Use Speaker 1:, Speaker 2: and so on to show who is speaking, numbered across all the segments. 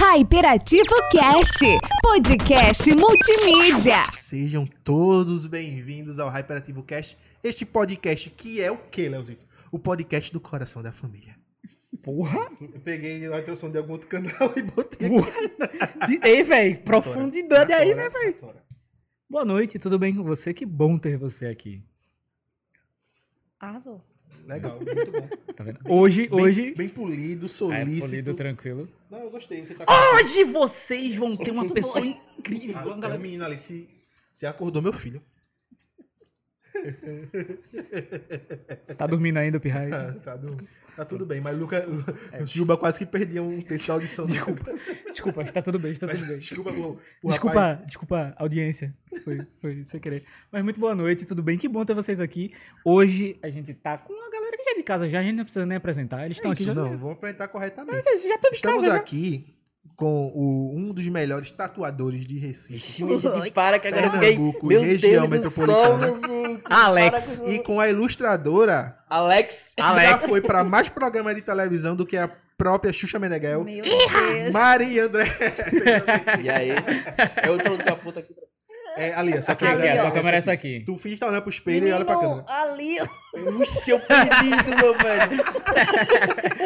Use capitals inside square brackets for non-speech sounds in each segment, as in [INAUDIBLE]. Speaker 1: Hyperativo Cast, podcast multimídia.
Speaker 2: Sejam todos bem-vindos ao Hyperativo Cast, este podcast que é o que, Leozito? O podcast do coração da família.
Speaker 3: Porra!
Speaker 2: Eu peguei a introdução de algum outro canal [LAUGHS] e botei.
Speaker 3: Porra! De- Ei, velho, profundidade aí, né,
Speaker 2: Atora,
Speaker 3: velho?
Speaker 2: atora.
Speaker 3: Boa noite, tudo bem com você? Que bom ter você aqui.
Speaker 4: Arrasou.
Speaker 2: Legal, muito bom.
Speaker 3: Tá vendo? Hoje,
Speaker 2: [LAUGHS] Bem-
Speaker 3: hoje.
Speaker 2: Bem polido,
Speaker 3: é,
Speaker 2: solícito.
Speaker 3: polido, tranquilo.
Speaker 2: Não, eu gostei. Você tá
Speaker 3: Hoje vocês vão ter uma pessoa incrível.
Speaker 2: Ah, tem um menino ali, se, se acordou meu filho. [LAUGHS]
Speaker 3: Tá dormindo ainda,
Speaker 2: [LAUGHS]
Speaker 3: Pirraia?
Speaker 2: Ah, tá, do- tá tudo bem, mas Luca, Juba quase que perdia um texto da audição. Desculpa.
Speaker 3: Desculpa, tá tudo bem, tá tudo
Speaker 2: [LAUGHS]
Speaker 3: bem.
Speaker 2: Desculpa, o, o
Speaker 3: Desculpa,
Speaker 2: rapaz-
Speaker 3: desculpa, audiência. Foi, foi sem querer. Mas muito boa noite, tudo bem? Que bom ter vocês aqui. Hoje a gente tá com a galera que já é de casa já, a gente não precisa nem apresentar. Eles estão
Speaker 2: É
Speaker 3: aqui
Speaker 2: isso,
Speaker 3: já.
Speaker 2: não, vamos apresentar corretamente.
Speaker 3: Mas eles já estão de
Speaker 2: Estamos
Speaker 3: casa. né? já.
Speaker 2: aqui com o- um dos melhores tatuadores de Recife
Speaker 4: Oi.
Speaker 3: Para que
Speaker 2: Pernambuco e região metropolitana.
Speaker 3: Alex.
Speaker 2: E com a ilustradora
Speaker 3: Alex.
Speaker 2: que já foi para mais programa de televisão do que a própria Xuxa Meneghel.
Speaker 4: Meu Deus.
Speaker 2: Maria André.
Speaker 5: E aí? É outro da puta aqui.
Speaker 2: É, ali, ó, só que
Speaker 3: Aqui, aqui,
Speaker 4: Ali,
Speaker 3: a
Speaker 4: ó,
Speaker 3: tua câmera é essa aqui.
Speaker 2: Tu finge que tá olhando pro espelho e olha pra
Speaker 4: Menino,
Speaker 2: câmera.
Speaker 4: ali,
Speaker 5: Oxi, eu perdido, meu velho.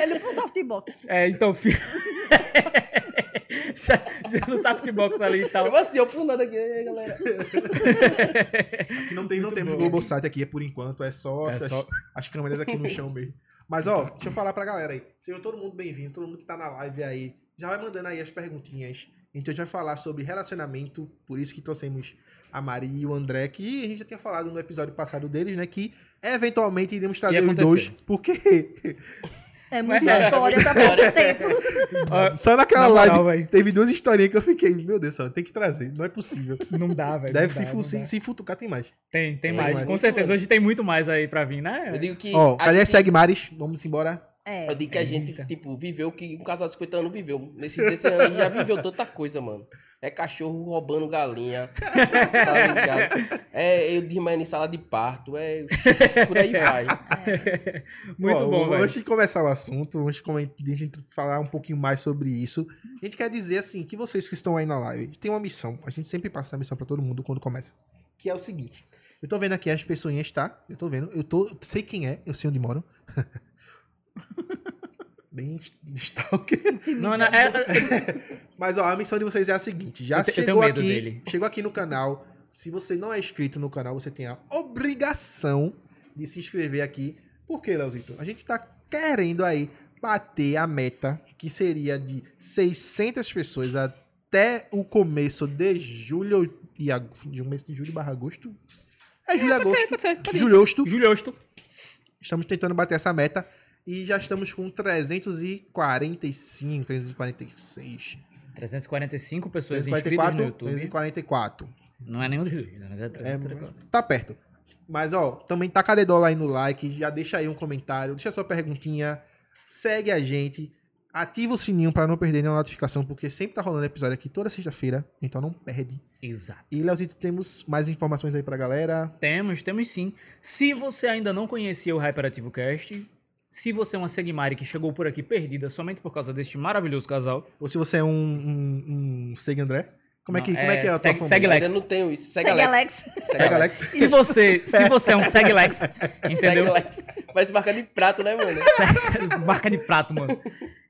Speaker 4: ele pro softbox.
Speaker 3: É, então, fi... [LAUGHS] já, já no softbox ali então. e tal.
Speaker 5: Eu assim, eu pro nada aqui, e aí, galera.
Speaker 2: Aqui não, tem, não
Speaker 3: Muito
Speaker 2: temos
Speaker 3: bom.
Speaker 2: Globosat aqui por enquanto, é só,
Speaker 3: É
Speaker 2: as,
Speaker 3: só-
Speaker 2: as câmeras aqui
Speaker 5: [LAUGHS]
Speaker 2: no chão mesmo. Mas ó, deixa eu falar pra galera aí. Sejam todo mundo bem-vindo, todo mundo que tá na live aí. Já vai mandando aí as perguntinhas. Então a gente vai falar sobre relacionamento, por isso que trouxemos a Maria e o André, que a gente já tinha falado no episódio passado deles, né? Que eventualmente iremos trazer os
Speaker 3: acontecer.
Speaker 2: dois, porque
Speaker 4: É muita
Speaker 3: Mas-
Speaker 4: história pra pouco tempo.
Speaker 3: [LAUGHS]
Speaker 2: [LAUGHS]
Speaker 3: Ó,
Speaker 2: só naquela
Speaker 3: na
Speaker 2: live
Speaker 3: moral, velho.
Speaker 2: teve duas historinhas que eu fiquei, meu Deus do céu, tem que trazer, não é possível.
Speaker 3: Não dá, velho.
Speaker 2: Deve
Speaker 3: não
Speaker 2: se,
Speaker 3: dá,
Speaker 2: fu-
Speaker 3: não
Speaker 2: se,
Speaker 3: dá.
Speaker 2: se futucar, tem mais.
Speaker 3: Tem, tem
Speaker 5: Tem
Speaker 3: mais.
Speaker 2: mais.
Speaker 3: Com certeza, hoje tem muito mais aí pra vir, né?
Speaker 5: Eu digo que.
Speaker 2: Ó,
Speaker 5: a
Speaker 2: cadê as
Speaker 5: gente-
Speaker 2: Segmares? Vamos embora.
Speaker 4: É.
Speaker 5: Eu digo que a gente,
Speaker 3: Eita.
Speaker 5: tipo, viveu o que um casal de 50 anos viveu. Nesse 16 anos a gente já viveu tanta coisa, mano. É cachorro roubando galinha. tá ligado? É eu desmaiando em sala de parto. É. Por aí vai.
Speaker 3: [LAUGHS] Muito
Speaker 2: Ó,
Speaker 3: bom, velho.
Speaker 2: Antes de começar o assunto, antes de comen- de a gente falar um pouquinho mais sobre isso, a gente quer dizer assim, que vocês que estão aí na live, tem uma missão. A gente sempre passa a missão pra todo mundo quando começa. Que é o seguinte. Eu tô vendo aqui as pessoinhas, tá? Eu tô vendo. Eu tô. eu sei quem é, eu sei onde moram. [LAUGHS] Bem [LAUGHS] stalker.
Speaker 3: Não, não, é-
Speaker 2: Mas ó, a missão de vocês é a seguinte: já
Speaker 3: Eu te- eu tenho
Speaker 2: chegou
Speaker 3: medo
Speaker 2: aqui,
Speaker 3: dele.
Speaker 2: chegou aqui no canal. Se você não é inscrito no canal, você tem a obrigação de se inscrever aqui. Por quê, Leozito? A gente tá querendo aí bater a meta que seria de 600 pessoas até o começo de julho e agosto, de um mês de julho barra agosto. É julho e agosto.
Speaker 3: Pode ser, pode ser.
Speaker 2: Julhosto.
Speaker 3: Julhosto.
Speaker 2: Estamos tentando bater essa meta e já estamos com 345, 346.
Speaker 3: 345 pessoas inscritas no
Speaker 2: 344,
Speaker 3: YouTube.
Speaker 2: 344.
Speaker 3: Não é nenhum dos dois, mas é 344.
Speaker 2: Tá perto. Mas, ó, também taca de dólar aí no like, já deixa aí um comentário, deixa sua perguntinha, segue a gente, ativa o sininho pra não perder nenhuma notificação, porque sempre tá rolando episódio aqui toda sexta-feira, então não perde.
Speaker 3: Exato.
Speaker 2: E, Leozito, temos mais informações aí pra galera.
Speaker 3: Temos, temos sim. Se você ainda não conhecia o Hyperativo Cast, se você é uma Segmari que chegou por aqui perdida somente por causa deste maravilhoso casal,
Speaker 2: Ou se você é um, um, um segue André, como é
Speaker 3: Não,
Speaker 2: que, como é,
Speaker 3: é,
Speaker 2: que é a tua
Speaker 3: segue-
Speaker 2: família?
Speaker 3: segue Lex.
Speaker 5: Ainda não tenho isso. Segue,
Speaker 4: Segue
Speaker 5: Alex.
Speaker 4: Alex.
Speaker 2: Segue Alex.
Speaker 3: se você, se você é um Seglex,
Speaker 5: Segue
Speaker 3: entendeu?
Speaker 5: Alex. Parece marca de prato, né, mano?
Speaker 3: [LAUGHS] Marca de prato, mano.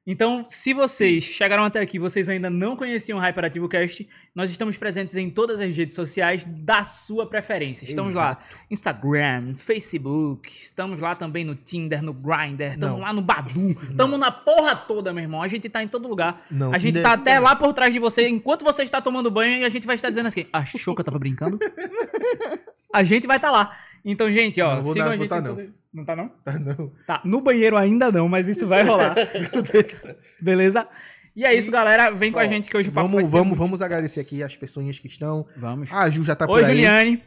Speaker 3: Então, se vocês chegaram até aqui, vocês ainda não conheciam o Hyperativo Cast, nós estamos presentes em todas as redes sociais da sua preferência. Estamos lá Instagram, Facebook, estamos lá também no Tinder, no Grindr, estamos
Speaker 2: Não.
Speaker 3: lá no Badu, estamos na porra toda, meu irmão. A gente tá em todo lugar.
Speaker 2: Não,
Speaker 3: a gente
Speaker 2: ainda-
Speaker 3: tá até lá por trás de você, enquanto você está tomando banho, e a gente vai estar dizendo assim: achou que eu tava brincando? a gente vai estar lá. Então, gente, ó,
Speaker 2: Não, vou
Speaker 3: sigam
Speaker 2: dar-
Speaker 3: a
Speaker 2: vou
Speaker 3: gente.
Speaker 2: tá
Speaker 3: em
Speaker 2: não.
Speaker 3: todas- Não tá, não?
Speaker 2: Tá, não.
Speaker 3: Tá, no banheiro ainda não, mas isso vai
Speaker 2: [LAUGHS]
Speaker 3: rolar. Beleza? E é isso, galera. Vem com a
Speaker 5: Ó,
Speaker 3: gente que hoje o papo tipo, vai
Speaker 2: Vamos,
Speaker 3: ser
Speaker 2: vamos,
Speaker 3: muito-
Speaker 2: vamos agradecer aqui as pessoinhas que estão.
Speaker 3: Vamos.
Speaker 2: Ah, a Ju já tá por
Speaker 3: Oi,
Speaker 2: aí.
Speaker 3: Juliane.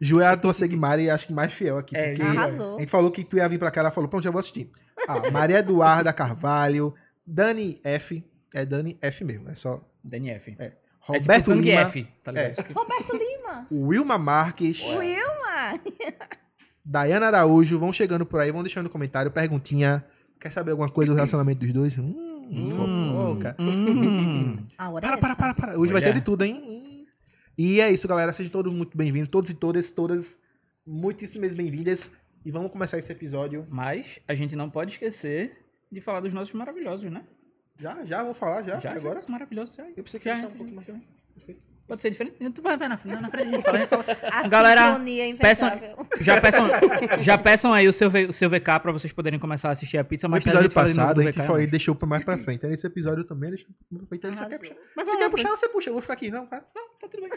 Speaker 2: Ju é a tua Segmari, acho que mais fiel aqui.
Speaker 3: É,
Speaker 2: porque
Speaker 4: Arrasou.
Speaker 2: A gente falou que tu ia vir pra cá, ela falou, pronto, já vou assistir. Ah, Maria Eduarda Carvalho, Dani F. É Dani F mesmo, é só.
Speaker 3: DNF. É, tipo
Speaker 2: Roberto
Speaker 3: sangue
Speaker 2: Lima,
Speaker 3: F, tá ligado?
Speaker 2: É.
Speaker 3: [LAUGHS] Isso aqui.
Speaker 4: Roberto Lima.
Speaker 2: Wilma Marques,
Speaker 4: Wilma.
Speaker 2: Dayana Araújo, vão chegando por aí, vão deixando comentário, perguntinha. Quer saber alguma coisa do relacionamento dos dois? Hum, Hum, fofoca. Uhum.
Speaker 3: Hum.
Speaker 4: A hora
Speaker 2: Para,
Speaker 4: é
Speaker 2: para,
Speaker 4: essa.
Speaker 2: para, para. Hoje vai
Speaker 3: Olha.
Speaker 2: ter de tudo, hein? Hum. E é isso, galera. Sejam todos muito bem-vindos. Todos e todas, todas, muitíssimas bem-vindas. E vamos começar esse episódio.
Speaker 3: [LAUGHS] Mas a gente não pode esquecer de falar dos nossos maravilhosos, né?
Speaker 2: Já, já, vou falar já. agora?
Speaker 3: Os Maravilhosos. Já.
Speaker 2: Eu pensei que
Speaker 3: Já,
Speaker 2: ia deixar um
Speaker 3: já,
Speaker 2: pouquinho mais.
Speaker 3: já.
Speaker 2: Perfeito.
Speaker 3: Pode ser diferente. Tu vai, vai na frente, na frente a gente fala, a gente fala.
Speaker 4: A
Speaker 3: Galera,
Speaker 4: sincronia é
Speaker 3: peçam-
Speaker 4: invejável.
Speaker 3: Já peçam, já peçam aí o seu, V- o seu VK pra vocês poderem começar a assistir a pizza.
Speaker 2: No
Speaker 3: mais tarde
Speaker 2: É um episódio
Speaker 3: fala de novo
Speaker 2: passado,
Speaker 3: do
Speaker 2: a gente
Speaker 3: VK,
Speaker 2: falou,
Speaker 3: né?
Speaker 2: ele deixou pra mais pra frente. Aí Nesse episódio também, ele deixou pra mais pra frente. Ele só quer
Speaker 4: Arrasou.
Speaker 2: puxar.
Speaker 3: Mas
Speaker 2: Se
Speaker 3: vai
Speaker 2: quer
Speaker 3: lá,
Speaker 2: puxar, você puxa. Eu vou ficar aqui, não, cara.
Speaker 3: Tá tudo bem.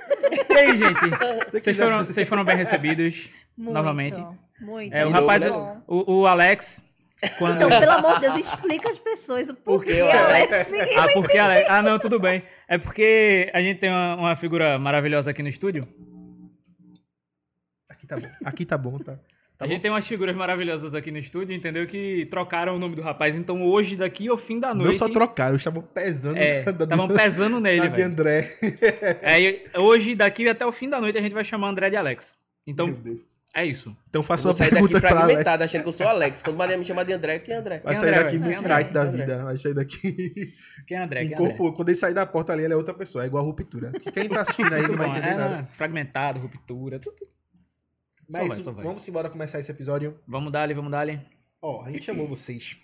Speaker 3: E
Speaker 2: [LAUGHS]
Speaker 3: aí, gente?
Speaker 2: Se
Speaker 3: Vocês
Speaker 2: quiser-
Speaker 3: foram, vocês foram bem recebidos.
Speaker 4: Muito,
Speaker 3: novamente.
Speaker 4: Muito.
Speaker 3: É, o
Speaker 5: Entendeu,
Speaker 3: rapaz,
Speaker 5: né?
Speaker 3: o, o Alex, quando...
Speaker 4: Então, pelo amor de Deus, explica as pessoas o porquê,
Speaker 5: Porque,
Speaker 4: Alex.
Speaker 3: [LAUGHS]
Speaker 4: Ninguém
Speaker 3: Ah, porque Alex... Ah, não, tudo bem. É porque a gente tem uma, uma figura maravilhosa aqui no estúdio.
Speaker 2: Aqui tá bom. Aqui tá bom,
Speaker 3: [LAUGHS]
Speaker 2: tá? Tá
Speaker 3: a
Speaker 2: bom.
Speaker 3: gente tem umas figuras maravilhosas aqui no estúdio, entendeu? Que trocaram o nome do rapaz. Então, hoje, daqui ao fim da
Speaker 2: Não
Speaker 3: noite...
Speaker 2: só trocaram, eles estavam pesando. [LAUGHS]
Speaker 3: É,
Speaker 2: da- da-
Speaker 3: estavam pesando
Speaker 2: da de
Speaker 3: nele, velho.
Speaker 2: André.
Speaker 3: Aí, hoje, daqui até o fim da noite, a gente vai chamar André de Alex. Então,
Speaker 2: Meu Deus.
Speaker 3: é isso.
Speaker 2: Então faça
Speaker 5: Vou
Speaker 2: uma
Speaker 5: sair daqui
Speaker 2: pergunta pra Alex.
Speaker 5: fragmentado, achando que eu sou Alex. Quando Maria me chama de André, quem é André?
Speaker 2: Vai
Speaker 3: Quem é
Speaker 2: sair
Speaker 3: André,
Speaker 2: daqui
Speaker 3: velho?
Speaker 2: muito
Speaker 3: Quem é André?
Speaker 2: night da
Speaker 3: Quem é André?
Speaker 2: vida. Vai sair daqui.
Speaker 3: Quem é André? Quem é André?
Speaker 2: Incorporou. Quando ele sair da porta ali, ele é outra pessoa. É igual a ruptura. Quem tá assistindo aí não
Speaker 3: Muito
Speaker 2: vai
Speaker 3: bom,
Speaker 2: entender
Speaker 3: é,
Speaker 2: nada.
Speaker 3: né? Fragmentado, ruptura, tudo. Só vai,
Speaker 2: Mas
Speaker 3: só vai.
Speaker 2: vamos embora começar esse episódio.
Speaker 3: Vamos dar ali, vamos dar ali.
Speaker 2: Ó, a gente chamou vocês.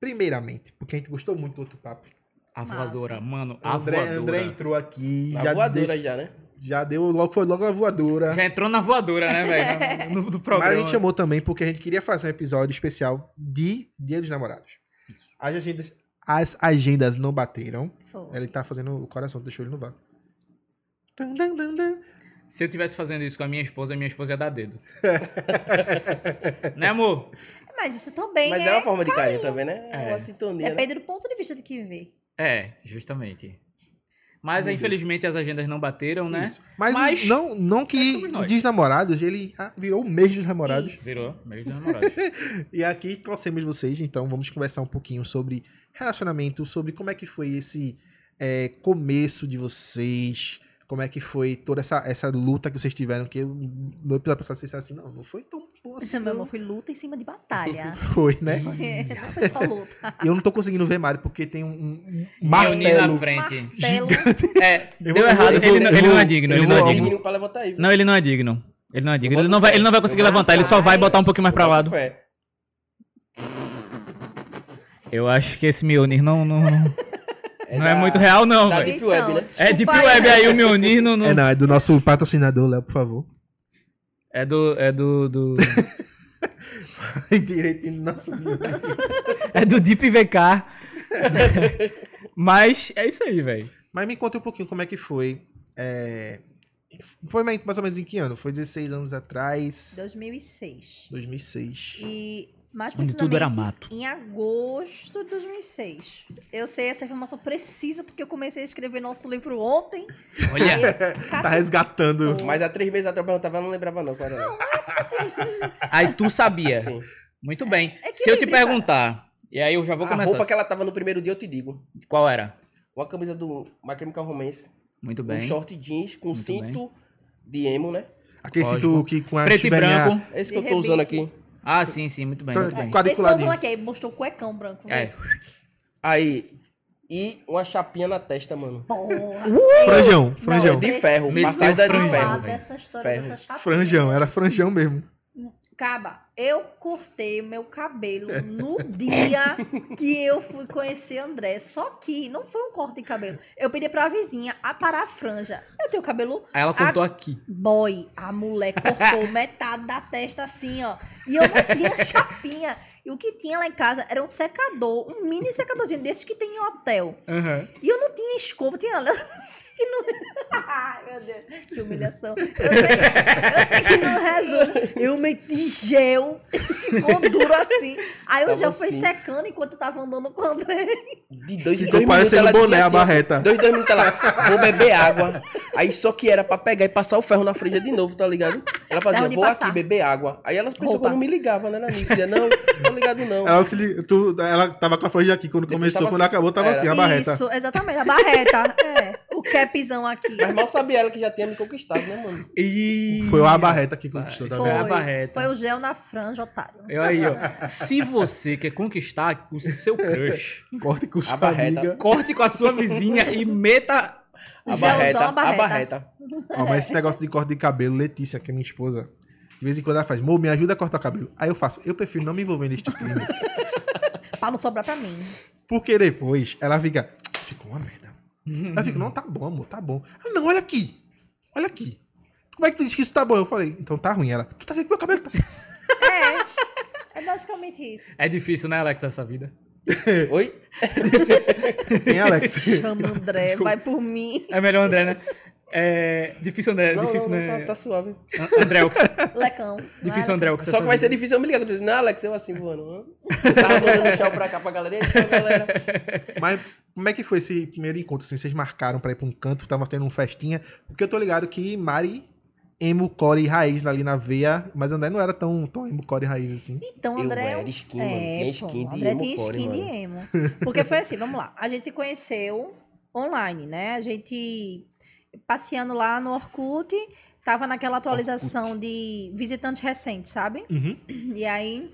Speaker 2: Primeiramente, porque a gente gostou muito do outro papo.
Speaker 3: A
Speaker 4: Massa.
Speaker 3: voadora, mano, a
Speaker 2: André,
Speaker 3: voadora.
Speaker 2: André entrou aqui.
Speaker 5: Na
Speaker 2: já
Speaker 5: É voadora já, né?
Speaker 2: Deu, já deu logo, foi logo a voadora.
Speaker 3: Já né? entrou na voadora, né, velho? No, no- do programa.
Speaker 2: Mas a gente chamou também porque a gente queria fazer um episódio especial de Dia dos Namorados.
Speaker 3: Isso.
Speaker 2: As agendas, as agendas não bateram.
Speaker 4: Foi.
Speaker 2: Ele tá fazendo o coração, deixou ele no vácuo. Tan, tan, tan, tan.
Speaker 3: Se eu tivesse fazendo isso com a minha esposa, a minha esposa ia dar dedo. [LAUGHS] né, amor?
Speaker 4: Mas isso também
Speaker 5: Mas
Speaker 4: é...
Speaker 5: é uma forma de carinho também, né? É
Speaker 3: É.
Speaker 5: uma sintonia. né?
Speaker 4: Depende do ponto de vista de quem vê.
Speaker 3: É, justamente. Mas, infelizmente, as agendas não bateram, né?
Speaker 2: Isso. Mas,
Speaker 3: Mas- é
Speaker 2: não, não que
Speaker 3: sobre nós.
Speaker 2: Dia dos Namorados, ele ah, virou o mês dos namorados.
Speaker 4: Isso.
Speaker 3: Virou, meio de
Speaker 2: [LAUGHS]
Speaker 3: namorados.
Speaker 2: E aqui trouxemos vocês, então vamos conversar um pouquinho sobre relacionamento, sobre como é que foi esse é, começo de vocês, como é que foi toda essa, essa luta que vocês tiveram, que eu, no episódio passado vocês disseram assim, não, não foi tão bom assim,
Speaker 4: Isso,
Speaker 2: [LAUGHS]
Speaker 4: meu amor,
Speaker 2: não.
Speaker 4: foi luta em cima de batalha.
Speaker 2: Foi, né?
Speaker 4: [LAUGHS] não foi só luta.
Speaker 2: Eu não tô conseguindo ver Mário, porque tem um, um um
Speaker 3: Reuni na
Speaker 2: martelo.
Speaker 3: frente.
Speaker 4: Martelo. então,
Speaker 3: É,
Speaker 2: Eu
Speaker 3: deu
Speaker 2: vou-
Speaker 3: errado.
Speaker 2: eu vou-
Speaker 3: ele, não, ele
Speaker 2: eu
Speaker 3: não é
Speaker 2: vou-
Speaker 3: digno,
Speaker 2: eu
Speaker 3: ele
Speaker 5: Tem
Speaker 2: vou-
Speaker 3: não é
Speaker 5: um
Speaker 3: digno.
Speaker 5: menino pra levantar aí. viu?
Speaker 3: Não, ele não é digno. Ele não é digno.
Speaker 5: Eu
Speaker 3: Ele não
Speaker 5: boto
Speaker 3: vai,
Speaker 5: fé.
Speaker 3: ele não vai conseguir
Speaker 5: Eu boto
Speaker 3: levantar, ele só vai
Speaker 4: fé.
Speaker 3: botar um pouquinho mais pra
Speaker 5: Bota
Speaker 3: lado.
Speaker 5: fé.
Speaker 3: Eu acho que esse Mjolnir não, não,
Speaker 5: [LAUGHS]
Speaker 3: não é
Speaker 5: da-
Speaker 3: muito real, não,
Speaker 5: da
Speaker 3: velho.
Speaker 5: Deep Web, né?
Speaker 3: É Deep
Speaker 4: desculpa
Speaker 3: Web aí o Mjolnir, não... não-
Speaker 2: É, não, é do nosso patrocinador, Léo, por favor. [LAUGHS]
Speaker 3: É do... É do... do- [LAUGHS]
Speaker 2: Direitinho do Tá nosso
Speaker 3: é do Deep VK. [LAUGHS] Mas é isso aí, velho.
Speaker 2: Mas me conta um pouquinho como é que foi. é, Foi mais mais ou menos em que ano? Foi 16 anos atrás,
Speaker 4: 2006.
Speaker 2: 2006.
Speaker 4: E mais
Speaker 3: Onde tudo era
Speaker 4: precisamente,
Speaker 3: mato.
Speaker 4: Em agosto de 2006. Eu sei essa informação precisa porque eu comecei a escrever nosso livro ontem.
Speaker 3: Olha,
Speaker 2: Tá resgatando.
Speaker 5: Mas há três meses atrás eu perguntava, eu não lembrava não. Cara, não.
Speaker 4: Assim,
Speaker 3: aí tu sabia.
Speaker 5: Assim,
Speaker 3: Muito bem.
Speaker 4: É que
Speaker 3: Se eu te
Speaker 4: lembra-
Speaker 3: perguntar, e aí eu já vou
Speaker 5: a
Speaker 3: começar. assim.
Speaker 5: roupa que ela tava no primeiro dia, eu te digo.
Speaker 3: Qual era?
Speaker 5: Uma camisa do My Chemical Romance.
Speaker 3: Muito
Speaker 5: Um
Speaker 3: bem.
Speaker 5: short jeans com
Speaker 3: Muito
Speaker 5: cinto de emo, né?
Speaker 2: Aquele cinto
Speaker 3: Lógico.
Speaker 2: que com a
Speaker 3: Preto e
Speaker 2: chiverinha-
Speaker 3: branco.
Speaker 5: É isso
Speaker 4: De
Speaker 5: que eu tô usando
Speaker 4: rebite.
Speaker 5: aqui.
Speaker 3: Ah, sim, sim, muito bem.
Speaker 2: Tá-
Speaker 3: Muito bem.
Speaker 2: Quadriculadinho.
Speaker 4: Quadriculadinho. aqui, aí mostrou o cuecão branco. né?
Speaker 3: É,
Speaker 4: viu?
Speaker 5: Aí, e uma chapinha na testa, mano.
Speaker 4: Porra.
Speaker 2: Franjão,
Speaker 4: Não,
Speaker 2: franjão.
Speaker 5: De ferro,
Speaker 4: preciso
Speaker 3: passada de
Speaker 4: falar
Speaker 3: ferro, velho.
Speaker 4: Dessa história
Speaker 5: Ferro.
Speaker 4: dessa chapinha.
Speaker 2: Franjão, era franjão mesmo.
Speaker 4: Caba, eu cortei o meu cabelo no dia que eu fui conhecer André. Só que não foi um corte de cabelo. Eu pedi pra vizinha aparar a franja. Eu tenho cabelo
Speaker 3: Aí ela cortou
Speaker 5: Ah.
Speaker 3: aqui.
Speaker 4: Boy, a mulher
Speaker 3: [LAUGHS]
Speaker 4: cortou metade da testa assim, ó. E eu não tinha chapinha. E o que tinha lá em casa era um secador, um mini secadorzinho desses que tem em hotel.
Speaker 3: Aham.
Speaker 4: E eu não tinha escova, tinha nada. [LAUGHS] Eu sei que não. Ai, meu Deus, que humilhação. Eu sei, eu sei que não resume. Eu meti gel, ficou duro assim. Aí o
Speaker 5: Tava
Speaker 4: gel foi
Speaker 5: assim.
Speaker 4: secando enquanto eu tava andando com o André.
Speaker 5: De dois em
Speaker 2: Ficou
Speaker 5: dois minutos
Speaker 2: parecendo
Speaker 5: ela
Speaker 2: um boné,
Speaker 5: dizia assim,
Speaker 2: a barreta.
Speaker 5: Dois, em dois minutos ela, vou beber água. Aí só que era pra pegar e passar o ferro na franja de novo, tá ligado? Ela
Speaker 4: Dava
Speaker 5: fazia,
Speaker 4: de
Speaker 5: vou
Speaker 4: passar.
Speaker 5: aqui beber água. Aí ela pensou
Speaker 4: Roupa.
Speaker 5: que eu não me ligava, né? Ela me dizia, não, não tô ligado não.
Speaker 2: Ela, que se li- tu- ela tava com a franja aqui quando
Speaker 5: Depois
Speaker 2: começou,
Speaker 5: tava
Speaker 2: quando
Speaker 5: assim.
Speaker 2: acabou tava
Speaker 5: Era.
Speaker 2: assim, a barreta.
Speaker 4: Isso, exatamente, a barreta. É. O capzão aqui.
Speaker 5: Mas mal sabia ela que já tinha me conquistado, né, mano?
Speaker 3: E...
Speaker 2: Foi o Abarreta que conquistou. Tá
Speaker 3: Foi.
Speaker 2: vendo?
Speaker 3: a barreta.
Speaker 4: foi o gel na franja, otário.
Speaker 3: Eu Aí, ó. Se você quer conquistar o seu crush,
Speaker 2: Corte com sua
Speaker 5: Abarreta.
Speaker 2: amiga.
Speaker 3: corte com a sua vizinha e meta.
Speaker 5: A
Speaker 4: Gelzão,
Speaker 5: barreta,
Speaker 4: a barreta.
Speaker 5: a barreta.
Speaker 2: Ó, mas esse negócio de corte de cabelo, Letícia, que é minha esposa, de vez em quando ela faz, Mô, me ajuda a cortar o cabelo. Aí eu faço, eu prefiro não me envolver neste crime.
Speaker 4: Pra não sobrar pra mim.
Speaker 2: Porque depois ela fica, ficou uma merda. Ela fica, não, tá bom, amor, tá bom. Ela, não, olha aqui. Olha aqui. Como é que tu disse que isso tá bom? Eu falei, então tá ruim. Ela, tu tá sem que meu cabelo. tá-"
Speaker 4: É basicamente isso.
Speaker 3: É difícil, né, Alex, essa vida?
Speaker 2: É.
Speaker 5: Oi?
Speaker 2: Hein, Alex?
Speaker 4: Chama André, vai por
Speaker 5: [LAUGHS]
Speaker 4: mim.
Speaker 3: É melhor André, né? É difícil, André.
Speaker 5: Não,
Speaker 3: difícil,
Speaker 5: não, não,
Speaker 3: né?
Speaker 5: tá, tá suave.
Speaker 3: An- Andréux.
Speaker 4: Lecão.
Speaker 3: Difícil,
Speaker 4: Vai,
Speaker 3: Andréux.
Speaker 5: Só que vai ser difícil eu me ligar. Eu tô dizendo, não, Alex, eu assim voando. hã? Tava mandando um tchau pra cá pra galera. E aí, tchau, [LAUGHS] galera.
Speaker 2: Mas como é que foi esse primeiro encontro? Assim, vocês marcaram pra ir pra um canto, tava tendo um festinha. Porque eu tô ligado que Mari, emo, core e raiz ali na veia. Mas André não era tão, tão emo, core e raiz assim.
Speaker 4: Então,
Speaker 5: Eu
Speaker 4: André.
Speaker 5: era
Speaker 4: um-
Speaker 5: skin, mano. Tinha
Speaker 4: pô,
Speaker 5: skin de
Speaker 4: André
Speaker 5: emo
Speaker 4: tinha
Speaker 5: core,
Speaker 4: skin de
Speaker 5: mano.
Speaker 4: emo. Porque foi assim, vamos lá. A gente se conheceu online, né? A gente passeando lá no Orkut, tava naquela atualização de visitantes recentes, sabe?
Speaker 2: Uhum.
Speaker 4: E aí.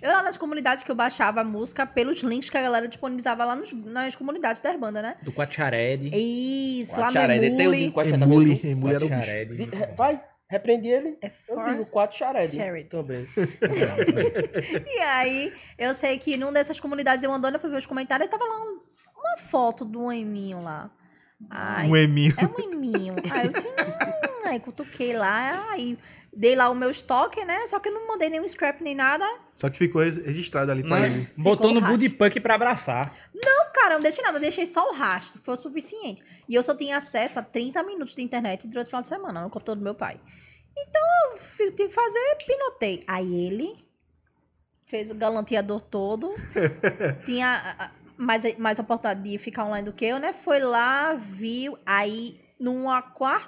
Speaker 4: Eu lá nas comunidades que eu baixava a música pelos links que a galera disponibilizava lá nos- nas comunidades da Urbanda, né?
Speaker 3: Do Quachared.
Speaker 4: Isso, lá no
Speaker 5: Quatcharede, tem o de
Speaker 4: Emule.
Speaker 5: Quatcharede. tá
Speaker 2: Emule,
Speaker 5: vendo?
Speaker 2: emule era o bicho.
Speaker 5: De- re- Vai, repreende ele.
Speaker 4: É
Speaker 5: Eu
Speaker 4: for...
Speaker 5: digo quatro charede.
Speaker 4: Charede.
Speaker 5: Também. é.
Speaker 4: E aí, eu sei que numa dessas comunidades eu andando, eu fui ver os comentários e tava lá um- uma foto do eminho lá. Ai,
Speaker 2: Um eminho.
Speaker 4: é um eminho. Aí eu disse, hum, aí cutuquei lá, aí dei lá o meu estoque, né? Só que eu não mandei nenhum scrap nem nada.
Speaker 2: Só que ficou res- registrado ali pra ele.
Speaker 3: Botou
Speaker 4: Ficou
Speaker 3: no
Speaker 4: racha.
Speaker 3: Budipunk pra abraçar.
Speaker 4: Cara, eu não deixei nada, eu deixei só o rastro, foi o suficiente. E eu só tinha acesso a 30 minutos de internet durante o final de semana, no computador do meu pai. Então, eu fiz o que tinha que fazer, pinotei. Aí ele fez o galanteador
Speaker 5: [LAUGHS]
Speaker 4: todo. tinha a- a- mais, mais oportunidade de ficar online do que eu, né? Foi lá, viu. Aí, numa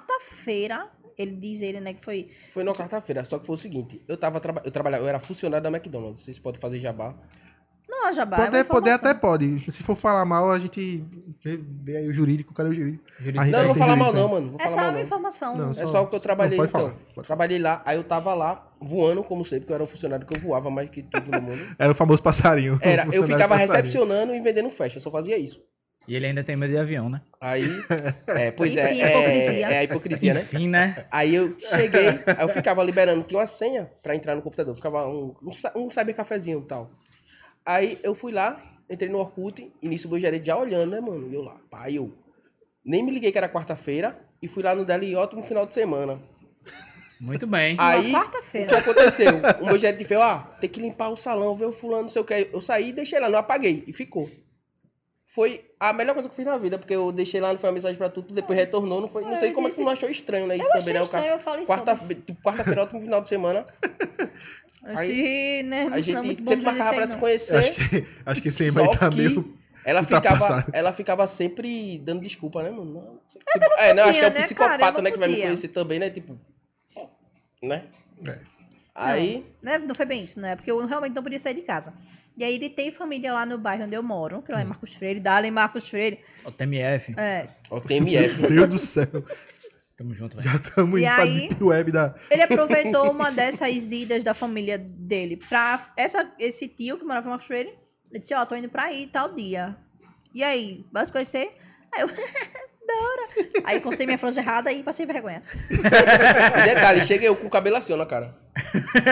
Speaker 4: quarta-feira, ele diz ele, né, que foi.
Speaker 5: Foi na quarta-feira, só que foi o seguinte, eu tava traba- eu trabalhava, eu era funcionário da McDonald's, vocês podem fazer jabá.
Speaker 4: Não, Jabá. é uma
Speaker 2: Poder, poder
Speaker 4: informação.
Speaker 2: até pode. Se for falar mal, a gente vê, vê aí o jurídico, cara é o jurídico.
Speaker 3: Jurídico.
Speaker 2: A gente
Speaker 5: Não,
Speaker 2: vai
Speaker 5: não vou falar
Speaker 2: entender,
Speaker 5: mal
Speaker 2: então.
Speaker 5: não, mano, vou
Speaker 4: É
Speaker 5: falar
Speaker 4: só
Speaker 5: mal
Speaker 4: uma
Speaker 5: não.
Speaker 4: informação.
Speaker 2: Não,
Speaker 5: É só o que eu trabalhei,
Speaker 2: Não, pode
Speaker 5: então.
Speaker 2: falar, pode falar.
Speaker 5: Trabalhei lá, aí eu tava lá, voando, como sempre, porque eu era um funcionário que eu voava mais que todo
Speaker 2: [LAUGHS]
Speaker 5: mundo.
Speaker 2: Era o famoso passarinho.
Speaker 5: Era,
Speaker 2: O
Speaker 5: eu
Speaker 2: funcionário
Speaker 5: ficava
Speaker 2: passarinho.
Speaker 5: recepcionando e vendendo festa, eu só fazia isso.
Speaker 3: E ele ainda tem medo de avião, né?
Speaker 2: [LAUGHS]
Speaker 5: Aí, é, pois é,
Speaker 4: Enfim,
Speaker 5: é,
Speaker 4: hipocrisia.
Speaker 5: é a hipocrisia, né?
Speaker 3: Enfim, né?
Speaker 5: Aí eu
Speaker 4: [LAUGHS]
Speaker 5: cheguei, aí eu ficava liberando, tinha uma senha pra entrar no computador, ficava um, um, sa- um cyber cafezinho e tal. Aí eu fui lá, entrei no Orkut, início meu gerente já olhando, né, mano? E eu lá, pai, eu nem me liguei que era quarta-feira e fui lá no Deli ótimo final de semana.
Speaker 3: Muito bem.
Speaker 4: Numa
Speaker 5: Aí, o que
Speaker 4: quarta-feira.
Speaker 5: aconteceu? O
Speaker 4: [LAUGHS]
Speaker 5: meu gerente fez, ó, tem que limpar o salão, ver o fulano, não sei o que. Eu saí e deixei lá, não apaguei, e ficou. Foi a melhor coisa que eu fiz na vida, porque eu deixei lá, não foi uma mensagem pra tudo, depois retornou, não foi, não
Speaker 4: Eu
Speaker 5: sei como é que tu
Speaker 4: disse-
Speaker 5: não achou estranho, né? Isso
Speaker 4: Eu
Speaker 5: também,
Speaker 4: achei
Speaker 5: né? O cara-
Speaker 4: estranho, eu falei
Speaker 5: Quarta-
Speaker 4: sobre.
Speaker 5: tipo, Quarta-feira, último final de semana.
Speaker 4: Achei, né?
Speaker 5: A
Speaker 4: [LAUGHS]
Speaker 5: gente
Speaker 4: não é muito bom
Speaker 5: sempre
Speaker 4: juiz
Speaker 5: marcava
Speaker 4: aí,
Speaker 5: pra
Speaker 4: não.
Speaker 5: se
Speaker 2: Eu Acho
Speaker 5: conhecer.
Speaker 2: que, [LAUGHS] acho que sem
Speaker 5: só
Speaker 2: vai estar
Speaker 5: que
Speaker 2: meio.
Speaker 5: Ela ficava,
Speaker 2: ultrapassado.
Speaker 5: ela ficava sempre dando desculpa, né, mano? Não, sei- tipo, é, não, acho que é
Speaker 4: podia,
Speaker 5: o
Speaker 4: né,
Speaker 5: psicopata,
Speaker 4: cara? Eu não
Speaker 5: né, que vai me
Speaker 4: podia.
Speaker 5: conhecer também, né? Tipo. Né?
Speaker 2: É.
Speaker 5: Aí.
Speaker 4: né? Não foi bem isso, né? Porque eu realmente não podia sair de casa. E aí ele tem família lá no bairro onde eu moro, que lá é Marcos Freire, Dalen Marcos Freire.
Speaker 3: O TMF.
Speaker 4: É. [LAUGHS]
Speaker 2: [LAUGHS]
Speaker 5: Ó,
Speaker 2: Meu
Speaker 5: TMF.
Speaker 2: Deus do céu.
Speaker 3: Tamo junto, velho.
Speaker 2: Já estamos
Speaker 4: E
Speaker 2: indo pra
Speaker 4: aí?
Speaker 2: Deep Web da.
Speaker 4: Ele aproveitou uma dessas idas da família dele pra essa, esse tio que morava em Marcos Freire. Ele disse, ó, tô indo pra aí tal dia. E aí, bora se conhecer? Aí eu, [LAUGHS] da hora. Aí cortei minha franja errada e passei vergonha.
Speaker 5: E detalhe, cheguei eu com o cabelo assim, ó, na cara.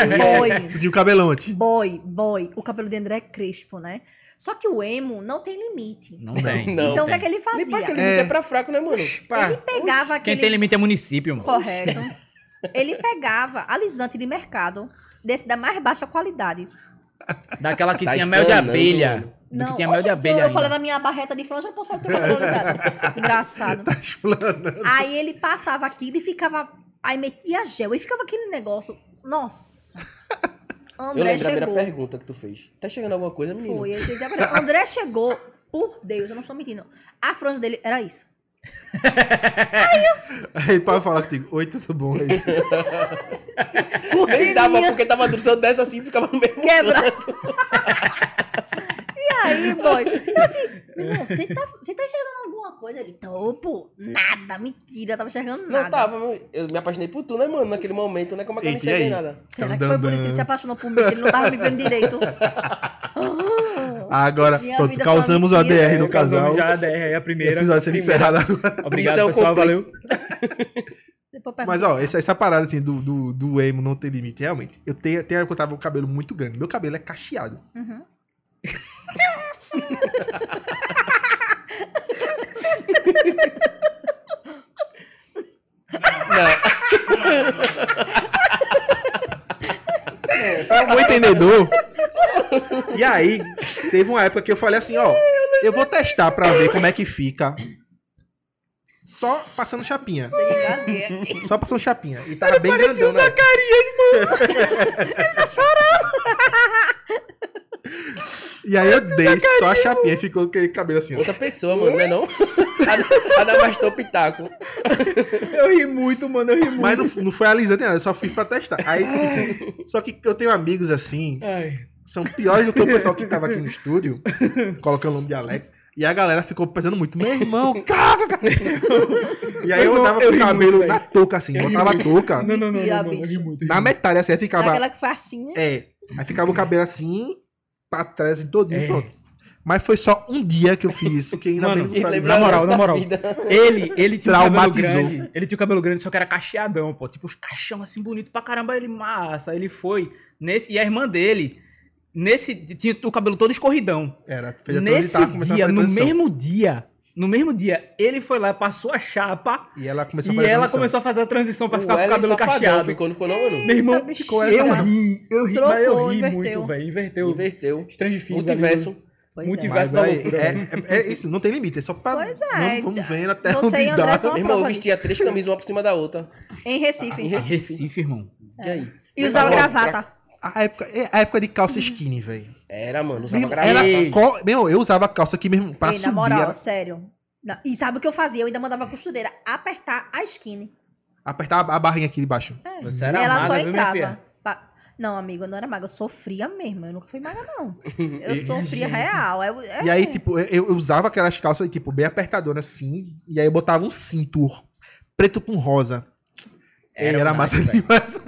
Speaker 5: Eu ia-
Speaker 4: Boi,
Speaker 2: Tu tinha o cabelão antes. [LAUGHS]
Speaker 4: boi, boi. O cabelo de André é crespo, né? Só que o emo não tem limite.
Speaker 3: Não tem.
Speaker 5: Não
Speaker 4: então o
Speaker 3: tem.
Speaker 4: que é que ele
Speaker 5: Nem pra
Speaker 4: fazia?
Speaker 5: aquele
Speaker 2: É.
Speaker 5: vídeo é pra fraco, né, mano?
Speaker 3: Pá,
Speaker 4: Ele pegava aquele.
Speaker 3: Quem tem limite é município,
Speaker 4: [LAUGHS]
Speaker 3: mano.
Speaker 4: Correto. Ele pegava alisante de mercado, desse da mais baixa qualidade.
Speaker 3: Daquela que
Speaker 5: Tá
Speaker 3: tinha mel de
Speaker 5: estranando,
Speaker 3: abelha.
Speaker 5: mano.
Speaker 3: Do que tinha mel
Speaker 4: oxe,
Speaker 3: de abelha
Speaker 4: Eu falando
Speaker 3: ainda.
Speaker 4: da minha barreta de franja, eu posso falar que eu tô alisado. Engraçado.
Speaker 2: Tá explanando.
Speaker 4: Aí ele passava aquilo e ficava. Aí metia gel e ficava aquele negócio. Nossa.
Speaker 5: Eu
Speaker 4: André
Speaker 5: lembro da primeira
Speaker 4: chegou.
Speaker 5: pergunta que tu fez. Tá chegando alguma coisa, menino?
Speaker 4: Foi. ele dizia, André chegou. Por Deus, eu não estou mentindo. A franja dele era isso.
Speaker 2: Aí pode falar contigo. Oi, tudo bom? Aí,
Speaker 5: Nem
Speaker 4: Curtininha.
Speaker 5: [LAUGHS] dava, porque tava duro. Se eu desse assim, ficava no mesmo
Speaker 4: Quebrado. E aí, boy? Eu achei, meu irmão, você tá, você tá enxergando alguma coisa? Ele, tô, pô, nada, mentira, eu tava enxergando nada.
Speaker 5: Não tava, meu- eu me apaixonei por tu, né, mano, naquele momento, né? Como é que eu não
Speaker 2: Eita, e
Speaker 5: enxerguei
Speaker 2: aí?
Speaker 5: nada?
Speaker 4: Será
Speaker 2: Dun,
Speaker 4: que foi
Speaker 2: dun,
Speaker 4: por isso que ele
Speaker 2: dun.
Speaker 4: se apaixonou por mim? que Ele não tava me vendo
Speaker 2: [LAUGHS]
Speaker 4: direito. Ah.
Speaker 2: um- Agora,
Speaker 4: Minha
Speaker 2: pronto,
Speaker 4: vida
Speaker 2: causamos o
Speaker 4: foi uma mentira.
Speaker 2: ADR no casal.
Speaker 3: Já a DR
Speaker 5: né, é
Speaker 3: aí, a
Speaker 2: O
Speaker 3: primeira.
Speaker 2: episódio sendo encerrado agora.
Speaker 3: Obrigado,
Speaker 5: Missão
Speaker 3: pessoal.
Speaker 5: completa.
Speaker 3: Valeu. [LAUGHS]
Speaker 4: Depois eu
Speaker 2: Mas,
Speaker 4: pergunto.
Speaker 2: ó, essa, essa parada, assim, do, do, do emo não ter limite, realmente. Eu tenho, tenho época que eu tava com o cabelo muito grande. Meu cabelo é cacheado.
Speaker 4: Uhum.
Speaker 5: Não,
Speaker 2: É um bom entendedor. e aí, teve uma época que eu falei assim, ó, eu vou testar pra ver como é que fica. Só passando chapinha.
Speaker 4: Eu engasguei
Speaker 2: [LAUGHS]
Speaker 4: aqui.
Speaker 2: Só passando chapinha. E tava bem grandão, né? Zacarias, tá mano. Ele tá chorando. E aí eu dei só a chapinha e ficou aquele cabelo assim, ó.
Speaker 5: outra pessoa, mano, não
Speaker 3: [LAUGHS]
Speaker 5: é não? A, a da Mastor Pitaco.
Speaker 3: Eu ri muito, mano. Eu ri muito.
Speaker 2: Mas não, não foi alisando nem nada, eu só fiz pra testar. [LAUGHS] Aí, só que eu tenho amigos assim,
Speaker 3: Ai.
Speaker 2: são piores do que o pessoal que tava
Speaker 3: [LAUGHS]
Speaker 2: aqui no estúdio, colocando o nome de Alex. E a galera ficou pensando muito, meu irmão, caca, caca. E aí
Speaker 3: Meu
Speaker 2: eu
Speaker 3: irmão,
Speaker 2: tava
Speaker 3: eu
Speaker 2: com
Speaker 3: ri
Speaker 2: o cabelo
Speaker 3: muito,
Speaker 2: na
Speaker 3: velho.
Speaker 2: touca, assim,
Speaker 3: Eu ri
Speaker 2: botava a touca.
Speaker 3: Não, não, não,
Speaker 4: Mentira,
Speaker 3: não, mano. Eu ri
Speaker 4: bicho.
Speaker 3: muito. eu ri
Speaker 2: Na
Speaker 3: muito.
Speaker 2: metade, assim, aí ficava.
Speaker 4: Daquela que faz assim, né?
Speaker 2: É. Aí ficava o cabelo assim, pra trás, assim, todinho,
Speaker 3: É.
Speaker 2: pronto. Mas foi só um dia que eu fiz isso, que ainda
Speaker 3: Mano,
Speaker 2: bem que
Speaker 5: E
Speaker 2: eu falei.
Speaker 5: lembra
Speaker 3: na moral,
Speaker 5: da
Speaker 3: na moral.
Speaker 5: vida.
Speaker 3: Ele, ele tinha um
Speaker 2: Traumatizou.
Speaker 3: cabelo grande. Ele tinha o cabelo grande, só que era cacheadão, pô. Tipo, os caixão assim, bonito pra caramba. Ele massa, ele foi. Nesse, e a irmã dele, nesse, tinha o cabelo todo escorridão.
Speaker 2: Era, fez a
Speaker 3: Nesse
Speaker 2: transitar, começou a
Speaker 3: dia,
Speaker 2: fazer
Speaker 3: no
Speaker 2: transição.
Speaker 3: mesmo dia, no mesmo dia, ele foi lá, passou a chapa
Speaker 2: E ela começou a
Speaker 3: e
Speaker 2: fazer
Speaker 3: ela
Speaker 2: transição. é
Speaker 3: começou a fazer a transição pra
Speaker 5: O
Speaker 3: ficar com o
Speaker 5: Wesley
Speaker 3: cabelo
Speaker 5: Safadão
Speaker 3: cacheado.
Speaker 5: Ficou, não ficou não, mano?
Speaker 3: Meu irmão,
Speaker 4: Eita,
Speaker 2: ficou
Speaker 4: bichinha.
Speaker 2: essa-
Speaker 3: eu ri, eu ri,
Speaker 4: Trocou,
Speaker 3: mas eu ri
Speaker 4: inverteu.
Speaker 3: muito, velho. Inverteu.
Speaker 5: Inverteu.
Speaker 3: Strange Things. da vida.
Speaker 5: Multiverso.
Speaker 4: Pois
Speaker 3: Muito
Speaker 4: é.
Speaker 3: inverso da
Speaker 2: véi,
Speaker 3: loucura,
Speaker 2: é,
Speaker 3: né?
Speaker 2: é- é isso, não tem limite, é só pra.
Speaker 4: Pois é,
Speaker 2: Vamos, vamos vendo até
Speaker 4: você
Speaker 2: onde
Speaker 4: e André
Speaker 2: dá.
Speaker 4: são-
Speaker 5: Meu irmão, eu vestia três camisas uma por cima da outra.
Speaker 4: Em Recife.
Speaker 5: Em
Speaker 3: Ah, Recife, irmão.
Speaker 5: E aí?
Speaker 4: É. E usava
Speaker 5: Pra-
Speaker 4: gravata.
Speaker 2: A época, é a época de calça skinny, velho.
Speaker 5: Era, mano,
Speaker 2: Meu,
Speaker 5: usava
Speaker 2: irmão,
Speaker 5: gravata.
Speaker 2: era
Speaker 3: Ei.
Speaker 2: co- meu, eu usava calça aqui mesmo pra
Speaker 4: Ei,
Speaker 2: subir.
Speaker 4: na moral,
Speaker 2: era-
Speaker 4: sério. Na- E sabe o que eu fazia? Eu ainda mandava a costureira apertar a skinny.
Speaker 2: apertava a barrinha aqui de baixo.
Speaker 3: Você era
Speaker 4: ela
Speaker 3: magra,
Speaker 4: só
Speaker 3: viu, minha
Speaker 4: entrava.
Speaker 3: filha?
Speaker 4: Pa- Não, amigo, eu não era magra, eu sofria mesmo. Eu nunca fui magra,
Speaker 5: [LAUGHS]
Speaker 4: não. Eu
Speaker 2: E-
Speaker 4: sofria real. eu- é.
Speaker 2: E aí, tipo, eu, eu usava aquelas calças, tipo, bem apertadoras assim. E aí eu botava um cinto preto com rosa. Era, era massa
Speaker 5: velho.
Speaker 2: demais.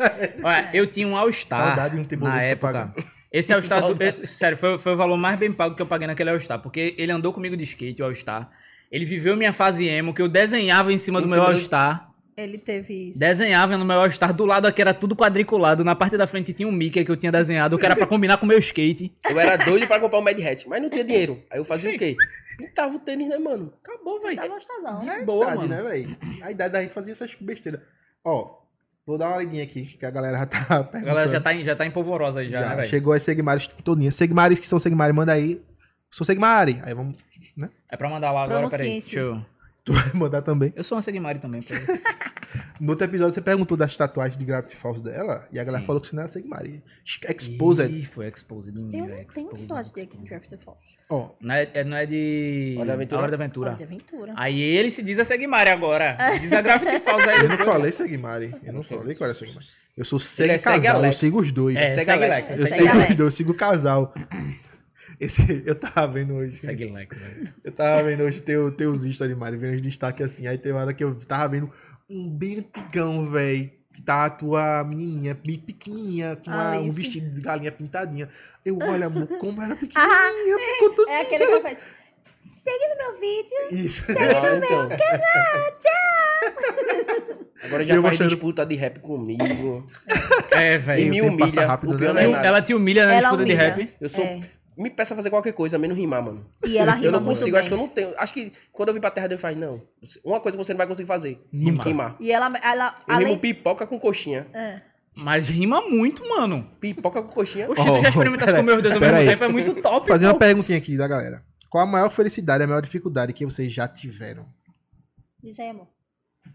Speaker 3: Olha, eu tinha um All-Star.
Speaker 2: Saudade de não ter
Speaker 3: na
Speaker 2: boleto pra
Speaker 3: época.
Speaker 2: pagar.
Speaker 3: Esse All-Star, do-
Speaker 5: Saudade.
Speaker 3: eh, sério, foi, foi o valor mais bem pago que eu paguei naquele All-Star, porque ele andou comigo de skate, o All-Star. Ele viveu minha fase emo, que eu desenhava em cima
Speaker 5: Em
Speaker 3: do meu
Speaker 5: cima do-
Speaker 3: All-Star.
Speaker 4: Ele teve isso.
Speaker 3: Desenhava no meu All-Star, do lado aqui era tudo quadriculado, na parte da frente tinha um Mickey que eu tinha desenhado, que era pra combinar com o meu skate.
Speaker 5: Eu era doido pra comprar um Mad Hat, mas não tinha dinheiro. Aí eu fazia o quê? Pintava o tênis, né, mano? Acabou,
Speaker 4: Tá
Speaker 5: velho.
Speaker 4: gostosão, né?
Speaker 3: De boa,
Speaker 2: Idade,
Speaker 3: mano.
Speaker 2: né, velho? A idade da gente fazia essas besteiras. Ó, vou dar uma lidinha aqui, que a galera já tá [LAUGHS]
Speaker 3: A
Speaker 2: perguntando.
Speaker 3: galera já tá, em, já tá em polvorosa aí, já,
Speaker 2: Já,
Speaker 3: né, velho?
Speaker 2: chegou as Segmares todinhas. Segmares que são Segmares, manda aí. Sou Segmare. Aí vamos. [LAUGHS]
Speaker 3: É pra mandar lá agora, peraí.
Speaker 4: Pronunciense.
Speaker 3: Deixa eu...
Speaker 2: Tu vai mandar também.
Speaker 3: eu sou uma Segmari também, peraí.
Speaker 2: No outro episódio, você perguntou das tatuagens de Gravity Falls dela. E a galera
Speaker 3: Sim.
Speaker 2: falou que você não era Segmare. Exposed.
Speaker 3: Ih, foi exposed.
Speaker 4: Eu
Speaker 3: Menino,
Speaker 4: não tenho
Speaker 3: exposed,
Speaker 4: vontade de
Speaker 3: exposed.
Speaker 4: Draft Falls.
Speaker 2: Ó,
Speaker 3: Não é, é- não é de...
Speaker 5: Hora da Aventura?
Speaker 3: A Hora da Aventura.
Speaker 4: De aventura.
Speaker 3: Aí ele se diz a
Speaker 4: [LAUGHS]
Speaker 3: Segmari agora. Diz a Gravity Falls aí.
Speaker 2: eu [LAUGHS] não
Speaker 3: depois.
Speaker 2: falei Segmare. Eu não falei qual era Segmare. Eu sou segue
Speaker 5: é segue
Speaker 2: casal, eu
Speaker 5: Alex.
Speaker 2: sigo os dois.
Speaker 3: É,
Speaker 5: Segue
Speaker 3: segue
Speaker 5: Alex.
Speaker 3: Lex.
Speaker 2: Eu
Speaker 4: Segue
Speaker 2: sigo
Speaker 4: Alex.
Speaker 2: os dois, eu sigo o
Speaker 3: [COUGHS]
Speaker 2: casal. Esse, eu tava vendo hoje.
Speaker 3: Segue Lex, velho.
Speaker 2: Eu tava vendo hoje teu, teus stories, Mari, vendo os destaques assim. Aí tem uma hora que eu tava vendo um bem antigão, velho. Que tá a tua menininha, bem pequenininha, com
Speaker 3: Ah,
Speaker 2: uma- um
Speaker 4: Alice.
Speaker 2: vestido de galinha pintadinha. Eu, olha, amor, como
Speaker 3: Ah,
Speaker 2: era pequenininha, ficou tudo
Speaker 4: É aquele que eu faço. Segue no meu vídeo.
Speaker 2: isso.
Speaker 3: É
Speaker 5: Ah, então. Agora
Speaker 2: E
Speaker 5: já
Speaker 2: eu
Speaker 5: faz
Speaker 2: achando-
Speaker 5: disputa de rap comigo.
Speaker 3: É,
Speaker 5: E
Speaker 3: velho.
Speaker 2: Ei,
Speaker 5: me
Speaker 2: o tempo passa
Speaker 5: humilha.
Speaker 2: rápido,
Speaker 5: o
Speaker 2: né,
Speaker 5: pior não é
Speaker 2: velho?
Speaker 5: nada.
Speaker 3: Ela te humilha na
Speaker 4: Ela
Speaker 3: disputa de
Speaker 4: humilha.
Speaker 3: rap.
Speaker 5: Eu sou.
Speaker 4: É.
Speaker 5: Me peça a fazer qualquer coisa, menos rimar, mano.
Speaker 4: E ela
Speaker 5: [LAUGHS] eu
Speaker 4: rima
Speaker 5: não
Speaker 4: muito
Speaker 5: consigo,
Speaker 4: bem.
Speaker 5: acho que eu não tenho. Acho que quando eu vim pra terra, Deus faz, não. Uma coisa que você não vai conseguir fazer:
Speaker 2: Nunca.
Speaker 5: rimar.
Speaker 4: E ela, ela
Speaker 5: Eu
Speaker 4: além...
Speaker 5: rimo pipoca com coxinha.
Speaker 4: É.
Speaker 3: Mas rima muito, mano.
Speaker 5: Pipoca com coxinha.
Speaker 3: Oxi, tu
Speaker 2: Oh,
Speaker 3: já experimentasse
Speaker 2: pera-
Speaker 3: comer os dois ao
Speaker 2: pera
Speaker 3: mesmo
Speaker 2: aí.
Speaker 3: tempo, é muito top,
Speaker 2: Fazer
Speaker 3: pô.
Speaker 2: uma perguntinha aqui da galera. Qual a maior felicidade, a maior dificuldade que vocês já tiveram?
Speaker 4: Diz aí, amor.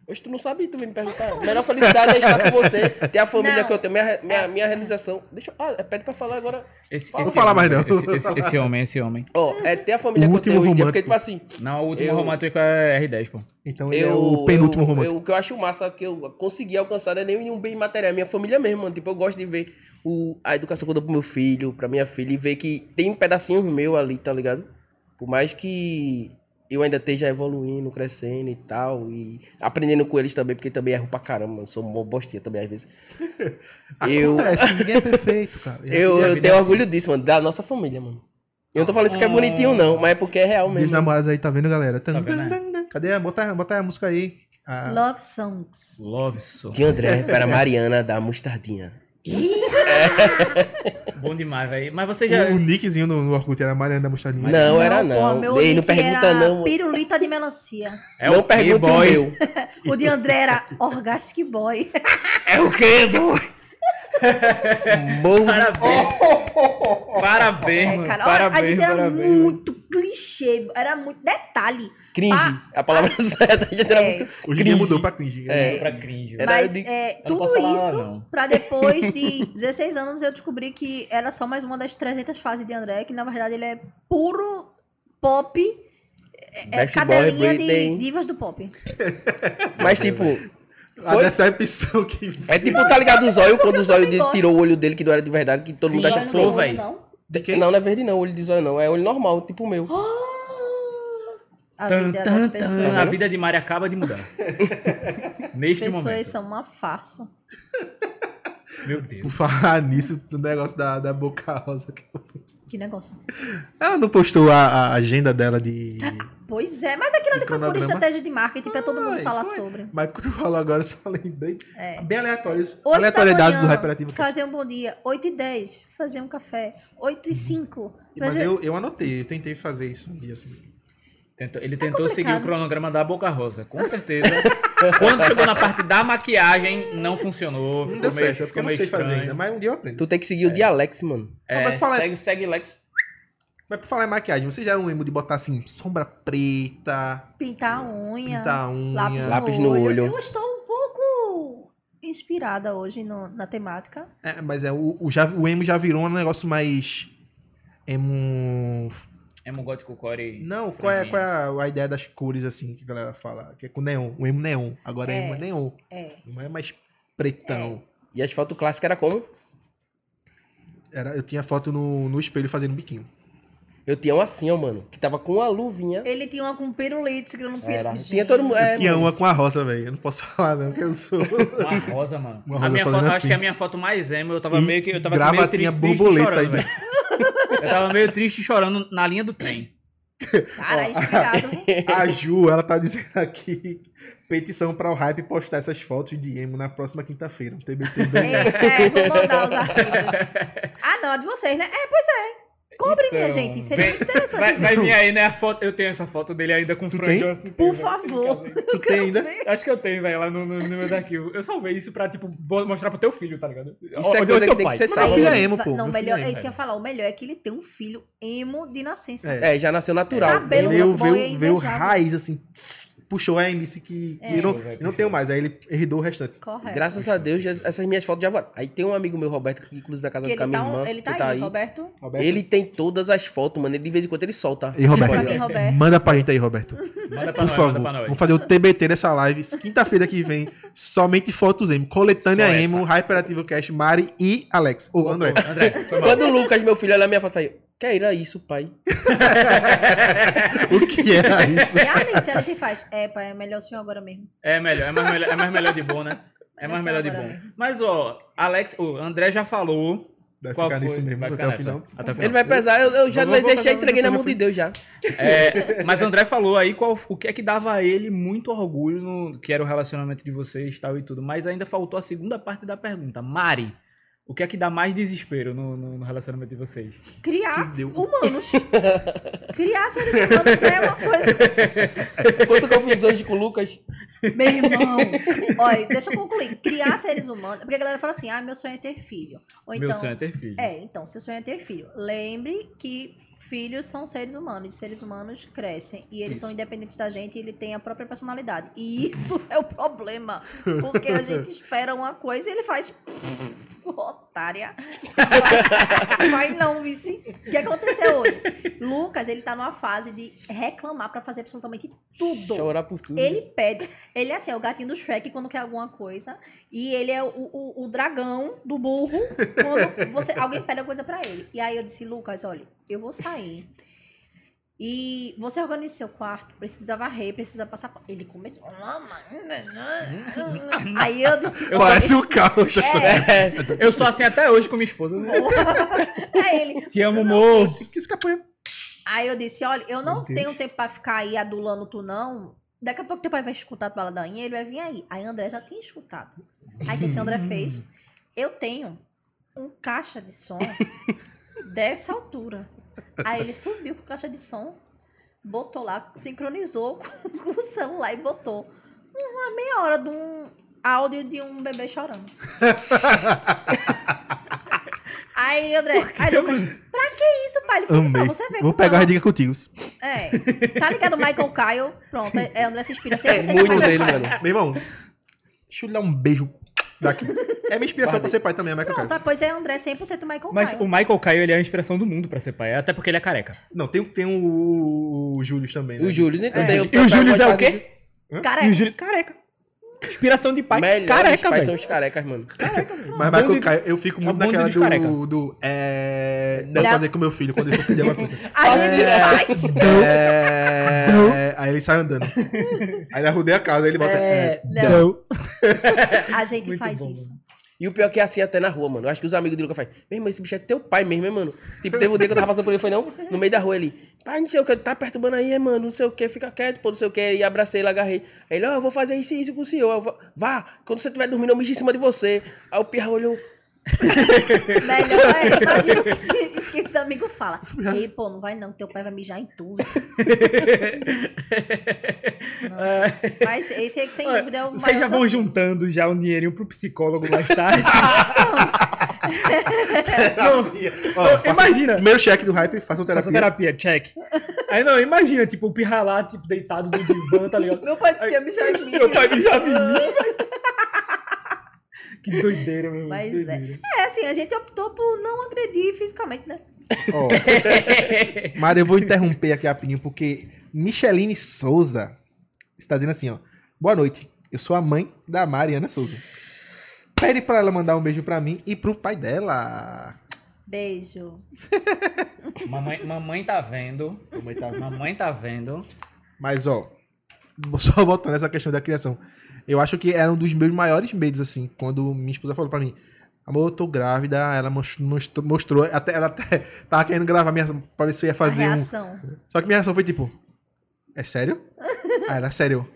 Speaker 5: Hoje tu não sabe, tu vem me perguntar. Melhor felicidade é estar com você, ter a família
Speaker 4: Não. É.
Speaker 5: que eu tenho, minha, minha, minha realização. Deixa eu. Ah, pede pra falar agora.
Speaker 3: Esse,
Speaker 5: Vou
Speaker 3: esse
Speaker 2: falar
Speaker 3: homem,
Speaker 2: mais não.
Speaker 3: Esse, esse- esse homem, esse homem.
Speaker 5: Ó, é ter a família
Speaker 2: O
Speaker 5: que eu tenho
Speaker 2: último
Speaker 5: hoje em dia, porque,
Speaker 2: romântico.
Speaker 5: tipo assim,
Speaker 3: Não, o último
Speaker 5: Eu-
Speaker 3: romântico é R10, pô.
Speaker 2: Então ele
Speaker 5: eu.
Speaker 2: é o penúltimo
Speaker 5: eu,
Speaker 2: romântico.
Speaker 5: é eu- O que eu acho massa que eu consegui alcançar não é nenhum bem material, é minha família mesmo, mano. Tipo, eu gosto de ver o, a educação que eu dou pro meu filho, pra minha filha, e ver que tem um pedacinho meu ali, tá ligado? Por mais que eu ainda esteja evoluindo, crescendo e tal, e aprendendo com eles também, porque também erro pra caramba, eu sou mó bostinha também às vezes.
Speaker 2: [LAUGHS]
Speaker 5: Eu-
Speaker 2: Acontece, ninguém é perfeito, cara. E a
Speaker 5: [LAUGHS] Eu,
Speaker 2: vida- a
Speaker 5: eu
Speaker 2: vida
Speaker 5: tenho
Speaker 2: é
Speaker 5: orgulho disso, mano, da nossa família, mano. Eu não tô falando isso que é bonitinho, não, mas é porque é real
Speaker 2: assim. Dos
Speaker 5: mesmo.
Speaker 2: namorados aí, tá vendo, galera? Tan,
Speaker 3: vendo,
Speaker 2: tan,
Speaker 3: né?
Speaker 2: tan, tan. Cadê? Bota, bota a música aí. Ah,
Speaker 4: Love songs.
Speaker 3: Love so.
Speaker 5: De André para Mariana da Mostardinha.
Speaker 3: Bom demais, velho. Mas você já. é
Speaker 2: O, o nickzinho no, no Orkut era Mariana da Mostradinha.
Speaker 5: Não, era
Speaker 4: porra,
Speaker 5: não.
Speaker 4: meu
Speaker 5: Ei, não
Speaker 4: nick
Speaker 5: pergunta
Speaker 4: era
Speaker 5: não.
Speaker 4: Pirulita de melancia.
Speaker 3: É
Speaker 5: não
Speaker 3: o
Speaker 5: pergunte
Speaker 3: Playboy.
Speaker 5: o meu.
Speaker 4: O de André
Speaker 5: [LAUGHS]
Speaker 4: era Orgastic Boy.
Speaker 5: É o quê, boy? Morro
Speaker 3: Parabéns.
Speaker 5: de...
Speaker 3: Parabéns,
Speaker 4: É,
Speaker 3: mano.
Speaker 4: cara, olha,
Speaker 3: parabéns,
Speaker 4: a gente era
Speaker 3: parabéns, mano.
Speaker 4: muito clichê, era muito detalhe.
Speaker 5: Cringe. a palavra certa. A gente era
Speaker 4: Ah, É.
Speaker 5: muito
Speaker 2: Hoje em dia
Speaker 5: cringe.
Speaker 2: mudou pra cringe. né?
Speaker 5: É.
Speaker 3: Pra cringe.
Speaker 5: Era
Speaker 4: Mas
Speaker 5: de-
Speaker 4: é,
Speaker 3: não
Speaker 4: tudo
Speaker 3: posso falar nada,
Speaker 4: isso
Speaker 3: não.
Speaker 4: pra depois de 16 anos eu descobri que era só mais uma das 300 fases de André, que na verdade ele é puro pop, é, é
Speaker 5: Backstreet
Speaker 4: cadelinha
Speaker 5: Boy,
Speaker 4: de
Speaker 5: Breathing.
Speaker 4: divas do pop.
Speaker 5: Mas tipo,
Speaker 2: A
Speaker 5: Foi?
Speaker 2: decepção Ah, que...
Speaker 5: é tipo, tá ligado o zóio quando o zóio de-
Speaker 4: Embora.
Speaker 5: tirou o olho dele que não era tá de verdade, que todo mundo
Speaker 3: Sim.
Speaker 5: acha.
Speaker 4: Não
Speaker 3: pô,
Speaker 4: tem olho,
Speaker 3: véi.
Speaker 4: não.
Speaker 2: De quem?
Speaker 5: Não, não é verde não, olho de zóio não. É olho normal, tipo o meu.
Speaker 4: Ah. A
Speaker 3: Tan,
Speaker 4: vida
Speaker 3: tan,
Speaker 4: das
Speaker 3: tan.
Speaker 4: pessoas.
Speaker 3: A vida de Mari acaba de
Speaker 4: [LAUGHS]
Speaker 3: mudar.
Speaker 4: As
Speaker 3: Neste
Speaker 4: pessoas
Speaker 3: momento.
Speaker 4: são uma farsa.
Speaker 3: Meu
Speaker 2: Por
Speaker 3: Deus.
Speaker 2: falar nisso, do negócio da, da boca rosa.
Speaker 4: Que negócio.
Speaker 2: Ela não postou a, a agenda dela de...
Speaker 4: Pois é, mas aquilo ali foi pura
Speaker 2: cronograma.
Speaker 4: estratégia de marketing pra todo mundo
Speaker 2: Foi,
Speaker 4: falar
Speaker 2: foi.
Speaker 4: sobre.
Speaker 2: Mas quando falou agora, eu só lembrei.
Speaker 4: É.
Speaker 2: Bem aleatório isso.
Speaker 4: Oito da
Speaker 2: Aleatoriedades do
Speaker 4: manhã,
Speaker 2: Hyperativo.
Speaker 4: Fazer um bom dia. 8 e 10, fazer um café. 8 e 5.
Speaker 2: Uhum. Mas eu, eu anotei, eu tentei fazer isso um dia assim.
Speaker 3: Tentou- ele tentou seguir
Speaker 4: Tá complicado.
Speaker 3: o cronograma da Boca Rosa, com certeza. [LAUGHS] Quando chegou na parte da maquiagem, não
Speaker 2: Não
Speaker 3: funcionou. Ficou
Speaker 2: deu
Speaker 3: meio,
Speaker 2: certo, é porque
Speaker 3: ficou
Speaker 2: eu não
Speaker 3: meio
Speaker 2: sei
Speaker 3: estranho.
Speaker 2: fazer ainda, mas um dia eu aprendo.
Speaker 5: Tu tem que seguir o de Alex, mano.
Speaker 3: É,
Speaker 2: Não, mas fala-
Speaker 3: segue, segue, Lex.
Speaker 2: Mas pra falar em maquiagem, vocês já eram emo de botar assim, sombra preta,
Speaker 4: Pintar a unha.
Speaker 2: pintar a
Speaker 4: Lápis,
Speaker 2: unha.
Speaker 5: Lápis
Speaker 4: no,
Speaker 5: no
Speaker 4: olho.
Speaker 5: olho.
Speaker 4: Eu estou um pouco inspirada hoje no- na temática.
Speaker 2: É, mas é, o, o, já, o emo já virou um negócio mais. Emo.
Speaker 3: É um gótico core.
Speaker 2: Não, qual é,
Speaker 3: franjinha.
Speaker 2: qual é a, a ideia das cores assim que a galera fala? Que é com neon, o emo neon. Agora é,
Speaker 4: É.
Speaker 2: emo neon.
Speaker 4: É.
Speaker 2: Não é mais pretão.
Speaker 5: E as fotos clássicas era como?
Speaker 2: Era, eu tinha foto no, no espelho fazendo biquinho.
Speaker 5: Eu tinha um assim, ó, mano. Que tava com a luvinha.
Speaker 4: Ele tinha uma com pirulito, segurando um
Speaker 5: Era.
Speaker 4: pirulito.
Speaker 5: Tinha todo mundo. É,
Speaker 2: tinha
Speaker 5: mano.
Speaker 2: uma com a roça, velho. Eu não posso [LAUGHS] falar, não, que eu sou.
Speaker 3: Uma rosa, mano.
Speaker 2: Uma
Speaker 3: a
Speaker 2: rosa
Speaker 3: minha
Speaker 2: fazendo
Speaker 3: foto, acho
Speaker 2: assim.
Speaker 3: que a minha foto mais emo, eu tava
Speaker 2: E
Speaker 3: meio que. Eu tava meio
Speaker 2: gravatinha
Speaker 3: tri- triste e
Speaker 2: borboleta né?
Speaker 3: chorando,
Speaker 2: ainda.
Speaker 3: velho. Eu tava meio triste e chorando na linha do trem.
Speaker 4: Cara, é inspirado. né?
Speaker 2: A Ju, ela tá dizendo aqui: petição pra o hype postar essas fotos de emo na próxima quinta-feira. um TBT
Speaker 4: é, [LAUGHS]
Speaker 2: dois.
Speaker 4: é, vou mandar os arquivos. Ah, não, é de vocês, né? É, pois é. Cobrem, minha
Speaker 3: Então,
Speaker 4: gente. Seria muito
Speaker 3: Vai,
Speaker 4: interessante. ver.
Speaker 3: vai vir aí, né? A foto, eu tenho essa foto dele ainda com o
Speaker 2: tem?
Speaker 3: franjão assim.
Speaker 4: Por
Speaker 3: velho. [LAUGHS]
Speaker 4: favor.
Speaker 2: Tu tem ainda?
Speaker 3: Acho que eu tenho, velho, lá no, no, no meu arquivo. Eu salvei isso pra, tipo, bo- mostrar pro teu filho, tá ligado?
Speaker 5: Isso é coisa que tem que ser
Speaker 2: Meu
Speaker 5: salva.
Speaker 2: filho é
Speaker 5: mano.
Speaker 2: emo, pô.
Speaker 4: Não,
Speaker 2: Meu filho
Speaker 4: melhor,
Speaker 2: é
Speaker 4: é
Speaker 2: emo.
Speaker 4: isso que eu ia falar. O melhor é que ele tem um filho emo de nascença.
Speaker 2: É.
Speaker 5: É, já nasceu natural.
Speaker 4: Cabelo
Speaker 2: veio,
Speaker 4: lobo é
Speaker 2: veio, veio
Speaker 4: invejável.
Speaker 2: raiz, assim. Puxou a MC que, que
Speaker 4: É.
Speaker 2: não,
Speaker 3: Puxou, velho,
Speaker 2: não
Speaker 3: puxou.
Speaker 2: tenho mais. Aí ele herdou o restante.
Speaker 4: Correto.
Speaker 5: Graças a Deus, já- essas minhas fotos já vão. Aí tem um amigo meu, Roberto, que inclusive da casa
Speaker 4: Que ele,
Speaker 5: da
Speaker 4: tá
Speaker 5: minha
Speaker 4: um-
Speaker 5: irmã.
Speaker 4: ele
Speaker 5: que
Speaker 4: tá, aí, Roberto.
Speaker 2: Roberto.
Speaker 5: Ele tem todas as fotos, mano. Ele de vez em quando ele solta.
Speaker 2: E Roberto,
Speaker 4: Pra mim, Roberto.
Speaker 2: manda pra gente aí, Roberto.
Speaker 3: Manda pra
Speaker 2: Por
Speaker 3: nós,
Speaker 2: favor.
Speaker 3: manda pra nós.
Speaker 2: Vamos fazer o TBT dessa live. Quinta-feira que vem, somente fotos emo. Coletânea
Speaker 3: Só essa.
Speaker 2: emo, Hyperativo Cash, Mari e Alex. Ou André. [LAUGHS]
Speaker 3: André, foi mal.
Speaker 5: Quando o Lucas, meu filho, olha a minha foto aí. Que era isso, pai?
Speaker 2: o que era é isso?
Speaker 4: E É a Alice, ela se faz. É, pai, é melhor o senhor agora mesmo.
Speaker 3: É melhor, é mais melhor, é mais melhor de bom, né? É mais melhor de bom. Mas, ó, Alex, o André já falou.
Speaker 2: Vai
Speaker 3: qual
Speaker 2: ficar
Speaker 3: foi-
Speaker 2: nisso mesmo,
Speaker 3: vai
Speaker 2: até
Speaker 3: ficar
Speaker 2: o
Speaker 3: nessa.
Speaker 2: final.
Speaker 3: Até o final.
Speaker 5: Ele vai pesar, eu, eu já
Speaker 3: Vou- vou
Speaker 5: deixei,
Speaker 3: pesar,
Speaker 5: entreguei na
Speaker 3: vou-
Speaker 5: mão de Deus já.
Speaker 3: É, mas André falou aí qual, o que é que dava a ele muito orgulho, no, que era o relacionamento de vocês tal e tudo. Mas ainda faltou a segunda parte da pergunta. Mari, o que é que dá mais desespero no, no- no relacionamento de vocês?
Speaker 4: Criar
Speaker 2: Que deu. [LAUGHS]
Speaker 4: humanos. Criar seres humanos é uma coisa.
Speaker 5: Quanto que eu fiz hoje com o Lucas?
Speaker 4: Meu irmão. Olha, deixa eu concluir. Criar seres humanos. Porque a galera fala assim: ah, meu sonho é ter filho. Ou
Speaker 3: Meu
Speaker 4: então.
Speaker 3: sonho é ter filho.
Speaker 4: É, então, seu sonho é ter filho. Lembre que filhos são seres humanos. E seres humanos crescem. E eles
Speaker 3: Isso.
Speaker 4: são independentes da gente e ele tem a própria personalidade. [LAUGHS] E isso é o problema. Porque a gente espera uma coisa e ele faz. [LAUGHS] otária. Vai, vai não, vice. O que aconteceu hoje? Lucas, ele tá numa fase de reclamar pra fazer absolutamente tudo.
Speaker 5: Chorar por tudo.
Speaker 4: Ele pede. Ele é assim, é o gatinho do Shrek quando quer alguma coisa. E ele é o, o, o dragão do burro quando você, alguém pede alguma coisa pra ele. E aí eu disse, Lucas, olha, eu vou sair. E você organiza seu quarto, precisa varrer, precisa passar. pa-" Ele começou. Aí eu disse.
Speaker 2: Eu Parece o carro.
Speaker 4: É,
Speaker 3: [LAUGHS] Eu sou assim até hoje com minha esposa. né?
Speaker 4: [LAUGHS] é ele.
Speaker 3: Te amo, amor.
Speaker 2: Que escapanha.
Speaker 4: Aí eu disse, olha, eu não
Speaker 3: Meu Deus.
Speaker 4: tenho tempo pra ficar aí adulando tu, não. Daqui a pouco teu pai vai escutar tua ladainha e ele vai vir aí. Aí André já tinha escutado. Aí o que, que André fez? Eu tenho um caixa de som dessa altura. Aí ele subiu com o caixa de som, botou lá, sincronizou [LAUGHS] com, com o celular e botou uma meia hora de um áudio de um bebê chorando. Aí, André, aí Lucas, pra que isso, pai? Ele falou, não,
Speaker 2: Amei.
Speaker 4: você vê
Speaker 2: Vou
Speaker 4: como
Speaker 2: pegar
Speaker 4: não.
Speaker 2: as dicas contigo.
Speaker 4: É. Tá ligado, Michael Kyle? Pronto, é, André se inspira sempre.
Speaker 5: É muito dele, mano.
Speaker 2: Meu irmão, deixa eu lhe dar um beijo daqui. É minha inspiração
Speaker 5: Guarda
Speaker 2: pra
Speaker 5: aí.
Speaker 2: ser pai também, a Michael
Speaker 4: Pronto,
Speaker 2: Kyle.
Speaker 4: pois é, André 100% Michael
Speaker 3: Mas
Speaker 4: Kyle.
Speaker 3: o Michael Caio, ele é a inspiração do mundo pra ser pai. Até porque ele é careca.
Speaker 2: Não, tem, tem o, o Júlio também. Né?
Speaker 5: O Júlio, então tem
Speaker 3: E o Júlio é o quê?
Speaker 4: Cara, é,
Speaker 3: E o Júlio, careca. Inspiração de pai,
Speaker 5: Melhores
Speaker 3: careca,
Speaker 5: pais são
Speaker 3: velho.
Speaker 5: os carecas, mano.
Speaker 2: Mas
Speaker 3: Bando
Speaker 2: Michael
Speaker 3: de-
Speaker 2: Caio, eu fico
Speaker 3: um
Speaker 2: muito
Speaker 3: bando
Speaker 2: naquela
Speaker 3: de careca.
Speaker 2: do, do. É. Não
Speaker 4: Não.
Speaker 2: fazer com meu filho quando ele for pedir alguma coisa.
Speaker 4: a gente faz.
Speaker 2: É. Aí ele sai andando. Aí ele arrudeia a casa, aí ele volta. É.
Speaker 4: Não,
Speaker 3: Eu-
Speaker 4: a gente
Speaker 3: Muito
Speaker 4: faz
Speaker 3: bom,
Speaker 4: isso.
Speaker 5: E o pior é que é assim até na rua, mano. Eu acho que os amigos do Lucas fazem, meu irmão, esse bicho é teu pai mesmo, hein, mano? Tipo, teve um dia que eu tava passando por ele, foi não, no meio da rua ali. Pai, não sei o que, tá perturbando aí, é, mano, não sei o que, fica quieto, pô, não sei o que. E abracei ele, agarrei. Aí ele, ó, eu vou fazer isso e isso com o senhor. Eu vou- Vá, quando você estiver dormindo, eu mijo em cima de você. Aí o pirra olhou,
Speaker 4: Melhor é. Imagina o que esse, isso que esse amigo fala. Ei, pô, não vai não, teu pai vai mijar em tudo.
Speaker 3: É.
Speaker 4: Mas esse aí, sem dúvida, é o
Speaker 3: Vocês já
Speaker 4: maior
Speaker 3: vão
Speaker 4: desafio.
Speaker 3: juntando já um dinheirinho pro
Speaker 4: [LAUGHS]
Speaker 3: psicólogo mais tarde.
Speaker 2: Ó, faça-
Speaker 3: Imagina.
Speaker 2: Primeiro cheque do hype, faça o
Speaker 3: Faça
Speaker 2: terapia.
Speaker 3: terapia, check. Aí não, imagina, tipo, o pirra lá, tipo, deitado no divã, tá ligado?
Speaker 4: Meu pai disse que ia mijar em mim.
Speaker 3: Meu pai mijava em mim, velho. Que doideira, meu irmão.
Speaker 4: Mas
Speaker 3: que
Speaker 4: é.
Speaker 3: doideira.
Speaker 4: É assim, a gente optou por não agredir fisicamente, né?
Speaker 2: Ó, Mário, eu vou interromper aqui rapidinho, porque Micheline Souza está dizendo assim, ó. Boa noite. Eu sou a mãe da Mariana Souza. Pede pra ela mandar um beijo pra mim e pro pai dela.
Speaker 4: Beijo.
Speaker 3: Mamãe, mamãe tá vendo.
Speaker 2: Mamãe tá Tipo,
Speaker 3: Mamãe tá vendo.
Speaker 2: Mas, ó, [LAUGHS] só voltando nessa questão da criação. Eu acho que era um dos meus maiores medos, assim, quando minha esposa falou pra mim, amor, eu tô grávida, ela mos- mostrou, mostrou até, ela até [LAUGHS] tava querendo gravar minha pra ver se eu ia fazer
Speaker 4: a
Speaker 2: um...
Speaker 4: reação.
Speaker 2: Só que minha reação foi tipo, é [LAUGHS] sério? Ah, era sério.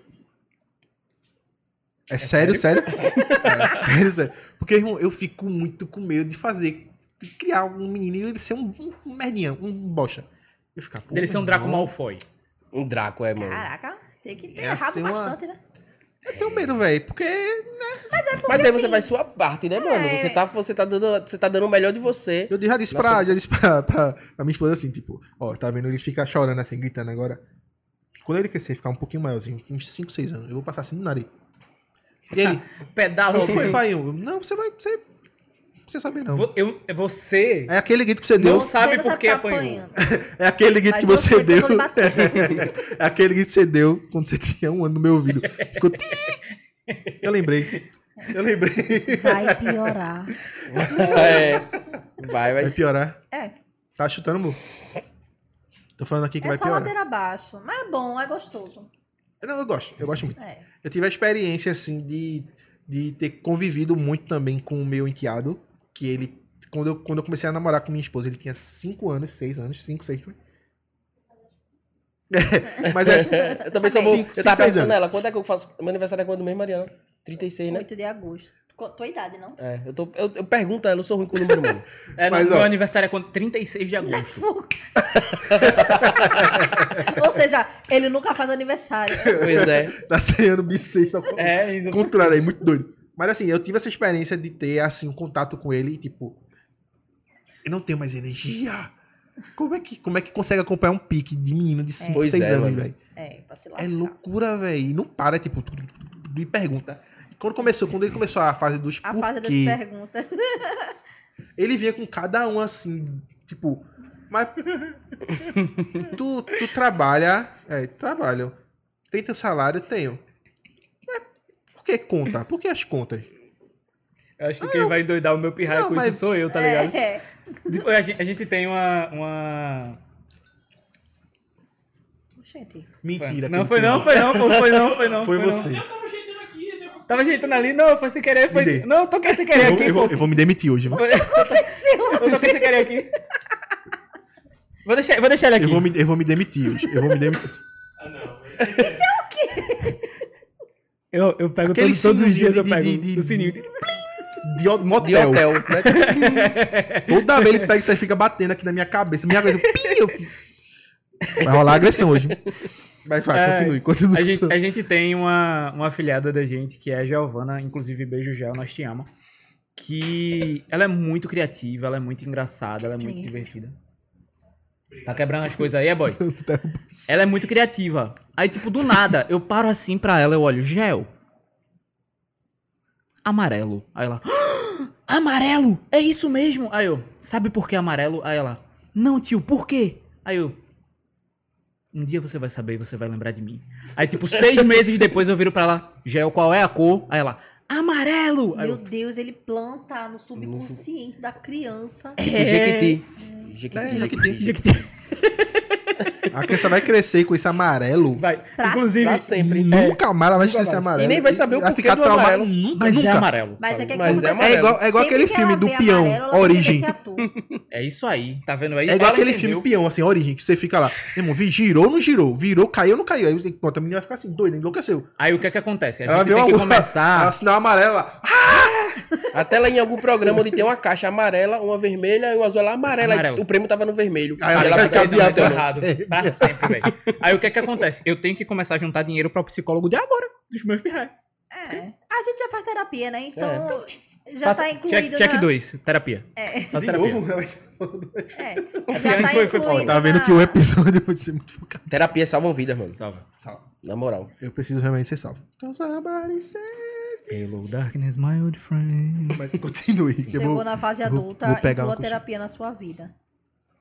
Speaker 2: É, sério, sério? [LAUGHS] É sério, sério. Porque, irmão, eu fico muito com medo de fazer, de criar um menino e ele ser um, um merdinha, um bocha. Eu ficar, pô,
Speaker 3: Dele ser um Draco
Speaker 2: não.
Speaker 3: Malfoy.
Speaker 5: um Draco, é, mano.
Speaker 4: Caraca, tem que ter
Speaker 2: É
Speaker 4: errado
Speaker 2: assim uma-
Speaker 4: bastante, né?
Speaker 2: Eu tenho medo, velho, porque
Speaker 5: Mas aí você
Speaker 4: assim-
Speaker 5: faz sua parte, né, mano?
Speaker 4: É.
Speaker 5: Você, tá, você, tá dando, você tá dando o melhor de você.
Speaker 2: Eu já disse, pra, já disse [LAUGHS] pra, pra, pra minha esposa assim, tipo, ó, tá vendo? Ele fica chorando assim, gritando agora. Quando ele crescer, ficar um pouquinho maiorzinho, uns 5, 6 anos, eu vou passar assim no nariz. E ele,
Speaker 3: Pedala.
Speaker 2: não, foi pai, eu, não, você vai, você, você sabe não.
Speaker 3: Vo- eu- Você
Speaker 2: É aquele grito que você deu,
Speaker 3: Não sabe por que
Speaker 4: tá
Speaker 3: apanhou.
Speaker 2: é aquele grito
Speaker 4: mas
Speaker 2: que você,
Speaker 4: você tá
Speaker 2: deu,
Speaker 4: pegou e bateu.
Speaker 2: [LAUGHS] é aquele grito que você deu quando você tinha um ano no meu ouvido. Ficou, "Ti". eu lembrei, eu lembrei.
Speaker 4: Vai piorar.
Speaker 5: [LAUGHS] É. Vai,
Speaker 2: Vai
Speaker 5: vai.
Speaker 2: piorar,
Speaker 4: É,
Speaker 2: tá chutando, amor. Tô falando aqui que
Speaker 4: é
Speaker 2: vai
Speaker 4: só
Speaker 2: piorar.
Speaker 4: ladeira abaixo. Mas é bom, é gostoso.
Speaker 2: Não, eu gosto, eu gosto muito.
Speaker 4: É.
Speaker 2: Eu tive a experiência, assim, de, de ter convivido muito também com o meu enteado, que ele, quando eu, quando eu comecei a namorar com minha esposa, ele tinha 5 anos, 6 anos, 5, 6, [LAUGHS] mas é assim,
Speaker 5: Eu também sou bom.
Speaker 2: Cinco,
Speaker 5: Eu
Speaker 2: cinco,
Speaker 5: tava
Speaker 2: seis
Speaker 5: perguntando
Speaker 2: anos.
Speaker 5: ela, quando é que eu faço? Meu aniversário é quando mesmo, Mariana? 36, né?
Speaker 4: 8 de agosto. Co- Tua idade,
Speaker 2: [LAUGHS]
Speaker 4: não?
Speaker 5: É, eu, tô, eu, eu pergunto a ela, eu sou ruim com o número, mano.
Speaker 3: É,
Speaker 2: Mas,
Speaker 3: no,
Speaker 2: ó.
Speaker 3: meu aniversário é quando 36 de agosto.
Speaker 4: Ou seja, ele nunca faz aniversário.
Speaker 5: Pois é.
Speaker 2: tá sendo bissexto ao con-
Speaker 3: É, ainda.
Speaker 2: ao contrário, aí, muito doido. Mas assim, eu tive essa experiência de ter, assim, um contato com ele e, tipo, eu não tenho mais energia. Como é que, como é que consegue acompanhar um pique de menino de 5,
Speaker 5: Pois
Speaker 2: 6
Speaker 5: é,
Speaker 2: anos,
Speaker 5: mano.
Speaker 2: velho?
Speaker 4: É, pra se
Speaker 2: É
Speaker 4: lascar.
Speaker 2: loucura, velho. E não para, tipo, tu- tu- tu- tu- e pergunta. Quando começou, quando ele começou a fase dos
Speaker 4: A
Speaker 2: porquê,
Speaker 4: fase das perguntas.
Speaker 2: ele vinha com cada um assim, tipo,
Speaker 4: [LAUGHS]
Speaker 2: mas tu, tu trabalha, é, trabalho. Tem teu salário? Tenho. Mas por que conta? Por que as contas?
Speaker 3: Eu acho que quem vai endoidar o meu pirraia
Speaker 2: Não,
Speaker 3: com
Speaker 2: mas-
Speaker 3: isso sou eu, tá ligado?
Speaker 4: É.
Speaker 3: Tipo, a, gente, a gente tem uma. uma...
Speaker 4: Gente,
Speaker 2: Mentira.
Speaker 3: não,
Speaker 2: que
Speaker 3: foi
Speaker 2: tem.
Speaker 3: não, foi não, pô, foi não, foi
Speaker 2: [LAUGHS]
Speaker 3: não.
Speaker 2: Foi
Speaker 3: não.
Speaker 2: você.
Speaker 3: Tava ajeitando ali, não, foi sem querer,
Speaker 2: Me
Speaker 3: foi.
Speaker 2: dê.
Speaker 3: Não, eu toquei sem querer
Speaker 2: Eu,
Speaker 3: aqui,
Speaker 2: eu
Speaker 3: pô.
Speaker 2: vou, eu vou me demitir hoje.
Speaker 3: Foi- [LAUGHS] Eu toquei sem querer aqui. Vou deixar, vou deixar ele aqui.
Speaker 2: Eu vou me, eu vou me demitir hoje. Eu vou
Speaker 3: [LAUGHS]
Speaker 2: me demitir.
Speaker 3: Eu, eu pego
Speaker 2: Aquele
Speaker 3: todos, todos os
Speaker 2: sininho
Speaker 3: dias,
Speaker 2: de-
Speaker 3: eu
Speaker 2: de-
Speaker 3: pego
Speaker 2: de- de-
Speaker 3: o sininho.
Speaker 2: De ho-
Speaker 5: De
Speaker 2: motel.
Speaker 5: hotel, né?
Speaker 2: Toda vez ele pega isso aí fica batendo aqui na minha cabeça. Minha cabeça. pim, eu fico- Vai rolar agressão hoje. Vai, vai,
Speaker 3: É,
Speaker 2: continue, continue.
Speaker 3: A gente, a gente tem uma, uma afilhada da gente, que é a Giovana, inclusive beijo Gel, nós te amamos. Que ela é muito criativa, ela é muito engraçada, ela é muito
Speaker 4: Ninguém
Speaker 3: divertida. Tá quebrando as coisas aí, é boy? Ela é muito criativa. Aí, tipo, do nada, eu paro assim pra ela, eu olho, Gel. Amarelo. Aí ela. "Ah, amarelo! É isso mesmo! Aí eu, sabe por que amarelo? Aí ela. Não, tio, por quê? Aí eu. Um dia você vai saber e você vai lembrar de mim. Aí, tipo,
Speaker 2: [LAUGHS]
Speaker 3: seis meses depois eu viro pra ela, Gel, qual é a cor? Aí ela, amarelo! Aí
Speaker 4: meu
Speaker 3: eu,
Speaker 4: Deus, ele planta no subconsciente da criança.
Speaker 5: Jequiti.
Speaker 2: É,
Speaker 5: Jequiti.
Speaker 2: Jequiti.
Speaker 3: Jequiti.
Speaker 2: A criança vai crescer com esse amarelo.
Speaker 3: Vai.
Speaker 4: Pra
Speaker 2: [LAUGHS]
Speaker 3: Inclusive,
Speaker 5: Pra sempre. é.
Speaker 2: Nunca mais ela vai
Speaker 5: Nunca
Speaker 2: ser
Speaker 5: mais.
Speaker 2: amarelo.
Speaker 5: E nem vai saber o
Speaker 2: Vai
Speaker 5: porquê
Speaker 2: ficar
Speaker 5: do
Speaker 2: traumado.
Speaker 5: amarelo.
Speaker 2: Nunca,
Speaker 3: mas
Speaker 2: nunca.
Speaker 3: é amarelo.
Speaker 4: Mas é que é
Speaker 5: Mas é
Speaker 4: acontece.
Speaker 2: É igual, é igual
Speaker 4: Sempre
Speaker 2: aquele
Speaker 4: que ela
Speaker 2: filme do
Speaker 4: vê
Speaker 2: peão,
Speaker 4: amarelo, ela
Speaker 2: Origem.
Speaker 4: pensa que é ator.
Speaker 3: É isso aí, tá vendo aí?
Speaker 2: É igual
Speaker 3: Ela
Speaker 2: aquele
Speaker 3: entendeu.
Speaker 2: filme peão, assim, Origem, que você fica lá, meu irmão, vi, girou ou não girou? Virou, caiu ou não caiu? Aí pronto, a menina vai ficar assim, doida, enlouqueceu.
Speaker 3: Aí o que é que acontece? A
Speaker 2: Ela
Speaker 3: gente
Speaker 2: viu
Speaker 3: tem
Speaker 2: uma
Speaker 3: que
Speaker 2: uva, ela
Speaker 5: Ah.
Speaker 2: [LAUGHS]
Speaker 3: começar.
Speaker 2: sinal amarelo lá.
Speaker 5: Até lá em algum programa onde tem uma caixa amarela, uma vermelha e uma azul. Ela é amarela.
Speaker 3: Amarelo.
Speaker 5: O prêmio tava no vermelho.
Speaker 2: Aí
Speaker 5: E
Speaker 2: Ah, ela
Speaker 5: ela
Speaker 2: vai
Speaker 5: fica
Speaker 2: ficar
Speaker 3: Tá
Speaker 5: aí,
Speaker 3: dando
Speaker 2: viada.
Speaker 5: então,
Speaker 3: muito
Speaker 5: errado.
Speaker 2: [LAUGHS]
Speaker 3: errado. Pra sempre, velho. Aí o que é que acontece? Eu tenho que começar a juntar dinheiro pra psicólogo de agora, dos meus pirrais.
Speaker 4: É. A gente já faz terapia, né? Então, já
Speaker 3: Faça-
Speaker 4: tá
Speaker 3: Check,
Speaker 4: incluído
Speaker 3: check
Speaker 4: na...
Speaker 3: 2, terapia.
Speaker 4: É.
Speaker 5: Tá
Speaker 3: Faça
Speaker 2: De
Speaker 3: terapia.
Speaker 2: novo, ela já [LAUGHS] falou do-
Speaker 4: É,
Speaker 3: Foi-
Speaker 4: já tá
Speaker 3: foi-
Speaker 4: incluído
Speaker 3: foi
Speaker 2: Ó, Tá
Speaker 4: na-
Speaker 2: vendo que o episódio [LAUGHS] vai ser muito focado.
Speaker 5: Terapia salvam vidas, mano.
Speaker 3: Salva.
Speaker 2: Salve.
Speaker 5: Na moral.
Speaker 2: Eu preciso realmente ser salvo. Então, somebody save-
Speaker 3: Hello, darkness, my old friend.
Speaker 2: Mas continue. que é eu
Speaker 4: Chegou
Speaker 2: vou-
Speaker 4: na fase
Speaker 2: vou-
Speaker 4: adulta,
Speaker 2: vou pegar
Speaker 4: inclua
Speaker 2: uma
Speaker 4: a
Speaker 2: coxinha.
Speaker 4: terapia na sua vida.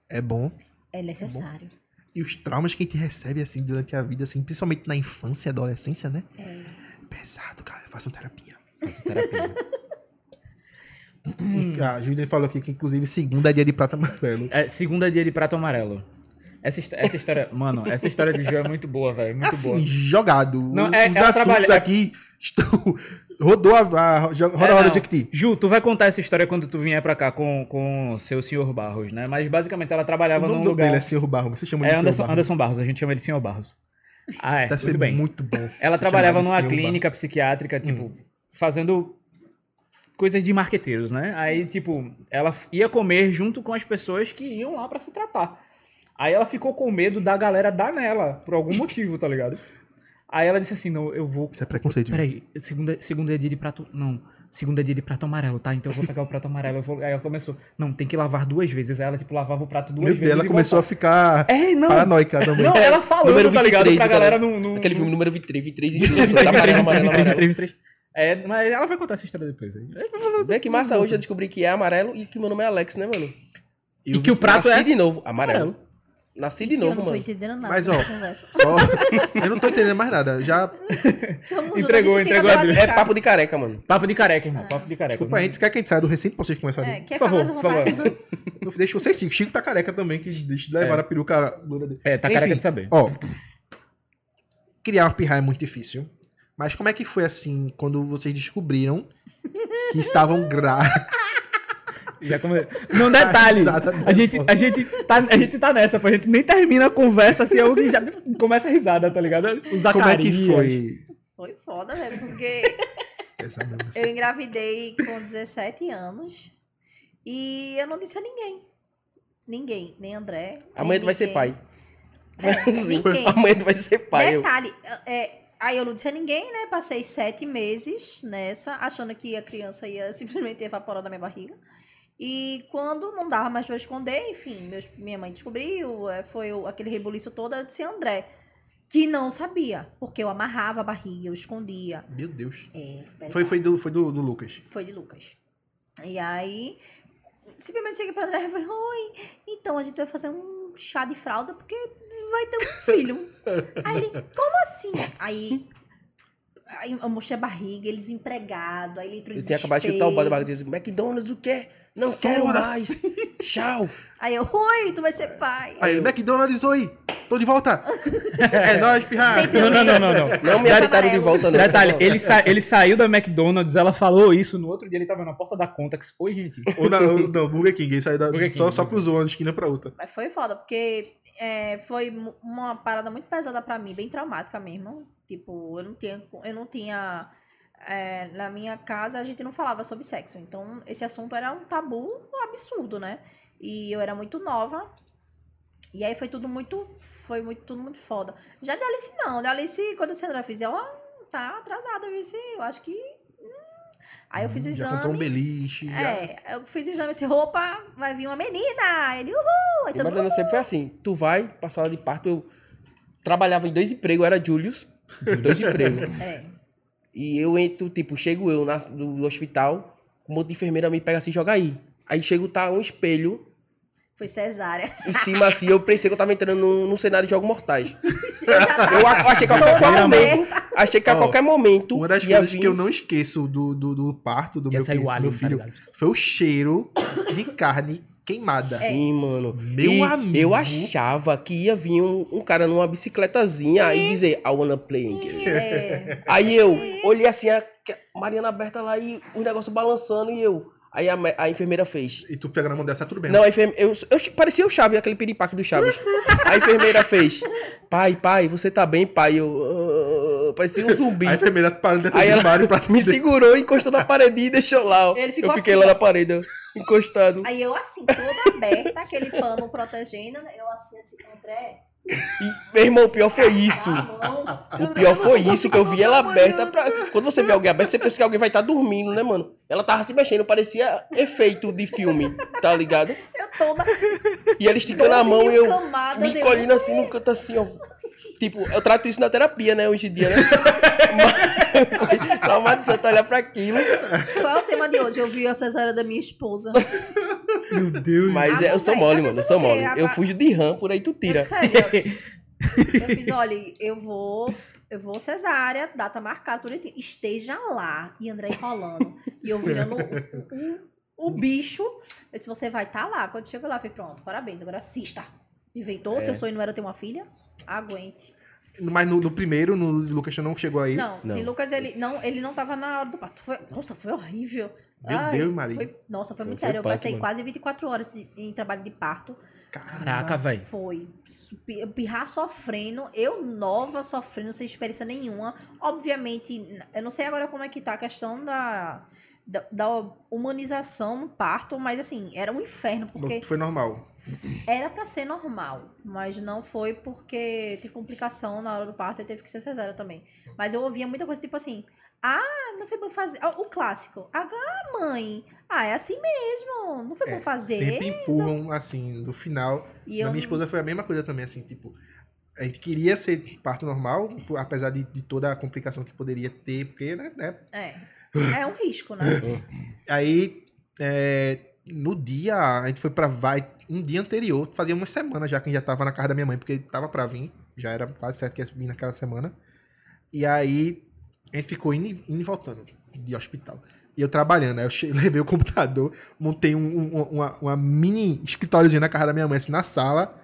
Speaker 2: É bom.
Speaker 4: É necessário.
Speaker 2: E os traumas que a gente recebe, assim, durante a vida, assim, principalmente na infância e adolescência, né?
Speaker 4: É.
Speaker 2: Pesado, cara. Façam terapia.
Speaker 3: Faço terapia. Hum.
Speaker 2: E A Júlia falou aqui que, inclusive, segunda é dia de prata amarelo.
Speaker 3: É, segunda dia de prato amarelo. Essa, his- essa história. Mano, essa história de João é muito boa, velho. Muito
Speaker 2: assim,
Speaker 3: boa.
Speaker 2: jogado.
Speaker 3: Não,
Speaker 2: O-
Speaker 3: é-
Speaker 2: Os
Speaker 3: ela
Speaker 2: assuntos
Speaker 3: trabalha-
Speaker 2: aqui estão... [LAUGHS] Rodou a... a roda
Speaker 3: É,
Speaker 2: roda
Speaker 3: não.
Speaker 2: de Acti.
Speaker 3: Ju, tu vai contar essa história quando tu vier pra cá com, com o seu senhor Barros, né? Mas basicamente ela
Speaker 2: O
Speaker 3: trabalhava
Speaker 2: nome
Speaker 3: num
Speaker 2: do
Speaker 3: lugar.
Speaker 2: dele é Senhor Barro. Você chama
Speaker 3: É
Speaker 2: ele de
Speaker 3: Anderson,
Speaker 2: Senhor Barro.
Speaker 3: Anderson Barros, a gente chama ele de senhor Barros. Ah, é.
Speaker 2: Deve
Speaker 3: Muito
Speaker 2: ser
Speaker 3: bem.
Speaker 2: muito bom.
Speaker 3: Ela
Speaker 2: ser
Speaker 3: trabalhava
Speaker 2: chamado de
Speaker 3: numa
Speaker 2: Senhor
Speaker 3: clínica psiquiátrica, tipo,
Speaker 2: Hum.
Speaker 3: fazendo coisas de marqueteiros, né? Aí, tipo, ela f- ia comer junto com as pessoas que iam lá pra se tratar. Aí ela ficou com medo da galera dar nela, por algum motivo, tá ligado? Aí ela disse assim: não, eu vou.
Speaker 2: Isso é preconceito.
Speaker 3: Peraí, segunda, segunda é dia de prato. Não, segunda é dia de prato amarelo, tá? Então eu vou pegar o prato amarelo. eu vou- Aí ela começou: não, tem que lavar duas vezes. Aí ela, tipo, lavava o prato duas
Speaker 2: Meu Deus,
Speaker 3: vezes.
Speaker 2: ela começou a ficar
Speaker 3: a. [LAUGHS] É, não.
Speaker 2: paranoica também.
Speaker 3: Não, ela falando,
Speaker 5: Número
Speaker 3: tá ligado?
Speaker 5: 23,
Speaker 3: Pra
Speaker 5: tá
Speaker 3: galera
Speaker 2: então, né?
Speaker 3: não. não
Speaker 5: Aquele
Speaker 3: não-
Speaker 5: filme número 23, 23, 23, 23, tá amarelo, amarelo, amarelo.
Speaker 3: É, mas ela vai contar essa história depois. É Aí.
Speaker 5: Vê que massa, hoje eu descobri que é amarelo e que meu nome é Alex, né, mano?
Speaker 3: E que o prato
Speaker 5: Nasci
Speaker 3: é.
Speaker 5: de novo, amarelo. Nasci de
Speaker 4: Eu
Speaker 5: novo,
Speaker 4: não tô
Speaker 5: mano.
Speaker 4: entendendo nada
Speaker 2: Mas,
Speaker 4: dessa
Speaker 2: ó,
Speaker 4: conversa.
Speaker 2: Só... [LAUGHS] Eu não tô entendendo mais nada. Já,
Speaker 4: Tamo junto,
Speaker 3: entregou,
Speaker 4: a gente fica
Speaker 3: entregou a
Speaker 4: do lado de
Speaker 5: É
Speaker 4: cá.
Speaker 5: papo de careca, mano.
Speaker 3: Papo de careca, irmão. Papo de careca.
Speaker 2: desculpa, a gente quer que a gente saia do recinto pra vocês começarem.
Speaker 4: É, quer
Speaker 3: Por favor,
Speaker 4: falar,
Speaker 3: por
Speaker 4: vamos
Speaker 3: favor.
Speaker 4: falar.
Speaker 2: Eu deixo vocês cinco. Chico tá careca também, que deixa levar a peruca dura dele.
Speaker 3: É, tá
Speaker 2: Enfim,
Speaker 3: careca de saber.
Speaker 2: Ó, criar o pirraia é muito difícil. Mas como é que foi assim, quando vocês descobriram que estavam
Speaker 3: [LAUGHS]
Speaker 2: grávidos?
Speaker 3: Já come...
Speaker 2: [LAUGHS]
Speaker 3: Não, detalhe.
Speaker 2: risada
Speaker 3: a, gente, a, gente tá, a gente tá nessa, pô. A gente nem termina a conversa assim, é o que já começa a risada, tá ligado? O Zacarias.
Speaker 2: Como é que foi?
Speaker 4: [LAUGHS] Foi foda, velho, porque
Speaker 2: Essa mesma-
Speaker 4: eu engravidei com 17 anos e eu não disse a ninguém. Ninguém, nem André.
Speaker 5: Amanhã
Speaker 4: nem
Speaker 5: tu vai ser
Speaker 4: ninguém.
Speaker 5: pai.
Speaker 4: É, ninguém.
Speaker 5: [LAUGHS] Amanhã tu vai ser pai. Eu.
Speaker 4: Detalhe, é, aí eu não disse a ninguém, né? Passei sete meses nessa, achando que a criança ia [LAUGHS] simplesmente evaporar da minha barriga. E quando não dava mais pra esconder, enfim, meus- minha mãe descobriu, é, foi o- aquele rebuliço todo, eu disse, André, Que não sabia, porque eu amarrava a barriga, eu escondia.
Speaker 2: Meu Deus.
Speaker 4: É,
Speaker 2: Foi, foi, do, foi do, do Lucas.
Speaker 4: Foi de Lucas. E aí, simplesmente cheguei pra André e falei, oi, então a gente vai fazer um chá de fralda porque vai ter um filho. aí ele, como assim? Aí, aí eu mostrei a barriga, ele desempregado, aí ele entrou em
Speaker 5: Eu tinha acabado de chutar o bode da barriga e disse, McDonald's o quê? Não quero mais.
Speaker 2: Foda-se.
Speaker 5: [LAUGHS] Tchau.
Speaker 4: Aí eu, oi, tu vai ser pai.
Speaker 2: Aí, McDonald's, oi! Tô de
Speaker 3: [LAUGHS]
Speaker 2: volta! é nóis, pirra!
Speaker 4: Sempre
Speaker 3: Não, não, não, não, não.
Speaker 5: Não me
Speaker 4: Detalhe-
Speaker 5: aceitaram de volta, não.
Speaker 3: Detalhe, ele, sa- ele saiu da McDonald's, ela falou isso, no outro dia ele tava na porta da Contax. Oi, gente.
Speaker 2: Ou na- ou- não, Burger King, ele saiu da.
Speaker 3: Burger
Speaker 2: só,
Speaker 3: King,
Speaker 2: só
Speaker 3: Burger
Speaker 2: cruzou uma esquina pra outra.
Speaker 4: Mas foi foda, porque é, foi mu- uma parada muito pesada pra mim, bem traumática mesmo. Tipo, eu não tinha. Eu não tinha é, na minha casa a gente não falava sobre sexo. Então, esse assunto era um tabu absurdo, né? E eu era muito nova. E aí foi tudo muito. Foi muito, tudo muito foda. Já de Alice, não. De Alice, quando a Sandra fizer, ó, tá atrasada, viu? Esse- Eu acho que. hum. Aí eu fiz o
Speaker 2: já
Speaker 4: exame.
Speaker 2: comprou um beliche. já-
Speaker 4: É, eu fiz o exame, esse roupa, vai vir uma menina. Ele, uhul! Aí
Speaker 5: E
Speaker 4: todo mundo
Speaker 5: Madalena sempre foi assim: tu vai pra sala de parto. Eu trabalhava em dois empregos, eu era Julius, dois empregos.
Speaker 4: É.
Speaker 5: E eu entro, tipo, chego eu na, do, do hospital, um monte de enfermeira me pega assim e joga aí. Aí chego, tá um espelho
Speaker 4: Foi cesárea. [LAUGHS]
Speaker 5: em cima assim. Eu pensei que eu tava entrando num, num cenário de jogos mortais. [LAUGHS]
Speaker 4: Eu já tava
Speaker 5: Eu, a- eu achei que a
Speaker 4: toda
Speaker 5: qualquer momento.
Speaker 4: aberta.
Speaker 5: Achei que a
Speaker 2: Ó,
Speaker 5: qualquer momento.
Speaker 2: Uma das
Speaker 5: ia
Speaker 2: coisas
Speaker 5: vir-
Speaker 2: que eu não esqueço do, do, do parto do
Speaker 3: Ia
Speaker 2: meu,
Speaker 3: sair
Speaker 2: filho,
Speaker 3: o alien,
Speaker 2: meu filho
Speaker 3: tá ligado?
Speaker 2: foi o cheiro de carne queimada.
Speaker 5: Sim, mano.
Speaker 2: É. Meu
Speaker 5: E
Speaker 2: amigo.
Speaker 5: Eu achava que ia vir um, um cara numa bicicletazinha e dizer, I wanna play in game.
Speaker 4: É.
Speaker 5: Aí eu olhei assim, a Mariana aberta lá e os negócios balançando e eu. Aí a, me- a enfermeira fez.
Speaker 2: E tu pega na mão dessa, tá tudo bem.
Speaker 5: Não, é a enfermeira. Eu, eu- parecia o Chaves, aquele piripaque do Chaves. a enfermeira fez. Pai, pai, você tá bem, pai? Eu. "Ah", parecia um zumbi.
Speaker 2: A enfermeira parou dentro
Speaker 5: Aí
Speaker 2: do
Speaker 5: ela
Speaker 2: armário pra
Speaker 5: [LAUGHS] me segurou, encostou na parede e deixou lá. ó.
Speaker 4: Ele ficou
Speaker 5: eu fiquei
Speaker 4: assim,
Speaker 5: lá
Speaker 4: ó.
Speaker 5: na parede, ó, encostado.
Speaker 4: Aí eu assim, toda aberta, aquele pano protegendo. Eu assim, assim, André. tá
Speaker 5: E, meu irmão, o pior foi isso.
Speaker 4: Ah,
Speaker 5: [LAUGHS] O pior foi isso, que eu vi ela aberta pra. Quando você vê alguém aberta, você pensa que alguém vai estar dormindo, né, mano? Ela tava se mexendo, parecia efeito de filme, tá ligado?
Speaker 4: Eu toda.
Speaker 5: E ela esticando a
Speaker 4: 12
Speaker 5: mão
Speaker 4: mil
Speaker 5: e eu
Speaker 4: camadas,
Speaker 5: me
Speaker 4: eu-
Speaker 5: encolhendo assim no canto assim, ó. Tipo, eu trato isso na terapia, né, hoje
Speaker 4: [LAUGHS]
Speaker 5: em dia, né? Mas foi traumatizante olhar pra aquilo.
Speaker 4: Qual é o tema de hoje? Eu vi a cesárea da minha esposa.
Speaker 3: Meu Deus.
Speaker 5: Mas
Speaker 4: Ah,
Speaker 5: é, eu
Speaker 4: não,
Speaker 5: sou
Speaker 4: véi, tá
Speaker 5: mole, mano, eu
Speaker 4: pensando
Speaker 5: sou
Speaker 4: o
Speaker 5: mole.
Speaker 4: quê? Ah,
Speaker 5: Eu
Speaker 4: pá.
Speaker 5: fujo de RAM, por aí tu tira.
Speaker 4: É Sério.
Speaker 5: [LAUGHS]
Speaker 4: Eu fiz, olha, eu vou. Eu vou cesárea, data marcada, tudo direitinho. Esteja lá. E André enrolando. E eu virando o, o, o bicho. Eu disse, você vai estar lá. Quando chegou lá, eu falei, pronto, parabéns. Agora assista. Inventou,
Speaker 5: É.
Speaker 4: seu sonho não era ter uma filha? Aguente.
Speaker 2: Mas no, no primeiro, no Lucas não chegou aí.
Speaker 4: Não,
Speaker 5: Não.
Speaker 4: e Lucas, ele não, ele não tava na hora do parto. Foi- nossa, foi horrível.
Speaker 2: Meu Deus, Maria.
Speaker 4: foi- nossa, foi,
Speaker 5: Foi-
Speaker 4: muito
Speaker 5: foi
Speaker 4: sério. Eu
Speaker 5: punk,
Speaker 4: passei
Speaker 5: mano.
Speaker 4: quase 24 horas em- em trabalho de parto.
Speaker 3: Caraca, velho.
Speaker 4: Foi. Su- pi- Pirrar sofrendo, eu nova sofrendo, sem experiência nenhuma. Obviamente, n- eu não sei agora como é que tá a questão da, da, da humanização no parto, mas assim, era um inferno, porque
Speaker 2: Foi normal.
Speaker 4: era pra ser normal, mas não foi porque teve complicação na hora do parto e teve que ser cesárea também. Mas eu ouvia muita coisa tipo assim: ah, não foi bom fazer. Ah, O clássico, ah, mãe, ah, é assim mesmo, não foi
Speaker 2: É,
Speaker 4: bom fazer.
Speaker 2: Sempre empurram, assim, no final.
Speaker 4: E eu
Speaker 2: Na minha
Speaker 4: não-
Speaker 2: esposa foi a mesma coisa também, assim, tipo, a gente queria ser parto normal, pô, apesar de, de toda a complicação que poderia ter, porque, né? né?
Speaker 4: É. É um risco,
Speaker 2: [LAUGHS]
Speaker 4: né?
Speaker 2: Aí, é, no dia, a gente foi pra vai um dia anterior, fazia uma semana já que a gente já tava na casa da minha mãe, porque tava pra vir, já era quase certo que ia vir naquela semana. E aí, a gente ficou indo, e- indo e voltando de hospital. E eu trabalhando, aí eu che- [LAUGHS] levei o computador, montei um, um- uma, uma mini escritóriozinho na casa da minha mãe, assim, na sala.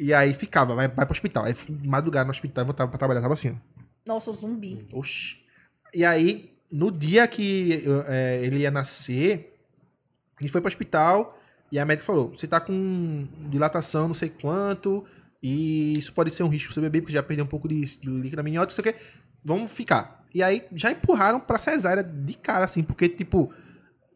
Speaker 2: E aí ficava, vai, vai pro hospital. Aí fui de madrugada no hospital, eu voltava pra trabalhar, tava assim,
Speaker 4: Nossa, o zumbi.
Speaker 2: ó. Oxi. E aí, no dia que eu, é, ele ia nascer, ele foi pro hospital e a médica falou, você tá com dilatação não sei quanto, e isso pode ser um risco pro seu bebê, porque já perdeu um pouco de, do líquido amniótico, não sei o quê. Vamos ficar. E aí, já empurraram pra cesárea de cara, assim, porque, tipo...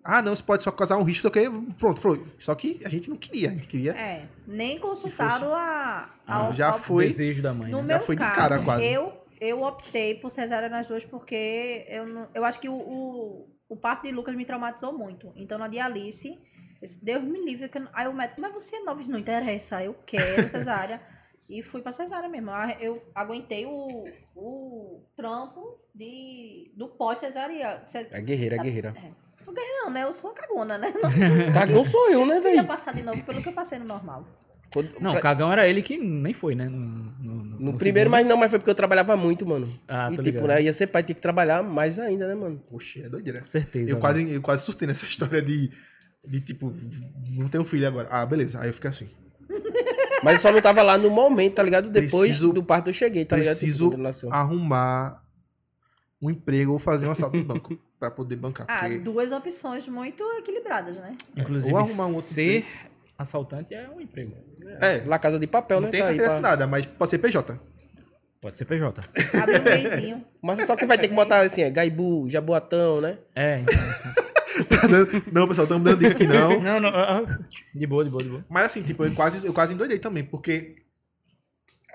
Speaker 2: Ah, não, isso pode só causar um risco, não sei o quê. Pronto, falou. Só que a gente não queria, a gente queria
Speaker 4: É, nem consultaram a, a-
Speaker 2: Hum. Ah, já
Speaker 4: a-
Speaker 2: foi.
Speaker 3: Desejo da mãe.
Speaker 4: No
Speaker 3: Né?
Speaker 4: meu
Speaker 2: foi de
Speaker 4: caso,
Speaker 2: cara quase.
Speaker 4: Eu, eu optei por cesárea nas duas porque eu, não, eu acho que o, o, o parto de Lucas me traumatizou muito. Então, na de Alice,
Speaker 2: [LAUGHS]
Speaker 4: eu disse, Deus me livre. Que eu não- Aí o médico, mas você é nova. Eu disse, Não interessa, eu quero cesárea. E fui pra cesárea mesmo. Ah, Eu aguentei o, o tranco de, do pós-cesárea. ces-
Speaker 5: É guerreira, é guerreira.
Speaker 4: Não, né? Eu sou uma cagona,
Speaker 2: [LAUGHS]
Speaker 4: né? Não
Speaker 5: Cagão sou eu, né,
Speaker 4: queria
Speaker 5: velho?
Speaker 4: passar de novo pelo que eu passei no normal.
Speaker 5: Quando-
Speaker 3: Não,
Speaker 5: pra-
Speaker 3: cagão era ele que nem foi, né? No, no- no-
Speaker 5: No
Speaker 3: no
Speaker 5: primeiro,
Speaker 3: segundo.
Speaker 5: mas não, mas foi porque eu trabalhava muito, mano.
Speaker 3: Ah,
Speaker 5: e
Speaker 3: tô
Speaker 5: tipo,
Speaker 3: ligado.
Speaker 5: né, ia ser pai, tinha que trabalhar mais ainda, né, mano?
Speaker 2: Poxa, é doideira.
Speaker 3: Com certeza. né?
Speaker 2: Eu
Speaker 3: mano.
Speaker 2: quase, eu quase surtei nessa [LAUGHS] história de, de tipo, não tenho filho agora. Ah, beleza. Aí eu fiquei assim.
Speaker 5: Mas eu só não tava lá no momento, tá ligado? Depois
Speaker 2: Preciso-
Speaker 5: do parto eu cheguei, tá ligado? Tipo,
Speaker 2: preciso-
Speaker 5: quando ele nasceu.
Speaker 2: Arrumar um emprego ou fazer um assalto no banco pra poder bancar.
Speaker 4: Ah,
Speaker 2: porque-
Speaker 4: duas opções muito equilibradas, né?
Speaker 3: Inclusive,
Speaker 2: ou arrumar um outro
Speaker 3: ser assaltante é um emprego.
Speaker 2: é,
Speaker 5: Lá casa de papel,
Speaker 2: não
Speaker 5: né?
Speaker 2: tem
Speaker 5: tá aí
Speaker 2: carteira
Speaker 5: pra-
Speaker 2: assinada, mas pode ser PJ.
Speaker 3: Pode ser PJ.
Speaker 4: Abre um meizinho.
Speaker 5: Mas é só que vai ter que botar assim, é, Gaibu, Jaboatão, né?
Speaker 3: [LAUGHS] É, então.
Speaker 2: Tá dando- [LAUGHS] não, pessoal, estamos dando dica aqui não.
Speaker 3: não, não. ah, ah. De boa, de boa, de boa.
Speaker 2: Mas assim, tipo, eu quase, eu quase endoidei também, porque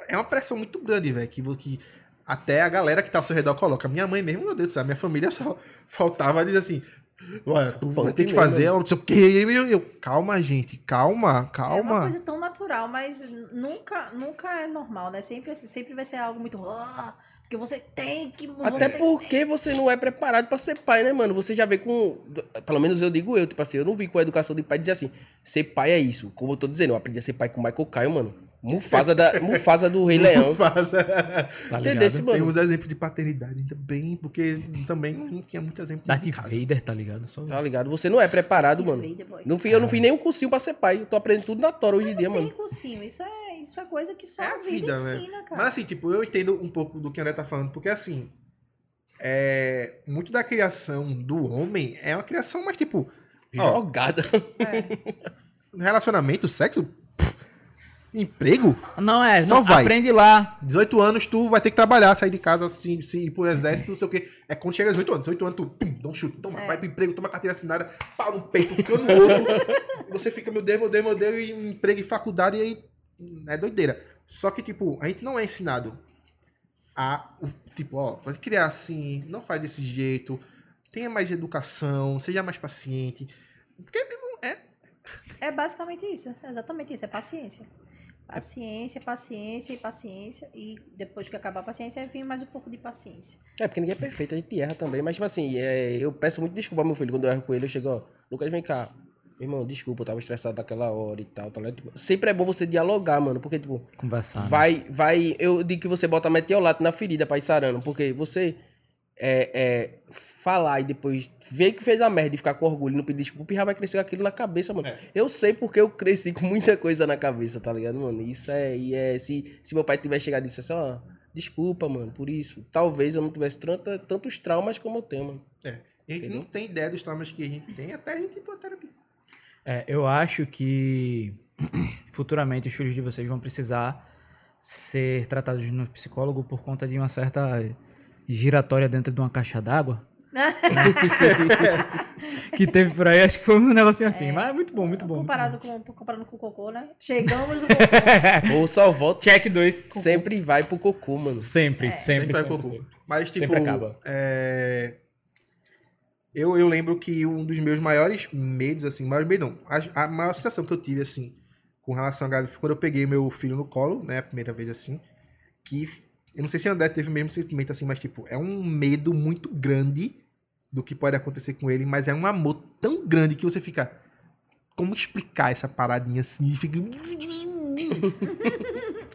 Speaker 2: é uma pressão muito grande, velho, que, vo- que até a galera que tá ao seu redor coloca. Minha mãe mesmo, meu Deus do céu, minha família só [LAUGHS] faltava dizer assim, olha, tu vai ter que fazer, um não sei o quê. E Eu, eu, calma, gente, calma,
Speaker 4: É uma
Speaker 2: calma.
Speaker 4: coisa tão natural, mas nunca, nunca é normal, né? Sempre, assim, sempre vai ser algo muito. "Ah, Porque você tem que.
Speaker 5: Até
Speaker 4: você
Speaker 5: porque você não é preparado pra ser pai, né, mano? Você já vê com. Pelo menos eu digo eu, tipo assim, eu não vi com a educação de pai dizer assim, ser pai é isso. Como eu tô dizendo, eu aprendi a ser pai com o Michael Caio, mano. Mufasa, da, Mufasa do
Speaker 2: [LAUGHS]
Speaker 5: Rei
Speaker 2: [LAUGHS]
Speaker 5: Leão.
Speaker 2: Faz-
Speaker 3: Tá
Speaker 5: Entendeu esse
Speaker 3: ligado?
Speaker 2: Tem
Speaker 5: mano?
Speaker 2: uns exemplos de paternidade também, porque também não tinha muito exemplo
Speaker 3: Darth
Speaker 2: de casa.
Speaker 3: Vader, tá ligado? Só
Speaker 5: Tá ligado? Você não é preparado,
Speaker 4: Darth
Speaker 5: mano.
Speaker 4: Vader, boy.
Speaker 5: Não fui, eu não fiz nenhum cursinho pra ser pai. Eu tô aprendendo tudo na tora hoje em dia,
Speaker 4: tem
Speaker 5: mano.
Speaker 4: cursinho. Isso é, isso é coisa que só
Speaker 2: É
Speaker 4: a
Speaker 2: a
Speaker 4: vida,
Speaker 2: vida, né?
Speaker 4: ensina, cara.
Speaker 2: Mas assim, tipo, eu entendo um pouco do que o André tá falando, porque assim, é, muito da criação do homem é uma criação mais tipo, ó,
Speaker 5: Jogada.
Speaker 2: relacionamento, sexo, pff, emprego,
Speaker 3: Não, é,
Speaker 2: Só
Speaker 3: não,
Speaker 2: vai.
Speaker 3: aprende lá.
Speaker 2: 18 anos tu vai ter que trabalhar, sair de casa, se, se ir pro exército, não sei o quê. É quando chega aos 18 anos, 18 anos tu, pum, dá um chute, toma, vai pro emprego, toma carteira assinada, pau no peito, cano no outro. [LAUGHS] Você fica, meu Deus, meu Deus, meu Deus, e um emprego e faculdade, e aí hum, é doideira. Só que, tipo, a gente não é ensinado a, o- tipo, ó, vai criar assim, não faz desse jeito, tenha mais educação, seja mais paciente. Porque
Speaker 4: É basicamente isso. É exatamente isso. É paciência. Paciência, paciência e paciência. E depois que acabar a paciência, aí vem mais um pouco de paciência.
Speaker 5: É, porque ninguém é perfeito, a gente erra também. Mas, tipo assim, é, eu peço muito desculpa ao meu filho quando eu erro com ele. Eu chego, ó, Lucas, vem cá. Irmão, desculpa, eu tava estressado daquela hora e tal, tá ligado? Tipo, sempre é bom você dialogar, mano, porque, tipo,
Speaker 3: Conversar. né?
Speaker 5: vai, vai. Eu digo que você bota meteolato na ferida pra ir sarando, porque você é, é, falar e depois ver que fez a merda e ficar com orgulho e não pedir desculpa, já vai crescer com aquilo na cabeça, mano.
Speaker 2: É.
Speaker 5: Eu sei porque eu cresci com muita coisa na cabeça, tá ligado, mano? Isso é. E é se, se meu pai tiver chegado e disse assim, ó, desculpa, mano, por isso. Talvez eu não tivesse tanta, tantos traumas como eu tenho, mano.
Speaker 2: a gente não tem ideia dos traumas que a gente tem, até a gente ir pra terapia.
Speaker 3: É, eu acho que [CLEARS THROAT] futuramente os filhos de vocês vão precisar ser tratados no psicólogo por conta de uma certa giratória dentro de uma caixa d'água.
Speaker 4: [LAUGHS]
Speaker 3: que teve por aí, acho que foi um negocinho assim. Mas é muito bom, muito bom. muito
Speaker 4: Comparado com, comparando com o cocô, né? Chegamos no cocô.
Speaker 5: Ou só
Speaker 3: bom. [LAUGHS]
Speaker 5: volto.
Speaker 3: Check 2.
Speaker 5: Sempre vai pro cocô,
Speaker 4: É.
Speaker 5: mano.
Speaker 3: Sempre, sempre.
Speaker 2: Sempre,
Speaker 3: Sempre,
Speaker 2: vai
Speaker 3: sempre,
Speaker 2: cocô. Mas, tipo,
Speaker 3: Sempre acaba.
Speaker 2: é, Eu, eu lembro que um dos meus maiores medos, assim, maior medo não, a, a maior sensação que eu tive, assim, com relação a Gabi, foi quando eu peguei meu filho no colo, né, a primeira vez, assim, que, eu não sei se o André teve o mesmo sentimento, assim, mas, tipo, é um medo muito grande do que pode acontecer com ele, mas é um amor tão grande que você fica, como explicar essa paradinha assim, e
Speaker 3: [LAUGHS]
Speaker 2: fica...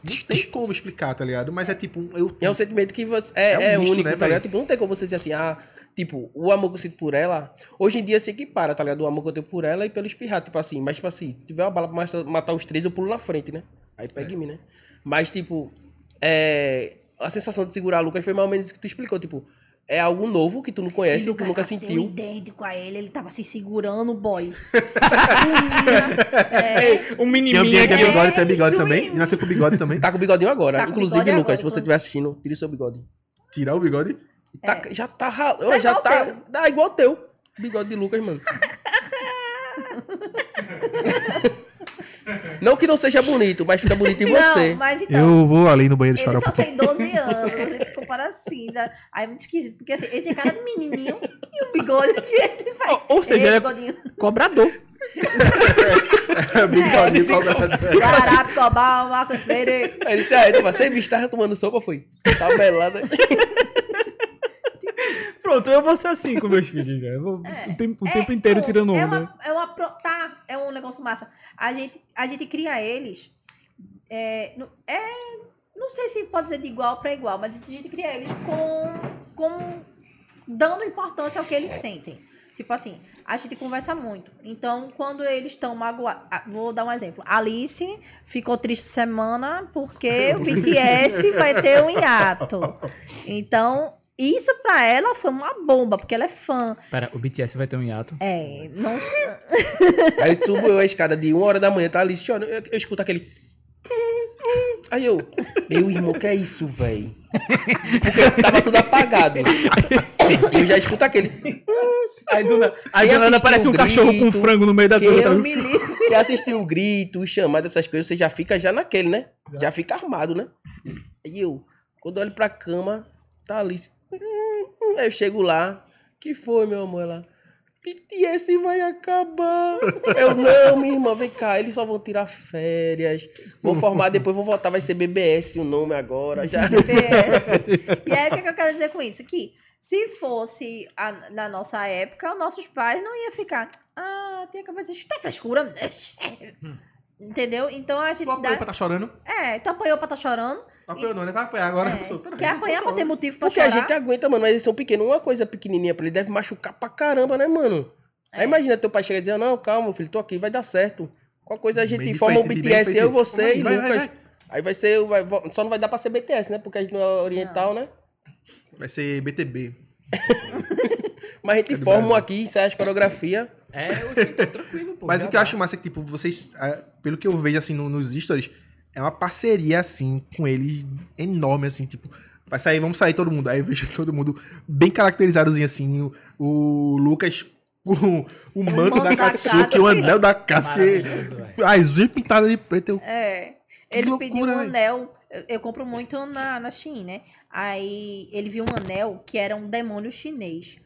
Speaker 2: Não tem como explicar, tá ligado? Mas é tipo, eu...
Speaker 5: E é um sentimento que você é,
Speaker 2: É um
Speaker 5: é
Speaker 2: misto,
Speaker 5: único,
Speaker 2: né,
Speaker 5: tá
Speaker 2: velho?
Speaker 5: ligado? Tipo, não tem como você dizer assim, ah, tipo, o amor que eu sinto por ela, hoje em dia se equipara, tá ligado? O amor que eu tenho por ela e pelo espirrar, tipo assim, mas tipo assim, se tiver uma bala pra matar- matar os três, eu pulo na frente, né? Aí
Speaker 2: É.
Speaker 5: pega em mim, né? Mas tipo, é, a sensação de segurar a Lucas foi mais ou menos isso que tu explicou, tipo, é algo novo que tu não conhece, que tu
Speaker 4: Lucas
Speaker 5: nunca
Speaker 4: nasceu
Speaker 5: sentiu.
Speaker 4: assim, um idêntico a ele, ele tava se segurando, boy. Menina, é,
Speaker 3: O
Speaker 2: Tinha
Speaker 3: menininho
Speaker 2: alguém que é
Speaker 3: aqui.
Speaker 4: aqui.
Speaker 2: bigode, tem
Speaker 4: É
Speaker 2: bigode
Speaker 4: isso
Speaker 2: também.
Speaker 4: mesmo.
Speaker 2: E nasceu com
Speaker 4: [LAUGHS]
Speaker 2: bigode também.
Speaker 5: Tá com o bigodinho agora.
Speaker 4: Tá com o
Speaker 5: inclusive,
Speaker 4: bigode
Speaker 5: Lucas,
Speaker 4: agora,
Speaker 5: se você
Speaker 4: inclusive.
Speaker 5: estiver assistindo, tire seu bigode.
Speaker 2: Tirar o bigode.
Speaker 5: Tá- já tá ralando,
Speaker 4: Tá
Speaker 5: já
Speaker 4: igual
Speaker 5: tá.
Speaker 4: teu.
Speaker 5: Dá igual teu. Bigode de Lucas,
Speaker 4: [LAUGHS]
Speaker 5: mano. não que não seja bonito, mas fica bonito em você.
Speaker 4: Não, mas então.
Speaker 2: Eu vou ali no banheiro
Speaker 4: Ele
Speaker 2: chorar um
Speaker 4: só
Speaker 2: pouquinho.
Speaker 4: tem 12 anos, a gente compara assim, né? Aí é muito esquisito, porque assim, ele tem cara de menininho e o bigode que ele faz.
Speaker 3: Ou seja,
Speaker 4: Ei,
Speaker 3: ele é
Speaker 4: bigodinho.
Speaker 3: cobrador.
Speaker 2: [LAUGHS] Bigodinho salgadão.
Speaker 4: Guarapitobá, Marco Freire.
Speaker 5: Aí ele disse, ah, eu passei bicho, tava tomando sopa, foi. tá Tabelada.
Speaker 3: Pronto, eu vou ser assim com meus filhos, já. Eu vou o tempo, o
Speaker 4: É,
Speaker 3: tempo inteiro
Speaker 4: pô,
Speaker 3: tirando
Speaker 4: é
Speaker 3: onda.
Speaker 4: uma, é uma pro- Tá, é um negócio massa. A gente, a gente cria eles. É, no- é, não sei se pode dizer de igual para igual, mas a gente cria eles com, com. dando importância ao que eles sentem. Tipo assim, a gente conversa muito. Então, quando eles estão magoados. Vou dar um exemplo. Alice ficou triste semana
Speaker 3: [LAUGHS]
Speaker 4: porque o BTS vai ter um hiato. Então, isso pra ela foi uma bomba, porque ela é fã.
Speaker 3: Pera, o BTS vai ter um hiato.
Speaker 4: É, não sei.
Speaker 5: Aí subo eu a escada de uma hora da manhã, tá ali chorando. Eu, eu escuto aquele. Aí eu, meu irmão, que é isso, velho? Porque tava tudo apagado. Eu já escuto aquele.
Speaker 3: Aí do, na- aí
Speaker 5: Quem
Speaker 3: do nada
Speaker 5: assistiu
Speaker 3: aparece um
Speaker 5: o
Speaker 3: cachorro com um
Speaker 5: grito,
Speaker 3: frango no meio da
Speaker 5: quem
Speaker 3: dor.
Speaker 4: Eu me li.
Speaker 5: [LAUGHS] Você assistiu o grito, o chamado, essas coisas, você já fica já naquele, né? Já, fica armado, né? Aí eu, quando eu olho pra cama, tá ali. hum, hum. Aí eu chego lá, que foi, meu amor? Ela, BTS vai acabar. Eu, não, minha irmã, vem cá, eles só vão tirar férias. Vou formar, depois vou voltar, vai ser BBS o nome agora. Já.
Speaker 4: PS. E aí, o que, é que eu quero dizer com isso? Que se fosse a- na nossa época, nossos pais não iam ficar. Ah, tem a cabeça. Isso tá frescura. Entendeu? Então a gente
Speaker 2: Tu apanhou pra
Speaker 4: dá.
Speaker 2: tá chorando?
Speaker 4: É, tu apanhou pra tá chorando.
Speaker 2: Apanhou não, né? Vai apanhar agora. pessoal.
Speaker 4: É.
Speaker 2: Peraí,
Speaker 4: Quer apanhar
Speaker 2: tô
Speaker 4: pra ter
Speaker 2: chorando.
Speaker 4: motivo pra
Speaker 5: Porque
Speaker 4: chorar?
Speaker 5: a gente aguenta, mano, mas eles são pequenos. Uma coisa pequenininha pra ele deve machucar pra caramba, né, mano? Aí imagina teu pai chegar e dizer, não, calma, filho, tô aqui, vai dar certo. Qual coisa a gente
Speaker 2: Bem
Speaker 5: forma o
Speaker 2: diferente,
Speaker 5: BTS,
Speaker 2: bem
Speaker 5: eu,
Speaker 2: diferente.
Speaker 5: você e
Speaker 2: Vai, vai,
Speaker 5: Lucas.
Speaker 2: vai.
Speaker 5: Aí vai ser, vai- vo- só não vai dar pra ser BTS, né? Porque a gente não é oriental, né?
Speaker 2: Vai ser BTB.
Speaker 5: Mas a gente
Speaker 2: É do
Speaker 5: forma
Speaker 2: Brasil.
Speaker 5: aqui, sai as coreografias.
Speaker 3: É, eu tô tranquilo, pô. tá.
Speaker 2: Mas o que eu acho massa é que, tipo, vocês, ah, pelo que eu vejo, assim, no- nos stories, é uma parceria, assim, com eles enorme, assim, tipo, vai sair, vamos sair todo mundo. Aí eu vejo todo mundo bem caracterizadozinho, assim, o, o Lucas com o manto
Speaker 4: manto
Speaker 2: da
Speaker 4: da
Speaker 2: Katsuki,
Speaker 4: Katsuki.
Speaker 2: o anel da Katsuki, azul pintada de preto. eu-
Speaker 4: É.
Speaker 2: Que
Speaker 4: Ele
Speaker 2: loucura,
Speaker 4: pediu um
Speaker 2: velho.
Speaker 4: anel. Eu, eu compro muito na, na Shein, né? Aí ele viu um anel que era um demônio chinês.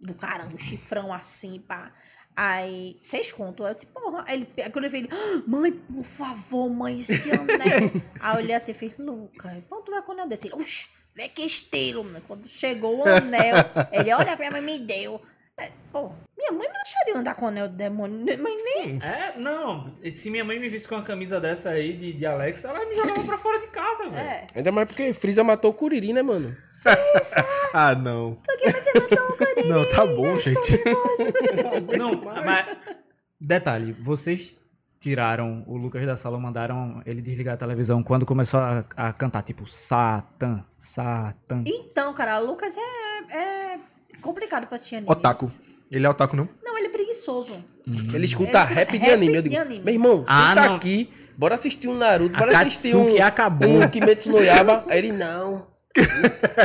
Speaker 4: Do caramba, um chifrão assim, pá. Aí, seis conto. Aí eu disse, porra. Aí ele, aí quando eu vi ele, "Ah, mãe, por favor, mãe, esse
Speaker 2: [LAUGHS]
Speaker 4: anel. aí eu olhei assim e fiz, Luca, quando tu vai com o anel desse? Ele, oxi, vê que estilo, mano. Quando chegou o anel, ele, olha, minha mãe me deu. É, Pô, minha mãe não deixaria eu andar com o anel do demônio, mas nem
Speaker 3: É, não. Se minha mãe me visse com uma camisa dessa aí de, de Alex, ela me jogava pra fora de casa, velho.
Speaker 4: é.
Speaker 5: Ainda mais porque Freeza matou o Curiri, né, mano?
Speaker 2: Ah, não.
Speaker 4: Por que você não tocou
Speaker 2: [LAUGHS] Não, tá bom, gente.
Speaker 3: Não, mas. Detalhe, vocês tiraram o Lucas da sala, mandaram ele desligar a televisão quando começou a, a cantar, tipo, Satan, Satan.
Speaker 4: Então, cara, o Lucas é, é complicado pra assistir anime.
Speaker 2: Otaku. Ele é otaku, não?
Speaker 4: Não, ele é preguiçoso.
Speaker 5: Ele escuta
Speaker 4: Ele
Speaker 5: rap de
Speaker 4: escuta
Speaker 5: anime. Eu
Speaker 4: rap de
Speaker 5: digo,
Speaker 4: anime.
Speaker 5: meu irmão,
Speaker 3: Ah,
Speaker 5: você tá
Speaker 3: não.
Speaker 5: aqui, bora assistir um Naruto,
Speaker 3: A
Speaker 5: bora assistir um...
Speaker 3: Katsuki acabou.
Speaker 5: Um Kimetsu no Yaba, aí ele não.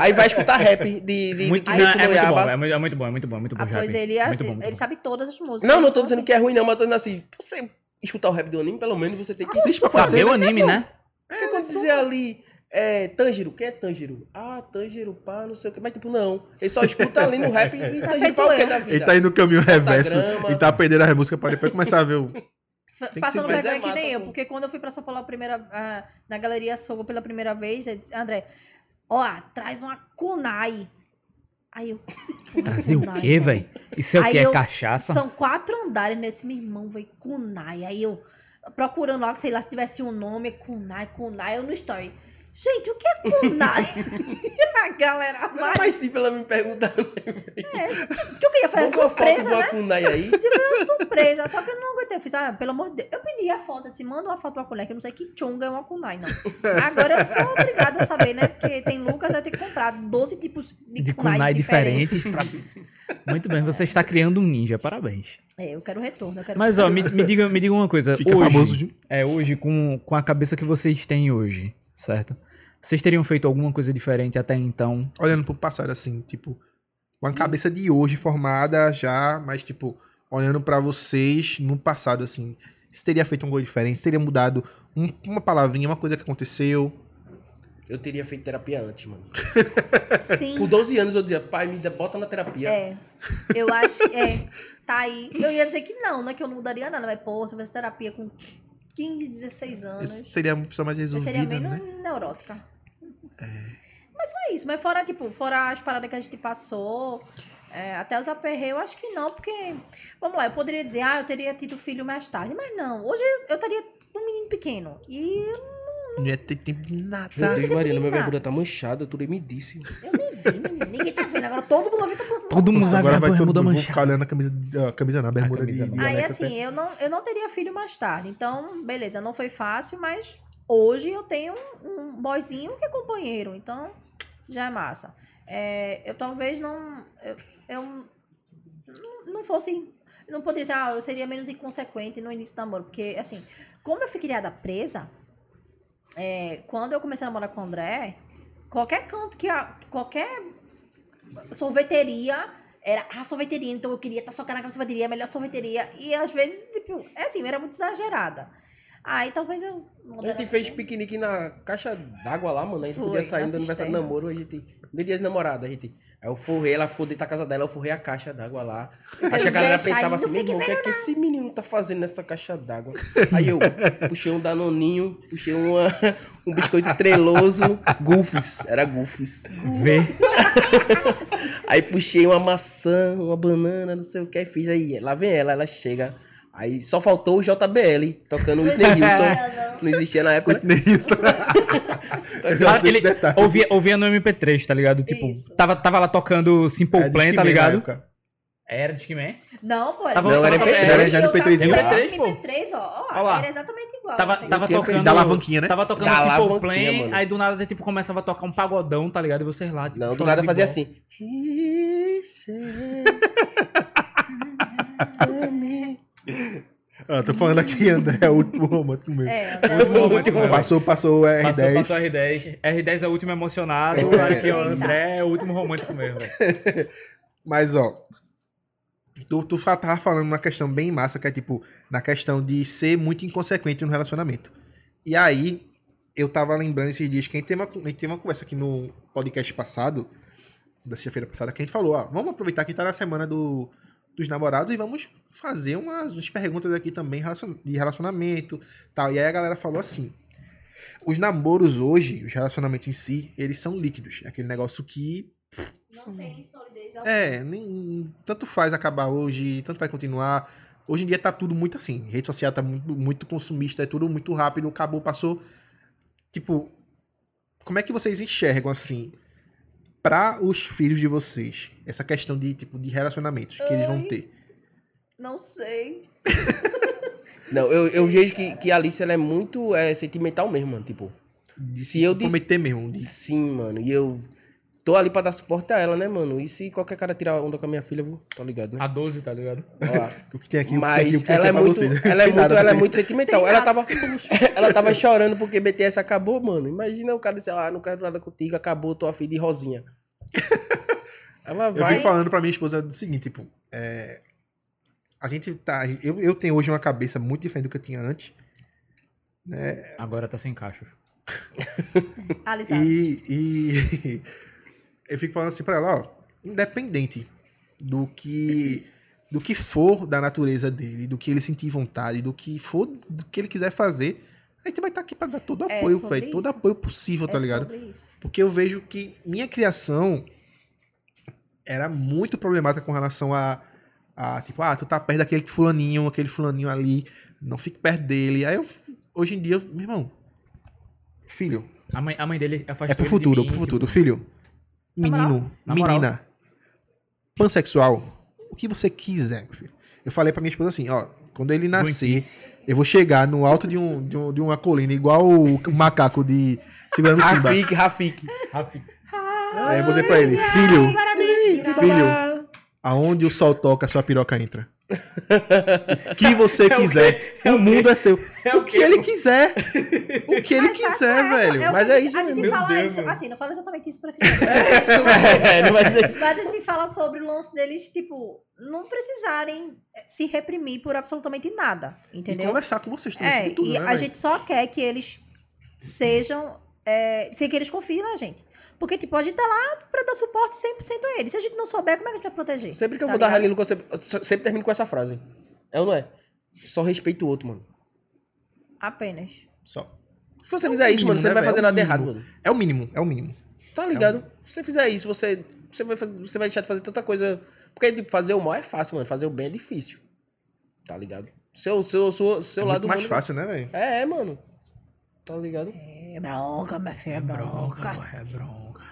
Speaker 5: Aí vai escutar rap de, de,
Speaker 3: Muito,
Speaker 5: de
Speaker 3: não,
Speaker 5: Kimetsu
Speaker 3: é,
Speaker 5: no
Speaker 3: muito bom,
Speaker 5: Yaba.
Speaker 3: é muito é muito bom, é muito bom, é muito bom.
Speaker 4: A
Speaker 3: Jabe.
Speaker 4: coisa, ele, é-
Speaker 3: muito bom, muito
Speaker 4: ele
Speaker 3: bom.
Speaker 4: sabe todas as músicas.
Speaker 5: Não, não tô dizendo que é ruim, não, mas tô dizendo assim, pra você escutar o rap do anime, pelo menos você tem que
Speaker 2: Assiste pra você,
Speaker 3: Saber o
Speaker 2: né?
Speaker 3: anime, né?
Speaker 5: O que quando dizer ali? É, Tanjiro, quem é Tanjiro? Ah, Tanjiro, pá, não sei o que. Mas tipo, não. Ele só escuta ali no rap
Speaker 3: [LAUGHS]
Speaker 5: e Tanjiro
Speaker 4: feito
Speaker 5: fala o que é
Speaker 4: eu.
Speaker 5: da
Speaker 2: Ele
Speaker 5: vida.
Speaker 2: tá indo no caminho reverso
Speaker 5: grama.
Speaker 2: e tá perdendo a música pra depois começar a ver o...
Speaker 4: F-
Speaker 2: que
Speaker 4: Passando
Speaker 2: ser-
Speaker 4: vergonha
Speaker 5: Mas é
Speaker 4: que nem
Speaker 5: massa,
Speaker 4: eu,
Speaker 5: pô.
Speaker 4: porque quando eu fui pra São Paulo a primeira, ah, na Galeria Sogo pela primeira vez, ele disse, André, ó, traz uma kunai. Aí eu... porra,
Speaker 3: Trazer o
Speaker 4: kunai,
Speaker 3: quê, velho? Isso é o
Speaker 4: Aí
Speaker 3: que? É
Speaker 4: eu-
Speaker 3: cachaça?
Speaker 4: São quatro andares, né? Eu disse, meu irmão, vai Kunai. Aí eu procurando algo, sei lá, se tivesse um nome, Kunai, Kunai, eu no story. Gente, o que é
Speaker 3: [LAUGHS]
Speaker 4: Kunai? a galera
Speaker 5: Não é
Speaker 4: mais.
Speaker 5: mais simples ela me perguntar.
Speaker 4: Porque eu queria fazer
Speaker 5: Vamos uma foto
Speaker 4: surpresa,
Speaker 5: do
Speaker 4: né?
Speaker 5: Akunai aí.
Speaker 4: Eu tive
Speaker 3: [LAUGHS]
Speaker 4: uma surpresa, só que eu não aguentei. Eu fiz, ah, pelo amor de Deus. Eu pedi a foto, eu disse, manda uma foto do Akunai, que eu não sei que Chonga é um Akunai, não. Agora eu sou obrigada a saber, né? Porque tem Lucas, eu tenho que comprar 12 tipos de,
Speaker 3: De
Speaker 4: kunais
Speaker 3: kunai
Speaker 4: diferentes.
Speaker 3: diferentes. Muito bem, você está criando um ninja, parabéns.
Speaker 4: É, eu quero retorno, eu quero
Speaker 3: Mas, ó, me, me diga, me diga uma coisa.
Speaker 2: Fica
Speaker 3: hoje,
Speaker 2: famoso de...
Speaker 3: É, hoje, com, com a cabeça que vocês têm hoje, certo? Vocês teriam feito alguma coisa diferente até então?
Speaker 2: olhando pro passado, assim, tipo, uma cabeça de hoje formada já, mas, tipo, olhando pra vocês no passado, assim, se teria feito um gol diferente, se teria mudado um- uma palavrinha, uma coisa que aconteceu.
Speaker 5: Eu teria feito terapia antes, mano.
Speaker 4: Sim.
Speaker 5: Com 12 anos eu dizia, pai, me dá- bota na terapia.
Speaker 4: É. Eu acho. É. Tá aí. Eu ia dizer que não, né? Que eu não mudaria nada. Mas, pô, se eu fizesse terapia com 15, 16 anos.
Speaker 2: Isso seria uma pessoa mais
Speaker 4: eu Ah, seria
Speaker 2: resolvida,
Speaker 4: bem
Speaker 2: né?
Speaker 4: neurótica. Mas só isso. Mas fora, tipo, fora as paradas que a gente passou. é, até os aperreios, eu acho que não, porque. Vamos lá, eu poderia dizer, ah, eu teria tido filho mais tarde. Mas não. Hoje eu- eu teria um menino pequeno. E
Speaker 2: Não ia ter tempo de nada.
Speaker 5: Meu Deus, Marina, minha
Speaker 4: terminar.
Speaker 5: bermuda tá manchada, tu nem me disse.
Speaker 4: eu nem vi, menino. Ninguém tá vendo. Agora todo mundo ouviu. Todo mundo...
Speaker 3: Todo mundo vai
Speaker 2: Agora
Speaker 3: virar
Speaker 2: vai
Speaker 3: por
Speaker 2: todo
Speaker 3: Bermuda
Speaker 2: mundo vou
Speaker 3: Manchada.
Speaker 2: ficar olhando a camisa, a camisa não, a bermuda
Speaker 5: camisa
Speaker 2: de, de
Speaker 5: não.
Speaker 4: Aí
Speaker 2: Alex
Speaker 4: assim, eu não, eu não teria filho mais tarde. Então, beleza, não foi fácil, mas hoje eu tenho um, um boyzinho que é companheiro, então já é massa. É, eu talvez não. Eu, eu não- não fosse. Não poderia dizer, ah, eu seria menos inconsequente no início do namoro. Porque, assim, como eu fui criada presa, é, quando eu comecei a namorar com o André, qualquer canto que a. qualquer sorveteria era a sorveteria, então eu queria estar socando naquela sorveteria, a melhor sorveteria. E às vezes, tipo, é assim, era muito exagerada. Aí talvez eu.
Speaker 5: A gente fez piquenique na caixa d'água lá, mano. A gente
Speaker 4: Foi,
Speaker 5: podia sair
Speaker 4: na
Speaker 5: do aniversário de
Speaker 4: cisterna.
Speaker 5: namoro, a gente. Meu dia de namorada, a gente. Aí eu forrei, ela ficou dentro da casa dela, eu forrei a caixa
Speaker 4: [LAUGHS]
Speaker 5: d'água lá. Acho que a galera
Speaker 4: deixa aí,
Speaker 5: pensava
Speaker 4: não
Speaker 5: assim, meu
Speaker 4: fique
Speaker 5: irmão, o que é que esse menino tá fazendo nessa caixa d'água? Aí eu puxei um danoninho, puxei uma, um biscoito treloso, gufes, era gufes.
Speaker 3: Vê.
Speaker 5: Aí puxei uma maçã, uma banana, não sei o que, aí fiz. Aí lá vem ela, ela chega. Aí só faltou o JBL, tocando o
Speaker 4: [LAUGHS]
Speaker 5: [LAUGHS] Whitney Houston. Não existia na
Speaker 3: É
Speaker 5: época, né?
Speaker 2: [LAUGHS] Isso.
Speaker 3: Ah,
Speaker 2: esse
Speaker 3: Tá ele
Speaker 2: detalhe.
Speaker 3: ouvia, ouvia no MP3, tá ligado? Tipo,
Speaker 4: Isso.
Speaker 3: tava, tava lá tocando Simple
Speaker 2: É,
Speaker 3: Plan,
Speaker 2: Discman
Speaker 3: tá
Speaker 2: na
Speaker 3: ligado?
Speaker 2: época.
Speaker 3: Era Discman?
Speaker 4: Não, pô,
Speaker 3: Tava-
Speaker 5: Não, era
Speaker 4: tava-
Speaker 5: MP3,
Speaker 2: já era
Speaker 4: eu tava-
Speaker 2: MP3,
Speaker 3: MP3, pô.
Speaker 4: MP3, ó, ó,
Speaker 3: Olha lá.
Speaker 4: era exatamente igual. assim.
Speaker 3: Tava,
Speaker 4: isso aí.
Speaker 3: tava
Speaker 5: que é o que
Speaker 3: tocando.
Speaker 2: Da alavanquinha, né?
Speaker 3: Tava tocando
Speaker 5: Da
Speaker 3: Simple
Speaker 5: alavanquinha,
Speaker 3: Plan,
Speaker 5: mano.
Speaker 3: aí do nada, tipo, começava a tocar um pagodão, tá ligado? E vocês lá, tipo,
Speaker 5: Não, do
Speaker 3: chorando
Speaker 5: nada
Speaker 3: de
Speaker 5: fazia
Speaker 3: dó.
Speaker 5: assim. [LAUGHS]
Speaker 2: Ah, tô falando aqui, André, é o último romântico mesmo.
Speaker 4: É,
Speaker 3: Muito bom,
Speaker 4: não,
Speaker 3: muito bom.
Speaker 2: Passou, passou o R10.
Speaker 3: Passou, passou R10. R10 é o último emocionado. Aqui, ó, André é o último romântico mesmo, velho.
Speaker 2: Mas, ó. Tu, tu fa- tava falando uma questão bem massa, que é tipo, na questão de ser muito inconsequente no relacionamento. E aí, eu tava lembrando esses dias que a gente teve uma, a gente teve uma conversa aqui no podcast passado, da sexta-feira passada, que a gente falou, ó, vamos aproveitar que tá na semana do, dos namorados e vamos fazer umas, umas perguntas aqui também relacion- de relacionamento tal. E aí a galera falou assim, os namoros hoje, os relacionamentos em si, eles são líquidos. É aquele negócio que
Speaker 4: não tem solidez. não.
Speaker 2: é, nem, tanto faz acabar hoje, tanto vai continuar. Hoje em dia tá tudo muito assim. Rede social tá muito, muito consumista, é tudo muito rápido, acabou, passou. Tipo, como é que vocês enxergam assim para os filhos de vocês essa questão de tipo de relacionamentos que eles vão
Speaker 4: Ai.
Speaker 2: ter?
Speaker 4: Não sei.
Speaker 5: Não, eu, eu vejo que, que a Alice ela é muito é, sentimental mesmo, mano. Tipo,
Speaker 2: De
Speaker 5: Se eu dis-
Speaker 2: prometer Tipo, mesmo, de-
Speaker 5: sim, mano. E eu tô ali pra dar suporte a ela, né, mano? E se qualquer cara tirar onda com a minha filha, eu vou. Tá ligado, né?
Speaker 3: A 12, tá ligado?
Speaker 5: Ó
Speaker 2: [LAUGHS]
Speaker 5: lá.
Speaker 2: o Ah, que tem aqui, o que tem aqui, o
Speaker 5: Mas
Speaker 2: que tem
Speaker 5: ela é
Speaker 2: pra
Speaker 5: muito,
Speaker 2: vocês.
Speaker 5: ela
Speaker 2: [LAUGHS]
Speaker 5: é
Speaker 2: Tem
Speaker 5: muito,
Speaker 2: nada
Speaker 5: ela é
Speaker 2: pra
Speaker 5: muito sentimental.
Speaker 4: Tem
Speaker 5: Ela
Speaker 4: nada.
Speaker 5: tava, [LAUGHS] ela tava chorando porque BTS acabou, mano. Imagina o cara dizer, ah, não quero nada contigo, acabou tua filha
Speaker 2: [LAUGHS]
Speaker 5: de Rosinha. Ela
Speaker 2: Eu
Speaker 5: vai.
Speaker 2: fico falando pra minha esposa o seguinte, tipo, é, a gente tá, eu, eu tenho hoje uma cabeça muito diferente do que eu tinha antes.
Speaker 3: Agora tá sem cachos.
Speaker 4: Alice,
Speaker 2: E, e [LAUGHS] eu fico falando assim pra ela, ó, independente do que do que for da natureza dele, do que ele sentir vontade, do que for do que ele quiser fazer, a gente vai estar aqui pra dar todo
Speaker 4: É
Speaker 2: apoio,
Speaker 4: sobre
Speaker 2: velho, todo
Speaker 4: isso.
Speaker 2: apoio possível, tá
Speaker 4: é
Speaker 2: ligado?
Speaker 4: sobre isso.
Speaker 2: Porque eu vejo que minha criação era muito problemática com relação a, a tipo, ah, tu tá perto daquele fulaninho, aquele fulaninho ali, não fique perto dele. Aí eu, hoje em dia, eu, meu irmão, filho,
Speaker 3: A mãe, a mãe dele
Speaker 2: é
Speaker 3: afastou
Speaker 2: pro
Speaker 3: ele de
Speaker 2: futuro,
Speaker 3: mim,
Speaker 2: pro
Speaker 3: tipo,
Speaker 2: futuro. Filho,
Speaker 4: Na moral?
Speaker 2: menino,
Speaker 3: Na moral.
Speaker 2: menina, pansexual, o que você quiser, meu filho. Eu falei pra minha esposa assim, ó, quando ele
Speaker 3: tipo,
Speaker 2: nascer,
Speaker 3: Greenpeace.
Speaker 2: eu vou chegar no alto de, um, de, um- de uma colina, igual o macaco de segurando
Speaker 3: [LAUGHS]
Speaker 2: o Simba.
Speaker 5: Rafik, Rafik.
Speaker 3: Rafi-
Speaker 2: Aí eu vou dizer pra ele, filho, filho, aonde o sol toca, a sua piroca
Speaker 3: [LAUGHS]
Speaker 2: entra. O que você
Speaker 3: É o
Speaker 2: quiser, o mundo é seu.
Speaker 3: É
Speaker 2: O que ele quiser, o que ele
Speaker 4: Mas tá
Speaker 2: quiser,
Speaker 4: certo,
Speaker 2: velho.
Speaker 4: o
Speaker 5: Mas
Speaker 4: que
Speaker 5: é
Speaker 4: a gente-
Speaker 5: isso
Speaker 4: A gente
Speaker 3: mesmo.
Speaker 4: fala
Speaker 3: Meu Deus,
Speaker 4: isso,
Speaker 3: mano.
Speaker 4: assim, não fala exatamente isso pra criança.
Speaker 5: É, não vai ser.
Speaker 4: [LAUGHS] Mas a gente fala sobre o lance deles, tipo, não precisarem eh, se reprimir por absolutamente nada,
Speaker 2: E
Speaker 4: entendeu?
Speaker 2: conversar com vocês também
Speaker 4: É,
Speaker 2: sobre tudo,
Speaker 4: e
Speaker 2: né,
Speaker 4: a
Speaker 2: velho?
Speaker 4: gente só quer que eles sejam é, sem que eles confiem na gente. Porque, tipo, a gente tá lá pra dar suporte 100% a eles. Se a gente não souber, como é que a gente vai proteger?
Speaker 5: Sempre que eu
Speaker 4: Tá
Speaker 5: vou dar
Speaker 4: ligado?
Speaker 5: rally no conceito, eu se- sempre termino com essa frase. É ou não é? Só respeita o outro, mano.
Speaker 4: Apenas.
Speaker 2: Só.
Speaker 5: Se você
Speaker 2: É o
Speaker 5: fizer isso,
Speaker 2: mínimo,
Speaker 5: mano, você
Speaker 2: né,
Speaker 5: não vai
Speaker 2: velho?
Speaker 5: fazer
Speaker 2: É o
Speaker 5: nada
Speaker 2: mínimo.
Speaker 5: errado, mano.
Speaker 2: É o mínimo, é o mínimo.
Speaker 5: Tá ligado? Se você fizer isso, você, você, vai fazer, você vai deixar de fazer tanta coisa. Porque tipo, fazer o mal é fácil, mano. Fazer o bem é difícil. Tá ligado? Seu, seu, seu, seu
Speaker 2: É muito
Speaker 5: lado
Speaker 2: mais
Speaker 5: humano-
Speaker 2: fácil, né, velho?
Speaker 5: É, é, mano. Tá ligado?
Speaker 4: É bronca, minha filha, é bronca.
Speaker 3: pô, é bronca.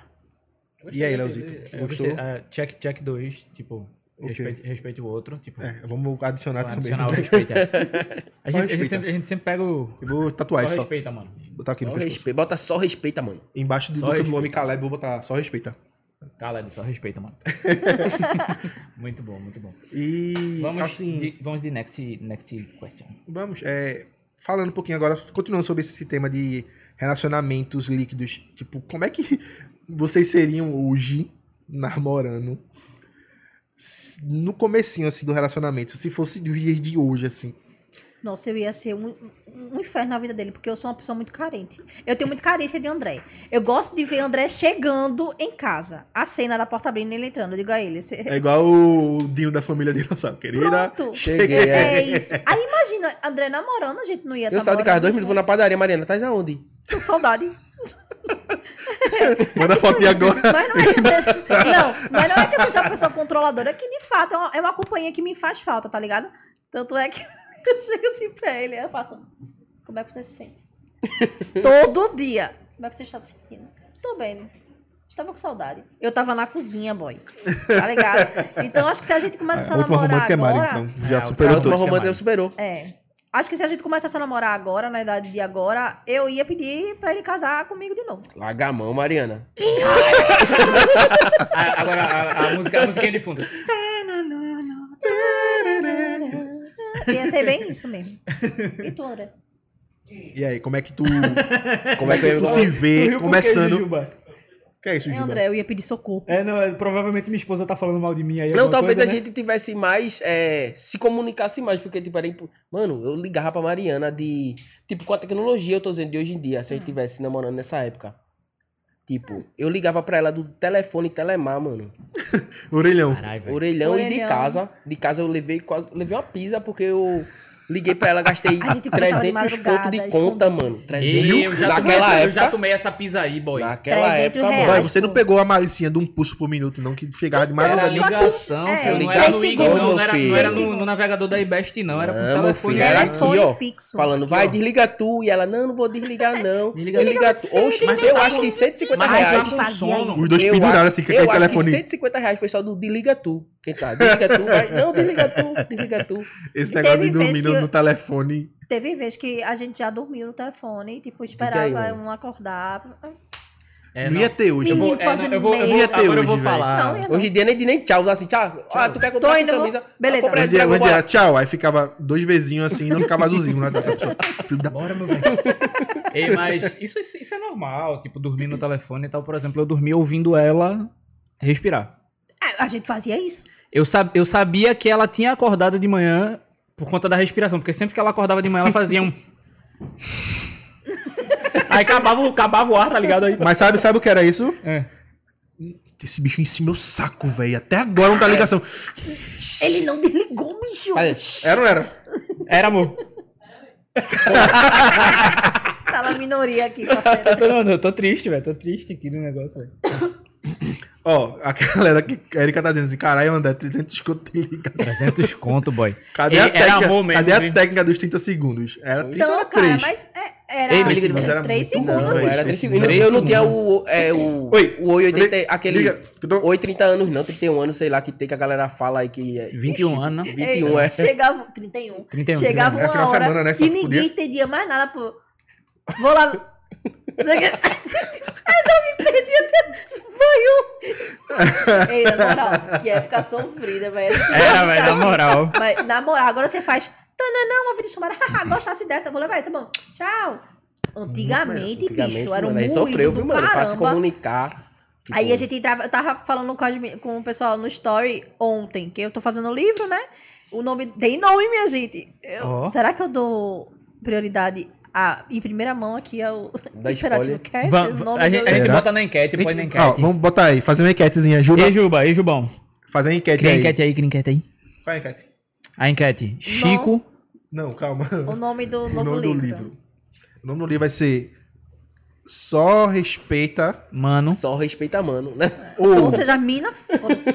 Speaker 2: E aí, Leozito? Gostou?
Speaker 3: Gostei. Ah, check, check 2, tipo,
Speaker 2: O quê?
Speaker 3: respeite, respeite o outro, tipo,
Speaker 2: É, vamos adicionar
Speaker 3: vai
Speaker 2: também.
Speaker 3: adicionar
Speaker 2: [LAUGHS]
Speaker 3: o respeito. é. A,
Speaker 2: Só
Speaker 3: gente, a, gente
Speaker 2: respeita.
Speaker 3: sempre, a gente sempre pega o
Speaker 2: Eu vou tatuar
Speaker 3: só
Speaker 2: isso, ó.
Speaker 3: respeita, mano.
Speaker 2: Botar aqui
Speaker 5: Só
Speaker 2: no pescoço.
Speaker 5: respeita. Bota só
Speaker 2: [LAUGHS]
Speaker 5: respeita, mano.
Speaker 2: Embaixo do
Speaker 3: Só
Speaker 2: Duca do
Speaker 3: respeita.
Speaker 2: Homem Caleb, vou botar só respeita.
Speaker 3: Caleb, só respeita, [LAUGHS] mano. muito bom, muito bom.
Speaker 2: E
Speaker 3: Vamos
Speaker 2: assim,
Speaker 3: de, vamos de next, next question.
Speaker 2: vamos. é, falando um pouquinho agora, continuando sobre esse tema de relacionamentos líquidos. Tipo, como é que [LAUGHS] vocês seriam hoje namorando? s- No comecinho, assim, do relacionamento. Se fosse dos dias de hoje, assim.
Speaker 4: Nossa, eu ia ser um, um inferno na vida dele, porque eu sou uma pessoa muito carente. Eu tenho muita carência de André. Eu gosto de ver André chegando em casa. A cena da porta abrindo e ele entrando. Eu digo a ele. "Cê-
Speaker 2: É igual o Dino da família [LAUGHS] dinossauro. Querida,
Speaker 4: Pronto.
Speaker 5: Cheguei, [LAUGHS] é.
Speaker 4: É isso. Aí imagina, André namorando, a gente não ia
Speaker 5: Eu saio de
Speaker 4: namorando,
Speaker 5: casa dois
Speaker 4: né?
Speaker 5: minutos, vou na padaria, Mariana. Tá aonde?
Speaker 4: Tô com saudade.
Speaker 2: manda foto de agora.
Speaker 4: [LAUGHS] Mas não é que eu seja.
Speaker 2: [LAUGHS]
Speaker 4: Não, mas não é que eu seja uma pessoa controladora, que de fato é uma, é uma companhia que me faz falta, tá ligado? Tanto é que [LAUGHS] eu chego assim pra ele, eu faço. Como é que você se
Speaker 2: [LAUGHS]
Speaker 4: sente? Todo dia. Como é que você está se sentindo? Tô bem. né? Estava com saudade. Eu tava na cozinha, boy. Tá ligado? Então acho que se a gente começa a
Speaker 2: última
Speaker 4: namorar
Speaker 2: romântica é Mari,
Speaker 4: agora.
Speaker 2: então.
Speaker 3: É,
Speaker 2: Já
Speaker 3: a
Speaker 5: A
Speaker 2: superou
Speaker 3: última
Speaker 5: última
Speaker 2: todos.
Speaker 3: Acho que é
Speaker 5: romântica
Speaker 3: Mari.
Speaker 5: superou.
Speaker 4: É. Acho que se a gente começasse a namorar agora, na idade de agora, eu ia pedir pra ele casar comigo de novo.
Speaker 5: Larga a mão, Mariana.
Speaker 3: Ah, agora, a, a música, a musiquinha de fundo.
Speaker 4: Ia ser bem isso
Speaker 2: [LAUGHS]
Speaker 4: mesmo. E tu, André?
Speaker 2: E aí, como é que tu,
Speaker 5: Como é que eu
Speaker 2: tu se
Speaker 5: ia
Speaker 3: Tu
Speaker 2: vê
Speaker 3: riu por quê,
Speaker 2: começando...
Speaker 3: Jujuba?
Speaker 2: que é isso,
Speaker 4: É,
Speaker 2: Juba?
Speaker 4: André, eu ia pedir socorro.
Speaker 3: É, não, é, provavelmente minha esposa tá falando mal de mim aí.
Speaker 5: Não,
Speaker 3: alguma
Speaker 5: talvez
Speaker 3: coisa,
Speaker 5: a
Speaker 3: né?
Speaker 5: gente tivesse mais. é, se comunicasse mais, porque, tipo, era. impo- Mano, eu ligava pra Mariana de. Tipo, com a tecnologia, eu tô dizendo, de hoje em dia,
Speaker 4: Hum.
Speaker 5: se a gente tivesse namorando nessa época. Tipo, eu ligava pra ela do telefone Telemar, mano.
Speaker 2: Orelhão.
Speaker 3: Caralho, velho.
Speaker 5: Orelhão, e de
Speaker 4: Orelhão.
Speaker 5: casa. De casa eu levei quase. Levei uma pisa, porque eu. Liguei pra ela, gastei
Speaker 4: [LAUGHS] A gente começava de
Speaker 5: 300
Speaker 4: madrugada,
Speaker 5: conto de
Speaker 4: escondido.
Speaker 5: conta, mano. 300
Speaker 3: Ei, eu, já tomei
Speaker 5: naquela
Speaker 3: essa, eu
Speaker 5: época.
Speaker 3: já tomei essa pisa aí, boy.
Speaker 5: Naquela
Speaker 4: 300
Speaker 5: época, mano.
Speaker 4: reais.
Speaker 2: Vai, você não pegou a malicinha de um pulso por minuto, não, que chegava de
Speaker 3: Era
Speaker 2: madrugada.
Speaker 4: Só que-
Speaker 3: ligação,
Speaker 4: é,
Speaker 3: filho. Não
Speaker 5: três
Speaker 3: era no IG,
Speaker 5: segundos,
Speaker 3: não. Não era, não era
Speaker 4: filho.
Speaker 3: no, no navegador da iBest, não. Era
Speaker 5: Não,
Speaker 3: pro
Speaker 5: meu
Speaker 3: telefone.
Speaker 5: filho, era
Speaker 3: É, Era...
Speaker 5: assim, ó,
Speaker 4: Telefone fixo.
Speaker 5: Falando, vai, desliga tu. E ela, não, não vou
Speaker 4: [LAUGHS]
Speaker 5: desligar, não.
Speaker 3: Desliga
Speaker 5: desliga,
Speaker 3: tu.
Speaker 5: tu. Oxe,
Speaker 3: Mas
Speaker 5: eu
Speaker 3: tá
Speaker 5: acho que 150
Speaker 3: Mas
Speaker 5: reais.
Speaker 3: já
Speaker 4: gente
Speaker 3: com
Speaker 4: fazia
Speaker 3: sono.
Speaker 4: isso.
Speaker 2: Os dois
Speaker 5: eu
Speaker 2: penduraram
Speaker 5: acho-
Speaker 2: assim, que
Speaker 5: eu
Speaker 2: aquele
Speaker 5: acho
Speaker 2: telefone.
Speaker 5: Que 150 reais foi só do desliga tu. Quem sabe? Desliga tu, vai. Não, desliga tu, desliga tu.
Speaker 2: Esse
Speaker 4: Teve
Speaker 2: negócio de
Speaker 4: vez
Speaker 2: dormir
Speaker 4: que
Speaker 2: no,
Speaker 4: eu-
Speaker 2: no telefone.
Speaker 4: Teve vez que a gente já dormiu no telefone, tipo,
Speaker 5: aí,
Speaker 4: esperava
Speaker 5: mano.
Speaker 4: um acordar.
Speaker 3: É,
Speaker 2: não
Speaker 3: não.
Speaker 2: ia ter hoje.
Speaker 3: Eu
Speaker 4: Menino,
Speaker 3: vou, é,
Speaker 4: fazendo
Speaker 3: não, eu vou, eu
Speaker 4: meia.
Speaker 3: vou,
Speaker 2: Ia ter
Speaker 3: agora eu vou
Speaker 2: hoje, velho.
Speaker 3: falar.
Speaker 4: Não, ia-
Speaker 5: Hoje em dia nem, de- nem tchau, assim, tchau. Ah, tu quer
Speaker 4: Tô
Speaker 5: comprar
Speaker 4: indo,
Speaker 5: essa
Speaker 4: vou-
Speaker 5: camisa?
Speaker 4: Beleza.
Speaker 5: Compra
Speaker 2: Onde,
Speaker 5: essa,
Speaker 2: onde era
Speaker 5: bora.
Speaker 2: tchau, aí ficava dois vezinhos assim, não ficava azulzinho no WhatsApp. pessoal. Tudo da-
Speaker 3: [LAUGHS] Bora, meu velho. Ei, mas isso, isso isso é normal, tipo, dormir no telefone e tal. Por exemplo, eu dormi ouvindo ela respirar.
Speaker 4: é, A, a gente fazia isso.
Speaker 3: Eu, sab- eu sabia que ela tinha acordado de manhã por conta da respiração, porque sempre que ela acordava de manhã, ela fazia um. [LAUGHS] Aí acabava, o- acabava o ar, tá ligado? Aí...
Speaker 2: Mas sabe, sabe o que era isso?
Speaker 3: É.
Speaker 2: Esse bicho em cima meu saco, velho. Até agora não tá ligação.
Speaker 4: Ele não desligou, bicho.
Speaker 5: Olha,
Speaker 2: Era ou não era?
Speaker 3: [LAUGHS] Era, amor.
Speaker 4: Tá na minoria aqui, parceiro.
Speaker 3: Não, não, eu tô triste, velho. Tô triste aqui no negócio, velho.
Speaker 2: Ó, a [LAUGHS] galera que a Erika tá dizendo assim, caralho, André, 300 conto de ligação.
Speaker 3: 300 conto, boy.
Speaker 2: Cadê
Speaker 3: Ei,
Speaker 2: a
Speaker 3: era
Speaker 2: técnica?
Speaker 3: amor mesmo,
Speaker 2: cadê a
Speaker 3: viu?
Speaker 2: técnica dos 30 segundos? Era 30
Speaker 4: Então,
Speaker 2: era
Speaker 4: cara,
Speaker 2: 3.
Speaker 4: mas é- era
Speaker 3: Ei,
Speaker 4: três
Speaker 2: Três segundos era muito,
Speaker 4: segundos. né?
Speaker 5: Não,
Speaker 2: velho.
Speaker 5: era
Speaker 2: Três
Speaker 5: 30 segundos.
Speaker 2: segundos.
Speaker 5: Eu não tinha o. É, o,
Speaker 2: Oi.
Speaker 5: o Oi 80, aquele.
Speaker 2: Liga, então- que eu tô-
Speaker 5: Ou 30 anos, não, 31 anos, sei lá, que tem que a galera fala aí que é.
Speaker 3: 21 anos, né?
Speaker 5: 21 é.
Speaker 4: Chegava, 31.
Speaker 3: 31,
Speaker 4: chegava
Speaker 2: 31. É
Speaker 4: uma
Speaker 2: final de
Speaker 4: hora
Speaker 2: semana, né, só
Speaker 4: que ninguém
Speaker 2: podia.
Speaker 4: entendia mais nada, pô. Vou lá. no- Eu já [LAUGHS] me perdi. assim, Foi um. Ei, na moral, que época sofrida, velho. tipo
Speaker 3: Era, velho, na moral.
Speaker 4: Mas, na moral, agora você faz. Tananã, uma vida chamada. [LAUGHS] Haha, gostasse dessa. Vou levar essa, bom. Tchau. Antigamente, bicho, era um
Speaker 5: mano, aí
Speaker 4: moído
Speaker 5: sofreu,
Speaker 4: do
Speaker 5: viu, mano? Pra se
Speaker 4: caramba.
Speaker 5: comunicar. tipo,
Speaker 4: Aí a gente entrava, eu tava falando com, as men- com o pessoal no story ontem, que eu tô fazendo um o livro, né? O nome. Tem nome, minha gente. Eu-
Speaker 3: Ó.
Speaker 4: Será que eu dou prioridade Ah, em primeira mão aqui é o [LAUGHS]
Speaker 5: Dá
Speaker 4: Imperativo
Speaker 5: spoiler.
Speaker 4: Cast.
Speaker 3: Va-
Speaker 4: o nome
Speaker 3: a, gente,
Speaker 4: do...
Speaker 3: a gente
Speaker 2: Será?
Speaker 3: bota na enquete, põe na
Speaker 2: Ó,
Speaker 3: enquete.
Speaker 2: vamos botar aí, fazer uma enquetezinha. Juba,
Speaker 3: Ei, Juba, ei, Jubão. é
Speaker 2: fazer a enquete
Speaker 3: Cria a
Speaker 2: aí.
Speaker 3: enquete aí, cria a enquete aí.
Speaker 2: Faz a enquete.
Speaker 3: A enquete. Chico.
Speaker 2: Não, calma.
Speaker 4: o nome do
Speaker 2: [LAUGHS] O
Speaker 4: novo
Speaker 2: nome do
Speaker 4: livro.
Speaker 2: livro. O nome do livro vai ser Só Respeita
Speaker 3: Mano.
Speaker 5: Só respeita, mano, né?
Speaker 2: ou...
Speaker 4: Ou seja, a mina, foda-se.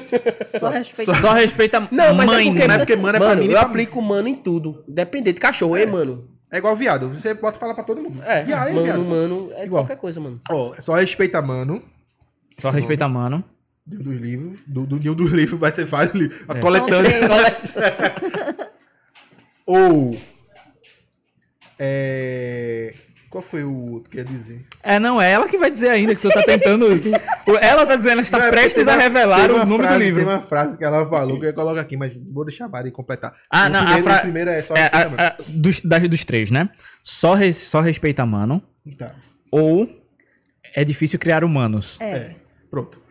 Speaker 4: Só respeito.
Speaker 3: Só respeita
Speaker 5: Não, mas
Speaker 3: mãe.
Speaker 5: é porque,
Speaker 2: não é
Speaker 3: né?
Speaker 2: porque mano é pra
Speaker 5: mano,
Speaker 2: mim,
Speaker 5: eu
Speaker 2: pra mim.
Speaker 5: aplico mano em tudo. Dependente. Cachorro, é. mano.
Speaker 2: É igual viado. Você pode falar pra todo mundo.
Speaker 5: É,
Speaker 2: Viado,
Speaker 5: mano,
Speaker 2: viado.
Speaker 5: mano, é
Speaker 3: Igual.
Speaker 5: qualquer coisa, mano.
Speaker 2: Ó, só Respeita Mano.
Speaker 3: Só respeita mano.
Speaker 2: De um dos livros. Do, do, de um dos [LAUGHS] livros vai ser vários livros. A
Speaker 3: É.
Speaker 2: coletânea.
Speaker 4: São
Speaker 2: Ou. É. Qual foi o outro que ia dizer?
Speaker 3: É, não, é ela que vai dizer ainda que você tá tentando. O- ela tá dizendo, ela está
Speaker 2: Não, é porque
Speaker 3: prestes
Speaker 2: tem
Speaker 3: a
Speaker 2: uma-
Speaker 3: revelar
Speaker 2: tem
Speaker 3: o
Speaker 2: uma
Speaker 3: número
Speaker 2: frase-
Speaker 3: do livro.
Speaker 2: Tem uma frase que ela falou que eu coloco aqui, mas vou deixar a Mari completar.
Speaker 3: Ah,
Speaker 2: O
Speaker 3: não,
Speaker 2: primeiro-
Speaker 3: a
Speaker 2: o
Speaker 3: frase.
Speaker 2: primeiro é só respeita
Speaker 3: a, a- dos, das, dos três, né? Só, res- só respeita mano.
Speaker 2: Tá.
Speaker 3: Ou é difícil criar humanos.
Speaker 4: É.
Speaker 2: Pronto.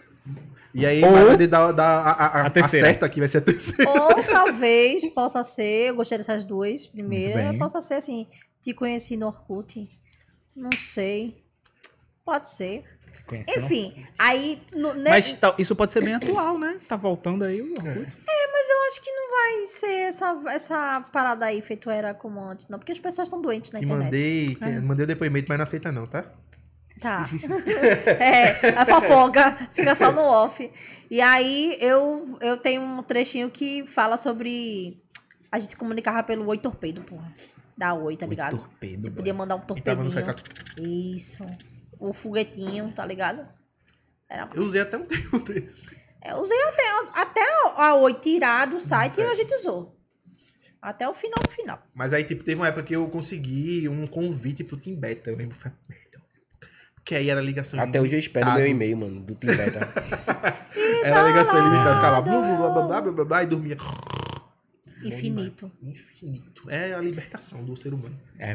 Speaker 2: E aí,
Speaker 3: Ou-
Speaker 2: vai poder dar, dar a, a, a,
Speaker 3: A terceira.
Speaker 2: a certa aqui vai ser a terceira.
Speaker 4: Ou talvez possa ser, eu gostei dessas duas
Speaker 3: Muito
Speaker 4: primeiras,
Speaker 3: bem.
Speaker 4: possa ser assim, te conheci no Orkut. Não sei. Pode ser.
Speaker 2: É,
Speaker 3: Conheceu?
Speaker 4: Enfim, aí. No, né,
Speaker 3: Mas tal- isso pode ser bem atual, né? Tá voltando aí o Orkut.
Speaker 4: eu acho que não vai ser essa, essa parada aí feito era como antes, não. Porque as pessoas estão doentes na
Speaker 2: Que
Speaker 4: internet. Ah.
Speaker 2: mandei, que mandei o depoimento, mas não aceita não, tá?
Speaker 4: Tá. [LAUGHS] é, a fofoca fica só no off. E aí eu, eu tenho um trechinho que fala sobre. A gente se comunicava pelo oi torpedo, porra. Da oi, tá ligado?
Speaker 3: torpedo,
Speaker 4: Você
Speaker 3: boy.
Speaker 4: podia mandar um
Speaker 2: E tava
Speaker 4: torpedinho.
Speaker 2: no site. lá.
Speaker 4: Isso. O foguetinho, tá ligado? Era...
Speaker 2: Eu usei até um [LAUGHS] tempo desse.
Speaker 4: Eu usei até, até a oi tirar do site e a gente usou. Até o final do final.
Speaker 2: Mas aí, tipo, teve uma época que eu consegui um convite pro Team Beta. Eu lembro, foi melhor. Porque aí era ligação
Speaker 5: Até hoje eu espero
Speaker 2: limitado.
Speaker 5: meu e-mail, mano, do Tim
Speaker 2: [LAUGHS]
Speaker 5: Beta.
Speaker 2: Era ligação ilimitada. Ficava blá, blá, blá, blá, blá, blá, blá, blá, e dormia.
Speaker 4: Infinito.
Speaker 2: Infinito. É a libertação do ser humano.
Speaker 3: É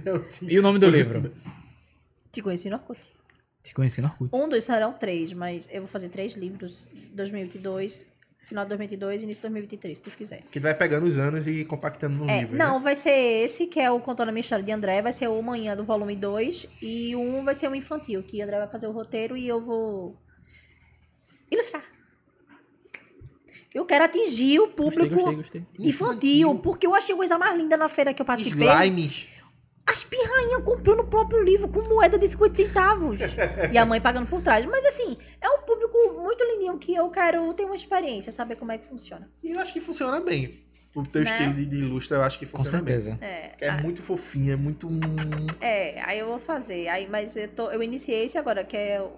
Speaker 2: [LAUGHS] É o Team-
Speaker 3: E o nome do livro?
Speaker 4: Te conheci no Orkut.
Speaker 3: Te conheci no Orkut.
Speaker 4: Um dos serão três, mas eu vou fazer três livros. 2022, final de 2022 e início de 2023, se Deus quiser.
Speaker 2: [LAUGHS] Que vai pegando os anos e compactando
Speaker 3: Um
Speaker 2: no
Speaker 4: É,
Speaker 2: livro.
Speaker 3: né?
Speaker 2: né?
Speaker 4: não, vai ser esse, que é o Contando a Minha História de André, vai ser o Manhã do volume 2, e o um vai ser o infantil, que André vai fazer o roteiro e eu vou ilustrar. Eu quero atingir o
Speaker 3: Gostei,
Speaker 4: público
Speaker 3: gostei, gostei.
Speaker 4: infantil, porque eu achei a coisa mais linda na feira que eu
Speaker 2: Né?
Speaker 4: participei.
Speaker 2: Slimes.
Speaker 4: As pirrainhas comprando o próprio livro com moeda de 50 centavos. e a mãe pagando por trás. Mas assim, é um público muito lindinho que eu quero ter uma experiência, saber como é que funciona.
Speaker 2: E eu acho que funciona bem. O teu
Speaker 4: Né?
Speaker 2: estilo de, de ilustra, eu acho que
Speaker 3: Com
Speaker 2: funciona
Speaker 3: certeza.
Speaker 4: É,
Speaker 2: bem. É muito fofinho, é muito.
Speaker 4: é, aí eu vou fazer. Aí, mas eu, tô, eu iniciei esse agora, que é o-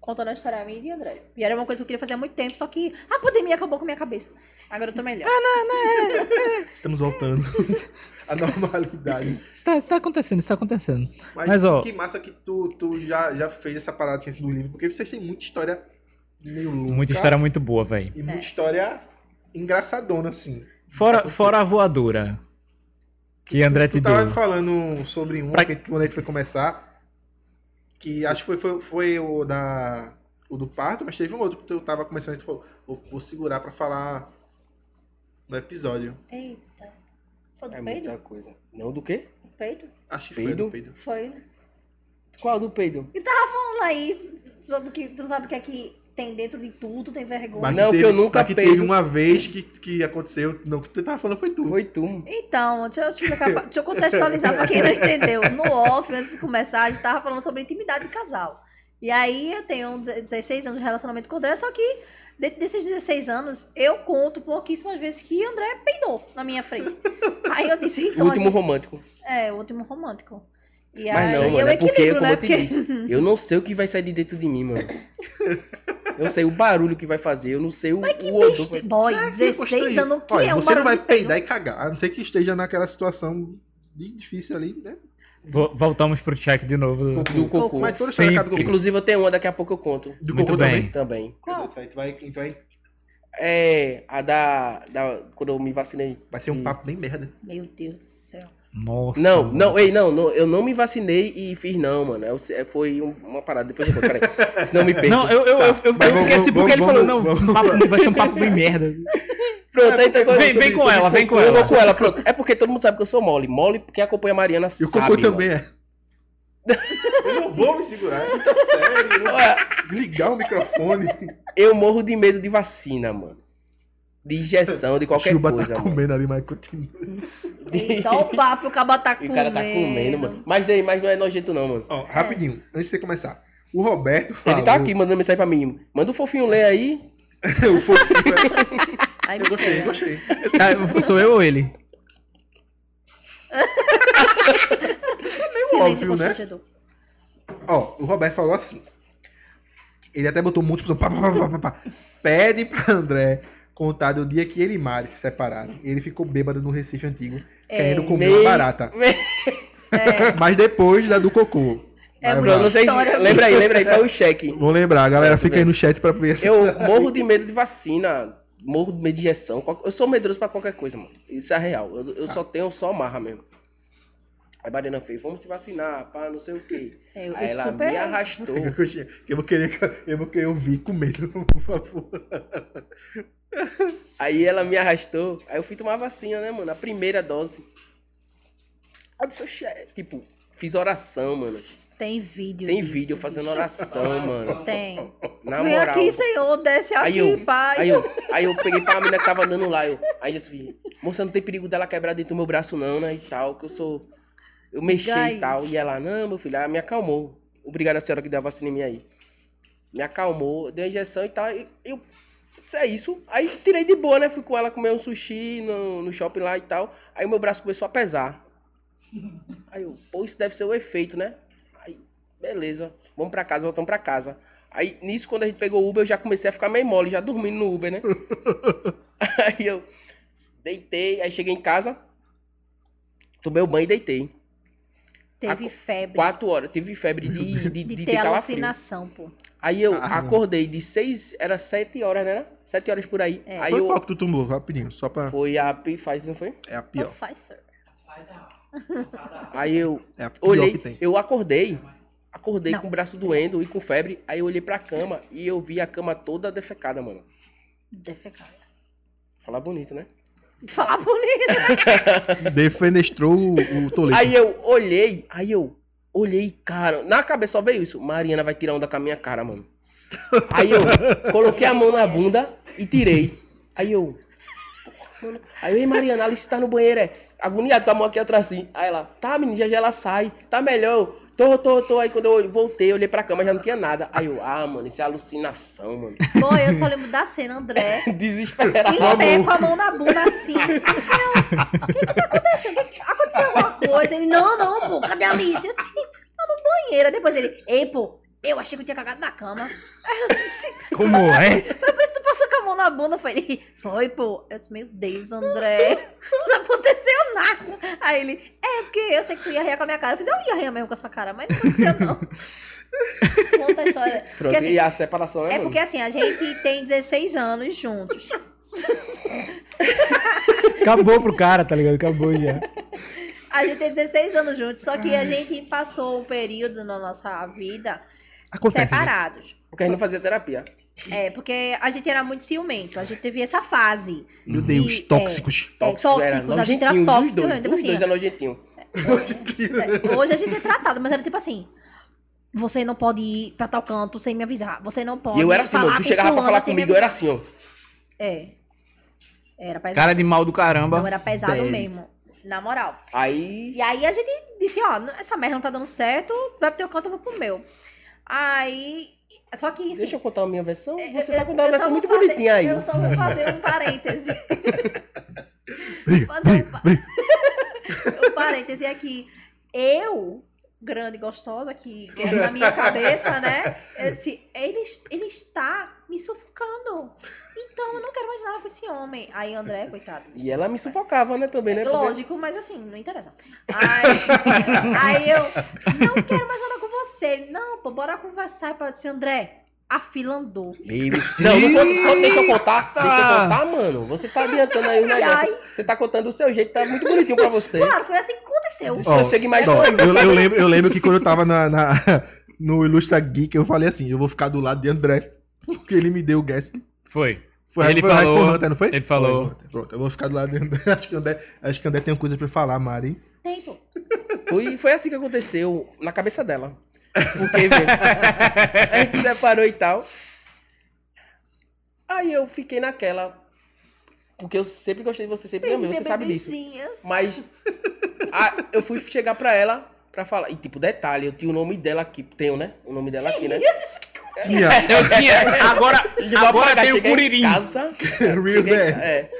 Speaker 4: contando a história minha e de André. E era uma coisa que eu queria fazer há muito tempo, só que a pandemia acabou com a minha cabeça. Agora eu tô melhor.
Speaker 2: Estamos voltando [LAUGHS] à normalidade.
Speaker 3: Isso tá, isso tá acontecendo, isso tá acontecendo.
Speaker 2: Mas,
Speaker 3: Mas, ó-
Speaker 2: que massa que tu, tu já, já fez essa parada de ciência do livro, porque vocês têm muita história meio louca.
Speaker 3: Muita história muito boa, velho.
Speaker 4: É.
Speaker 2: E muita história engraçadona, assim.
Speaker 3: Fora, fora a voadora. Que André te
Speaker 2: Tu
Speaker 3: deu.
Speaker 2: tava me falando sobre um
Speaker 3: Pra-
Speaker 2: que quando a gente foi começar, que acho que foi, foi, foi o da o do parto, mas teve um outro que eu tava começando e tu falou, vou, vou segurar pra falar no episódio.
Speaker 4: Eita. Foi do
Speaker 5: É
Speaker 4: peido?
Speaker 5: muita coisa. Não, do quê?
Speaker 4: Do peido?
Speaker 2: Acho que foi do peido.
Speaker 4: Foi, né?
Speaker 5: Qual do peido?
Speaker 4: Fala aí sobre o que tu não sabe o que é que tem dentro de tudo, tem vergonha.
Speaker 2: Mas
Speaker 5: Não,
Speaker 2: teve,
Speaker 5: que eu nunca
Speaker 2: mas que
Speaker 5: peido.
Speaker 2: teve uma vez que, que aconteceu, não, o que tu tava falando foi tu.
Speaker 5: Foi tu.
Speaker 4: Então, deixa eu, explicar, pra- deixa eu contextualizar pra quem não entendeu. No off, antes de começar, a gente tava falando sobre intimidade de casal. E aí eu tenho 16 anos de relacionamento com o André, só que dentro desses 16 anos, eu conto pouquíssimas vezes que André peidou na minha frente. Aí eu disse,
Speaker 5: O
Speaker 4: então. a
Speaker 5: último
Speaker 4: gente-
Speaker 5: romântico.
Speaker 4: É, o último romântico. E
Speaker 5: Mas
Speaker 4: aí
Speaker 5: não,
Speaker 4: eu
Speaker 5: mano, é porque,
Speaker 4: equilibro,
Speaker 5: como
Speaker 4: né?
Speaker 5: eu te disse, eu não sei o que vai sair de dentro de
Speaker 2: [LAUGHS]
Speaker 5: mim, mano. Eu sei o barulho que vai fazer, eu não sei o,
Speaker 4: Mas que
Speaker 5: o É, odor.
Speaker 4: besta... Boy,
Speaker 2: Ah, que
Speaker 4: 16
Speaker 2: gostosinho.
Speaker 4: anos, o que
Speaker 2: Olha,
Speaker 4: é um
Speaker 2: Você não
Speaker 4: barulho
Speaker 2: vai
Speaker 4: de peido?
Speaker 2: peidar e cagar, a não ser que esteja naquela situação de- difícil ali, né?
Speaker 3: Vo- Voltamos pro check de novo.
Speaker 5: do cocô.
Speaker 2: Mas toda história acaba com
Speaker 3: Sempre.
Speaker 5: Inclusive, eu tenho uma, daqui a pouco eu conto.
Speaker 2: Do
Speaker 3: Muito
Speaker 2: cocô
Speaker 3: bem.
Speaker 2: também.
Speaker 5: Também.
Speaker 4: Qual?
Speaker 2: Isso aí tu vai, tu vai,
Speaker 5: É, a da, da. Quando eu me vacinei.
Speaker 2: vai ser um
Speaker 5: Sim.
Speaker 2: papo bem merda.
Speaker 4: Meu Deus do céu.
Speaker 3: Nossa.
Speaker 5: Não,
Speaker 3: mano.
Speaker 5: não, ei, não, não, eu não me vacinei e fiz, não, mano. Eu- é, foi um- uma parada, depois eu conto, peraí.
Speaker 3: [LAUGHS]
Speaker 5: Senão eu me perco.
Speaker 3: Não, eu, eu, eu, eu
Speaker 2: Tá. Mas vamos-
Speaker 3: fiquei assim porque ele
Speaker 2: vamos-
Speaker 3: falou,
Speaker 2: vamos-
Speaker 3: não, papo- vai ser um papo bem merda.
Speaker 5: Pronto, aí
Speaker 2: Vem-
Speaker 5: então, deixa eu-
Speaker 3: vem com
Speaker 5: deixa eu-
Speaker 3: ela, vem com
Speaker 5: Eu
Speaker 3: ela.
Speaker 5: vou com ela, pronto. É porque todo mundo sabe que eu sou mole. Mole porque acompanha a Mariana
Speaker 2: E
Speaker 5: sabe.
Speaker 2: o cocô
Speaker 5: mano.
Speaker 2: também é. Eu não vou me segurar, tá sério.
Speaker 5: Olha,
Speaker 2: Ligar o microfone.
Speaker 5: Eu morro de medo de vacina, mano. De injeção, de qualquer
Speaker 2: Chuba
Speaker 5: coisa,
Speaker 2: tá
Speaker 5: mano.
Speaker 2: comendo ali, mas continua.
Speaker 4: Então o papo, o caba tá
Speaker 5: [LAUGHS] E
Speaker 4: comendo.
Speaker 5: o cara tá comendo, mano. Mas daí, mas não é nojento não, mano.
Speaker 2: Ó, rapidinho, antes de você começar. O Roberto falou...
Speaker 5: Ele tá aqui mandando mensagem pra mim. Manda um fofinho ler aí.
Speaker 2: o fofinho,
Speaker 4: Aí me
Speaker 2: eu gostei,
Speaker 4: pega.
Speaker 2: gostei.
Speaker 3: Ah, sou eu ou ele?
Speaker 4: Silêncio
Speaker 2: óbvio, né?
Speaker 4: constrangedor.
Speaker 2: Ó, o Roberto falou assim. Ele até botou muitos pá, pá, pá, pá, pá, pá. Pede pra André contar do dia que ele e Mari se separaram. Ele ficou bêbado no Recife Antigo, querendo comer
Speaker 5: Meu-
Speaker 2: uma barata. Mas depois da do cocô.
Speaker 4: É
Speaker 2: Vai,
Speaker 4: muito-
Speaker 5: Pronto,
Speaker 2: vai.
Speaker 5: não sei se...
Speaker 4: História,
Speaker 5: Lembra aí, lembra aí. Faz o cheque.
Speaker 2: Vou lembrar, galera. Fica aí no chat pra ver. se-
Speaker 5: É, Eu morro de medo de vacina. Morro de medo de injeção. qual- Eu sou medroso pra qualquer coisa, mano. Isso é real. Eu, eu só tenho só marra mesmo. Aí Mariana fez, vamos se vacinar, pá, não sei o quê.
Speaker 4: É, eu
Speaker 5: Aí ela
Speaker 4: super-
Speaker 5: me arrastou.
Speaker 2: Fica com cheiro. Eu vou querer, eu vou querer ouvir com medo, [LAUGHS] por favor.
Speaker 5: Aí ela me arrastou. Aí eu fui tomar a vacina, né, mano? A primeira dose. Aí eu disse, "Oxe, é", tipo, fiz oração, mano.
Speaker 4: Tem vídeo.
Speaker 5: Tem
Speaker 4: disso,
Speaker 5: vídeo
Speaker 4: bicho.
Speaker 5: fazendo oração, mano.
Speaker 4: Tem.
Speaker 5: Na
Speaker 4: Vem
Speaker 5: moral.
Speaker 4: aqui, senhor, desce aqui,
Speaker 5: Aí eu,
Speaker 4: pai.
Speaker 5: aí, eu, aí eu peguei pra menina que tava dando lá. Eu, aí já vi, moça, não tem perigo dela quebrar dentro do meu braço, não, né? E tal, que eu sou. Eu mexi
Speaker 4: Gai.
Speaker 5: e tal. E ela, não, meu filho, ela me acalmou. Obrigado a senhora que deu a vacina em mim aí. Me acalmou, deu a injeção e tal. E eu. Isso é isso. Aí tirei de boa, né? Fui com ela comer um sushi no, no shopping lá e tal. Aí meu braço começou a pesar. Aí eu, pô, isso deve ser o efeito, né? Aí, beleza. Vamos pra casa, voltamos pra casa. Aí, nisso, quando a gente pegou o Uber, eu já comecei a ficar meio mole, já dormindo no Uber, né? aí eu deitei, aí cheguei em casa, tomei o banho e deitei.
Speaker 4: Teve
Speaker 5: Aco-
Speaker 4: febre.
Speaker 5: Quatro horas, tive febre de, de,
Speaker 4: de
Speaker 5: de
Speaker 4: ter
Speaker 5: ter calafrio.
Speaker 4: alucinação, pô.
Speaker 5: Aí eu
Speaker 2: Ah.
Speaker 5: acordei de seis, era sete horas, né? Sete horas por
Speaker 4: É.
Speaker 5: aí. Aí
Speaker 2: foi
Speaker 5: eu...
Speaker 2: qual que tu tomou, rapidinho, só pra...
Speaker 5: Foi a Pfizer, não foi?
Speaker 2: É a
Speaker 4: Não
Speaker 2: pior.
Speaker 4: faz, sir.
Speaker 5: Aí eu
Speaker 2: É a pior que
Speaker 5: olhei,
Speaker 2: tem.
Speaker 5: eu acordei, acordei
Speaker 4: Não.
Speaker 5: com o braço doendo e com febre. Aí eu olhei pra cama e eu vi a cama toda defecada, mano.
Speaker 4: Defecar.
Speaker 5: Falar bonito, né?
Speaker 4: Falar [LAUGHS] bonito. né?
Speaker 2: Defenestrou o, o Toledo.
Speaker 5: Aí eu olhei, aí eu olhei, cara, na cabeça só veio isso. Mariana vai tirar onda com a minha cara, mano. Aí eu coloquei a mão na bunda e tirei. Aí eu. mano, Aí eu, ei, Mariana, a Alice tá no banheiro, é. Agoniado com a mão aqui atrás assim. Aí ela, tá, menina, já já ela sai, tá melhor. Eu, Tô, tô, tô. Aí quando eu voltei, olhei pra cama, já não tinha nada. Aí eu, ah, mano, isso é alucinação, mano.
Speaker 4: Pô, eu só lembro da cena,
Speaker 5: [LAUGHS]
Speaker 4: André.
Speaker 5: Desesperado.
Speaker 4: Em pé, com a mão na bunda assim. Meu, o que que tá acontecendo? Que- Aconteceu alguma coisa? Ele, não, não, pô, cadê a Alice? Eu disse, tá no banheiro. Depois ele, ei, pô, eu achei que eu tinha cagado na cama. Aí eu disse,
Speaker 3: Como é?
Speaker 4: foi por isso que tu passou com a mão na bunda. Eu falei, foi, pô. Eu disse, meu Deus, André, não aconteceu nada. Aí ele, é, porque eu sei que tu ia rir com a minha cara. Eu fiz, eu ia rir mesmo com a sua cara, mas não aconteceu, não. Conta a história.
Speaker 5: Pronto,
Speaker 4: Porque, assim,
Speaker 5: e a separação, né,
Speaker 4: é
Speaker 5: mano?
Speaker 4: porque assim, a gente tem 16 anos juntos.
Speaker 3: Acabou pro cara, tá ligado? Acabou já.
Speaker 4: A gente tem 16 anos juntos, só que a gente passou um período na nossa vida
Speaker 5: né?
Speaker 2: Acontece,
Speaker 4: separados.
Speaker 5: Porque a gente não fazia terapia.
Speaker 4: É, porque a gente era muito ciumento, a gente teve essa fase.
Speaker 2: Meu Deus,
Speaker 4: E, é,
Speaker 2: tóxicos.
Speaker 4: tóxicos,
Speaker 5: era
Speaker 4: a gente era
Speaker 5: nojentinho, os
Speaker 4: tóxico,
Speaker 5: dois,
Speaker 4: né? Tipo
Speaker 5: os
Speaker 4: assim,
Speaker 5: dois
Speaker 4: ó.
Speaker 5: é nojentinho.
Speaker 4: É, hoje a gente é tratado, mas era tipo assim. Você não pode ir pra tal canto sem me avisar. Você não pode.
Speaker 5: E eu era assim, mano.
Speaker 4: falar
Speaker 5: Tu
Speaker 4: com
Speaker 5: chegava pra
Speaker 4: fulano
Speaker 5: falar
Speaker 4: sem me
Speaker 5: comigo, eu era
Speaker 4: avisar.
Speaker 5: assim, ó.
Speaker 4: É. Era pesado.
Speaker 3: Cara de mal do
Speaker 4: Não, é.
Speaker 3: caramba.
Speaker 4: era pesado
Speaker 2: Bad.
Speaker 4: mesmo. Na moral.
Speaker 5: Aí.
Speaker 4: E aí a gente disse, ó, essa merda não tá dando certo, vai pro teu canto, eu vou pro meu. Aí. Só que. assim,
Speaker 5: Deixa eu contar a minha versão. Você
Speaker 4: É, eu-
Speaker 5: tá contando
Speaker 4: eu
Speaker 5: uma
Speaker 4: só
Speaker 5: versão
Speaker 4: vou
Speaker 5: muito
Speaker 4: fazer-
Speaker 5: bonitinha aí.
Speaker 4: Eu só vou fazer um parêntese.
Speaker 2: [LAUGHS] Briga,
Speaker 4: Fazer um,
Speaker 2: briga,
Speaker 4: pa-
Speaker 2: briga.
Speaker 4: [LAUGHS] um parêntese aqui. Eu, grande e gostosa, que, que era na minha cabeça, né? Eu disse, ele, ele está me sufocando. Então eu não quero mais nada com esse homem. Aí André, coitado.
Speaker 5: E ela me sufocava, né, também, né? Porque-
Speaker 4: Lógico, mas assim, não interessa. Aí, aí eu, não quero mais falar com você. Ele, Não, pô, bora conversar. Pode ser, assim, André, a fila andou.
Speaker 5: Baby. Não, não conta- conta- deixa eu contar. Deixa eu contar, mano. Você tá adiantando aí o negócio. Você tá contando do seu jeito, tá muito bonitinho pra você.
Speaker 4: Claro, foi assim que aconteceu.
Speaker 5: Ó, é. eu sei que mais
Speaker 2: ó,
Speaker 5: coisa.
Speaker 2: eu, eu lembro, eu lembro que quando eu tava na, na- [LAUGHS] [LAUGHS] no Ilustra Geek, eu falei assim, eu vou ficar do lado de André, porque ele me deu o guest.
Speaker 3: Foi.
Speaker 2: Foi
Speaker 6: Ele
Speaker 2: foi o Raio
Speaker 6: falou-
Speaker 2: Forranta, não foi?
Speaker 6: ele falou.
Speaker 2: Foi, Pronto, eu vou ficar do lado de André. [LAUGHS] Acho que André, acho que André tem coisa pra falar, Mari.
Speaker 4: Tempo.
Speaker 5: Foi, foi assim que aconteceu na cabeça dela. Porque, velho, a gente se separou e tal. Aí eu fiquei naquela. Porque eu sempre gostei de você, sempre amei, você sabe disso. Mas a- eu fui chegar pra ela pra falar. E tipo, detalhe, eu tinha o nome dela aqui. Tenho, né? O nome dela aqui, né?
Speaker 2: Tinha.
Speaker 6: Eu
Speaker 2: [LAUGHS]
Speaker 6: tinha.
Speaker 3: Agora,
Speaker 5: Eu vou
Speaker 6: tá Agora
Speaker 5: apagar,
Speaker 6: tem o
Speaker 5: cheguei em
Speaker 6: Curirim.
Speaker 5: Casa,
Speaker 2: Real
Speaker 5: [LAUGHS] cheguei-
Speaker 2: Dad.
Speaker 5: é.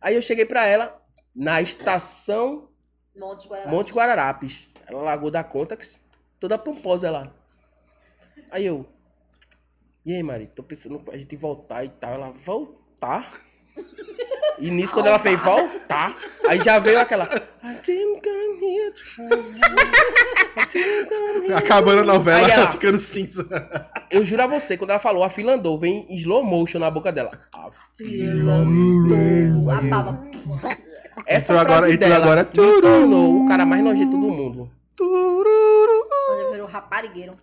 Speaker 5: Aí eu cheguei pra ela na estação
Speaker 4: Monte Guararapes.
Speaker 5: Monte Guararapes. Ela largou da Contax, toda pomposa lá. Aí eu. E aí, Mari, tô pensando pra gente voltar e tal. Ela, voltar? E nisso, quando ela fez voltar, aí já veio aquela. I didn't come here to find you. I didn't come here
Speaker 2: Acabando a novela,
Speaker 5: Aí
Speaker 2: [LAUGHS]
Speaker 5: ela-
Speaker 2: ficando cinza.
Speaker 5: eu juro a você, quando ela falou, a fila andou, vem em slow motion na boca dela. A fila andou.
Speaker 4: A baba.
Speaker 5: Essa
Speaker 2: Entrou
Speaker 5: frase
Speaker 2: então agora- entrou
Speaker 5: dela
Speaker 2: agora. é
Speaker 5: me tornou o cara mais nojento do mundo.
Speaker 4: Quando ele virou raparigueiro.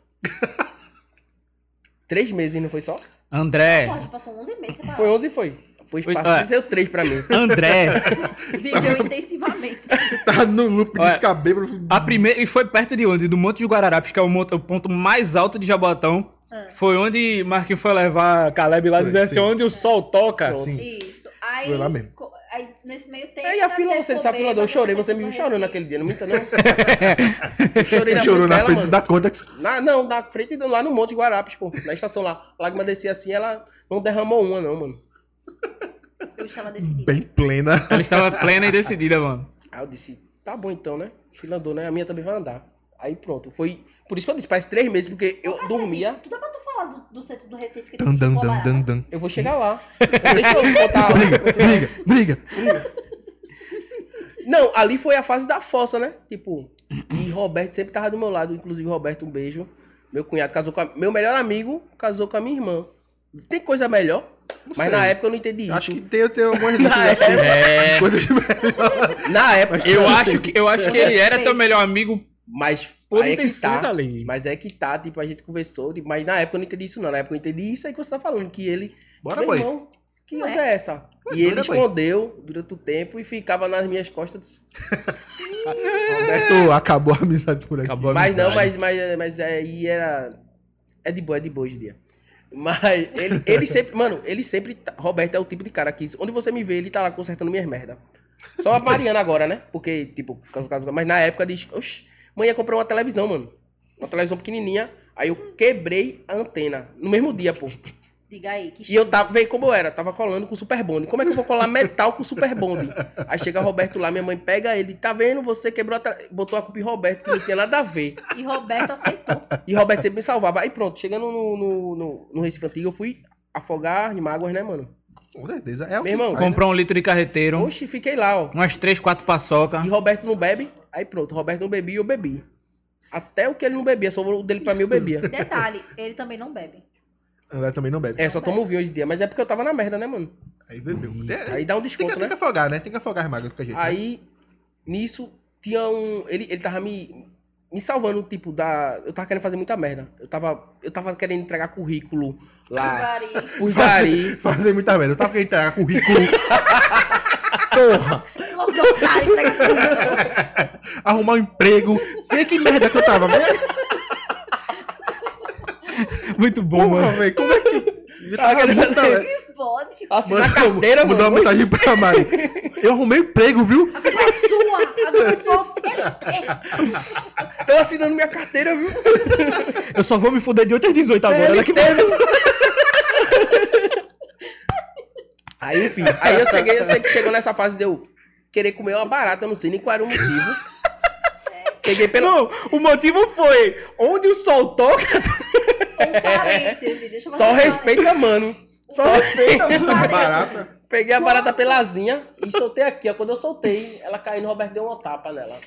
Speaker 5: Três meses, não foi só?
Speaker 3: André,
Speaker 4: Pode, passou 11 meses separado.
Speaker 5: É. Foi 11 e foi. Pois
Speaker 6: Pois-
Speaker 5: passou
Speaker 6: é.
Speaker 5: de ser três pra mim.
Speaker 3: André,
Speaker 5: [LAUGHS]
Speaker 4: Viveu intensivamente.
Speaker 2: Tá no loop de
Speaker 6: Olha,
Speaker 2: ficar bêbado.
Speaker 6: A primeira. E foi perto de onde? Do Monte de Guararapes, que é o, monte- o ponto mais alto de Jabotão. Foi onde Marquinhos foi levar Caleb lá
Speaker 2: Foi,
Speaker 6: dizer assim,
Speaker 2: sim.
Speaker 6: onde o sol toca.
Speaker 5: Pronto.
Speaker 2: assim.
Speaker 4: Isso. Aí,
Speaker 2: Foi lá mesmo.
Speaker 4: co- aí, nesse meio tempo.
Speaker 5: Aí a
Speaker 4: né,
Speaker 5: fila,
Speaker 4: ficou
Speaker 5: você sabe, a fila andou.
Speaker 4: bêbado,
Speaker 5: Eu chorei, você me
Speaker 4: ficou
Speaker 5: viu chorando
Speaker 4: recido.
Speaker 5: naquele dia, não minta não.
Speaker 2: [LAUGHS]
Speaker 5: Eu chorei na
Speaker 2: Chorou
Speaker 5: frente
Speaker 2: na
Speaker 5: dela,
Speaker 2: frente
Speaker 5: mano.
Speaker 2: da Contax.
Speaker 5: Na- não, na frente, do- lá no Monte Guarapes, pô. Na estação lá. A lágrima descia assim, ela não derramou uma, não, mano.
Speaker 4: Eu estava decidida.
Speaker 2: Bem plena.
Speaker 6: Ela estava plena e decidida, mano.
Speaker 5: Aí eu disse, tá bom então, né? Fila andou, né? A minha também vai andar. Aí pronto, foi. Por isso que eu disse, faz três meses, porque
Speaker 4: Tá é
Speaker 5: eu dormia.
Speaker 4: Tu dá pra tu falar do, do centro do Recife que tu
Speaker 2: Dan, dan,
Speaker 4: ficou
Speaker 2: dan,
Speaker 4: barato?
Speaker 2: dan, dan.
Speaker 5: Eu vou chegar
Speaker 2: [LAUGHS]
Speaker 5: lá. Deixa eu contar.
Speaker 2: Briga, briga.
Speaker 5: Não, ali foi a fase da fossa, né? Tipo, e Roberto sempre tava do meu lado. Inclusive, Roberto, um beijo. Meu cunhado casou com a... Meu melhor amigo casou com a minha irmã. Tem coisa melhor? mas
Speaker 2: sei.
Speaker 5: na época eu não entendi isso.
Speaker 2: Acho que tem, tem algumas listas
Speaker 5: Na
Speaker 2: assim.
Speaker 5: época,
Speaker 6: É.
Speaker 2: Coisa de melhor.
Speaker 5: na época.
Speaker 6: Eu acho que, eu acho que ele era teu melhor amigo
Speaker 5: Mas
Speaker 6: por
Speaker 5: aí é que
Speaker 6: intensidade
Speaker 5: tá.
Speaker 6: ali.
Speaker 5: Mas é que tá, tipo, a gente conversou, tipo, mas na época eu não entendi isso, não. Na época eu entendi isso aí que você tá falando, que ele.
Speaker 2: Bora,
Speaker 5: Meu
Speaker 2: boy.
Speaker 5: irmão, que
Speaker 4: Não
Speaker 5: onda
Speaker 4: é?
Speaker 5: é essa?
Speaker 2: Mas
Speaker 5: E ele
Speaker 2: doida, boy.
Speaker 5: escondeu durante o tempo e ficava nas minhas costas.
Speaker 2: Roberto,
Speaker 5: É.
Speaker 2: acabou a amizade por aqui.
Speaker 6: Acabou a
Speaker 5: Mas não,
Speaker 6: amizade.
Speaker 5: mas, mas, mas aí era. É de boa, é de boa hoje em dia. Mas [LAUGHS] ele, ele sempre. Mano, ele sempre. tá- Roberto é o tipo de cara que. Onde você me vê, ele tá lá consertando minhas merda. Só a Mariana agora, né? Porque, tipo, caso, caso, mas na época diz. Oxi, mãe ia comprar uma televisão, mano. Uma televisão pequenininha. Aí eu quebrei a antena. No mesmo dia, pô.
Speaker 4: Diga aí, que
Speaker 5: E eu tava, veio como eu era, tava colando com Super Bond. Como é que eu vou colar metal com Super Bond? Aí chega Roberto lá, minha mãe pega ele, tá vendo? Você quebrou a tra- botou a culpa em Roberto, que não tinha nada a ver.
Speaker 4: E Roberto aceitou.
Speaker 5: [LAUGHS] E Roberto sempre me salvava. Aí pronto, chegando no, no, no, no Recife Antigo, eu fui afogar de mágoas, né, mano?
Speaker 2: Com certeza. É o
Speaker 5: Meu
Speaker 2: que
Speaker 5: irmão,
Speaker 2: faz, né?
Speaker 6: Comprou um litro de carreteiro,
Speaker 5: Oxi, fiquei lá, ó.
Speaker 6: umas três, quatro paçoca.
Speaker 5: E Roberto não bebe, aí pronto, Roberto não bebia e eu bebi. Até o que ele não bebia, só o dele pra mim eu bebia.
Speaker 4: Detalhe, ele também não bebe.
Speaker 2: André também não bebe.
Speaker 5: É, só tomo vinho hoje em dia, mas é porque eu tava na merda, né, mano?
Speaker 2: Aí bebeu. É,
Speaker 5: Aí dá um
Speaker 2: tem, que,
Speaker 5: desconto,
Speaker 2: tem
Speaker 5: né?
Speaker 2: que afogar, né? Tem que afogar as magras de qualquer jeito. né?
Speaker 5: Aí, nisso, tinha um. Ele, ele tava me. Me salvando, tipo, da. Eu tava querendo fazer muita merda. Eu tava. Eu tava querendo entregar currículo lá.
Speaker 4: Gari,
Speaker 5: Pros gari.
Speaker 2: né? Fazer muita merda. Eu tava querendo entregar currículo. Porra!
Speaker 4: nosso cara tá entrega
Speaker 2: Arrumar um emprego. Vê que merda que eu tava. velho.
Speaker 6: Muito bom,
Speaker 2: Porra, velho. Como é que. Eu tava né?
Speaker 5: querendo
Speaker 2: muita
Speaker 5: fazer-
Speaker 2: merda.
Speaker 4: que pode.
Speaker 5: Assim, na
Speaker 2: Mandou-
Speaker 5: carteira,
Speaker 2: Mandou
Speaker 5: mano.
Speaker 2: uma mensagem pra Mari. Eu arrumei emprego, viu?
Speaker 4: É sua, a do social.
Speaker 5: Tô assinando minha carteira, viu?
Speaker 6: Eu só vou me fuder de 8 às 18 agora. Daqui...
Speaker 5: [LAUGHS] Aí, enfim. Aí eu cheguei, eu sei que chegou nessa fase de eu querer comer uma barata, eu não sei nem qual era o motivo. Peguei pelo.
Speaker 6: Não, o motivo foi onde o sol toca.
Speaker 2: [LAUGHS]
Speaker 4: Um parêntese, deixa eu
Speaker 5: Só
Speaker 4: fazer um
Speaker 5: respeita, mano. Só respeita,
Speaker 4: parêntese.
Speaker 2: Barata.
Speaker 5: Peguei a barata pelazinha e soltei aqui. Ó. Quando eu soltei, ela caiu no Roberto deu uma tapa nela.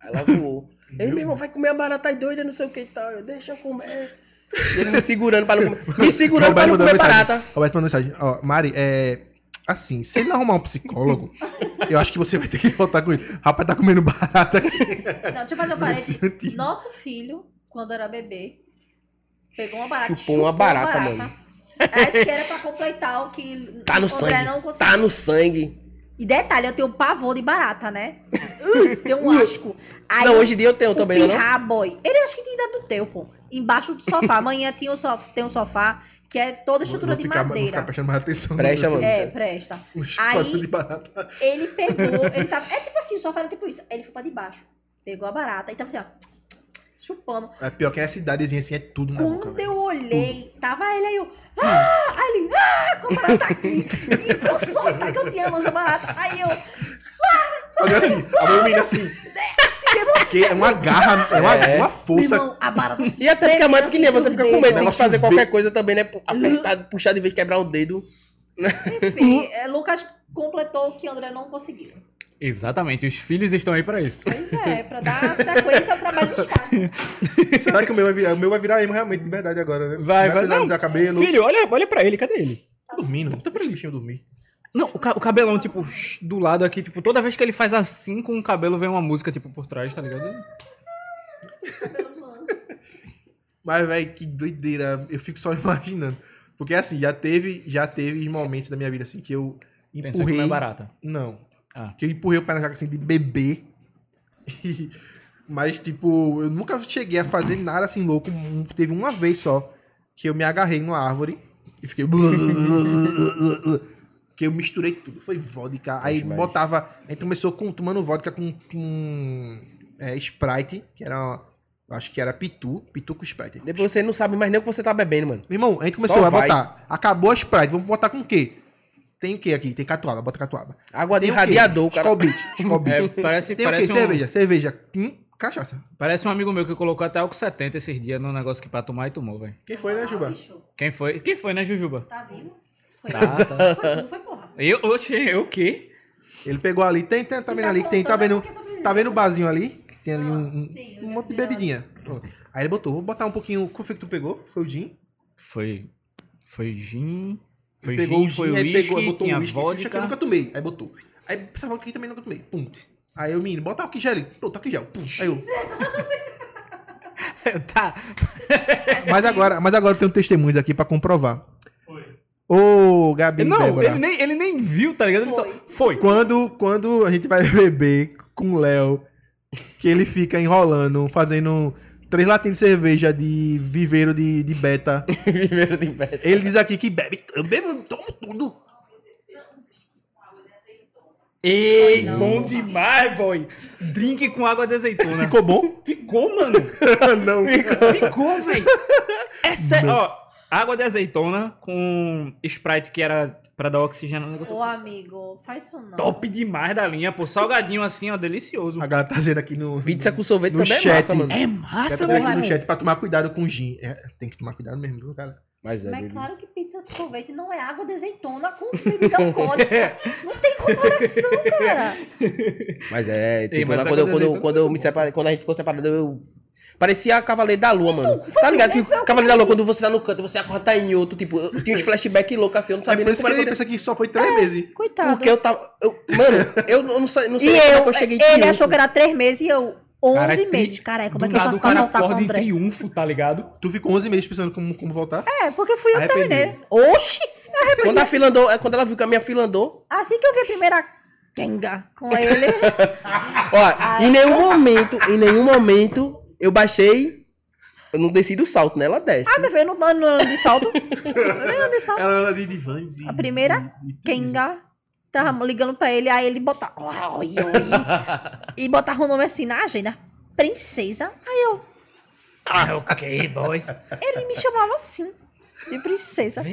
Speaker 5: Aí Ela voou. Ele, meu irmão, vai comer a barata aí doida, não sei o que e tal. Eu, deixa eu comer. E Ele me segurando pra não comer. Me segurando pra não comer
Speaker 2: mensagem.
Speaker 5: barata.
Speaker 2: Roberto mandou mensagem. Ó, Mari, é. Assim, se ele não arrumar um psicólogo, eu acho que você vai ter que voltar com ele. Rapaz, tá comendo barata aqui.
Speaker 4: Não, deixa eu fazer um parênteses.
Speaker 2: Nesse sentido.
Speaker 4: Nosso filho, quando era bebê, pegou uma barata.
Speaker 5: Chupou uma barata, mano.
Speaker 4: Acho que era pra completar o que
Speaker 5: Tá no
Speaker 4: André não
Speaker 5: sangue.
Speaker 4: conseguiu.
Speaker 5: Tá no sangue.
Speaker 4: E detalhe, eu tenho pavor de barata,
Speaker 5: [LAUGHS]
Speaker 4: né? Uh, tem um asco. Aí
Speaker 5: não, hoje em dia eu tenho
Speaker 4: o
Speaker 5: também, não? é não?
Speaker 4: pirra, boy. Ele acho que tem idade do teu, pô. Embaixo do sofá. Amanhã tinha um sof- tem um sofá que é toda estrutura de
Speaker 2: ficar, vou ficar
Speaker 4: madeira.
Speaker 2: prestando mais atenção.
Speaker 5: Presta,
Speaker 2: no-
Speaker 5: mano.
Speaker 4: É, presta.
Speaker 2: no chupado
Speaker 4: Aí-
Speaker 2: de barata.
Speaker 4: Ele pegou, ele tava. É tipo assim, o sofá era tipo isso. Aí ele foi pra debaixo. Pegou a barata e tava assim, ó. Chupando.
Speaker 2: É pior que essa cidadezinha assim é tudo na boca,
Speaker 4: Quando
Speaker 2: velho.
Speaker 4: eu olhei, tava ele aí, eu. Ah! Aí ele, ah, como ela tá aqui! E eu só tá que eu tinha a manja barata. Aí eu,
Speaker 2: Olha assim, a minha menina assim. Porque é uma garra, é uma,
Speaker 5: É.
Speaker 2: uma
Speaker 4: meu
Speaker 2: força.
Speaker 4: irmão, a barata se
Speaker 5: E até porque a mãe é
Speaker 4: espremeu,
Speaker 5: pequenininha, você
Speaker 4: assim,
Speaker 5: fica com medo, tem que
Speaker 2: Negócio
Speaker 5: fazer
Speaker 2: vê-
Speaker 5: qualquer coisa também, né? Pu- Apertar, puxar de vez, quebrar o dedo.
Speaker 4: Enfim, é, Lucas completou o que André não conseguiu.
Speaker 3: Exatamente, os filhos estão aí pra isso.
Speaker 4: Pois é, pra dar sequência ao trabalho dos pais.
Speaker 2: Será que o meu vai virar? O meu vai virar emo realmente, de verdade, agora, né?
Speaker 3: Vai, vai.
Speaker 2: precisar
Speaker 3: Não,
Speaker 2: alisar cabelo.
Speaker 3: Filho, olha, olha pra ele, cadê ele?
Speaker 2: Tá dormindo. Tá pra bichinho dormir.
Speaker 3: Não, o, ca- o cabelão, tipo, shh, do lado aqui, tipo, toda vez que ele faz assim com o cabelo, vem uma música, tipo, por trás, tá ligado?
Speaker 2: Mas, velho, que doideira. Eu fico só [LAUGHS] imaginando. Porque, assim, já teve, já teve momentos da minha vida, assim, que eu
Speaker 3: Pensou que
Speaker 2: empurrei...
Speaker 3: não é barata.
Speaker 2: Não.
Speaker 3: Ah.
Speaker 2: Que eu empurrei o pé na jaca, assim, de bebê. [LAUGHS] E- Mas, tipo, eu nunca cheguei a fazer nada, assim, louco. Um- Teve uma vez só que eu me agarrei numa árvore e fiquei... [LAUGHS] que eu misturei tudo. Foi vodka. Aí
Speaker 5: Poxa, mas-
Speaker 2: botava... A gente começou com, tomando vodka com, com é, Sprite, que era... uma- eu Acho que era Pitu. Pitu com Sprite.
Speaker 5: Depois você não sabe mais nem o que você tá bebendo, mano.
Speaker 2: Meu irmão, a gente começou
Speaker 5: Só
Speaker 2: a
Speaker 5: vai.
Speaker 2: botar. Acabou a Sprite. Vamos botar com o quê? Tem o quê aqui? Tem catuaba. Bota catuaba.
Speaker 5: Água
Speaker 2: Tem
Speaker 5: de
Speaker 2: o quê?
Speaker 5: radiador, o cara.
Speaker 2: [LAUGHS] Skol Beat. Skol Beat.
Speaker 3: [LAUGHS] É,
Speaker 2: Tem
Speaker 3: parece,
Speaker 2: o quê?
Speaker 3: parece, um,
Speaker 2: Cerveja. Cerveja. Hum, cachaça.
Speaker 3: parece um amigo meu que colocou até álcool 70 esses dias no negócio que pra tomar e tomou, velho.
Speaker 2: Quem [LAUGHS] foi, né, Juba?
Speaker 4: Ah, Bicho,
Speaker 3: Quem foi? Quem foi, né, Jujuba?
Speaker 4: Tá vivo? Foi.
Speaker 3: Tá, tá.
Speaker 4: Foi, tu, foi porra.
Speaker 3: Eu, oxe, eu o quê?
Speaker 2: Ele pegou ali. Tem, tem, tá
Speaker 4: Se
Speaker 2: vendo
Speaker 4: tá
Speaker 2: ali? Tem, tá
Speaker 4: contando, é
Speaker 2: vendo?
Speaker 4: porque sobreviveu.
Speaker 2: Tá vendo o barzinho ali? Tem ali um, um-
Speaker 4: Sim,
Speaker 2: um
Speaker 4: eu né?
Speaker 2: monte de
Speaker 4: quero ver
Speaker 2: bebidinha. Ó, Aí ele botou. Vou botar um pouquinho. Qual foi que tu pegou? Foi o gin?
Speaker 3: Foi. Foi gin. Foi
Speaker 2: Pegou
Speaker 3: gin,
Speaker 2: o gin,
Speaker 3: foi
Speaker 2: aí
Speaker 3: uísque,
Speaker 2: pegou, botou
Speaker 3: tinha
Speaker 2: um uísque, esse uísque aqui eu
Speaker 3: vodka.
Speaker 2: nunca tomei. Aí botou. Aí essa vodka aqui também nunca tomei. Ponto. Aí o menino, bota o que gel ali. Pronto, aqui gel. Pum. Aí eu,
Speaker 3: [LAUGHS] tá.
Speaker 2: Mas agora, mas agora eu tenho testemunhos aqui pra comprovar. Foi. Ô, Gabi,
Speaker 3: Não,
Speaker 2: Débora,
Speaker 3: ele nem, ele nem viu, tá ligado? Ele só... Foi.
Speaker 2: quando, quando a gente vai [LAUGHS] beber com o Léo, que ele fica enrolando, fazendo três latinhos de cerveja de viveiro de, de beta,
Speaker 5: Viveiro de pedra.
Speaker 2: ele diz aqui que bebe, eu bebo, eu tomo tudo.
Speaker 3: Ei, bom demais, boy. Drink com água de azeitona.
Speaker 2: Ficou
Speaker 3: [LAUGHS]
Speaker 2: bom?
Speaker 3: Ficou, mano.
Speaker 2: Não.
Speaker 3: Ficou, velho. Essa, ó, água de azeitona com Sprite que era pra dar oxigênio no negócio.
Speaker 4: Ô, amigo, faz isso não.
Speaker 3: Top demais da linha, pô. Salgadinho assim, ó, delicioso.
Speaker 2: A galera tá dizendo aqui no...
Speaker 5: Pizza com sorvete
Speaker 2: No
Speaker 5: também
Speaker 2: chat.
Speaker 5: é massa, mano.
Speaker 3: É
Speaker 2: tá
Speaker 3: massa,
Speaker 2: dizendo aqui
Speaker 3: mano.
Speaker 2: no chat pra tomar cuidado com o gin. É, tem que tomar cuidado mesmo, viu, cara?
Speaker 5: Mas é,
Speaker 4: Mas é
Speaker 5: bebida.
Speaker 4: claro que pizza com sorvete não é água de azeitona com bebida [LAUGHS] alcoólica. Não tem comparação, cara.
Speaker 5: Mas é, tipo,
Speaker 3: mas
Speaker 5: lá
Speaker 3: a
Speaker 5: quando,
Speaker 3: coisa
Speaker 5: eu, quando, eu,
Speaker 3: azeitona
Speaker 2: tá
Speaker 5: quando eu me separei, quando a gente ficou separado, eu. Parecia Cavaleiro da Lua, mano.
Speaker 4: foi
Speaker 5: Tá ligado? Que
Speaker 4: isso, foi o
Speaker 5: Cavaleiro da Lua, quando você tá no canto, você acorda tá em outro, tipo, eu tinha uns flashback loucos assim, eu não
Speaker 2: É
Speaker 5: sabia
Speaker 2: por
Speaker 5: nem
Speaker 2: isso que
Speaker 5: como
Speaker 2: ele
Speaker 5: era.
Speaker 2: pensa que só foi três meses.
Speaker 4: Coitado.
Speaker 5: Porque eu tava. eu- mano, eu não, eu não sei, não
Speaker 4: E
Speaker 5: sei como é
Speaker 4: eu,
Speaker 5: que eu cheguei em
Speaker 4: ele
Speaker 5: Kyoto.
Speaker 4: achou que era três meses e eu, 11
Speaker 3: Cara, tri-
Speaker 4: meses. Caralho, como é
Speaker 3: Do
Speaker 4: que eu
Speaker 3: nada,
Speaker 4: faço
Speaker 3: o
Speaker 4: pra
Speaker 3: cara
Speaker 4: voltar com o
Speaker 3: acorda em
Speaker 4: André?
Speaker 3: triunfo, tá ligado?
Speaker 2: Tu ficou 11 meses pensando como, como voltar?
Speaker 4: É, porque fui eu que
Speaker 2: Arrependido.
Speaker 4: terminei. Oxi!
Speaker 5: Quando a fila andou, é, quando ela viu que a minha fila andou.
Speaker 4: Assim que eu vi a primeira kenga com ele, [LAUGHS]
Speaker 5: Ó, em nenhum momento, em nenhum momento, eu baixei. Eu não desci do salto, né? Ela desce.
Speaker 4: ah, meu filho, eu não ando- não ando de salto. Eu não ando de salto.
Speaker 2: Ela era de divãs e...
Speaker 4: A primeira
Speaker 2: e- e tudo isso.
Speaker 4: Kenga. Tava ligando pra ele, aí ele botava. Oi, oi. e botava o nome assim na agenda. Princesa. Aí eu.
Speaker 3: Ah, ok, boy.
Speaker 4: Ele me chamava assim. De princesa.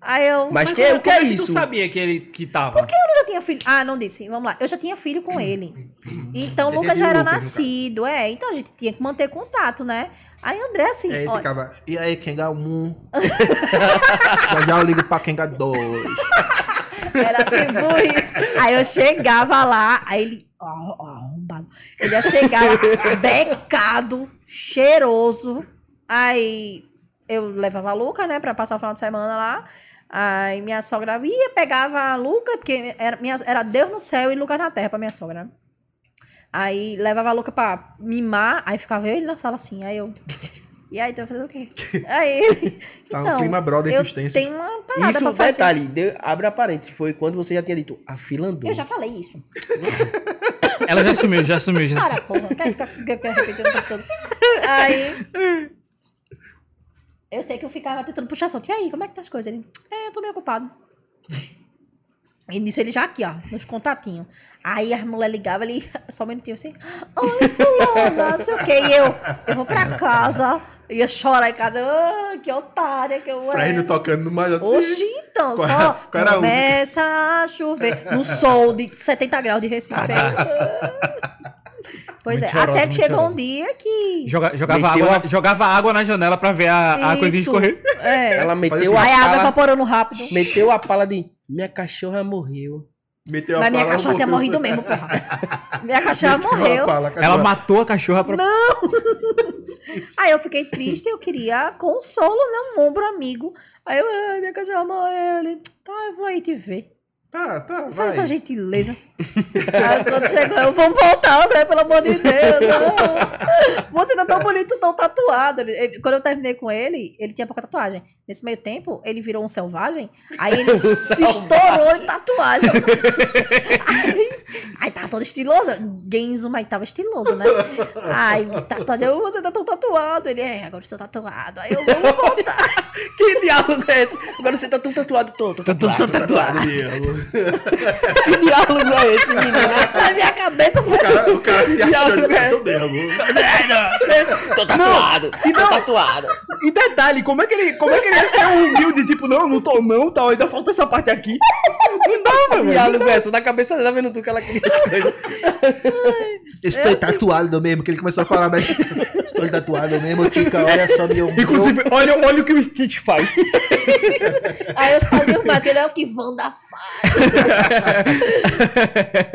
Speaker 4: Aí eu.
Speaker 5: Mas, que, o que
Speaker 3: como
Speaker 5: é
Speaker 3: é que
Speaker 5: isso?
Speaker 3: Tu sabia que ele que tava. Por quê?
Speaker 4: Eu já tinha filho. Ah, não disse. Vamos lá. Eu já tinha filho com ele. Então
Speaker 2: Já
Speaker 4: Lucas
Speaker 2: tinha
Speaker 4: já era
Speaker 2: Lucas, no
Speaker 4: nascido. É, então a gente tinha que manter contato, né? Aí André, assim.
Speaker 2: E aí
Speaker 4: olha,
Speaker 2: ficava, e aí, Kenga [LAUGHS] 1? já já eu ligo pra Kenga 2.
Speaker 4: Era tipo isso. Aí eu chegava lá, aí ele. Ó, ó, arrombado. Ele já
Speaker 2: [LAUGHS]
Speaker 4: chegava becado, cheiroso. Aí eu levava a Luca, né, pra passar o final de semana lá. Aí minha sogra ia, pegava a Luca, porque era, minha, era Deus no céu e Lucas na terra pra minha sogra. né? Aí levava a Luca pra mimar, aí ficava eu e ele na sala assim. Aí eu. E aí, tu vai fazer o
Speaker 2: [LAUGHS]
Speaker 4: quê? Aí ele.
Speaker 2: Tá um
Speaker 4: então,
Speaker 2: clima brother
Speaker 4: eu
Speaker 2: existência.
Speaker 4: tenho uma parada
Speaker 5: Isso, é
Speaker 4: pra
Speaker 5: um
Speaker 4: fazer.
Speaker 5: detalhe, deu- abre a parênteses, foi quando você já tinha dito, a fila andou.
Speaker 4: Eu já falei isso.
Speaker 6: Ela já sumiu, já sumiu,
Speaker 3: né?
Speaker 6: já
Speaker 4: Para, porra. Quer ficar quer ficar repetindo o tempo todo? Aí. Eu sei que eu ficava tentando puxar solto. E aí, como é que tá as coisas? Ele, é, eu tô meio ocupado. E nisso ele já aqui, ó, nos contatinhos. Aí as mulher ligava, ele só um minutinho assim. Oi, fulana, não sei o quê. E eu, eu vou pra casa. Ia chorar em casa. Ah, que otária que eu
Speaker 2: Fresno
Speaker 4: era.
Speaker 2: tocando no mais
Speaker 4: Oxi, então,
Speaker 2: Qual
Speaker 4: só
Speaker 2: era- qual era a
Speaker 4: começa a chover no sol de 70 graus de Recife. [LAUGHS] pois é,
Speaker 6: Ah, tá. Muito chorosa,
Speaker 4: até que
Speaker 6: muito
Speaker 4: chegou
Speaker 6: chorosa.
Speaker 4: um dia que...
Speaker 6: Joga- jogava,
Speaker 5: Meteu
Speaker 6: água,
Speaker 5: a-
Speaker 6: na- jogava água na janela pra ver a, a coisinha
Speaker 4: Isso,
Speaker 6: escorrer. [LAUGHS]
Speaker 4: É.
Speaker 5: Ela meteu
Speaker 2: assim.
Speaker 4: Aí a água
Speaker 5: a pala,
Speaker 4: evaporando rápido.
Speaker 5: meteu a pala de, minha cachorra morreu.
Speaker 2: Meteu
Speaker 4: Mas minha
Speaker 2: pala,
Speaker 4: cachorra tinha
Speaker 2: botou-
Speaker 4: morrido
Speaker 2: [LAUGHS]
Speaker 4: mesmo, porra. [LAUGHS] Minha cachorra
Speaker 2: Meteu a
Speaker 4: morreu.
Speaker 2: pala, a
Speaker 6: Ela
Speaker 2: cachorra.
Speaker 6: matou a cachorra pra. [LAUGHS]
Speaker 4: Aí eu fiquei triste, eu queria consolo, né? Um ombro amigo. Aí eu, ai, minha cachorra morreu. Ele, tá, eu vou aí te ver.
Speaker 2: Tá, tá, vai.
Speaker 4: Faz essa gentileza. [LAUGHS] Aí quando chegou, eu vamos voltar, André, pelo amor de Deus. não. [LAUGHS] Você tá tão bonito, tão tatuado. Ele- ele- quando eu terminei com ele, ele tinha pouca tatuagem. Nesse meio tempo, ele virou um selvagem, aí ele se estourou de tatuagem. [LAUGHS] aí, aí tava todo estiloso. Genzo, mas tava estiloso, né? Aí, tatuagem, eu, você tá tão tatuado. Ele, é, agora eu sou tatuado. Aí eu, vamos voltar.
Speaker 5: [LAUGHS] Que diálogo é esse? Agora você tá tão tatuado, tô, tô tatuado, tô tatuado.
Speaker 4: [LAUGHS]
Speaker 5: [LAUGHS]
Speaker 2: Diego.
Speaker 5: Que diálogo é esse, menino?
Speaker 4: Na minha cabeça,
Speaker 2: O cara, o cara se achando
Speaker 5: Diálogo é-
Speaker 2: muito mesmo.
Speaker 5: [LAUGHS] Tô tatuado, tô tatuado.
Speaker 6: E detalhe, como é que ele, como é que ele ia ser humilde? Tipo, não, não tô não, tal, ainda falta essa parte aqui. Não
Speaker 3: Tá
Speaker 6: dá,
Speaker 5: Que diálogo é essa? Na cabeça dela, vendo tu que ela queria as coisas.
Speaker 2: Estou tatuado mesmo, que ele começou a falar, mas [LAUGHS] estou tatuado mesmo, Tica, olha só meu
Speaker 6: Inclusive, olha, olha o que o Stitch faz.
Speaker 4: Aí eu falei, mas ele é o que Wanda faz.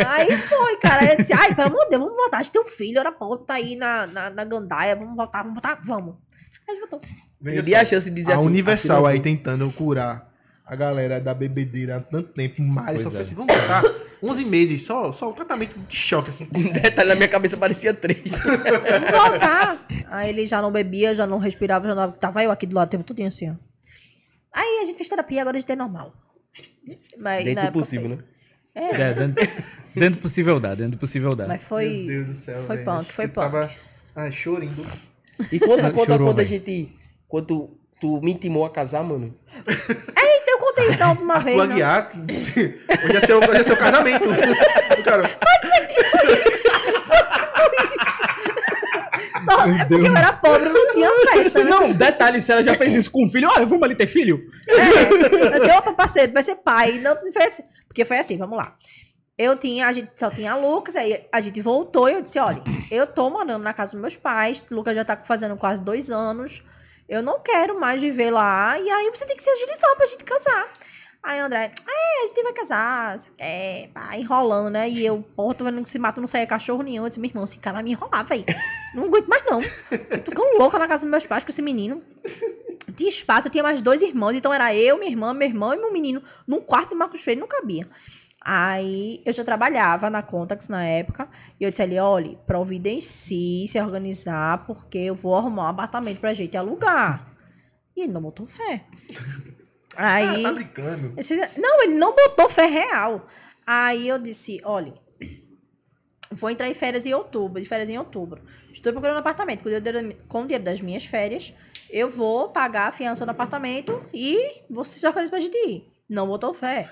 Speaker 4: aí foi, cara. Eu disse, ai, pelo amor de Deus, vamos voltar. A gente tem um filho, era ponto, tá aí na, na, na gandaia. Vamos voltar, vamos voltar, vamos. Aí a gente voltou.
Speaker 2: Veja
Speaker 5: Perdi a
Speaker 2: só,
Speaker 5: chance de dizer
Speaker 2: a
Speaker 5: assim.
Speaker 2: Universal
Speaker 5: "Aqui
Speaker 2: aí tentando curar a galera da bebedeira há tanto tempo, mas só
Speaker 5: Pois é.
Speaker 2: fez assim, vamos botar 11 meses, só, só o tratamento de choque, assim.
Speaker 5: não tem". um Detalhe, na minha cabeça parecia três.
Speaker 4: Vamos voltar. Aí ele já não bebia, já não respirava, já não... Tava eu aqui do lado o tempo tudinho assim, ó. Aí a gente fez terapia, agora a gente é normal. Mas, na época foi-
Speaker 5: né?
Speaker 4: É,
Speaker 6: É, dentro, dentro do possível dá, dentro do possível dá.
Speaker 4: mas foi...
Speaker 2: Meu Deus do céu,
Speaker 4: foi
Speaker 2: velho.
Speaker 4: punk,
Speaker 2: Acho
Speaker 4: foi
Speaker 2: que Tava ah, chorindo.
Speaker 5: E conta,
Speaker 6: Ela
Speaker 5: conta,
Speaker 6: chorou,
Speaker 5: conta a
Speaker 6: véi.
Speaker 5: gente. Quando tu me intimou a casar, mano.
Speaker 4: Então eu contei isso na última vez, né?
Speaker 2: Arthur
Speaker 4: não.
Speaker 2: Aguiar, hoje é seu, hoje é
Speaker 4: [LAUGHS]
Speaker 2: seu casamento. O cara, tá
Speaker 4: Só é porque eu era pobre, não tinha festa, né?
Speaker 6: Não, detalhe, se ela já fez isso com o filho, olha, vamos ali ter filho?
Speaker 4: É, assim, opa, parceiro, vai ser pai. Não, foi assim, porque foi assim, vamos lá. Eu tinha, a gente só tinha Lucas, aí a gente voltou e eu disse, olha, eu tô morando na casa dos meus pais, Lucas já tá fazendo quase dois anos, eu não quero mais viver lá, e aí você tem que se agilizar pra gente casar. Aí André, é, a gente vai casar, é, pá, enrolando, né? E eu, porra, tô vendo que se mata não saia cachorro nenhum. Eu disse, meu irmão, esse cara me enrolava aí. Não aguento mais, não. Tô ficando louca na casa dos meus pais com esse menino. Não tinha espaço, eu tinha mais dois irmãos, então era eu, minha irmã, meu irmão e meu menino num quarto de Marcos Freire, não cabia. Aí eu já trabalhava na Contax na época, e eu disse ali, olha, providencie se organizar, porque eu vou arrumar um apartamento pra gente alugar. E ele não botou fé.
Speaker 2: ah,
Speaker 4: Aí.
Speaker 2: tá brincando.
Speaker 4: Esse- não, ele não botou fé real. Aí eu disse, olha, vou entrar em férias em outubro, de férias em outubro. Estou procurando apartamento. Com o dinheiro, da mi- com o dinheiro das minhas férias, eu vou pagar a fiança do apartamento e você se organiza pra gente ir. Não botou fé.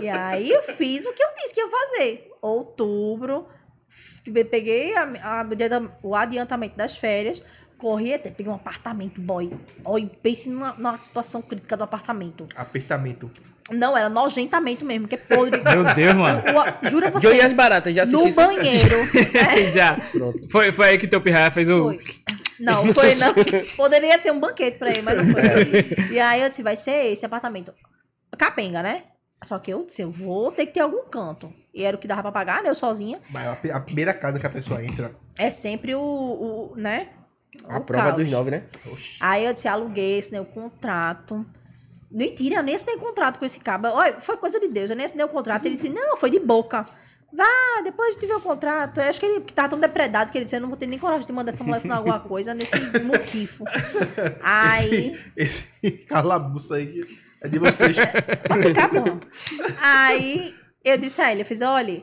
Speaker 4: E aí eu fiz o que eu disse que ia fazer. Outubro, f- peguei a- a- o dia da- o adiantamento das férias, corri até, peguei um apartamento, boy. Olha, pense numa, numa situação crítica do apartamento.
Speaker 2: Apertamento.
Speaker 4: Não, era nojentamento mesmo, que é podre.
Speaker 5: [LAUGHS]
Speaker 6: Meu Deus, mano.
Speaker 4: O- o- jura você,
Speaker 5: Eu e as baratas, já assisti
Speaker 4: no
Speaker 5: isso. [LAUGHS]
Speaker 4: banheiro. É,
Speaker 6: já.
Speaker 5: Pronto.
Speaker 6: Foi, foi aí que teu pirraia fez o.
Speaker 4: Foi. Não, foi
Speaker 5: [LAUGHS]
Speaker 4: não. Poderia ser um banquete pra ele, mas não
Speaker 5: É.
Speaker 4: foi. E aí eu disse, vai ser esse apartamento. Capenga, né? Só que eu disse, eu vou ter que ter algum canto. E era o que dava pra pagar, né? Eu sozinha.
Speaker 2: Mas a, pe- a primeira casa que a pessoa entra.
Speaker 4: É sempre o, o- né?
Speaker 5: A
Speaker 4: O
Speaker 5: prova
Speaker 4: caos.
Speaker 5: dos nove, né?
Speaker 2: Oxi.
Speaker 4: Aí eu disse, aluguei, assinei o contrato. Mentira, eu nem assinei contrato com esse cabo. Olha, foi coisa de Deus, eu nem assinei o contrato. Ele disse, não, foi de boca. Ah, depois de ver o contrato. Eu acho que ele que tava tão depredado que ele disse: Eu não vou ter nem coragem de mandar essa mulher assinar alguma coisa nesse muquifo. Aí.
Speaker 2: Esse, esse calabouço aí é de vocês.
Speaker 4: Pode ficar bom. Aí eu disse a ele, eu fiz, olha,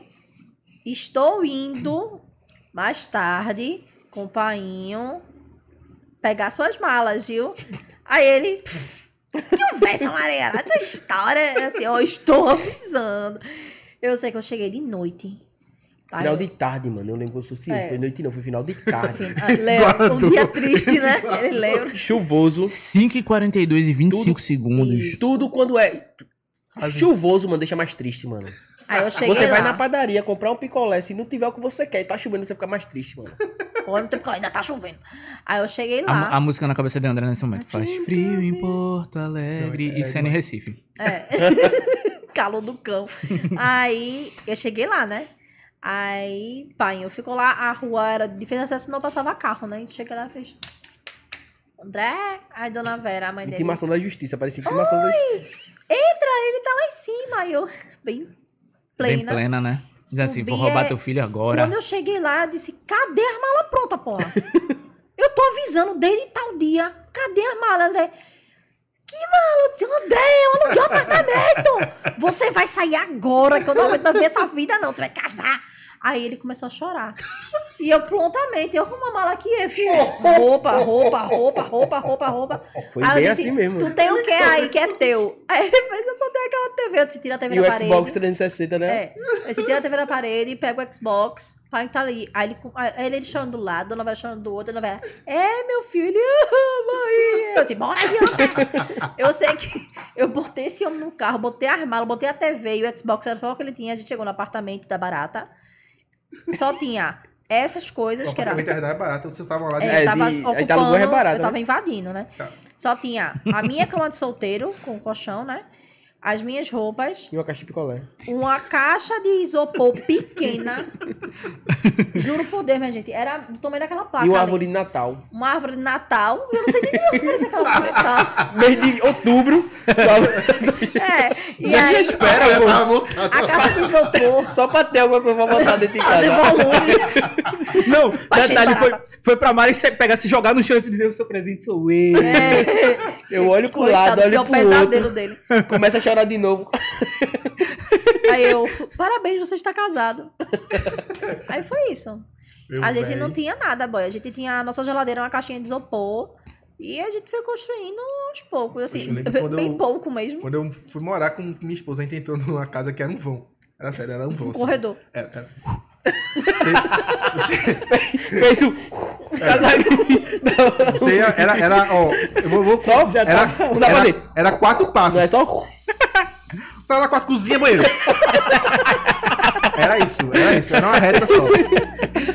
Speaker 4: estou indo mais tarde com o painho pegar suas malas, viu? Aí ele, "Pff, que conversa amarela, tua história, é assim, eu estou avisando. Eu sei que eu cheguei de noite. Tá?
Speaker 5: Final de tarde, mano. Eu lembro que eu sou assim,
Speaker 4: É.
Speaker 5: Foi noite não, foi final de tarde.
Speaker 4: Ah, lembra, um dia triste, né? Ele lembra.
Speaker 5: Chuvoso.
Speaker 6: 5h42 e 25 segundos.
Speaker 4: Isso.
Speaker 5: Tudo quando é. Chuvoso, mano, deixa mais triste, mano.
Speaker 4: Aí eu cheguei
Speaker 5: Você vai
Speaker 4: lá.
Speaker 5: na padaria comprar um picolé, se não tiver o que você quer e tá chovendo, você fica mais triste, mano.
Speaker 4: Pô, não tem porque ainda tá chovendo. Aí eu cheguei lá.
Speaker 6: A, a música na cabeça de André nesse momento. Faz frio em Porto Alegre
Speaker 2: Não,
Speaker 6: e
Speaker 2: isso é
Speaker 6: cena em Recife.
Speaker 4: É. Calor do cão. Aí eu cheguei lá, né? Aí, pai, eu ficou lá, a rua era de frente acesso, não passava carro, né? Cheguei lá e fez. André, aí Dona Vera, a mãe dele.
Speaker 5: Intimação da justiça, parecia intimação da justiça.
Speaker 4: Entra, ele tá lá em cima. Aí eu, [LAUGHS] bem
Speaker 6: Bem
Speaker 4: plena.
Speaker 6: plena, né? Diz assim, vou
Speaker 4: Subia-
Speaker 6: roubar teu filho agora.
Speaker 3: [LAUGHS]
Speaker 4: Quando eu cheguei lá, eu disse: cadê a mala pronta, porra? [LAUGHS] eu tô avisando desde tal dia. Cadê a mala, André? Que mala? Eu disse: André, eu aluguei o apartamento. [LAUGHS] Você vai sair agora, que eu não aguento mais ver essa vida, não. Você vai casar. Aí ele começou a chorar. E eu prontamente, eu arrumo a mala aqui, eu fiz roupa, roupa, roupa, roupa, roupa, roupa.
Speaker 5: Foi
Speaker 4: Aí eu
Speaker 5: bem
Speaker 4: disse,
Speaker 5: assim mesmo.
Speaker 4: Tu tem o que aí que é teu? Aí ele fez, eu só tenho aquela TV. Eu disse, tira Tá a TV
Speaker 5: E
Speaker 4: da
Speaker 5: o
Speaker 4: parede.
Speaker 5: Xbox 360, né?
Speaker 4: É. Aí você tira a TV da parede, pega o Xbox, pai tá ali. Aí ele, aí ele chorando do lado, Dona Vera chorando do outro, Dona Vera, é meu filho, [LAUGHS] ele ama aí. Eu assim, bora adianta. Eu sei que [LAUGHS] eu botei esse homem no carro, botei a mala, botei a TV e o Xbox era só o que ele tinha. A gente chegou no apartamento da Barata, só tinha essas coisas que era...
Speaker 2: Provavelmente a realidade é barata, vocês estavam lá de
Speaker 4: É,
Speaker 5: É,
Speaker 4: eu tava
Speaker 5: de-
Speaker 4: ocupando,
Speaker 5: aí tá alugou, é barato,
Speaker 4: eu
Speaker 5: né?
Speaker 4: tava invadindo, né?
Speaker 2: Tá.
Speaker 4: Só tinha a minha cama de solteiro, com colchão, né? As minhas roupas,
Speaker 5: E uma caixa de picolé.
Speaker 4: uma caixa de isopor pequena. Juro por Deus, minha gente. Era do tamanho daquela placa.
Speaker 5: E uma
Speaker 4: ali.
Speaker 5: árvore de Natal.
Speaker 4: Uma árvore de Natal. Eu não sei nem como parece aquela árvore de Natal.
Speaker 5: [LAUGHS] Mês de outubro. [LAUGHS]
Speaker 4: É. E
Speaker 5: Já
Speaker 4: aí,
Speaker 5: espera,
Speaker 2: Eu
Speaker 5: pô.
Speaker 2: tava montado.
Speaker 4: a caixa de isopor.
Speaker 5: Só pra ter alguma coisa pra botar dentro de
Speaker 4: Fazer
Speaker 5: casa.
Speaker 4: volume. né?
Speaker 5: [LAUGHS]
Speaker 6: Não,
Speaker 4: Achei
Speaker 6: detalhe foi,
Speaker 4: barata.
Speaker 6: foi pra Mari se pegar, se jogar no chão e dizer o seu presente sou eu.
Speaker 5: É. Eu olho pro
Speaker 4: Coitado,
Speaker 5: lado,
Speaker 4: que é
Speaker 5: olho
Speaker 4: o
Speaker 5: pro outro.
Speaker 4: pesadelo dele.
Speaker 5: Começa a chorar de novo.
Speaker 4: Aí eu, parabéns, você está casado. Aí foi isso.
Speaker 2: Meu
Speaker 4: a gente não
Speaker 2: velho.
Speaker 4: tinha nada, boy. A gente tinha a nossa geladeira, uma caixinha de isopor. E a gente foi construindo aos poucos, assim,
Speaker 2: Poxa, eu
Speaker 4: [LAUGHS]
Speaker 2: lembro quando
Speaker 4: bem
Speaker 2: eu-
Speaker 4: pouco mesmo.
Speaker 2: Quando eu fui morar com minha esposa, a gente entrou numa casa que era um vão. Era sério, era um vão.
Speaker 4: Um
Speaker 2: assim.
Speaker 4: corredor.
Speaker 2: Era, era.
Speaker 5: Fez um o.
Speaker 6: É.
Speaker 2: Você ia- era, era, ó, eu vou, vou
Speaker 5: Só já tá.
Speaker 2: era,
Speaker 5: Não dá pra ler.
Speaker 2: era, era quatro passos.
Speaker 5: Não é só.
Speaker 2: Sala, quarto, cozinha, banheiro. [LAUGHS] Era isso, era isso, era uma reta só.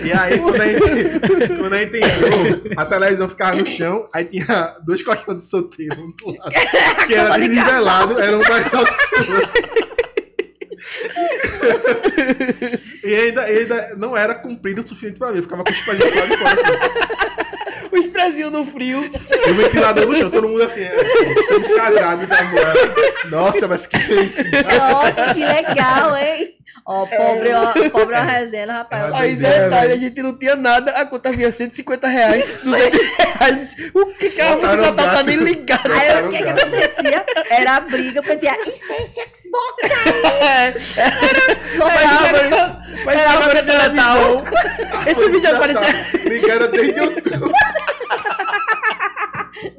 Speaker 2: E aí, quando a gente, quando a gente entrou, a televisão ficava no chão, aí tinha dois colchões de solteiro, um do [LAUGHS] lado, que era desnivelado, era um mais alto que o outro. E ainda, ainda não era comprido o suficiente pra mim, eu ficava com os pés de lado e fora. Assim.
Speaker 5: Os prezinhos um no frio.
Speaker 2: E o ventilador no chão, todo mundo assim, é, estamos casados agora. Nossa, mas que felicidade.
Speaker 4: Nossa, que legal, hein? Ó, pobre, ó, pobre é uma resenha, rapaz.
Speaker 2: Ah,
Speaker 5: Aí,
Speaker 2: Doideira,
Speaker 5: detalhe,
Speaker 6: né,
Speaker 2: velho.
Speaker 5: a gente não tinha nada, a conta vinha 150 reais, 200 reais. O que que a
Speaker 2: Botaram
Speaker 5: não
Speaker 2: um
Speaker 5: tá
Speaker 2: gato.
Speaker 5: nem ligado?
Speaker 4: Aí o que, que acontecia? Era a briga, eu dizia, isso é esse Xbox
Speaker 5: É. Mas agora, mas agora de Natal. Esse vídeo
Speaker 2: Já
Speaker 5: apareceu.
Speaker 2: tá Ligando desde outubro.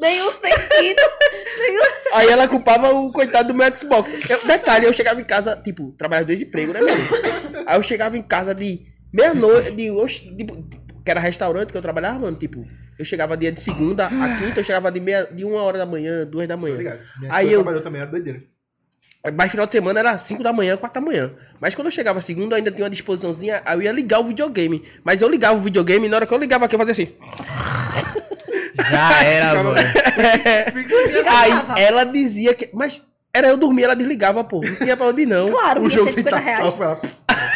Speaker 4: nenhum um sentido, um nenhum sentido.
Speaker 5: Aí ela culpava o coitado do meu Xbox. Eu- detalhe, eu chegava em casa, tipo, trabalhava dois empregos, né, mano? Aí eu chegava em casa de meia-noite, de, oxe, tipo, que era restaurante que eu trabalhava, mano, tipo. Eu chegava dia de segunda a quinta, eu chegava de, meia, de uma hora da manhã, duas da manhã.
Speaker 2: Obrigado. Minha
Speaker 5: Aí
Speaker 2: Aí
Speaker 5: eu-
Speaker 2: trabalhou também, era
Speaker 5: [LAUGHS]
Speaker 2: doideira.
Speaker 5: Mas final de semana era 5 da manhã, 4 da manhã. Mas quando eu chegava segunda, eu ainda tinha uma disposiçãozinha, aí eu ia ligar o videogame. Mas eu ligava o videogame e na hora que eu ligava aqui, eu fazia assim.
Speaker 6: Já era,
Speaker 2: Ficava-
Speaker 6: boy.
Speaker 5: aí é
Speaker 4: ligava.
Speaker 5: ela dizia que. Mas era eu dormir, ela desligava, pô. Não tinha pra onde ir, não.
Speaker 4: Claro,
Speaker 2: o
Speaker 4: podia
Speaker 2: jogo
Speaker 4: ser
Speaker 2: sem
Speaker 4: 50
Speaker 2: estar
Speaker 4: reais.
Speaker 2: salvo. Ela...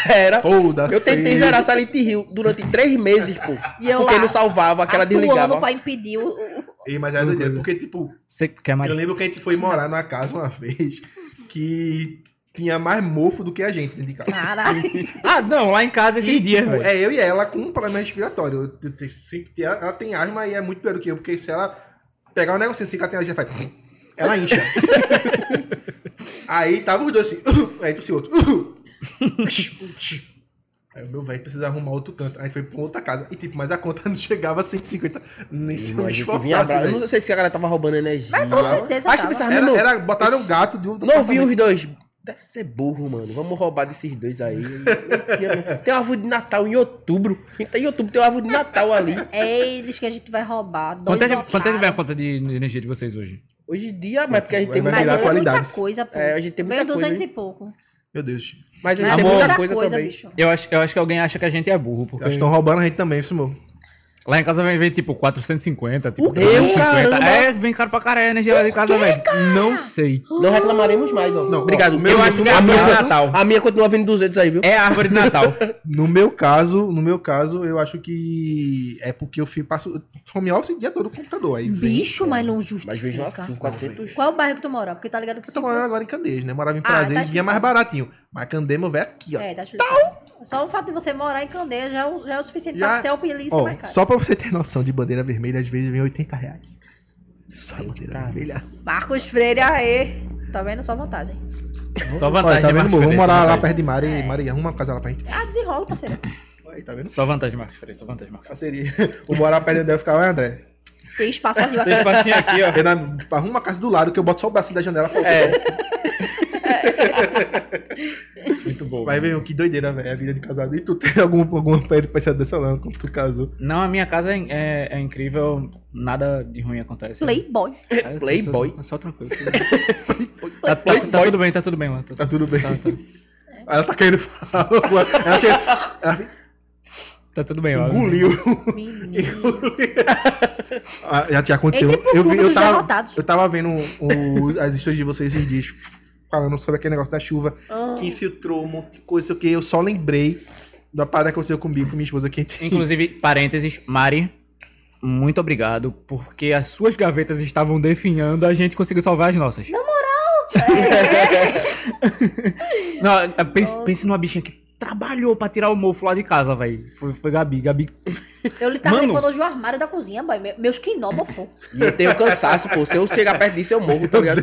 Speaker 5: Era.
Speaker 2: Foda-se.
Speaker 5: é Eu tentei zerar Silent Hill durante três meses, pô.
Speaker 4: E eu
Speaker 5: porque
Speaker 4: lá,
Speaker 5: não salvava, aquela
Speaker 4: atuando
Speaker 5: desligava.
Speaker 4: pra impedir o... o- o-
Speaker 2: Ei, mas era doideira, porque, tipo,
Speaker 6: Você quer mais?
Speaker 2: eu lembro que a gente foi morar numa casa uma vez que tinha mais mofo do que a gente dentro de casa.
Speaker 5: [LAUGHS]
Speaker 4: Caralho.
Speaker 3: Ah, não, lá em casa esse
Speaker 2: E,
Speaker 3: dia.
Speaker 2: tipo, é eu e ela com um problema respiratório. Eu- eu te- sempre te- ela tem asma e é muito pior do que eu, porque se ela pegar um negocinho assim que ela tem asma, ela faz. Ela
Speaker 5: [LAUGHS]
Speaker 2: incha. aí tava os dois assim. aí trouxe outro. uh, aí o meu velho precisa arrumar outro canto. Aí a gente foi pra outra casa. E tipo, mas a conta não chegava a 150. Nem se eu me
Speaker 5: Imagina que vinha
Speaker 2: esforçasse.
Speaker 5: bravo. Eu
Speaker 2: velho.
Speaker 5: não sei se a galera tava roubando energia.
Speaker 4: Mas com certeza
Speaker 5: Acho
Speaker 4: tava.
Speaker 5: que pensava,
Speaker 2: Era,
Speaker 5: meu irmão,
Speaker 2: era, botaram o gato de um.
Speaker 5: não vi os dois. Deve ser burro, mano. Vamos roubar desses dois aí. tem uma árvore de Natal em outubro. Então, em outubro tem uma árvore de Natal ali.
Speaker 4: É eles que a gente vai roubar. Dois
Speaker 3: Quanto é, que-
Speaker 4: otários.
Speaker 3: quanto é que vem a conta de energia de vocês hoje?
Speaker 5: Hoje em dia, mas porque a gente tem
Speaker 2: Vai
Speaker 5: muita
Speaker 4: Mas
Speaker 2: virar
Speaker 4: é
Speaker 5: coisa.
Speaker 2: atualidades.
Speaker 4: muita coisa, pô.
Speaker 5: É, a gente tem muita
Speaker 4: Veio 200
Speaker 5: coisa,
Speaker 4: e pouco.
Speaker 2: Meu Deus.
Speaker 4: Mas
Speaker 5: Mas a
Speaker 4: é
Speaker 5: gente tem muita coisa, também.
Speaker 4: bicho.
Speaker 3: Eu acho, eu acho que alguém acha que a gente é burro, porque
Speaker 2: Elas estão roubando a gente também, isso, meu.
Speaker 3: lá em casa vem, vem, tipo 450, tipo
Speaker 5: O quê?
Speaker 3: 350.
Speaker 5: Caramba!
Speaker 3: É, vem caro pra caralho a energia lá de casa, velho. Não sei.
Speaker 5: Não reclamaremos mais, ó.
Speaker 2: Não,
Speaker 5: Obrigado.
Speaker 2: ó, meu-
Speaker 3: Eu acho que é
Speaker 2: no
Speaker 3: a
Speaker 2: meu
Speaker 3: minha
Speaker 2: caso-
Speaker 3: Natal.
Speaker 5: A minha continua vindo 200 aí, viu?
Speaker 3: É a árvore de Natal.
Speaker 2: No meu caso, no meu caso, eu acho que é porque eu fico, passo home office o dia todo no computador. Aí vem.
Speaker 4: Bicho, mas não justifica.
Speaker 5: É. Mas vejam assim, 400.
Speaker 4: Qual é o bairro que tu mora? Porque tá ligado que
Speaker 2: Eu
Speaker 4: tu
Speaker 2: tô morando agora em Candeias, né? Morava em
Speaker 4: Ah,
Speaker 2: Prazeres,
Speaker 4: tá
Speaker 2: vinha mais baratinho. Mas Candeias, meu velho, aqui, ó.
Speaker 4: É, tá explicado. Só o fato de você morar em Candeia já é o, já é o suficiente
Speaker 2: Já-
Speaker 4: pra ser o pilício
Speaker 2: Ó,
Speaker 4: mais caro.
Speaker 2: só pra você ter noção de bandeira vermelha, às vezes vem 80 reais. Só a bandeira vermelha.
Speaker 4: Marcos Freire, aê. Tá vendo? Só vantagem.
Speaker 3: Só vantagem, é
Speaker 2: Olha, tá vendo, meu?
Speaker 3: Marcos
Speaker 2: Vamos
Speaker 3: Freire,
Speaker 2: morar
Speaker 3: só
Speaker 2: lá
Speaker 3: vantagem.
Speaker 2: perto de Mari.
Speaker 4: É.
Speaker 2: Mari, arruma uma casa lá pra gente.
Speaker 4: Ah, desenrola, parceiro.
Speaker 2: Aí, tá vendo?
Speaker 3: Só vantagem, Marcos Freire, só vantagem, Marcos
Speaker 2: Parceria. Vou morar perto de André, eu ficava, "Vai, André.
Speaker 4: Tem espaço vazio
Speaker 2: [LAUGHS]
Speaker 4: aqui.
Speaker 3: Freire. Tem espacinho aqui, ó.
Speaker 2: eu na- Arruma uma casa do lado que eu boto só o braço da janela pra
Speaker 3: Muito bom.
Speaker 2: Vai ver, que doideira, velho, a vida de casado. E tu tem algum, alguma peripécia dessa lá quando tu casou?
Speaker 3: Não, a minha casa é, é- é incrível, nada de ruim acontece.
Speaker 4: Playboy.
Speaker 3: É, só-
Speaker 5: Playboy.
Speaker 3: Só, só
Speaker 5: [LAUGHS]
Speaker 3: tranquilo. tudo bem. tá, tá- tá tudo bem, tá tudo bem lá. tá-
Speaker 2: Tá tudo bem.
Speaker 3: Tá, tá-
Speaker 2: [LAUGHS] Ela tá querendo falar. alguma- Ela, chega, ela
Speaker 3: tá tudo bem lá.
Speaker 2: engoliu.
Speaker 4: Menino.
Speaker 2: Ah, Já tinha acontecido.
Speaker 4: Entre pro
Speaker 2: Eu, vi,
Speaker 4: clube
Speaker 2: eu,
Speaker 4: dos
Speaker 2: tava,
Speaker 4: derrotados.
Speaker 2: eu tava vendo o- as histórias de vocês esses dias falando sobre aquele negócio da chuva
Speaker 4: Ah.
Speaker 2: que infiltrou um monte de coisa, sei o que. Eu só lembrei da parada que aconteceu comigo, com minha esposa. Que...
Speaker 3: Inclusive, parênteses, Mari, muito obrigado, porque as suas gavetas estavam definhando, a gente conseguiu salvar as nossas. Na moral! É. Não, é, pense, pense numa bichinha que trabalhou pra tirar o mofo lá de casa, velho. Foi, foi Gabi. Gabi
Speaker 4: Eu literalmente
Speaker 3: Mano.
Speaker 4: quando hoje o armário da cozinha, boy. Me- Meus quinó, mofo.
Speaker 5: [LAUGHS] E eu tenho cansaço, pô. Se eu chegar perto disso, eu morro, tá ligado?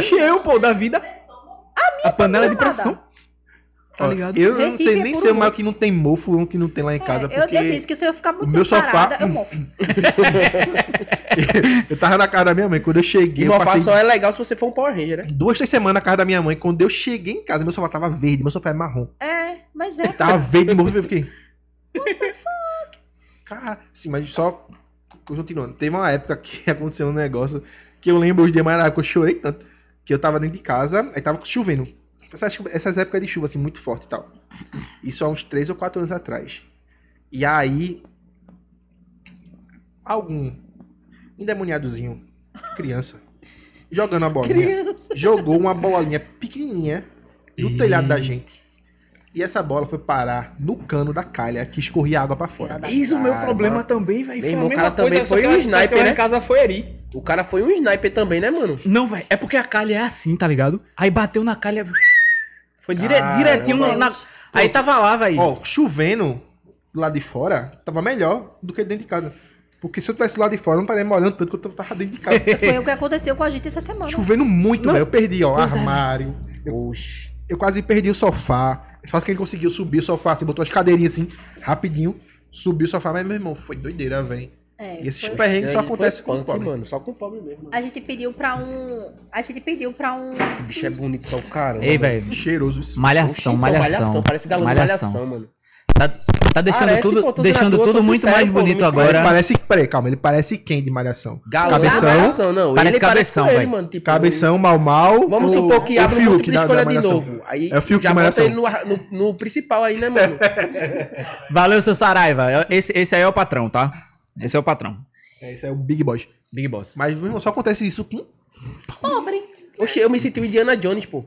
Speaker 3: Cheio, pô, da vida. A panela de
Speaker 4: nada.
Speaker 3: pressão. Tá ligado?
Speaker 2: Eu não
Speaker 4: Recife
Speaker 2: sei
Speaker 4: é
Speaker 2: nem
Speaker 4: puro
Speaker 2: se é o maior
Speaker 4: mofo.
Speaker 2: que não tem mofo ou que não tem lá em casa.
Speaker 4: É, eu,
Speaker 2: porque
Speaker 4: eu disse que se eu ficar muito
Speaker 2: o meu
Speaker 4: parada,
Speaker 2: sofá-
Speaker 4: eu mofo.
Speaker 2: [LAUGHS] eu tava na casa da minha mãe. Quando eu
Speaker 5: E
Speaker 2: cheguei, eu
Speaker 5: mofar
Speaker 2: passei
Speaker 5: só é legal se você for um Power Ranger, né?
Speaker 2: duas, três semanas na casa da minha mãe. Quando eu cheguei em casa, meu sofá tava verde, meu sofá é marrom.
Speaker 4: É, mas é.
Speaker 2: Tava verde, morreu, eu fiquei. What the fuck? Cara, sim, mas só continuando. Teve uma época que [LAUGHS] aconteceu um negócio que eu lembro os demais que eu chorei tanto. Que eu tava dentro de casa, aí tava chovendo. Essas, essas épocas de chuva, assim, muito forte e tal. Isso há uns três ou quatro anos atrás. E aí. Algum endemoniadozinho, criança, jogando a bolinha [LAUGHS]
Speaker 4: Criança.
Speaker 2: jogou uma bolinha pequenininha no
Speaker 3: Ih.
Speaker 2: telhado da gente. E essa bola foi parar no cano da calha que escorria água pra fora.
Speaker 3: Eis o meu
Speaker 5: Cara,
Speaker 3: problema
Speaker 5: mano.
Speaker 3: também, velho.
Speaker 5: Meu
Speaker 3: Foi a
Speaker 5: irmão, o
Speaker 3: mesma
Speaker 5: cara
Speaker 3: coisa,
Speaker 5: também
Speaker 3: só
Speaker 5: foi
Speaker 3: que
Speaker 5: um
Speaker 3: eu- só que
Speaker 5: sniper,
Speaker 3: lá
Speaker 5: né?
Speaker 3: em casa foi Eri.
Speaker 5: O cara foi um sniper também, né, mano?
Speaker 3: Não, velho. É porque a calha é assim, tá ligado? Aí bateu na calha. Foi dire-
Speaker 5: Caramba.
Speaker 3: direitinho na. na- Aí tava lá, velho.
Speaker 2: Ó, chovendo lá de fora, tava melhor do que dentro de casa. Porque se eu tivesse lá de fora, eu não estaria molhando tanto que eu tava dentro de
Speaker 3: [LAUGHS]
Speaker 2: casa.
Speaker 4: Foi o que aconteceu com a gente essa semana.
Speaker 2: chovendo muito,
Speaker 3: Não.
Speaker 2: velho. Eu perdi, ó,
Speaker 3: Pois é.
Speaker 2: armário.
Speaker 5: Oxi.
Speaker 2: Eu quase perdi o sofá. Só que ele conseguiu subir o sofá, assim, botou as cadeirinhas assim, rapidinho. Subiu o sofá, mas meu irmão, foi doideira, velho.
Speaker 4: É,
Speaker 2: E esses
Speaker 4: foi-
Speaker 2: perrengues só
Speaker 5: Ele foi
Speaker 2: acontecem com o
Speaker 5: punk,
Speaker 2: pobre.
Speaker 5: mano. Só com o pobre mesmo. mano.
Speaker 4: A gente pediu pra um. A gente pediu pra um.
Speaker 5: Esse bicho é bonito, só o cara.
Speaker 3: Ei, velho.
Speaker 2: Cheiroso isso.
Speaker 3: Malhação,
Speaker 5: Oxi, então,
Speaker 3: malhação.
Speaker 5: Parece galão de malhação, mano.
Speaker 3: Tá, tá deixando
Speaker 5: Parece,
Speaker 3: tudo,
Speaker 5: pô, tô
Speaker 3: deixando
Speaker 5: sendo ator,
Speaker 3: tudo
Speaker 5: sou
Speaker 3: muito
Speaker 5: sincero,
Speaker 3: mais
Speaker 5: pô,
Speaker 3: bonito
Speaker 5: não me-
Speaker 2: Ele
Speaker 3: agora.
Speaker 2: parece. Peraí, calma, ele parece quem de malhação?
Speaker 5: Galão de
Speaker 2: Cabeção.
Speaker 5: malhação, não.
Speaker 3: Parece
Speaker 5: ele
Speaker 3: cabeção,
Speaker 5: com ele,
Speaker 3: velho.
Speaker 5: mano. Tipo,
Speaker 2: Cabeção, mal, mal.
Speaker 5: Vamos
Speaker 2: ou-
Speaker 5: supor que
Speaker 2: ou
Speaker 5: abre um
Speaker 2: Fiuk
Speaker 5: múltipla
Speaker 2: da-
Speaker 5: escolha
Speaker 2: da
Speaker 5: de
Speaker 2: Malhação.
Speaker 5: novo. Aí
Speaker 2: É o Fiuk
Speaker 5: já
Speaker 2: de
Speaker 5: bota
Speaker 2: malhação. É.
Speaker 5: ele no, no- no principal aí, né, mano?
Speaker 3: Valeu, seu Saraiva. Esse, esse aí é o patrão, tá? Esse é o patrão.
Speaker 2: É, isso é o Big Boss.
Speaker 3: Big Boss.
Speaker 2: Mas, meu irmão, só acontece isso com.
Speaker 4: Pobre.
Speaker 5: Oxe, eu me senti o Indiana Jones, pô.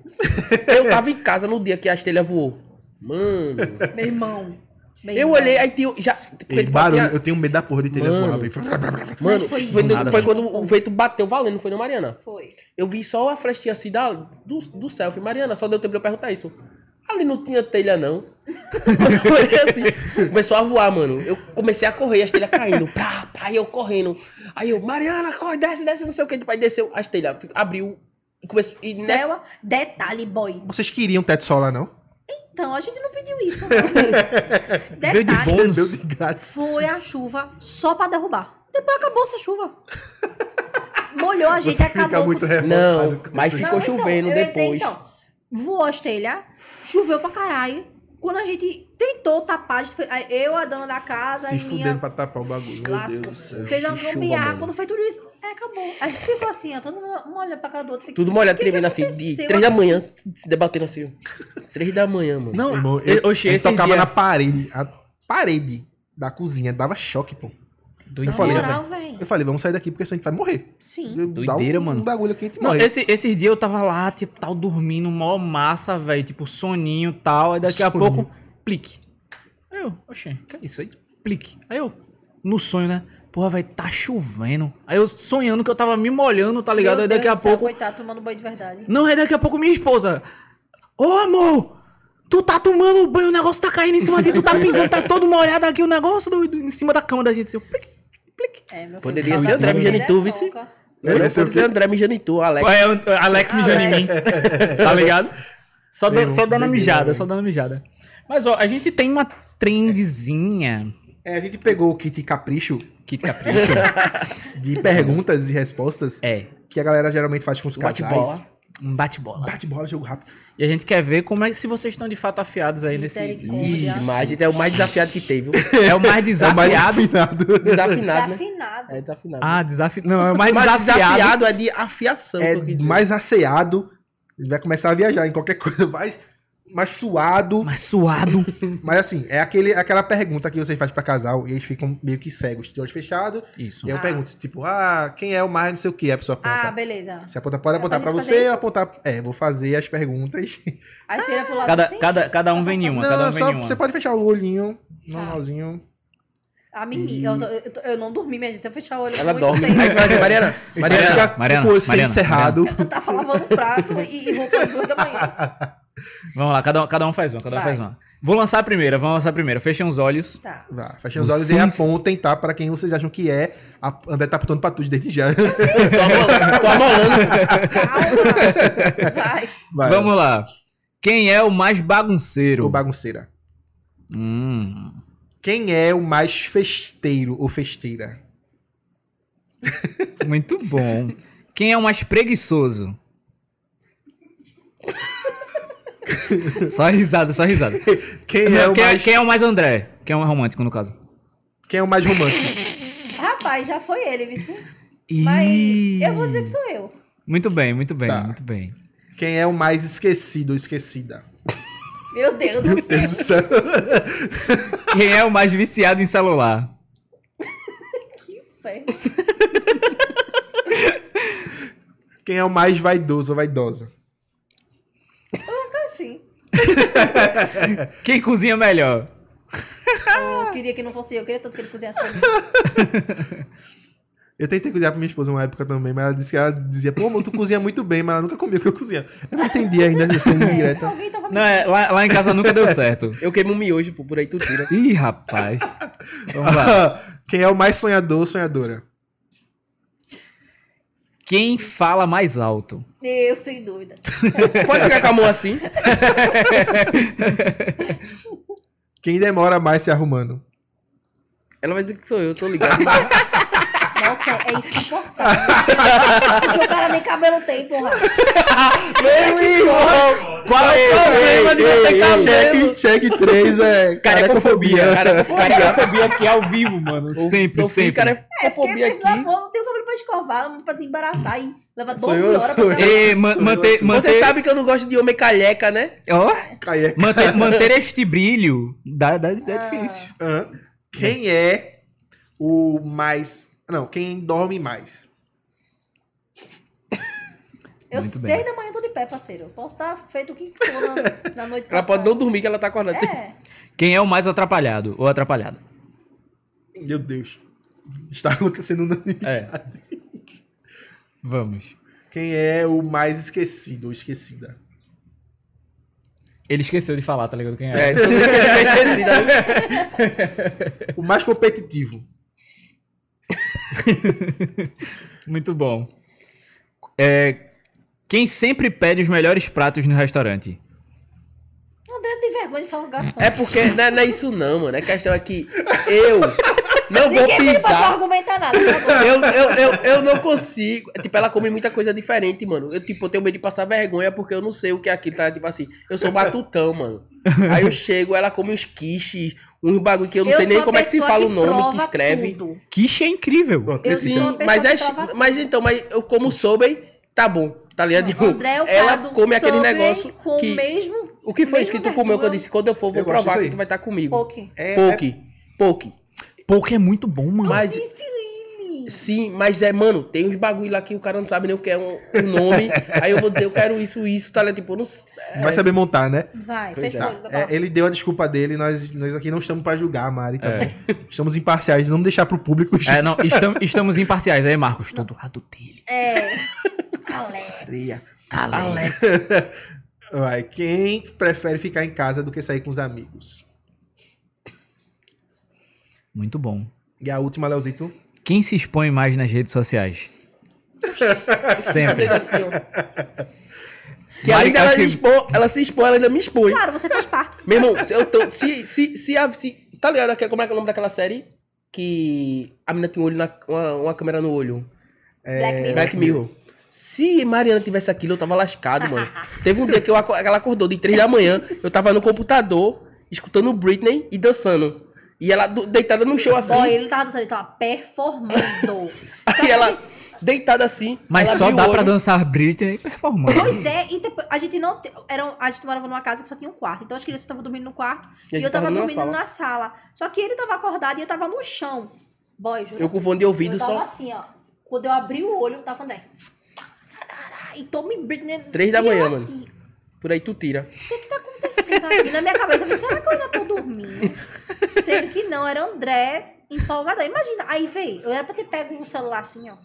Speaker 5: Eu tava em casa no dia que a estrela voou. Mano,
Speaker 4: Meu irmão. Bem
Speaker 5: eu
Speaker 4: grande.
Speaker 5: olhei, aí tinha. Já, tipo,
Speaker 2: Ei,
Speaker 5: ele
Speaker 2: barulho,
Speaker 5: batia-
Speaker 2: eu tenho medo da porra de
Speaker 5: Mano.
Speaker 2: telefone. velho.
Speaker 5: Mano,
Speaker 4: foi
Speaker 5: foi,
Speaker 4: isso.
Speaker 5: do-
Speaker 3: Nada,
Speaker 5: foi
Speaker 3: velho.
Speaker 5: quando o vento bateu valendo, não foi no Mariana.
Speaker 4: Foi.
Speaker 5: Eu vi só a frestinha assim da, do, do selfie. Mariana, só deu tempo de eu perguntar isso. Ali não tinha telha, não. [LAUGHS] Eu olhei assim, começou a voar, mano. Eu comecei a correr, as telhas caindo. Pra, pra, e eu correndo. Aí eu, Mariana, corre, desce, desce, não sei o que. Tipo, aí desceu, as telhas fi- abriu. E começou. E nessa,
Speaker 4: Céu, detalhe, boy.
Speaker 2: Vocês queriam teto solar, não?
Speaker 4: Então, a gente não pediu isso.
Speaker 2: [LAUGHS]
Speaker 4: não. detalhe,
Speaker 2: Meu de graça.
Speaker 4: foi a chuva só pra derrubar. Depois acabou essa chuva. Molhou a gente,
Speaker 2: Você
Speaker 4: acabou.
Speaker 2: fica muito revoltado
Speaker 5: Não,
Speaker 2: com
Speaker 5: mas
Speaker 2: isso.
Speaker 5: ficou
Speaker 4: então,
Speaker 5: chovendo
Speaker 4: eu ia dizer,
Speaker 5: depois.
Speaker 4: então, voou a telhas, choveu pra caralho. Quando a gente tentou tapar, a gente foi- aí eu, a dona da casa,
Speaker 2: Se
Speaker 4: e minha
Speaker 2: fudendo pra tapar o bagulho. Meu Deus
Speaker 4: clássico,
Speaker 2: do céu.
Speaker 4: fez uma
Speaker 2: Que chuva,
Speaker 4: gambiarra.
Speaker 2: mano.
Speaker 4: Quando foi tudo isso, é, acabou. A gente ficou assim, ó, todo mundo um olhando pra cara do outro. fica,
Speaker 5: Tudo molhado,
Speaker 4: "O que que
Speaker 5: tremendo assim, de
Speaker 4: aconteceu
Speaker 5: três da manhã, se debatendo assim. ó. Três da manhã, mano.
Speaker 3: Não,
Speaker 2: Irmão,
Speaker 3: eu,
Speaker 2: eu,
Speaker 3: oxe,
Speaker 2: eu
Speaker 3: esse
Speaker 2: tocava
Speaker 3: dia...
Speaker 2: na parede. A parede da cozinha dava choque, pô.
Speaker 3: Doideira,
Speaker 2: eu falei,
Speaker 4: Na
Speaker 3: velho.
Speaker 4: moral, velho.
Speaker 2: Eu falei, vamos sair daqui porque senão a gente vai morrer.
Speaker 4: Sim.
Speaker 2: Eu-
Speaker 3: Doideira,
Speaker 2: um,
Speaker 3: mano.
Speaker 2: Um bagulho aqui, a gente
Speaker 3: Não,
Speaker 2: morre.
Speaker 3: esse, esses dias eu tava lá, tipo, tal, dormindo, mó massa, velho. Tipo, soninho e tal. Aí daqui a
Speaker 2: Soninho.
Speaker 3: pouco, plique. Aí eu, oxe, que é isso aí? Plique. Aí eu, no sonho, né? Porra, velho, tá chovendo. Aí eu sonhando que eu tava me molhando, tá ligado?
Speaker 4: Meu
Speaker 3: aí daqui
Speaker 4: Deus
Speaker 3: a
Speaker 4: do céu,
Speaker 3: pouco.
Speaker 4: Coitado, tomando banho de verdade.
Speaker 3: Não, aí daqui a pouco minha esposa. Ô, amor! Tu tá tomando banho, o negócio tá caindo em cima de ti, tu tá pingando, tá todo molhado aqui o negócio do, do- em cima da cama da gente. assim, eu, plique.
Speaker 4: É, meu filho,
Speaker 5: Poderia
Speaker 4: cada
Speaker 5: ser André
Speaker 4: doideira é
Speaker 5: Vigenitu, vice.
Speaker 4: louca.
Speaker 5: Eu
Speaker 2: Olha,
Speaker 5: não
Speaker 2: esse é o
Speaker 5: posso dizer
Speaker 2: quê?
Speaker 5: André Mijanitu, Alex.
Speaker 3: Aí eu- é um, Alex mijando em mim. tá ligado? Só,
Speaker 2: Bem,
Speaker 3: dando- só
Speaker 2: muito
Speaker 3: dando
Speaker 2: bem,
Speaker 3: mijada,
Speaker 2: bem.
Speaker 3: só dando mijada. Mas ó, a gente tem uma trendzinha
Speaker 2: É, a gente pegou o kit capricho
Speaker 3: que capricha.
Speaker 2: de perguntas e respostas
Speaker 3: é,
Speaker 2: que a galera geralmente faz com os casais.
Speaker 5: Bate-bola.
Speaker 3: um bate-bola.
Speaker 2: Bate bola, jogo rápido.
Speaker 3: E a gente quer ver como é se vocês estão de fato afiados aí nesse.
Speaker 4: Misericórdia.
Speaker 5: Mas ele é o mais desafiado
Speaker 3: [LAUGHS]
Speaker 5: que teve. viu?
Speaker 3: É
Speaker 2: É
Speaker 3: o mais
Speaker 2: o mais
Speaker 3: desafiado.
Speaker 2: afinado.
Speaker 5: Desafinado, né?
Speaker 4: Desafinado.
Speaker 5: É desafinado.
Speaker 3: Ah, desafiado. Não, é o mais
Speaker 5: Mas
Speaker 3: desafiado.
Speaker 5: desafiado é de
Speaker 3: um
Speaker 5: afiação.
Speaker 2: É
Speaker 5: que eu quis dizer.
Speaker 2: mais aceado. Ele vai começar a viajar em qualquer [LAUGHS] coisa. Mais, mais suado.
Speaker 3: Mas suado.
Speaker 2: Mas assim, é aquele, aquela pergunta que você faz pra casal e eles ficam meio que cegos, de olhos fechados.
Speaker 3: Isso.
Speaker 2: E eu
Speaker 4: Ah.
Speaker 2: pergunto, tipo, ah, quem é o mais não sei o que? A pessoa aponta.
Speaker 4: Ah, beleza.
Speaker 2: Você aponta, pode
Speaker 4: Ah,
Speaker 2: apontar pra
Speaker 4: pode
Speaker 2: você
Speaker 4: fazer isso?
Speaker 2: apontar. É, vou fazer as perguntas.
Speaker 4: Aí vira pro lado
Speaker 3: Cada,
Speaker 4: assim.
Speaker 3: cada, cada um vem em uma, cada um
Speaker 2: Não,
Speaker 3: vem
Speaker 2: só
Speaker 3: em uma.
Speaker 2: você pode fechar o olhinho, normalzinho.
Speaker 4: A menina, eu, tô- eu tô- eu não dormi, minha gente. Se eu fechar o olho, eu
Speaker 5: Ela
Speaker 4: muito
Speaker 5: dorme.
Speaker 4: tempo.
Speaker 5: Aí tu fala assim, Mariana,
Speaker 2: Vai
Speaker 5: Mariana,
Speaker 2: ficar
Speaker 3: Mariana,
Speaker 2: com você
Speaker 3: Mariana,
Speaker 2: encerrado.
Speaker 4: Eu tava lavando o prato e, e voltando duas da manhã.
Speaker 3: Vamos lá, cada um, cada um faz uma, cada um
Speaker 4: Vai.
Speaker 3: faz uma. Vou lançar a primeira, vamos lançar a primeira. Fechem os olhos.
Speaker 4: Tá.
Speaker 2: Vá, fechem os olhos e
Speaker 3: Vocês-
Speaker 2: apontem, tá? Pra quem vocês acham que é. A André tá apontando pra tudo desde já. [LAUGHS]
Speaker 5: tô amolando, tô amolando.
Speaker 4: Calma. Vai.
Speaker 2: Vai,
Speaker 3: Vamos lá. Quem é o mais bagunceiro?
Speaker 2: Ô, bagunceira.
Speaker 3: Hum.
Speaker 2: Quem é o mais festeiro ou festeira? [LAUGHS]
Speaker 3: Muito bom. Quem é o mais preguiçoso? só risada, só risada.
Speaker 2: Quem
Speaker 3: Não,
Speaker 2: é o
Speaker 3: quem,
Speaker 2: mais.
Speaker 3: quem é o mais André? Quem é o mais romântico, no caso?
Speaker 2: Quem é o mais romântico?
Speaker 4: Rapaz, já foi ele, Vici.
Speaker 3: Ih.
Speaker 4: Mas eu vou dizer que sou eu.
Speaker 3: Muito bem, muito bem,
Speaker 2: Tá.
Speaker 3: muito bem.
Speaker 2: Quem é o mais esquecido ou
Speaker 3: [LAUGHS]
Speaker 2: esquecida?
Speaker 4: Meu Deus do
Speaker 2: Meu
Speaker 4: céu. [LAUGHS]
Speaker 2: Deus do céu.
Speaker 3: Quem é o mais viciado em celular?
Speaker 4: Que fé.
Speaker 2: Quem é o mais vaidoso ou vaidosa?
Speaker 4: Assim.
Speaker 3: Quem cozinha melhor?
Speaker 4: Eu queria que não fosse eu. Eu queria tanto que ele cozinhasse pra mim.
Speaker 2: Eu tentei cozinhar pra minha esposa uma época também, mas ela disse que ela dizia, pô, amor, tu cozinha muito bem, mas ela nunca comia o que eu cozinha. Eu não entendi ainda um essa
Speaker 4: É,
Speaker 2: indireta.
Speaker 4: alguém tava me...
Speaker 3: Não, é, lá, lá em casa nunca deu certo.
Speaker 5: Eu queimo um miojo, pô, por aí tu tira.
Speaker 3: Ih, rapaz. Vamos lá.
Speaker 2: [LAUGHS] Quem é o mais sonhador ou sonhadora?
Speaker 3: Quem fala mais alto?
Speaker 4: Eu, sem dúvida.
Speaker 5: Pode ficar com a mão assim.
Speaker 2: Quem demora mais se arrumando?
Speaker 5: Ela vai dizer que sou eu, tô ligado.
Speaker 4: Nossa, é insuportável. [LAUGHS] Porque o cara nem cabelo tem, porra.
Speaker 5: Meu irmão, qual é o problema de
Speaker 3: ei,
Speaker 5: você
Speaker 3: ei,
Speaker 5: cabelo?
Speaker 2: Check, check 3 é
Speaker 5: Caracofobia, caracofobia.
Speaker 3: Fobia aqui ao vivo, mano. Sempre,
Speaker 5: Sofri
Speaker 3: sempre.
Speaker 4: É porque
Speaker 5: caracofobia
Speaker 4: pensa,
Speaker 5: aqui.
Speaker 4: pô, não tem o cabelo pra escovar, pra desembaraçar e leva 12
Speaker 2: Sou eu,
Speaker 4: horas pra
Speaker 2: sou
Speaker 4: sair.
Speaker 3: [LAUGHS] E ma manter, manter,
Speaker 5: Você sabe que eu não gosto de homem calheca, né?
Speaker 3: [LAUGHS] ó,
Speaker 2: Caia-
Speaker 5: [LAUGHS]
Speaker 3: manter, manter este brilho dá, dá, dá
Speaker 5: Ah.
Speaker 3: difícil.
Speaker 2: Hã? Quem é o mais. Não, quem dorme mais?
Speaker 4: Eu
Speaker 3: Muito
Speaker 4: seis
Speaker 3: bem.
Speaker 4: da manhã eu tô de pé, parceiro. Eu posso estar feito o que for na, na noite
Speaker 5: Ela
Speaker 4: passada.
Speaker 5: pode não dormir que ela tá acordada.
Speaker 4: É.
Speaker 3: Quem é o mais atrapalhado ou atrapalhada?
Speaker 2: Meu Deus. Está acontecendo unanimidade.
Speaker 3: É, Vamos.
Speaker 2: Quem é o mais esquecido ou esquecida?
Speaker 3: Ele esqueceu de falar, tá ligado? Quem é? [LAUGHS]
Speaker 5: É, tudo isso que a gente tá esquecida, né?
Speaker 2: O mais competitivo.
Speaker 3: Muito bom. É, quem sempre pede os melhores pratos no restaurante?
Speaker 4: André tem vergonha de falar com garçom.
Speaker 5: É porque não é, não é isso não, mano. A questão é que
Speaker 4: [LAUGHS]
Speaker 5: eu não vou
Speaker 4: Ninguém veio pra
Speaker 5: pisar.
Speaker 4: argumentar nada. tá bom.
Speaker 5: Eu, eu, eu, eu não consigo. Tipo, ela come muita coisa diferente, mano. Eu, tipo, eu tenho medo de passar vergonha porque eu não sei o que é aquilo. Tá? Tipo assim, eu sou batutão, mano. Aí eu chego, ela come uns quiches, uns bagulho que eu não sei
Speaker 4: sou
Speaker 5: nem
Speaker 4: a
Speaker 5: como é que se
Speaker 4: pessoa
Speaker 5: fala o nome,
Speaker 4: prova
Speaker 5: que escreve.
Speaker 4: tudo.
Speaker 3: Quiche é incrível.
Speaker 2: Pronto,
Speaker 4: Eu
Speaker 2: esse
Speaker 4: sou
Speaker 2: já.
Speaker 4: uma pessoa que
Speaker 5: Mas, é,
Speaker 4: prova
Speaker 5: mas então, mas eu como soube, tá bom. Tá ligado? Tipo,
Speaker 4: André é o
Speaker 5: ela
Speaker 4: cara do
Speaker 5: come aquele
Speaker 4: Subway
Speaker 5: negócio
Speaker 4: com o
Speaker 5: que...
Speaker 4: mesmo
Speaker 5: O que foi
Speaker 4: mesmo
Speaker 5: isso que tu comeu que eu
Speaker 4: verdura.
Speaker 5: disse? Quando eu for, vou
Speaker 2: Eu gosto
Speaker 5: provar
Speaker 2: disso
Speaker 5: que
Speaker 2: aí.
Speaker 5: tu vai estar comigo.
Speaker 4: poke.
Speaker 2: É, é-
Speaker 5: Poke. Poke.
Speaker 3: Pouco é muito bom, mano.
Speaker 5: Mas... Sim, mas é, mano, tem uns bagulho lá que o cara não sabe nem o que é um, um nome. aí eu vou dizer, eu quero isso, isso, tá ligado? Tipo, eu não sei.
Speaker 2: Não vai saber montar, né?
Speaker 4: Vai,
Speaker 5: Pois
Speaker 4: fez
Speaker 5: é.
Speaker 4: coisa.
Speaker 2: É, ele deu a desculpa dele, nós, nós aqui não estamos para julgar, Mari, tá bom? Estamos imparciais, não deixar pro público
Speaker 3: É, não, estam- estamos imparciais. Aí, Marcos, tô do lado dele.
Speaker 4: É. Alex.
Speaker 2: julgar.
Speaker 3: Alex.
Speaker 2: [LAUGHS] Vai, quem prefere ficar em casa do que sair com os amigos?
Speaker 3: Muito bom.
Speaker 2: E a última, Leozito?
Speaker 3: Quem se expõe mais nas redes [LAUGHS] sociais? Sempre.
Speaker 5: Assim, ó. Que
Speaker 3: Mari,
Speaker 5: ainda ela,
Speaker 3: acho que-
Speaker 5: se expõe, ela se expõe, ela ainda me expõe.
Speaker 4: Claro, você faz parte.
Speaker 5: Meu irmão, se eu tô. Se, se, se, a- se- tá ligado? aqui, Como é que é o nome daquela série? Que a menina tem um olho na, uma, uma câmera no olho.
Speaker 4: Black Mirror.
Speaker 5: Black Mirror. Se Mariana tivesse aquilo, eu tava
Speaker 4: [LAUGHS]
Speaker 5: lascado, mano. Teve um dia que eu aco- ela acordou de três da manhã, eu tava no computador, escutando Britney e dançando. E ela do- deitada no chão assim.
Speaker 4: Ó, ele tava dançando, ele tava performando. Só
Speaker 5: [LAUGHS] Aí
Speaker 4: que-
Speaker 5: ela deitada assim.
Speaker 3: Mas
Speaker 5: ela
Speaker 3: só
Speaker 5: abriu
Speaker 3: dá
Speaker 5: o
Speaker 3: pra
Speaker 5: olho.
Speaker 3: dançar Britney performando.
Speaker 4: Pois é, e depois, a gente não. te- Eram, a gente morava numa casa que só tinha um quarto. Então as crianças estavam dormindo no quarto
Speaker 5: E
Speaker 4: e,
Speaker 5: a gente
Speaker 4: eu tava
Speaker 5: tava na
Speaker 4: dormindo
Speaker 5: sala.
Speaker 4: na sala. Só que ele tava acordado e eu tava no chão. Boy, juro.
Speaker 5: Eu com fone de ouvido
Speaker 4: eu tava
Speaker 5: só.
Speaker 4: assim, ó. Quando eu abri o olho, eu tava André. E Tommy Britney.
Speaker 5: Três da
Speaker 4: e eu
Speaker 5: manhã, mano.
Speaker 4: assim,
Speaker 5: Por aí tu tira.
Speaker 4: [LAUGHS] acontecendo aqui na minha cabeça. Eu falei, será que eu ainda tô dormindo? Sendo que não, era André empolgada. Imagina, aí veio, eu era pra ter pego um celular assim, ó.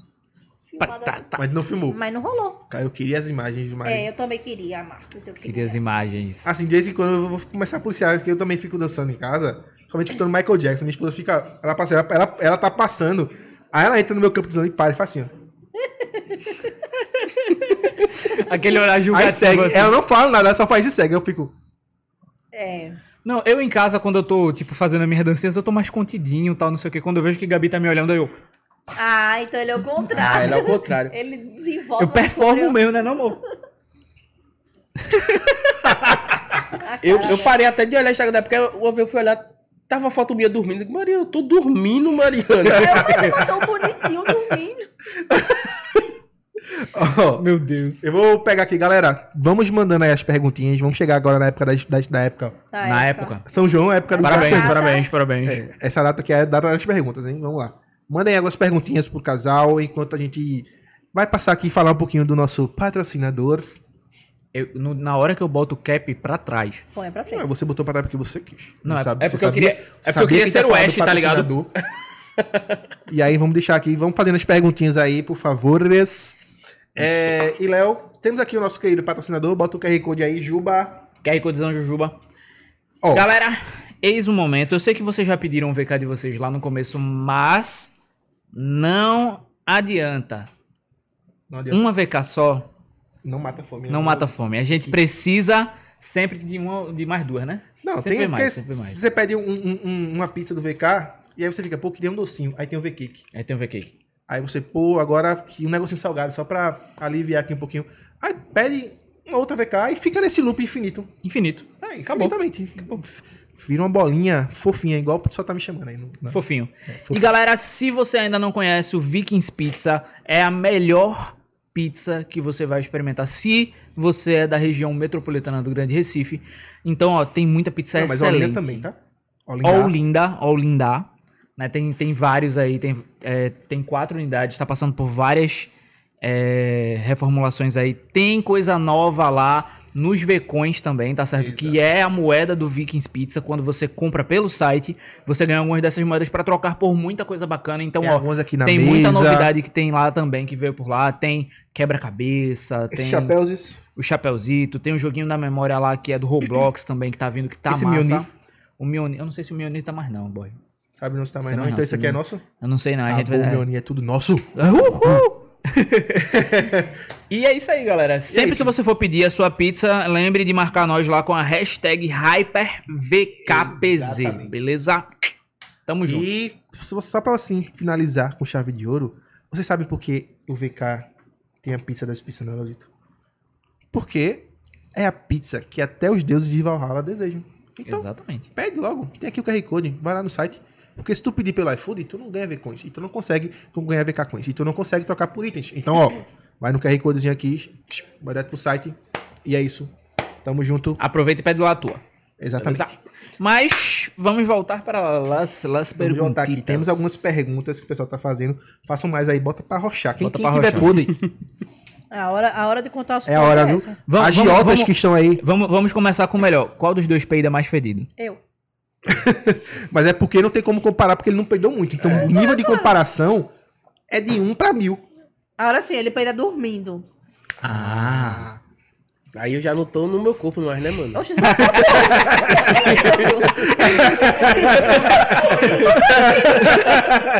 Speaker 4: Filmado assim.
Speaker 3: Tá.
Speaker 2: Mas não filmou.
Speaker 4: Mas não rolou.
Speaker 2: Cara, eu queria as imagens de Mari.
Speaker 4: É, eu também queria, Marcos. Eu
Speaker 3: Queria
Speaker 4: queria.
Speaker 3: as imagens.
Speaker 2: Assim, de vez em quando eu vou começar a policiar, porque eu também fico dançando em casa, principalmente escutando Michael Jackson. Minha esposa fica. Ela, passa, ela, ela, ela tá passando. Aí ela entra no meu campo de zona e para e faz assim, ó.
Speaker 3: Aquele horário
Speaker 2: Aí
Speaker 3: julgativo.
Speaker 2: segue.
Speaker 3: Assim.
Speaker 2: Ela não fala nada, ela só faz e segue. Eu fico.
Speaker 4: É.
Speaker 3: Não, eu em casa, quando eu tô, tipo, fazendo as minhas dancinhas, eu tô mais contidinho e tal, não sei o quê. Quando eu vejo que Gabi tá me olhando, aí eu,
Speaker 4: Ah, então ele é o
Speaker 5: Ah,
Speaker 4: contrário.
Speaker 5: era ao contrário.
Speaker 4: Ele desenvolve. um
Speaker 3: eu performo mesmo, né, não, amor?
Speaker 4: Tá
Speaker 5: Eu, eu parei até de olhar o Instagram, porque uma vez eu fui olhar, tava a foto minha dormindo. Eu digo, Mariana, eu tô
Speaker 4: [LAUGHS]
Speaker 5: dormindo, Mariana.
Speaker 4: É, Ele matou bonitinho dormindo.
Speaker 2: Ó,
Speaker 3: Meu Deus.
Speaker 2: eu vou pegar aqui, galera. Vamos mandando aí as perguntinhas. Vamos chegar agora na época das, das- da época.
Speaker 4: Tá,
Speaker 3: Na época.
Speaker 2: São João é a época do
Speaker 3: Parabéns,
Speaker 4: Exato.
Speaker 3: parabéns, parabéns.
Speaker 2: É, essa data aqui é a data das perguntas, hein? Vamos lá. Mandem algumas perguntinhas pro casal, enquanto a gente vai passar aqui e falar um pouquinho do nosso patrocinador.
Speaker 3: Eu- no- na hora que eu boto o cap pra trás,
Speaker 4: Põe pra
Speaker 2: Ah,
Speaker 4: frente.
Speaker 2: você botou pra trás porque você quis.
Speaker 3: Não, é-
Speaker 2: sabe,
Speaker 3: é
Speaker 2: você
Speaker 3: porque eu
Speaker 2: sabia-
Speaker 3: queria- é porque eu
Speaker 2: sabia
Speaker 3: queria
Speaker 2: que
Speaker 3: ser
Speaker 2: ia
Speaker 3: o
Speaker 2: falar do
Speaker 3: Ash, tá ligado?
Speaker 2: patrocinador. [LAUGHS] e aí, vamos deixar aqui, vamos fazendo as perguntinhas aí, por favor. É, e Léo, temos aqui o nosso querido patrocinador, bota o QR Code aí, Juba.
Speaker 3: QR Codezão Jujuba.
Speaker 2: Ó,
Speaker 3: Galera, eis o momento. Eu sei que vocês já pediram o VK de vocês lá no começo, mas não adianta.
Speaker 2: não, adianta,
Speaker 3: Uma VK só
Speaker 2: não mata a fome. né?
Speaker 3: não mata a fome. A gente precisa sempre de, uma, de mais duas, né?
Speaker 2: Não, tem
Speaker 3: sempre
Speaker 2: porque
Speaker 3: mais,
Speaker 2: se
Speaker 3: sempre mais.
Speaker 2: você pede um- um- um- uma pizza do VK, e aí você fica, pô, queria um docinho. Aí tem o V-Cake.
Speaker 3: Aí tem o VK.
Speaker 2: Aí você, pô, agora que um negocinho salgado, só pra aliviar aqui um pouquinho. Aí pede uma outra VK e fica nesse loop infinito.
Speaker 3: Infinito.
Speaker 2: Aí,
Speaker 3: Acabou.
Speaker 2: Infinitamente. Acabou. Vira uma bolinha fofinha, igual o pessoal tá me chamando aí. No, na-
Speaker 3: Fofinho.
Speaker 2: fofo.
Speaker 3: E galera, se você ainda não conhece, o Vikings Pizza é a melhor pizza que você vai experimentar se você é da região metropolitana do Grande Recife. Então, ó, tem muita pizza
Speaker 2: Não, mas
Speaker 3: excelente.
Speaker 2: Olinda também, tá? Olinda.
Speaker 3: Olinda, Olinda, né? Tem, tem vários aí, tem, é, tem quatro unidades, tá passando por várias é, reformulações aí. Tem coisa nova lá nos Vcoins também, tá certo? Que é a moeda do Vikings Pizza. Quando você compra pelo site, você ganha algumas dessas moedas pra trocar por muita coisa bacana. Então,
Speaker 2: Tem
Speaker 3: ó,
Speaker 2: alguns aqui na
Speaker 3: tem
Speaker 2: mesa.
Speaker 3: muita novidade que tem lá também, que veio por lá. Tem quebra-cabeça, tem
Speaker 2: Esses chapéus, isso.
Speaker 3: o Chapeuzito, tem o joguinho da memória lá que é
Speaker 2: [CLEARS THROAT]
Speaker 3: do Roblox também, que tá vindo, que tá
Speaker 2: Esse
Speaker 3: massa.
Speaker 2: Mjolnir?
Speaker 3: O Mjolnir, eu não sei se o Mjolnir tá mais não, boy.
Speaker 2: Sabe não se tá mais
Speaker 3: Sei
Speaker 2: não.
Speaker 3: mais
Speaker 2: Então
Speaker 3: não,
Speaker 2: isso aqui é
Speaker 3: sei
Speaker 2: nosso?
Speaker 3: Eu não sei não, a gente
Speaker 2: Acabou,
Speaker 3: vai...
Speaker 2: Leoninha, é tudo nosso. [LAUGHS]
Speaker 3: Uhul! e é isso aí, galera. Sempre
Speaker 2: isso.
Speaker 3: que você for pedir a sua pizza, lembre de marcar nós lá com a hashtag HyperVKPZ,
Speaker 2: Exatamente.
Speaker 3: beleza? Tamo junto.
Speaker 2: E se você- só pra assim finalizar com chave de ouro, você sabe por que o VK tem a pizza das pizzas, não, Leozito? Porque é a pizza que até os deuses de Valhalla desejam. Então,
Speaker 3: Exatamente.
Speaker 2: pede logo. Tem aqui o QR Code, vai lá no site. Porque se tu pedir pelo iFood, tu não ganha VCoins. E tu não consegue tu não ganha VK Coins. E tu não consegue trocar por itens. Então, ó, vai no QR Codezinho aqui, vai direto pro site. E é isso. Tamo junto.
Speaker 3: Aproveita e pede lá a tua.
Speaker 2: Exatamente.
Speaker 3: Beleza? Mas vamos voltar para las, las
Speaker 2: Vamos voltar aqui.
Speaker 3: perguntitas.
Speaker 2: Temos algumas perguntas que o pessoal tá fazendo. Façam mais aí, bota pra rochar. Quem,
Speaker 3: Bota
Speaker 2: quem
Speaker 3: pra
Speaker 2: tiver
Speaker 3: rochar.
Speaker 2: podre,
Speaker 4: A hora, a hora de contar os
Speaker 2: é a hora, viu?
Speaker 4: podres essa.
Speaker 3: Vamos-
Speaker 2: As giotas
Speaker 3: vamos- vamos-
Speaker 2: que estão aí.
Speaker 3: Vamos, vamos começar com o melhor. Qual dos dois peida mais fedido?
Speaker 4: Eu.
Speaker 2: Mas é porque não tem como comparar, porque ele não perdeu muito. Então, o nível de comparação é de 1 pra mil.
Speaker 4: A hora sim, ele peida dormindo.
Speaker 3: Ah,
Speaker 5: Aí eu já não tô no meu corpo mais, né,
Speaker 4: [LAUGHS]
Speaker 5: mano?
Speaker 4: Oxe, só só-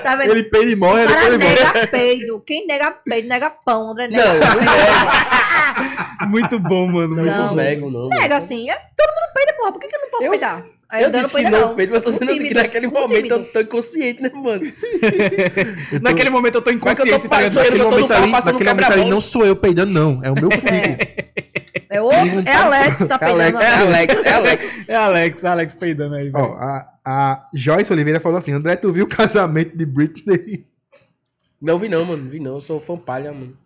Speaker 4: Tá vendo?
Speaker 2: peida e morre,
Speaker 4: O cara nega peido. Quem nega peido, nega pão. André nega
Speaker 5: Não,
Speaker 4: peido.
Speaker 3: muito bom, mano.
Speaker 5: Não, não
Speaker 4: Não.
Speaker 5: nego, não. mano.
Speaker 4: Nega assim. é- todo mundo peida, porra. Por que, que eu não posso
Speaker 5: Eu-
Speaker 4: peidar? Aí
Speaker 5: Eu
Speaker 4: André
Speaker 5: disse que
Speaker 4: peida,
Speaker 5: não, Pedro, mas eu tô
Speaker 4: Um
Speaker 5: dizendo assim que
Speaker 4: tímido,
Speaker 5: naquele
Speaker 4: um
Speaker 5: momento
Speaker 4: tímido.
Speaker 5: eu tô inconsciente, né, mano?
Speaker 3: Naquele momento eu tô
Speaker 5: Como é que eu
Speaker 3: inconsciente,
Speaker 5: tô
Speaker 3: tá ligado?
Speaker 5: passando? Eu
Speaker 2: Naquele
Speaker 5: só tô no
Speaker 2: momento
Speaker 5: carro
Speaker 2: ali,
Speaker 5: passando
Speaker 2: naquele momento ali,
Speaker 5: quebra-mão.
Speaker 2: não sou eu peidando, não. É o meu furico.
Speaker 4: É outro. É Alex, tá peidando.
Speaker 2: Alex,
Speaker 5: É [LAUGHS] Alex, é Alex.
Speaker 3: É Alex, Alex peidando aí,
Speaker 2: Ó, a, a Joyce Oliveira falou assim, André, tu viu o casamento de Britney?
Speaker 5: Não vi não, mano. Vi não. Eu sou fã palha, mano.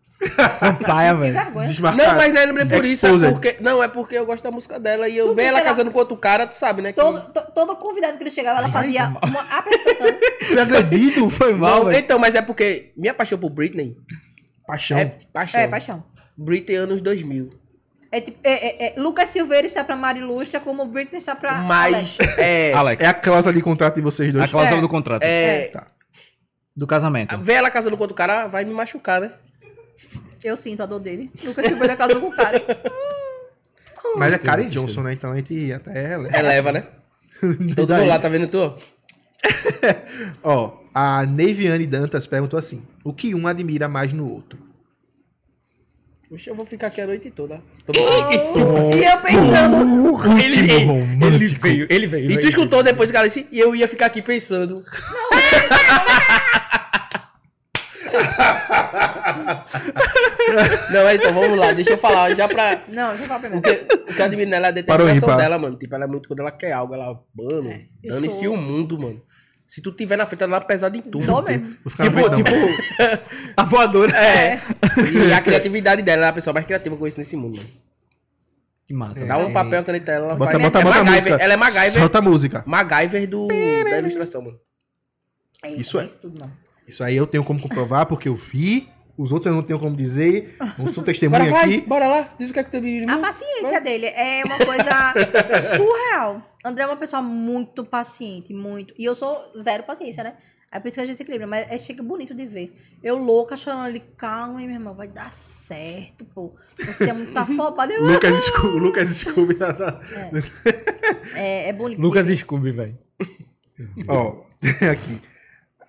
Speaker 3: Pampaia, velho.
Speaker 4: Vergonha.
Speaker 2: Desmarcado.
Speaker 5: Não, mas não é lembrei por isso. É
Speaker 2: Exposed.
Speaker 5: porque, não, é porque eu gosto da música dela. E eu
Speaker 4: Tu
Speaker 5: vejo ela
Speaker 4: fica lá-
Speaker 5: casando com outro cara, tu sabe, né? que-
Speaker 4: Todo, to- todo convidado que ele chegava, ela fazia uma apresentação.
Speaker 5: [LAUGHS]
Speaker 2: Foi agredido.
Speaker 3: Foi mal,
Speaker 5: Não,
Speaker 3: velho.
Speaker 5: então, mas é porque minha paixão por Britney
Speaker 2: Paixão.
Speaker 5: é paixão.
Speaker 4: É, paixão.
Speaker 5: Britney anos 2000.
Speaker 4: É tipo, é, é, é, Lucas Silveira está pra Marilustra, como Britney está pra Ah, Alex.
Speaker 5: Mas, [LAUGHS] é,
Speaker 3: Alex,
Speaker 2: É a cláusula de contrato de vocês
Speaker 3: a
Speaker 2: dois.
Speaker 3: cláusula
Speaker 4: É.
Speaker 3: do contrato.
Speaker 5: é,
Speaker 3: Do casamento.
Speaker 5: ver ela casando com outro cara vai me machucar, né?
Speaker 4: Eu sinto a dor dele. Lucas Silveira casou com o
Speaker 5: [LAUGHS]
Speaker 4: cara.
Speaker 2: Mas é Karen Johnson, né? Então a gente até releva. [LAUGHS]
Speaker 5: Eleva, né? Todo mundo lá, tá vendo tu?
Speaker 2: Ó, a Neiviane Dantas perguntou assim: o que um admira mais no outro?
Speaker 5: Poxa, eu vou ficar aqui a noite toda.
Speaker 4: [LAUGHS]
Speaker 5: Tô brincando.
Speaker 4: e eu pensando,
Speaker 2: Ele, romântico.
Speaker 3: veio, ele veio.
Speaker 5: E tu escutou depois o cara disse, e eu ia ficar aqui pensando. Não, mas então vamos lá, deixa eu falar já pra.
Speaker 4: Não, deixa eu falar primeiro.
Speaker 5: Porque o que eu admiro nela é a
Speaker 2: Parou aí,
Speaker 5: determinação
Speaker 2: Paulo.
Speaker 5: dela, mano. Tipo, ela é muito quando ela quer algo, ela, mano,
Speaker 4: É, eu
Speaker 5: dane-se
Speaker 4: sou-
Speaker 5: o mundo, mano. Se tu tiver na frente, ela é pesada em tudo.
Speaker 4: Dou mesmo.
Speaker 2: Vou ficar na
Speaker 5: Tipo,
Speaker 2: frente, não.
Speaker 5: tipo.
Speaker 3: A voadora.
Speaker 5: É. E a criatividade dela, ela é a pessoa mais criativa que eu conheço nesse mundo, mano.
Speaker 3: Que massa.
Speaker 5: Dá
Speaker 4: É.
Speaker 5: um papel, uma caneta, ela
Speaker 2: Bota,
Speaker 5: faz.
Speaker 2: bota,
Speaker 5: é
Speaker 2: bota a
Speaker 5: MacGyver,
Speaker 2: música.
Speaker 5: Ela é MacGyver.
Speaker 2: Solta a música.
Speaker 5: MacGyver do, da ilustração, mano.
Speaker 2: Isso é.
Speaker 4: Isso tudo não.
Speaker 2: Isso aí eu tenho como comprovar, porque eu vi. Os outros eu não tenho como dizer. Não sou
Speaker 5: Bora,
Speaker 2: testemunha
Speaker 5: vai,
Speaker 2: aqui.
Speaker 5: bora lá. Diz o que é que teve de
Speaker 4: A
Speaker 5: mim.
Speaker 2: né?
Speaker 4: paciência dele é uma coisa
Speaker 2: [LAUGHS]
Speaker 4: surreal. André é uma pessoa muito paciente, muito. E eu sou zero paciência, né? É por isso que a gente se equilibra, mas é chega bonito de ver. Eu louca, chorando ali, calma aí, meu irmão, vai dar certo, pô. Você é muito afobado.
Speaker 2: [LAUGHS]
Speaker 4: Eu,
Speaker 2: Lucas Scooby. Lucas Scooby. na- na-
Speaker 4: É, é bonito.
Speaker 3: Lucas Scooby, velho.
Speaker 2: Ó, [LAUGHS] tem aqui.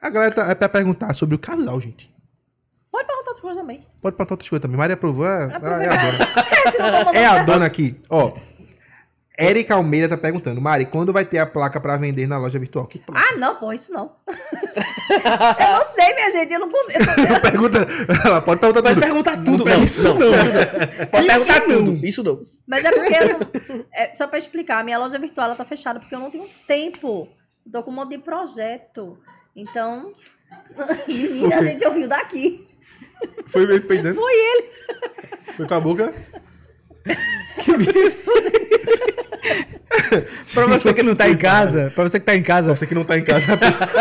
Speaker 2: A galera tá, é pra perguntar sobre o casal, gente.
Speaker 4: Pode perguntar outras coisas também.
Speaker 2: Pode botar outras coisas também. Maria aprovou. ela- Ela é a dona.
Speaker 4: É, [LAUGHS] se não for
Speaker 2: É
Speaker 4: mamãe-
Speaker 2: [LAUGHS] a dona aqui. Ó. Érica Almeida tá perguntando, Mari, quando vai ter a placa pra vender na loja virtual? Que placa?
Speaker 4: Ah, não, pô, isso não. [LAUGHS] eu não sei, minha gente, eu não consigo. eu tô-
Speaker 2: Pergunta. Ela pode perguntar
Speaker 3: Pode
Speaker 2: tudo.
Speaker 3: perguntar tudo,
Speaker 5: Não,
Speaker 3: velho.
Speaker 5: isso não, isso não. Pode perguntar tudo. Isso não.
Speaker 4: Mas é porque. eu não- é, só pra explicar, a minha loja virtual ela tá fechada porque eu não tenho tempo. Eu Tô com um monte de projeto. Então. [LAUGHS] Menina, a gente ouviu daqui.
Speaker 2: Foi meio peidando. Foi ele. Foi com a boca.
Speaker 3: [LAUGHS] Pra você que não tá em casa, pra você que tá em casa,
Speaker 2: Você que não tá em casa.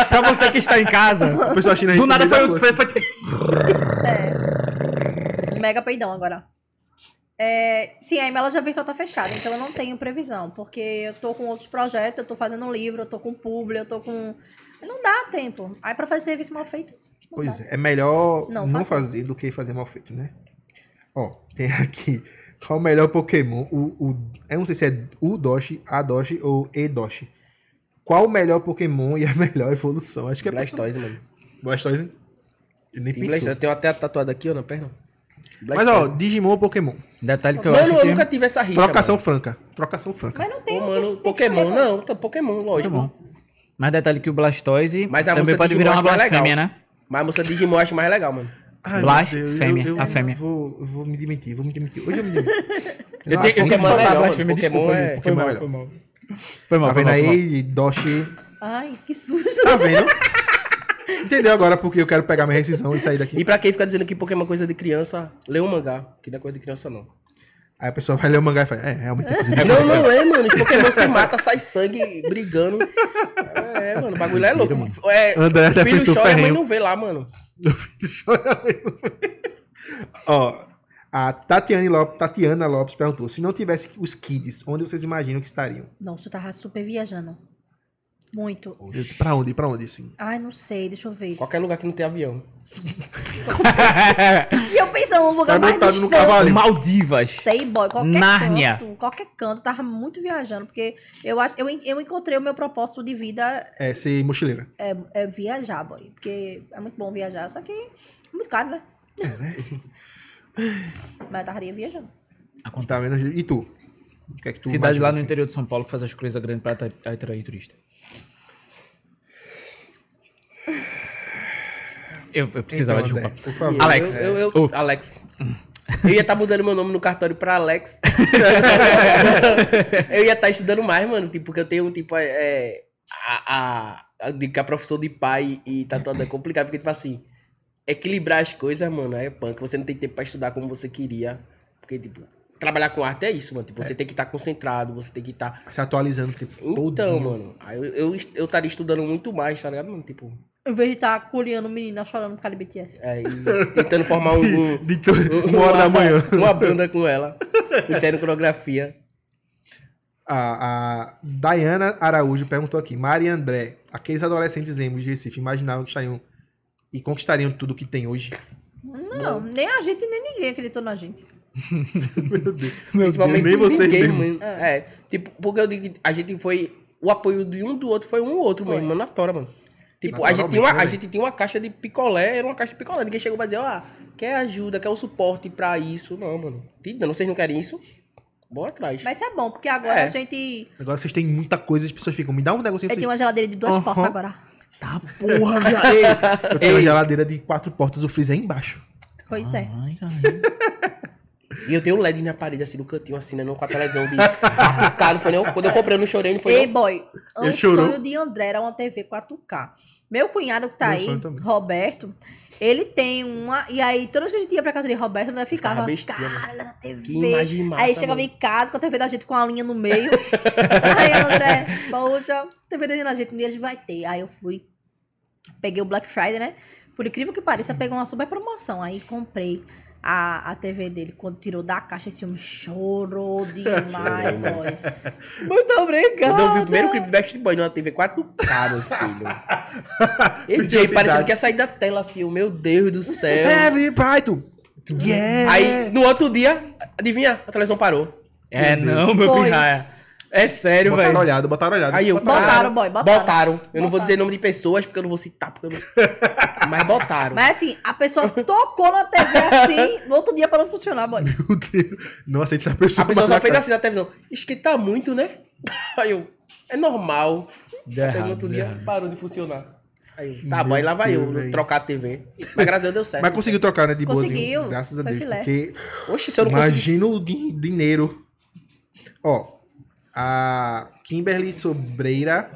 Speaker 3: pra você que está em casa,
Speaker 2: O pessoal achando a
Speaker 3: do
Speaker 2: gente
Speaker 3: nada
Speaker 2: no meio
Speaker 3: foi
Speaker 2: da
Speaker 3: outro.
Speaker 2: rua,
Speaker 3: Foi, foi...
Speaker 4: mega peidão agora. É, sim, a Imela já virtual tá fechada, então eu não tenho previsão, porque eu tô com outros projetos, eu tô fazendo um livro, eu tô com publi, eu tô com. Não dá tempo. Aí pra fazer serviço mal feito. não
Speaker 2: Pois
Speaker 4: dá.
Speaker 2: é, é melhor não,
Speaker 4: Não, faça.
Speaker 2: fazer do que fazer mal feito, né? Ó, tem aqui. Qual o melhor Pokémon? O, o, eu não sei se é Udoshi, Adoshi ou Edoshi. Qual o melhor Pokémon e a [LAUGHS] melhor evolução? Acho que é
Speaker 5: Blastoise, mano.
Speaker 2: Blastoise. Eu nem pensou.
Speaker 5: Tem
Speaker 7: né?
Speaker 5: Blastoise. Eu tenho até a tatuada aqui, ó, na perna.
Speaker 2: Mas ó, Digimon ou Pokémon?
Speaker 7: Detalhe que eu
Speaker 5: Mano,
Speaker 7: acho
Speaker 5: eu
Speaker 7: que...
Speaker 5: nunca tive essa rixa.
Speaker 2: Trocação franca. Trocação franca.
Speaker 4: Mas não tem. tem- tem
Speaker 5: Mano. Pô, mano,
Speaker 4: que
Speaker 5: Pokémon,
Speaker 4: escolher,
Speaker 5: não. tá- Pokémon,
Speaker 3: é
Speaker 5: lógico.
Speaker 7: Pokémon. Mas detalhe que o Blastoise
Speaker 5: Mas a
Speaker 7: também
Speaker 5: música
Speaker 7: pode
Speaker 5: de
Speaker 7: virar uma
Speaker 5: Digimon é mais
Speaker 7: blasfêmia, né?
Speaker 5: Mas a música Digimon eu acho mais legal, mano.
Speaker 2: Ai, meu
Speaker 7: Blast,
Speaker 2: Deus, eu-
Speaker 7: fêmea,
Speaker 2: eu-
Speaker 7: a fêmea.
Speaker 2: Eu vou, eu vou me demitir, vou me demitir. Hoje eu
Speaker 7: [LAUGHS]
Speaker 2: me demiti.
Speaker 7: Eu tenho- eu
Speaker 2: Nossa,
Speaker 7: tenho que
Speaker 5: Pokémon é
Speaker 7: soltar a
Speaker 5: melhor,
Speaker 7: blasfêmia,
Speaker 5: mano. Pokémon
Speaker 7: desculpa.
Speaker 5: é-
Speaker 7: gente.
Speaker 2: Pokémon é melhor.
Speaker 7: Foi mal,
Speaker 2: Tá
Speaker 7: foi
Speaker 2: vendo
Speaker 7: mal, foi mal.
Speaker 2: aí, Doshi?
Speaker 4: Ai, que sujo.
Speaker 2: Tá vendo? [LAUGHS] Entendeu agora porque eu quero pegar minha rescisão e sair daqui.
Speaker 5: E pra quem fica dizendo que Pokémon é coisa de criança, lê um mangá. Que não é coisa de criança, não.
Speaker 2: Aí a pessoa vai ler o mangá e fala, é, realmente é
Speaker 7: [LAUGHS]
Speaker 2: coisa de
Speaker 5: não, não é, mano. Os Pokémon se mata, sai sangue brigando. É, mano, o bagulho é louco. É,
Speaker 2: André
Speaker 5: o filho
Speaker 2: defensor
Speaker 5: chora, mas
Speaker 2: ferrenho.
Speaker 5: não vê lá, mano.
Speaker 2: Ó, a Tatiane Lopes, Tatiana Lopes perguntou, se não tivesse os kids, onde vocês imaginam que estariam?
Speaker 4: Não, você tava super viajando. Muito.
Speaker 2: Eu, pra onde, pra onde, assim?
Speaker 4: Ai, não sei, deixa eu ver.
Speaker 5: Qualquer lugar que não tem avião.
Speaker 7: [LAUGHS]
Speaker 4: E eu pensando um
Speaker 2: Tá
Speaker 4: lugar mais
Speaker 2: montado no
Speaker 4: distante.
Speaker 2: cavalinho.
Speaker 7: Maldivas.
Speaker 4: Sei, boy, qualquer
Speaker 7: Nárnia.
Speaker 4: canto, qualquer canto, tava muito viajando, porque eu acho, eu, en- eu encontrei o meu propósito de vida
Speaker 2: É, ser mochileira.
Speaker 4: é, é viajar, boy, porque é muito bom viajar, só que é muito caro, né? Mas eu estaria viajando.
Speaker 2: Tá vendo? E tu? O que é que tu
Speaker 7: Cidade
Speaker 2: imagina,
Speaker 7: lá no
Speaker 2: assim?
Speaker 7: interior de São Paulo que faz as coisas grandes pra atra- atrair turista. Eu, eu precisava, um
Speaker 2: Então, André,
Speaker 7: desculpa.
Speaker 2: Por favor.
Speaker 7: Alex.
Speaker 5: Eu, eu- eu-
Speaker 7: Uh.
Speaker 5: Alex. Eu ia estar mudando meu nome no cartório pra Alex. eu ia estar estudando mais, mano. Tipo, porque eu tenho, tipo, é, a, a, a, de que a profissão de pai e tatuador é complicado. Porque, tipo assim, equilibrar as coisas, mano, é punk. Você não tem tempo pra estudar como você queria. Porque, tipo, trabalhar com arte é isso, mano. Tipo, você tem que estar concentrado, você tem que estar...
Speaker 2: Se atualizando o tempo todo.
Speaker 5: Então, mano, aí eu, eu, est- eu estaria estudando muito mais, tá ligado? mano? Tipo,
Speaker 4: Em vez de tá estar coreando menina chorando por causa de BTS.
Speaker 5: é, e tentando formar um- um,
Speaker 2: De to... Uma hora da manhã.
Speaker 5: [LAUGHS] Uma banda com ela. Fizeram coreografia.
Speaker 2: A, a Dayana Araújo perguntou aqui. Mari e André, aqueles adolescentes emos de Recife imaginavam que estariam e conquistariam tudo que tem hoje.
Speaker 4: Não, nem a gente, nem ninguém acreditou na gente.
Speaker 5: Principalmente
Speaker 2: nem vocês
Speaker 5: ninguém,
Speaker 2: mesmo.
Speaker 5: mano. É. Tipo, porque eu digo que a gente foi. O apoio de um do outro foi um ou outro, mesmo, mano, na tora, mano. Tipo, a gente, tinha uma, a
Speaker 2: Naturalmente, né,
Speaker 5: gente tinha uma caixa de picolé, era uma caixa de picolé. Ninguém chegou pra dizer, ó, ah, quer ajuda, quer um suporte pra isso. Não, mano. Tem- Não, vocês não querem isso? Bora atrás.
Speaker 4: Mas isso é bom, porque agora
Speaker 5: É.
Speaker 4: a gente.
Speaker 2: Agora vocês têm muita coisa as pessoas ficam, me dá um negocinho
Speaker 4: Eu
Speaker 2: pra vocês.
Speaker 4: tenho uma geladeira de duas
Speaker 2: Aham.
Speaker 4: portas agora.
Speaker 7: Tá porra, viado.
Speaker 2: Eu tenho uma geladeira de quatro portas, o freezer é embaixo.
Speaker 4: Pois é.
Speaker 5: E eu tenho LED na parede, assim, no cantinho, assim, né? Não com a televisão de arrancado. Foi, não. Quando eu comprei, eu não chorei, não foi.
Speaker 4: Ei,
Speaker 5: não.
Speaker 4: boy,
Speaker 2: Ele
Speaker 4: o
Speaker 2: chorou.
Speaker 4: sonho de André era uma TV 4K. Meu cunhado que tá
Speaker 2: Meu
Speaker 4: aí,
Speaker 2: sonho também.
Speaker 4: Roberto, ele tem uma. E aí, todas as vezes que a gente ia pra casa de Roberto, nós ficava,
Speaker 5: Ficava besteira,
Speaker 4: cara,
Speaker 5: né?
Speaker 4: na TV.
Speaker 5: Que imagem massa,
Speaker 4: aí chegava
Speaker 5: mano.
Speaker 4: em casa com a TV da gente com a linha no meio. [LAUGHS] aí, André, poxa, TV da gente, um dia a gente vai ter. Aí eu fui, peguei o Black Friday, né? Por incrível que pareça, pegou uma super promoção. Aí comprei. A, a TV dele, quando tirou da caixa, esse homem chorou
Speaker 5: [LAUGHS]
Speaker 4: demais, boy. Muito obrigado.
Speaker 5: Quando eu vi o primeiro clipe do Backstreet Boy numa TV 4K, Ah, meu filho.
Speaker 2: [LAUGHS]
Speaker 5: Esse Jay parecendo que ia sair da tela assim, eu, meu Deus do céu.
Speaker 2: Heavy Python! Yeah!
Speaker 5: Aí, no outro dia, adivinha? A televisão parou.
Speaker 7: É,
Speaker 2: Meu
Speaker 7: não, meu
Speaker 4: Foi.
Speaker 7: pirraia. É sério,
Speaker 2: botaram
Speaker 7: velho.
Speaker 2: olhado, botaram olhado. [LAUGHS]
Speaker 5: Aí eu,
Speaker 4: Botaram, boy, botaram.
Speaker 5: Botaram. Eu não vou
Speaker 4: Botaram.
Speaker 5: dizer nome de pessoas, porque eu não vou citar, porque eu não... Mas botaram.
Speaker 4: Mas assim, a pessoa tocou na TV assim, no outro dia para não funcionar, boy.
Speaker 2: Meu Deus, não aceito essa pessoa.
Speaker 5: A pessoa
Speaker 2: bateu
Speaker 5: só
Speaker 2: na
Speaker 5: fez
Speaker 2: cara.
Speaker 5: assim na televisão. Isso que tá muito, né? [LAUGHS] Aí eu, é normal.
Speaker 7: Deu
Speaker 5: Até no
Speaker 7: errado,
Speaker 5: outro
Speaker 7: deu
Speaker 5: dia,
Speaker 7: errado.
Speaker 5: parou de funcionar. Aí eu, tá bom, aí lá vai eu,
Speaker 2: Deus, velho.
Speaker 5: trocar a TV. Mas graças a Deus deu certo.
Speaker 2: Mas conseguiu trocar, né? De
Speaker 4: É, Conseguiu,
Speaker 2: boazinho, Graças a
Speaker 4: foi
Speaker 2: Deus.
Speaker 4: filé.
Speaker 2: Porque
Speaker 5: Oxe, se eu não conseguisse...
Speaker 2: Imagina o din- dinheiro. Ó, a Kimberly Sobreira,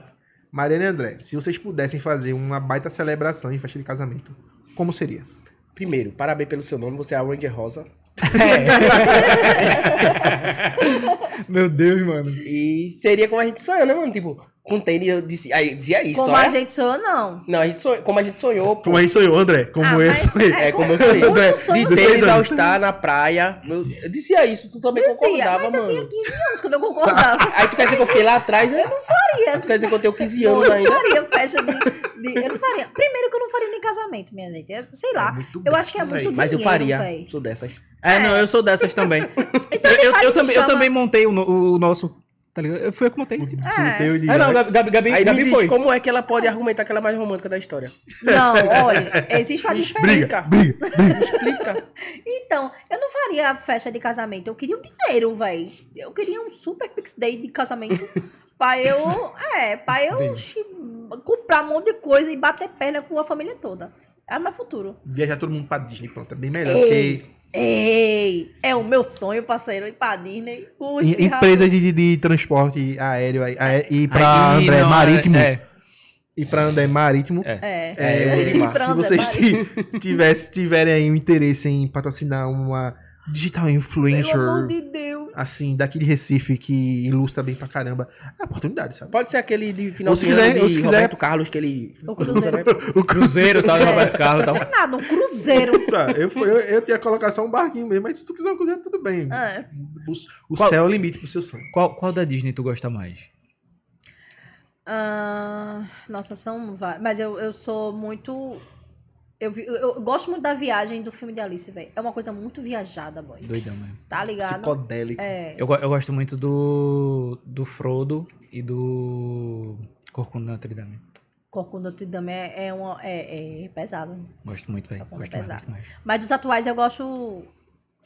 Speaker 2: Mariana e André, se vocês pudessem fazer uma baita celebração em festa de casamento, como seria?
Speaker 5: Primeiro, parabéns pelo seu nome, você é a Ranger Rosa.
Speaker 7: Meu Deus, mano.
Speaker 5: E seria como a gente sonhou, né, mano? Tipo, com tênis, eu disse, aí, dizia isso, é?
Speaker 4: Como
Speaker 5: ó.
Speaker 4: a gente sou, não.
Speaker 5: Não, a gente sonhou, como a gente sonhou, pô.
Speaker 2: Como é aí sou eu, André. Como
Speaker 4: Ah,
Speaker 2: eu
Speaker 4: mas-
Speaker 2: sou eu.
Speaker 4: é,
Speaker 5: É, como eu
Speaker 4: como-
Speaker 5: sonhei.
Speaker 4: como eu
Speaker 5: De
Speaker 4: sonho-
Speaker 5: tênis
Speaker 2: Dezesseis
Speaker 5: ao
Speaker 2: anos.
Speaker 5: estar na praia. Eu, eu dizia isso, tu também
Speaker 4: Dizia,
Speaker 5: concordava,
Speaker 4: mas eu
Speaker 5: mano.
Speaker 4: tinha 15 anos quando eu
Speaker 5: [LAUGHS]
Speaker 4: concordava.
Speaker 5: Aí tu quer dizer que eu fiquei lá atrás, né?
Speaker 4: faria.
Speaker 5: Tu quer dizer que eu tenho 15
Speaker 4: Eu
Speaker 5: anos
Speaker 4: não
Speaker 5: ainda?
Speaker 4: faria festa de, de- Eu não faria. Primeiro que eu não faria nem casamento, minha gente. É- Sei lá.
Speaker 2: muito
Speaker 4: eu acho que é
Speaker 2: gasto,
Speaker 4: muito
Speaker 2: véi.
Speaker 5: Mas eu faria.
Speaker 4: Véi.
Speaker 5: Sou dessas.
Speaker 7: É, não, eu sou dessas também.
Speaker 4: Então
Speaker 7: eu,
Speaker 4: ele
Speaker 7: eu-
Speaker 4: faz
Speaker 7: eu
Speaker 4: o que
Speaker 7: também, eu
Speaker 4: chama.
Speaker 7: também montei o, no- o nosso. Tá ligado? Eu fui eu que montei. Tipo.
Speaker 2: Não tenho
Speaker 7: É, não,
Speaker 2: ideias.
Speaker 7: Gabi, Gabi, Gabi,
Speaker 5: Aí me
Speaker 7: Gabi
Speaker 5: diz
Speaker 7: foi.
Speaker 5: como é que ela pode argumentar que ela é mais romântica da história.
Speaker 4: Não, olha, existe uma diferença.
Speaker 5: Explica.
Speaker 2: Briga.
Speaker 5: Explica.
Speaker 4: Então, eu não faria a festa de casamento. Eu queria o dinheiro, véi. Eu queria um super Pix Day de casamento. pra eu. É, pra eu xi- comprar um monte de coisa e bater perna com a família toda. É o meu futuro.
Speaker 2: Viajar todo mundo pra Disney, pronto. É bem melhor.
Speaker 4: Ei,
Speaker 2: Porque
Speaker 4: ei, é o meu sonho, parceiro, ir pra Disney. Puxa,
Speaker 2: em- empresas de, de transporte aéreo aí, aé- e pra
Speaker 7: Aí,
Speaker 2: André
Speaker 7: não,
Speaker 2: Marítimo.
Speaker 7: é.
Speaker 2: E pra André Marítimo.
Speaker 4: É.
Speaker 2: É,
Speaker 5: eu queria ir
Speaker 4: [LAUGHS] pra
Speaker 2: se
Speaker 4: André
Speaker 2: vocês
Speaker 4: Marítimo.
Speaker 2: ti- [LAUGHS] tivesse, tiverem aí um interesse em patrocinar uma digital influencer,
Speaker 4: Pelo amor de Deus.
Speaker 2: assim, daqui de Recife, que ilustra bem pra caramba, é a oportunidade, sabe?
Speaker 5: Pode ser aquele de final
Speaker 2: Ou se
Speaker 5: de ano
Speaker 2: quiser- ou
Speaker 5: de
Speaker 2: se quiser-
Speaker 5: Roberto Carlos, que ele...
Speaker 4: O Cruzeiro.
Speaker 2: [LAUGHS] O
Speaker 7: Cruzeiro e tal, de
Speaker 4: É.
Speaker 7: Roberto Carlos tá e tal.
Speaker 4: É nada, um Cruzeiro.
Speaker 2: Sabe, eu, eu, eu tinha colocado só um barquinho mesmo, mas se tu quiser um cruzeiro, tudo bem.
Speaker 4: É.
Speaker 2: O, o
Speaker 7: Qual-
Speaker 2: céu é o limite pro seu sonho.
Speaker 7: [LAUGHS] Qual, qual da Disney tu gosta mais?
Speaker 4: Ah, nossa, são vários. Mas eu, eu sou muito. Eu, vi- eu- eu gosto muito da viagem do filme de Alice, velho. É uma coisa muito viajada, boy.
Speaker 7: Doidão,
Speaker 2: né?
Speaker 7: mano.
Speaker 4: Tá ligado?
Speaker 2: Psicodélico.
Speaker 4: É.
Speaker 7: Eu, go- eu gosto muito do. do Frodo e do. Corcunda Notre Dame.
Speaker 4: Corcunda Notre Dame é, é, uma- é- é pesado.
Speaker 7: Gosto muito, velho.
Speaker 4: Tá bom,
Speaker 7: Gosto mais,
Speaker 4: pesado.
Speaker 7: gosto mais.
Speaker 4: Mas dos atuais eu gosto.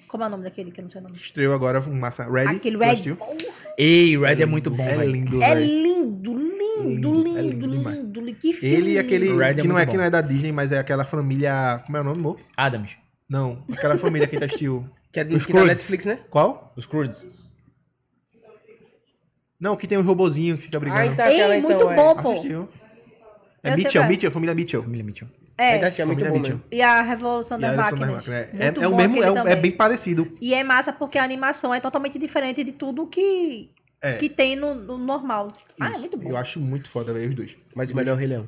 Speaker 4: Como é o nome daquele que eu não sei o nome?
Speaker 2: Estreou agora um massa. Ready?
Speaker 4: Aquele
Speaker 2: Tu
Speaker 4: Red.
Speaker 2: assistiu?
Speaker 4: Bull.
Speaker 7: Ei, Red é, muito bom,
Speaker 2: É
Speaker 7: velho.
Speaker 2: lindo,
Speaker 4: É
Speaker 2: velho.
Speaker 4: lindo, lindo,
Speaker 2: Lindo, é
Speaker 4: lindo,
Speaker 2: lindo demais.
Speaker 4: lindo. li- Que filme.
Speaker 2: Ele e aquele.
Speaker 4: lindo.
Speaker 7: Red é
Speaker 2: que, não
Speaker 7: muito
Speaker 2: é, que
Speaker 7: bom.
Speaker 2: não é da Disney, mas é aquela família. Como é o nome, amor?
Speaker 7: Adams.
Speaker 2: Não, aquela família que tá assistiu.
Speaker 5: Que é do
Speaker 7: Os
Speaker 5: que tá na
Speaker 7: Croods.
Speaker 5: Netflix, né?
Speaker 2: Qual?
Speaker 7: Os Croods.
Speaker 2: Não, que tem um robozinho que fica brigando.
Speaker 5: então
Speaker 4: Ei,
Speaker 5: aquela,
Speaker 4: muito
Speaker 5: então, é.
Speaker 4: tá bom, pô.
Speaker 2: Assistiu. É
Speaker 4: Eu sei
Speaker 2: Mitchell,
Speaker 4: qual é.
Speaker 2: Mitchell, família Mitchell.
Speaker 7: Família Mitchell.
Speaker 5: É,
Speaker 4: É.
Speaker 5: da Tia, muito
Speaker 2: Família
Speaker 5: bom
Speaker 2: Mitchell.
Speaker 5: mesmo.
Speaker 4: E a Revolução das
Speaker 2: E a Revolução das
Speaker 4: Máquinas.
Speaker 2: Máquinas. É,
Speaker 4: Muito
Speaker 2: é o
Speaker 4: bom
Speaker 2: mesmo,
Speaker 4: aquele
Speaker 2: é, o- é
Speaker 4: também.
Speaker 2: bem parecido.
Speaker 4: E é massa porque a animação é totalmente diferente de tudo que,
Speaker 2: É.
Speaker 4: que tem no, no normal. Ah, é
Speaker 2: Isso.
Speaker 4: muito bom.
Speaker 2: Eu acho muito foda, velho, os dois.
Speaker 5: Mas o melhor é o Rei Leão.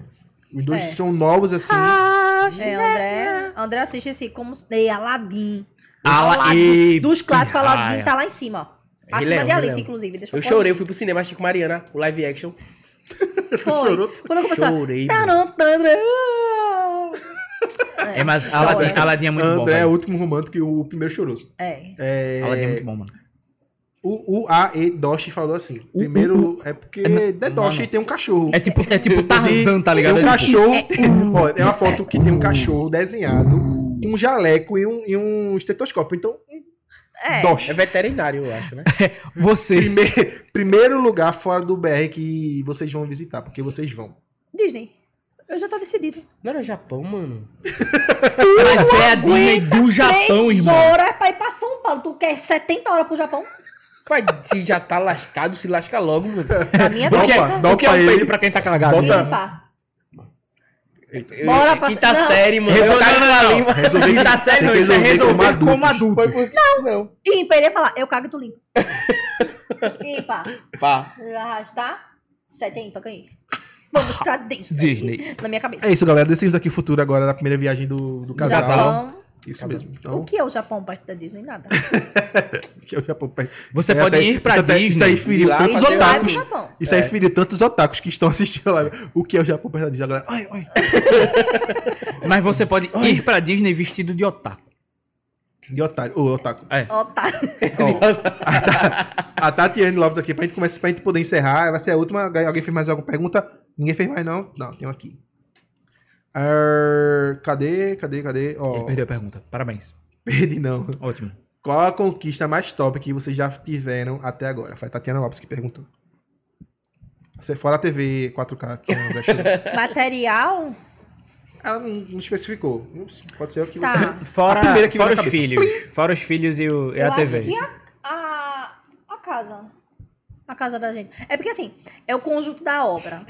Speaker 2: Os dois
Speaker 4: É.
Speaker 2: são novos, assim.
Speaker 4: É, André, André assiste assim, como se- Ei, Aladdin.
Speaker 7: Ala e...
Speaker 4: Dos clássicos, Aladdin
Speaker 7: Pirraia.
Speaker 4: tá lá em cima, ó. Acima
Speaker 5: Leão,
Speaker 4: de
Speaker 5: Rei
Speaker 4: Alice,
Speaker 5: Leão.
Speaker 4: inclusive. Deixa
Speaker 5: Eu
Speaker 4: corrigir.
Speaker 5: chorei, eu fui pro cinema, achei com Mariana, o live action.
Speaker 4: Foi. Quando começou. a-
Speaker 5: Chorei,
Speaker 4: Taran, taran, ah.
Speaker 7: É, mas Aladdin,
Speaker 4: Chora.
Speaker 7: Aladdin é muito bom,
Speaker 2: André é o
Speaker 7: velho.
Speaker 2: último romântico e o primeiro choroso.
Speaker 4: É.
Speaker 2: É,
Speaker 7: Aladdin é muito bom, mano.
Speaker 2: o, o A. E. Doshi falou assim. Primeiro, é porque The Doshi tem um cachorro.
Speaker 7: É tipo, [LAUGHS] é tipo Tarzan, tá ligado?
Speaker 2: Tem um
Speaker 7: É tipo-
Speaker 2: cachorro. Olha, é uma foto que tem um cachorro desenhado com um jaleco e um, e um estetoscópio. Então,
Speaker 4: É.
Speaker 2: Doshi.
Speaker 5: É veterinário, eu acho, né?
Speaker 7: tipo Você.
Speaker 2: Primeiro, primeiro lugar fora do BR que vocês vão visitar, porque vocês vão.
Speaker 4: Disney. Eu já tô decidido.
Speaker 5: Não era Japão, mano?
Speaker 7: Mas é a Disney do Japão,
Speaker 4: Três
Speaker 7: irmão.
Speaker 4: horas pra ir pra São Paulo. Tu quer 70 horas pro Japão?
Speaker 5: Vai, que já tá lascado, se lasca logo, mano.
Speaker 4: Pra minha
Speaker 2: Dá
Speaker 7: O que é,
Speaker 2: pra- dá
Speaker 7: o que é um
Speaker 2: pra ele.
Speaker 7: peido pra quem tá cagado?
Speaker 2: Bota-
Speaker 4: Limpa.
Speaker 5: Eu-
Speaker 4: Bora pra-
Speaker 5: eu-
Speaker 2: tá
Speaker 5: Quinta
Speaker 4: não.
Speaker 5: série, mano.
Speaker 7: Resolver-
Speaker 5: Eu caio
Speaker 7: não, não,
Speaker 5: na
Speaker 7: não.
Speaker 5: língua.
Speaker 2: Resolver
Speaker 7: Tá sério,
Speaker 2: tem
Speaker 7: não,
Speaker 2: que
Speaker 7: isso é resolver como
Speaker 5: Foi
Speaker 7: adultos.
Speaker 5: por- Não. Não.
Speaker 4: Ímpar, ele ia falar, eu cago e tu
Speaker 2: [LAUGHS]
Speaker 4: limpa. Ímpar.
Speaker 5: Pá. arrastar.
Speaker 4: Arrastar. 70, ganhei. Vamos pra dentro.
Speaker 7: Disney.
Speaker 4: Na minha cabeça.
Speaker 2: É isso, galera. Decidimos aqui o futuro agora da primeira viagem do, do casal.
Speaker 4: Japão.
Speaker 2: Isso mesmo. Então,
Speaker 4: O que é o Japão perto da Disney? Nada.
Speaker 2: que é o Japão.
Speaker 7: Você
Speaker 2: É,
Speaker 7: pode
Speaker 2: até-
Speaker 7: ir pra
Speaker 2: isso até-
Speaker 7: Disney.
Speaker 2: isso aí feriu
Speaker 5: lá
Speaker 2: tantos
Speaker 4: Vai
Speaker 5: fazer-
Speaker 4: pro
Speaker 2: otakus.
Speaker 4: Japão.
Speaker 2: Isso aí feriu tantos otakus que estão assistindo lá. O que é o Japão perto da Disney? Agora, ai, ai. [LAUGHS]
Speaker 7: Mas você pode ir pra Disney vestido de otaku. É.
Speaker 2: E otário. Ô, otaku.
Speaker 4: Ó, tá.
Speaker 2: A Tatiane Lopes aqui, pra gente, começar, pra gente poder encerrar, vai ser a última. Alguém fez mais alguma pergunta? Ninguém fez mais, não? Não, tem um aqui. Arr, cadê, cadê, cadê? Ó,
Speaker 7: Ele
Speaker 2: [LAUGHS]
Speaker 7: perdeu a pergunta. Parabéns.
Speaker 2: perdi não.
Speaker 7: Ótimo.
Speaker 2: Qual a conquista mais top que vocês já tiveram até agora? Foi a Tatiana Lopes que perguntou. Você é fora a TV 4K
Speaker 7: [LAUGHS]
Speaker 2: que não deixou.
Speaker 4: Material?
Speaker 2: Ela não, não especificou. Não sei, Pode ser o que você.
Speaker 4: Tá.
Speaker 7: Fora,
Speaker 2: A primeira que
Speaker 7: fora
Speaker 2: veio
Speaker 7: os
Speaker 2: na cabeça.
Speaker 7: filhos. Fora os filhos e, o, e
Speaker 4: eu
Speaker 7: a
Speaker 4: acho
Speaker 7: TV.
Speaker 4: que a, a, a casa. A casa é da gente. É porque assim, é o conjunto da obra.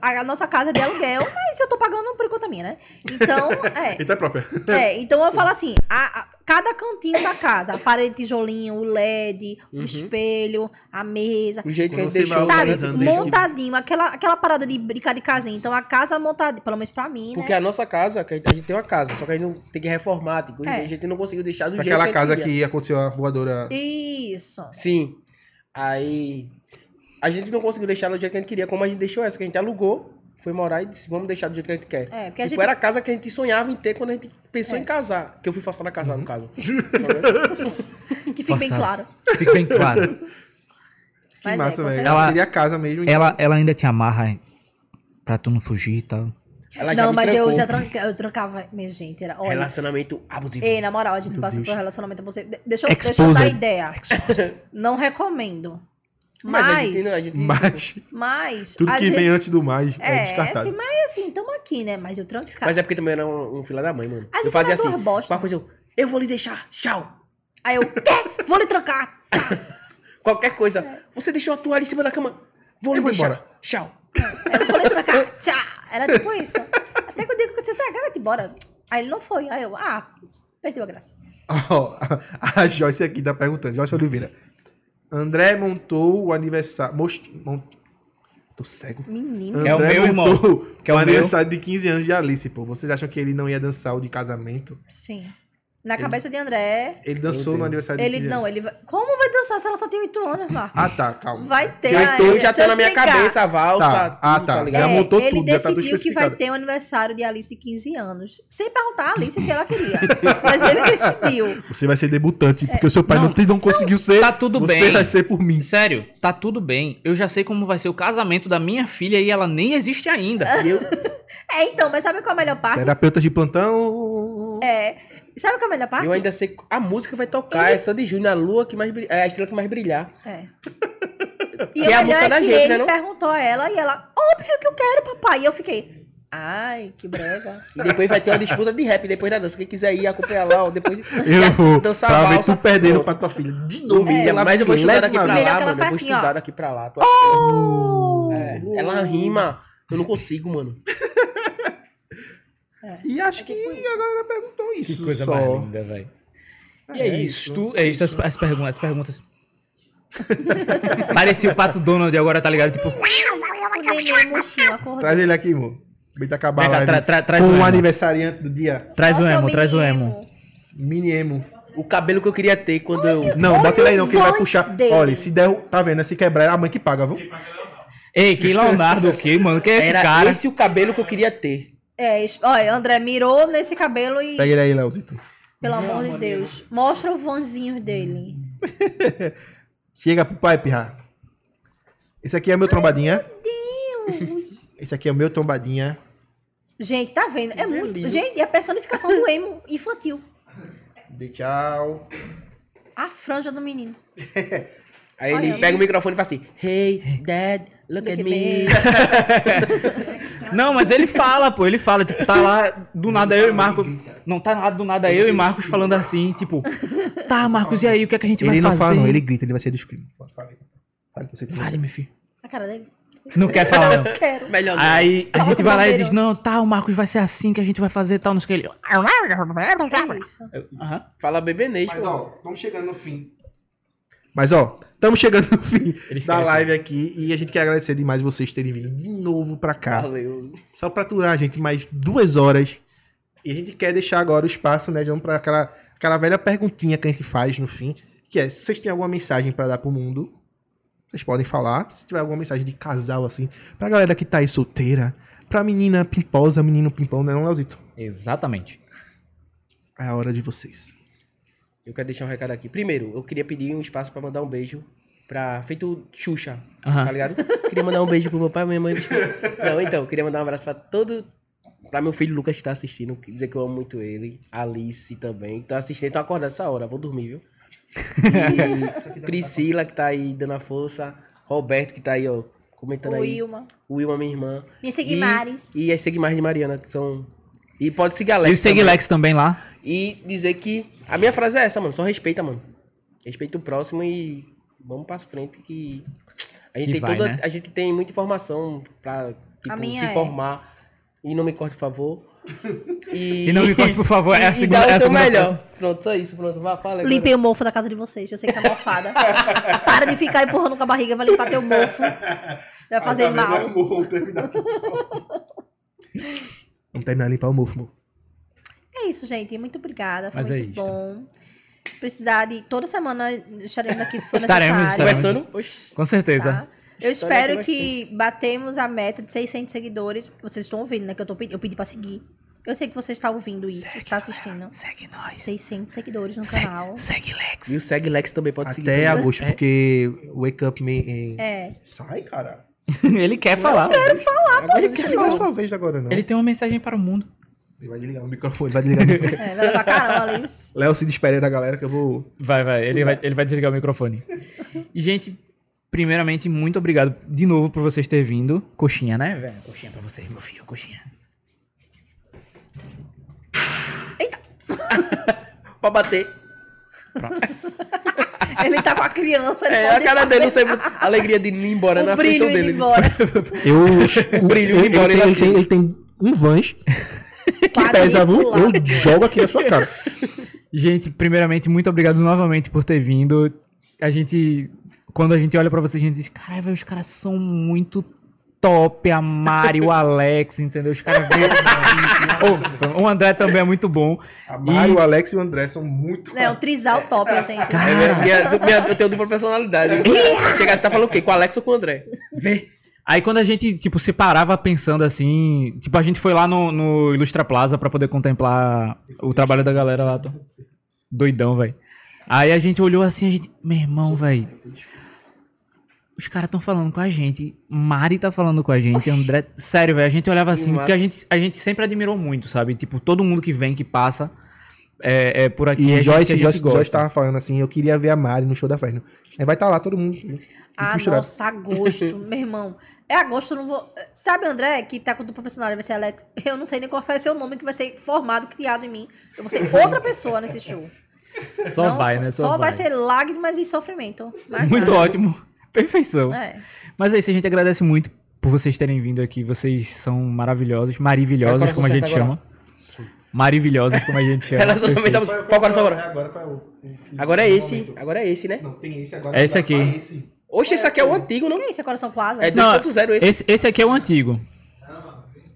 Speaker 4: A, a nossa casa é de aluguel, mas eu tô pagando por conta minha, né? Então,
Speaker 2: [LAUGHS]
Speaker 4: é.
Speaker 2: Eita, é própria.
Speaker 4: É, então eu falo assim, a- a- cada cantinho da casa, a parede de tijolinho, o LED, o
Speaker 5: Uhum.
Speaker 4: espelho, a mesa,
Speaker 5: O jeito que a gente
Speaker 2: Você vai
Speaker 5: deixou.
Speaker 4: sabe,
Speaker 5: né?
Speaker 2: Tá organizando desde que-
Speaker 4: montadinho, aquela, aquela parada de brincar de casinha. Então a casa montada, pelo menos pra mim,
Speaker 5: Porque
Speaker 4: né?
Speaker 5: a nossa casa, que a gente a gente tem uma casa, só que a gente não tem que reformar, tem que-
Speaker 4: É.
Speaker 5: a gente não conseguiu deixar do
Speaker 2: Pra
Speaker 5: jeito
Speaker 2: aquela
Speaker 5: a gente
Speaker 2: casa
Speaker 5: queria.
Speaker 2: que aconteceu a voadora.
Speaker 4: Isso.
Speaker 5: Sim. Aí a gente não conseguiu deixar do jeito que a gente queria, como a gente deixou essa, que a gente alugou, foi morar e disse, vamos deixar do jeito que a gente quer.
Speaker 4: É, porque a
Speaker 5: Tipo,
Speaker 4: gente. É.
Speaker 5: era a casa que a gente sonhava em ter quando a gente pensou em casar. Que eu fui forçada a casar,
Speaker 2: Uhum. [LAUGHS]
Speaker 5: no caso.
Speaker 4: Que fique bem claro.
Speaker 7: Fica bem claro. [LAUGHS]
Speaker 2: Que
Speaker 4: Mas é,
Speaker 2: massa,
Speaker 4: com
Speaker 2: velho.
Speaker 4: certeza.
Speaker 2: Seria a casa mesmo. então.
Speaker 7: Ela, ela ainda te amarra pra tu não fugir e tal.
Speaker 5: Ela já
Speaker 4: Não,
Speaker 5: me
Speaker 4: mas eu
Speaker 5: trancou.
Speaker 4: já tranca, eu trancava. Minha gente, era. Olha.
Speaker 5: Relacionamento abusivo.
Speaker 4: Ei, na moral, a gente passa por um relacionamento você. de- Deixa eu, deixa eu
Speaker 7: Exposed.
Speaker 4: dar ideia. Não recomendo. Mas.
Speaker 5: a gente, a
Speaker 2: [LAUGHS]
Speaker 5: gente-
Speaker 2: Mas
Speaker 4: Mas
Speaker 2: tudo
Speaker 4: a
Speaker 2: que
Speaker 4: gente-
Speaker 2: vem antes do mais é,
Speaker 4: É,
Speaker 2: descartado.
Speaker 4: assim, mas assim, tamo aqui, né? Mas eu trancava.
Speaker 5: Mas é porque também era um, um filho da mãe, mano.
Speaker 4: A gente
Speaker 5: eu fazia
Speaker 4: era duas
Speaker 5: assim,
Speaker 4: bosta.
Speaker 5: qualquer coisa eu, eu vou lhe deixar, tchau.
Speaker 4: Aí eu, quê? Vou lhe trancar.
Speaker 5: Qualquer coisa,
Speaker 4: É.
Speaker 5: você deixou a toalha em cima da cama, vou lhe
Speaker 2: Eu vou
Speaker 5: deixar,
Speaker 2: embora.
Speaker 5: tchau.
Speaker 4: Aí eu vou lhe trancar. Tchá. Era tipo isso. Até que eu "Ah, digo que você sai, vai-te embora. Aí ele não foi. Aí eu, ah, perdeu a graça.
Speaker 2: Ó, a, a Joyce aqui tá perguntando, Joyce Oliveira. André montou o aniversário. most- mon- Tô cego.
Speaker 4: Menino.
Speaker 2: André
Speaker 7: É o meu irmão,
Speaker 2: montou
Speaker 7: que é
Speaker 2: o
Speaker 7: o meu.
Speaker 2: aniversário de 15 anos de Alice, pô. Vocês acham que ele não ia dançar o de casamento?
Speaker 4: Sim. Na cabeça de André,
Speaker 2: Ele dançou
Speaker 5: Meu
Speaker 2: no
Speaker 5: Deus.
Speaker 2: aniversário de
Speaker 4: ele
Speaker 2: 15 anos.
Speaker 4: não, ele vai. Como vai dançar se ela só tem 8 anos, Marco?
Speaker 2: Ah, tá, calma.
Speaker 4: Vai ter.
Speaker 2: Eu
Speaker 4: aí,
Speaker 2: tô-
Speaker 4: Ah,
Speaker 5: Eu já
Speaker 4: é. deixa
Speaker 5: tá
Speaker 4: eu
Speaker 5: na minha
Speaker 4: explicar.
Speaker 5: cabeça a valsa,
Speaker 2: Tá.
Speaker 5: tudo,
Speaker 2: Ah, tá.
Speaker 5: ligado?
Speaker 2: Ela
Speaker 4: É,
Speaker 2: montou
Speaker 4: ele
Speaker 2: tudo, já tá tudo
Speaker 4: decidiu que vai
Speaker 2: especificado.
Speaker 4: ter o aniversário de Alice de 15 anos. Sem perguntar a Alice se ela queria. mas ele decidiu.
Speaker 2: Você vai ser debutante, porque o seu pai não,
Speaker 7: Não,
Speaker 2: te- não conseguiu ser.
Speaker 7: tá tudo
Speaker 2: você
Speaker 7: bem.
Speaker 2: vai ser por mim.
Speaker 7: Sério, tá tudo bem. Eu já sei como vai ser o casamento da minha filha e ela nem existe ainda.
Speaker 5: E eu,
Speaker 4: É, então, mas sabe qual é a melhor parte?
Speaker 2: Terapeutas de plantão.
Speaker 4: É. Sabe qual é a melhor parte?
Speaker 5: eu ainda sei, a música vai tocar, é Sandy Júnior, a lua que mais brilha, é a estrela que mais brilhar.
Speaker 4: É.
Speaker 5: Que
Speaker 4: E
Speaker 5: é a
Speaker 4: o melhor
Speaker 5: música
Speaker 4: é
Speaker 5: da
Speaker 4: que
Speaker 5: gente,
Speaker 4: ele
Speaker 5: né, não?
Speaker 4: perguntou a ela e ela, óbvio que eu quero, papai. E eu fiquei, ai, que brega.
Speaker 5: E depois vai ter uma disputa de rap depois da dança. Quem quiser ir acompanhar lá, ou depois
Speaker 2: Eu vou.
Speaker 5: dançar
Speaker 2: Pra
Speaker 5: a
Speaker 2: ver
Speaker 5: valsa.
Speaker 2: tu perdendo pra É tua filha. De novo.
Speaker 5: Humilha,
Speaker 2: pela
Speaker 5: mas eu vou estudar daqui pra
Speaker 2: milésima
Speaker 4: É, Melhor
Speaker 5: lá,
Speaker 4: um. que ela
Speaker 5: mano. Eu
Speaker 4: faça
Speaker 5: vou
Speaker 4: assim,
Speaker 5: estudar
Speaker 4: ó.
Speaker 5: daqui pra lá. Tô- É,
Speaker 2: Oh!
Speaker 5: ela rima. Eu não consigo, mano.
Speaker 2: E acho
Speaker 7: É
Speaker 2: que a galera perguntou isso.
Speaker 7: Que coisa
Speaker 2: só.
Speaker 7: mais linda, velho. E
Speaker 2: É
Speaker 7: é,
Speaker 2: isso.
Speaker 7: isso. É isso as, as perguntas. As perguntas. Parecia o Pato Donald agora, tá ligado? Tipo,
Speaker 4: O neném murchinho acordou.
Speaker 2: Traz um ele aqui, amor. Bem tá acabar
Speaker 7: Vem cá,
Speaker 2: lá.
Speaker 7: tra- tra- traz
Speaker 2: com
Speaker 7: o
Speaker 2: o
Speaker 7: emo.
Speaker 2: aniversariante do dia.
Speaker 7: traz o
Speaker 4: Nossa,
Speaker 7: emo, traz o
Speaker 4: menino.
Speaker 7: emo.
Speaker 2: Mini emo.
Speaker 5: O cabelo que eu queria ter quando eu.
Speaker 2: Não, bota ele aí não, que ele vai
Speaker 4: voz
Speaker 2: puxar.
Speaker 4: dele.
Speaker 2: Olha, se der, tá vendo? Se quebrar, é a mãe que paga, viu?
Speaker 7: Ei, que Leonardo o quê, mano? Quem é esse
Speaker 5: Era
Speaker 7: cara?
Speaker 5: esse o cabelo que eu queria ter.
Speaker 4: É, es- olha, André mirou nesse cabelo e,
Speaker 2: Pega ele aí, Leozito.
Speaker 4: pelo
Speaker 2: um
Speaker 4: amor de Deus,
Speaker 2: né?
Speaker 4: mostra o vãozinho dele.
Speaker 2: Chega pro pai, pirra. Esse aqui é o meu trombadinha. Esse aqui é o meu trombadinha.
Speaker 4: Gente, tá vendo? É muito. Gente, é a personificação do emo infantil.
Speaker 2: Dê tchau.
Speaker 4: A franja do menino.
Speaker 5: Aí
Speaker 4: Olha,
Speaker 5: ele
Speaker 4: eu
Speaker 5: pega o microfone e fala assim: Hey, dad, look, at me.
Speaker 7: Não, mas ele fala, pô, ele fala, tipo, tá lá do nada eu e Marco. Não tá nada do nada eu e Marcos falando assim, tipo, tá, Marcos, e aí, o que é que a gente vai
Speaker 2: Ele não
Speaker 7: fazer?
Speaker 2: fala, não. Ele grita, ele vai ser do scream. Fala, fala aí. Fala pra você também.
Speaker 7: Fale, meu filho.
Speaker 4: A cara dele.
Speaker 7: Não quer falar, não.
Speaker 4: Quero.
Speaker 5: [LAUGHS] Melhor não.
Speaker 7: Aí a
Speaker 4: Fala
Speaker 7: gente
Speaker 4: com
Speaker 7: vai lá e
Speaker 4: Bandeirantes.
Speaker 7: diz, não, tá, o Marcos vai ser assim que a gente vai fazer tal, não sei o que ele.
Speaker 3: "Ah, Tá.
Speaker 4: É isso.
Speaker 7: Aham.
Speaker 5: Fala bebê Ney,
Speaker 2: Mas ó, estamos chegando no fim. Mas ó, estamos chegando no fim
Speaker 3: [LAUGHS]
Speaker 7: Eles
Speaker 3: É
Speaker 2: da
Speaker 7: parecem.
Speaker 2: live aqui e a gente quer agradecer demais vocês terem vindo de novo pra cá.
Speaker 5: Valeu.
Speaker 2: Só pra aturar a gente mais duas horas. E a gente quer deixar agora o espaço, né, João, pra aquela, aquela velha perguntinha que a gente faz no fim, que é, se vocês têm alguma mensagem pra dar pro mundo, vocês podem falar. Se tiver alguma mensagem de casal, assim, pra galera que tá aí solteira, pra menina pimposa, menino pimpão, né, não, Leozito?
Speaker 7: Exatamente.
Speaker 2: É a hora de vocês.
Speaker 5: Eu quero deixar um recado aqui. Primeiro, eu queria pedir um espaço pra mandar um beijo pra. Feito Xuxa,
Speaker 7: Aham.
Speaker 5: tá ligado? queria mandar um beijo pro meu pai, minha mãe. Não, então, eu queria mandar um abraço pra todo. Pra meu filho Lucas que tá assistindo. quer Dizer que eu amo muito ele. Alice também. Tô assistindo, tô acordando essa hora, vou dormir, viu?
Speaker 4: [LAUGHS]
Speaker 5: E Priscila, que tá aí dando a força. Roberto, que tá aí, ó, comentando
Speaker 4: O
Speaker 5: aí.
Speaker 4: Wilma.
Speaker 5: Wilma, minha irmã.
Speaker 4: Minha Seguimares.
Speaker 5: E, e as Seguimares de Mariana, que são. E pode seguir a
Speaker 7: E
Speaker 5: Alex.
Speaker 7: o Seguilex também lá.
Speaker 5: E dizer que. A minha frase é essa, mano. Só respeita, mano. Respeita o próximo e vamos pra frente que. A gente,
Speaker 3: Que
Speaker 5: tem,
Speaker 3: vai,
Speaker 5: toda,
Speaker 3: né?
Speaker 5: a gente tem muita informação pra tipo,
Speaker 4: minha
Speaker 5: se
Speaker 4: é.
Speaker 5: formar. E não me corte, por favor. E,
Speaker 3: [LAUGHS] E não me corte, por favor. É a
Speaker 5: [LAUGHS] e-
Speaker 3: segunda-
Speaker 5: E dá
Speaker 3: é a
Speaker 5: o seu
Speaker 3: segunda
Speaker 5: melhor. Pronto, só isso. Pronto, vá, fala agora.
Speaker 4: Limpei o mofo da casa de vocês. Eu sei que tá mofada. Para de ficar empurrando com a barriga, vai limpar teu mofo.
Speaker 2: Ah,
Speaker 4: Vai
Speaker 2: tá
Speaker 4: fazer Tá mal.
Speaker 2: Vamos terminar. Vamos terminar de limpar o mofo, amor.
Speaker 4: É isso, gente. Muito obrigada. Foi
Speaker 3: Mas é
Speaker 4: muito
Speaker 3: isto.
Speaker 4: bom. Precisar de. Toda semana estaremos aqui se for
Speaker 3: Estaremos,
Speaker 4: necessário.
Speaker 3: estaremos.
Speaker 5: Conversando. Oxi.
Speaker 3: Com certeza.
Speaker 4: tá? Eu
Speaker 5: História
Speaker 4: espero
Speaker 5: que eu
Speaker 4: que batemos a meta de 600 seguidores. Vocês estão ouvindo, né? Que eu, tô, pedi- eu pedi pra seguir. Eu sei que você está ouvindo isso, está assistindo.
Speaker 3: Segue nós.
Speaker 4: 600 seguidores no canal.
Speaker 3: Segue, segue Lex.
Speaker 5: [LAUGHS] E o Seg Lex também pode seguir.
Speaker 2: Até
Speaker 5: também. né?
Speaker 2: agosto, porque Wake Up Me em...
Speaker 4: É.
Speaker 2: Sai, cara.
Speaker 3: Ele quer falar.
Speaker 5: Agora
Speaker 2: Ele
Speaker 5: você
Speaker 2: quer
Speaker 5: chegou.
Speaker 2: ligar a sua vez agora, não.
Speaker 3: Ele tem uma mensagem para o mundo.
Speaker 2: Ele vai desligar o microfone, vai desligar o microfone.
Speaker 4: É, vai levar caramba, Liz.
Speaker 2: Léo se despede da galera que eu vou...
Speaker 3: Vai, vai. Ele vai, ele vai desligar o microfone. E, gente, primeiramente, muito obrigado de novo por vocês terem vindo. Coxinha, né, velho? Coxinha pra vocês, meu filho. Coxinha.
Speaker 5: Pra bater.
Speaker 4: Ele tá com a criança. Ele
Speaker 5: É,
Speaker 4: pode
Speaker 5: a cara dele, não sei. A alegria de ir embora
Speaker 4: o
Speaker 5: na
Speaker 4: brilho
Speaker 5: frente
Speaker 4: indo
Speaker 5: dele.
Speaker 4: embora.
Speaker 2: Eu...
Speaker 5: O brilho indo
Speaker 2: ele,
Speaker 5: embora,
Speaker 2: ele, tem,
Speaker 5: ele
Speaker 2: ele, tem,
Speaker 5: assim.
Speaker 2: ele tem um Vans que pesa, viu?
Speaker 4: Quadriculado.
Speaker 2: Eu jogo aqui na sua cara.
Speaker 3: Gente, primeiramente, muito obrigado novamente por ter vindo. A gente, quando a gente olha pra vocês, a gente diz, caralho, velho, os caras são muito top. A Mari, o Alex, entendeu? Os caras vêm... Ô, o André também é muito bom.
Speaker 2: A Mário, o Alex e o André são muito...
Speaker 4: Não, o trisal top, a gente.
Speaker 5: É, minha- minha- du- minha- eu tenho dupla personalidade.
Speaker 4: [LAUGHS]
Speaker 5: Chegar, você tá falando o quê? Com o Alex ou com o André?
Speaker 3: Vê. Aí quando a gente, tipo, se parava pensando assim, tipo, a gente foi lá no, no Ilustra Plaza pra poder contemplar o trabalho da galera lá. tô- Doidão, velho. Aí a gente olhou assim, a gente, meu irmão, velho. Os caras tão falando com a gente, Mari tá falando com a gente, André, sério, velho, a gente olhava assim,
Speaker 5: massa.
Speaker 3: porque a gente, a gente sempre admirou muito, sabe? Tipo, todo mundo que vem, que passa é, é por aqui,
Speaker 2: E
Speaker 3: é gente que
Speaker 2: Joyce,
Speaker 3: a gente
Speaker 2: Joyce,
Speaker 3: gosta.
Speaker 2: Joyce tava falando assim, eu queria ver a Mari no show da Fresno. Aí vai estar lá todo mundo. muito
Speaker 4: Ah,
Speaker 2: misturado.
Speaker 4: nossa, agosto, meu irmão. É agosto, eu não vou. Sabe, André, que tá com dupla personalidade, vai ser Alex. Eu não sei nem qual vai ser o nome que vai ser formado, criado em mim. Eu vou ser outra pessoa nesse show.
Speaker 3: Só
Speaker 4: Não,
Speaker 3: vai, né? Só,
Speaker 4: Só vai. ser lágrimas e sofrimento. Mas [LAUGHS]
Speaker 3: Muito
Speaker 4: nada.
Speaker 3: ótimo. Perfeição.
Speaker 4: É.
Speaker 3: Mas é isso, a gente agradece muito por vocês terem vindo aqui. Vocês são maravilhosos, maravilhosos,
Speaker 5: Agora
Speaker 3: como a gente
Speaker 5: conserta agora.
Speaker 3: chama. Maravilhosos, como a gente chama.
Speaker 5: Relacionamento.
Speaker 3: Perfeito.
Speaker 5: Foco agora, só agora.
Speaker 2: Agora qual é o- o-
Speaker 5: Agora é
Speaker 2: o
Speaker 5: esse.
Speaker 2: momento?
Speaker 5: Agora é esse, né?
Speaker 2: Não, tem esse agora.
Speaker 3: É esse aqui.
Speaker 2: Vai esse.
Speaker 5: Oxe, esse aqui é o antigo, não?
Speaker 4: Que isso, é coração quase?
Speaker 5: É
Speaker 3: Não,
Speaker 5: 2.0 esse.
Speaker 3: Esse, esse aqui é o antigo.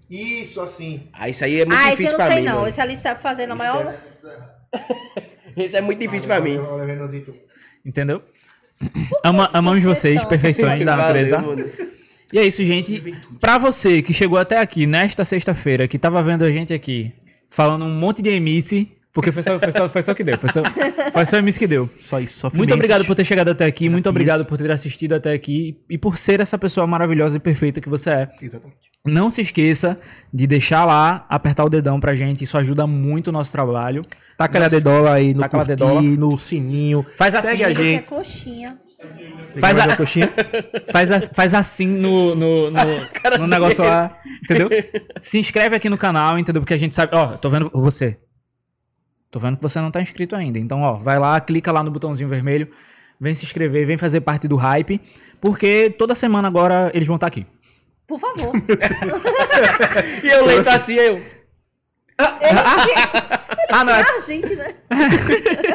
Speaker 2: Isso, assim.
Speaker 5: Ah, isso aí é muito
Speaker 4: ah, esse eu
Speaker 5: difícil
Speaker 4: não
Speaker 5: pra
Speaker 4: sei
Speaker 5: mim.
Speaker 4: não.
Speaker 5: mano.
Speaker 4: Esse ali sabe fazer na maior.
Speaker 5: Isso é muito difícil pra mim.
Speaker 2: Olha, Renanzito.
Speaker 3: Entendeu? Ama- amamos
Speaker 5: é
Speaker 3: vocês,
Speaker 4: tão-
Speaker 3: perfeições da natureza. E é isso, gente. Pra você que chegou até aqui nesta sexta-feira, que tava vendo a gente aqui falando um monte de MC, porque foi só, foi só, foi só que deu, foi só, foi só MC que deu.
Speaker 2: Só isso, só
Speaker 3: Muito obrigado por ter chegado até aqui, muito
Speaker 2: Terapias.
Speaker 3: obrigado por ter assistido até aqui e por ser essa pessoa maravilhosa e perfeita que você é.
Speaker 2: Exatamente.
Speaker 3: Não se esqueça de deixar lá, apertar o dedão pra gente, isso ajuda muito o nosso trabalho.
Speaker 2: Taca Tá a dedola aí no
Speaker 3: Taca lá Tá a
Speaker 2: curtir,
Speaker 3: dedola.
Speaker 2: no sininho.
Speaker 3: Faz assim,
Speaker 2: Segue é a
Speaker 4: Ele quer
Speaker 2: gente.
Speaker 4: é coxinha.
Speaker 3: Faz
Speaker 2: Vai
Speaker 3: a-
Speaker 2: ver coxinha.
Speaker 3: Faz, a- faz assim no, no, no,
Speaker 2: Um
Speaker 5: [LAUGHS]
Speaker 3: no negócio lá, entendeu? Se inscreve aqui no canal, entendeu? Porque a gente sabe. Ó, tô vendo você. Tô vendo que você não tá inscrito ainda. Então, ó, vai lá, clica lá no botãozinho vermelho, vem se inscrever, vem fazer parte do hype, porque toda semana agora eles vão estar aqui.
Speaker 4: Por favor.
Speaker 5: E eu leio tá assim, eu.
Speaker 3: Ah, não, é
Speaker 4: Ah, gente, né?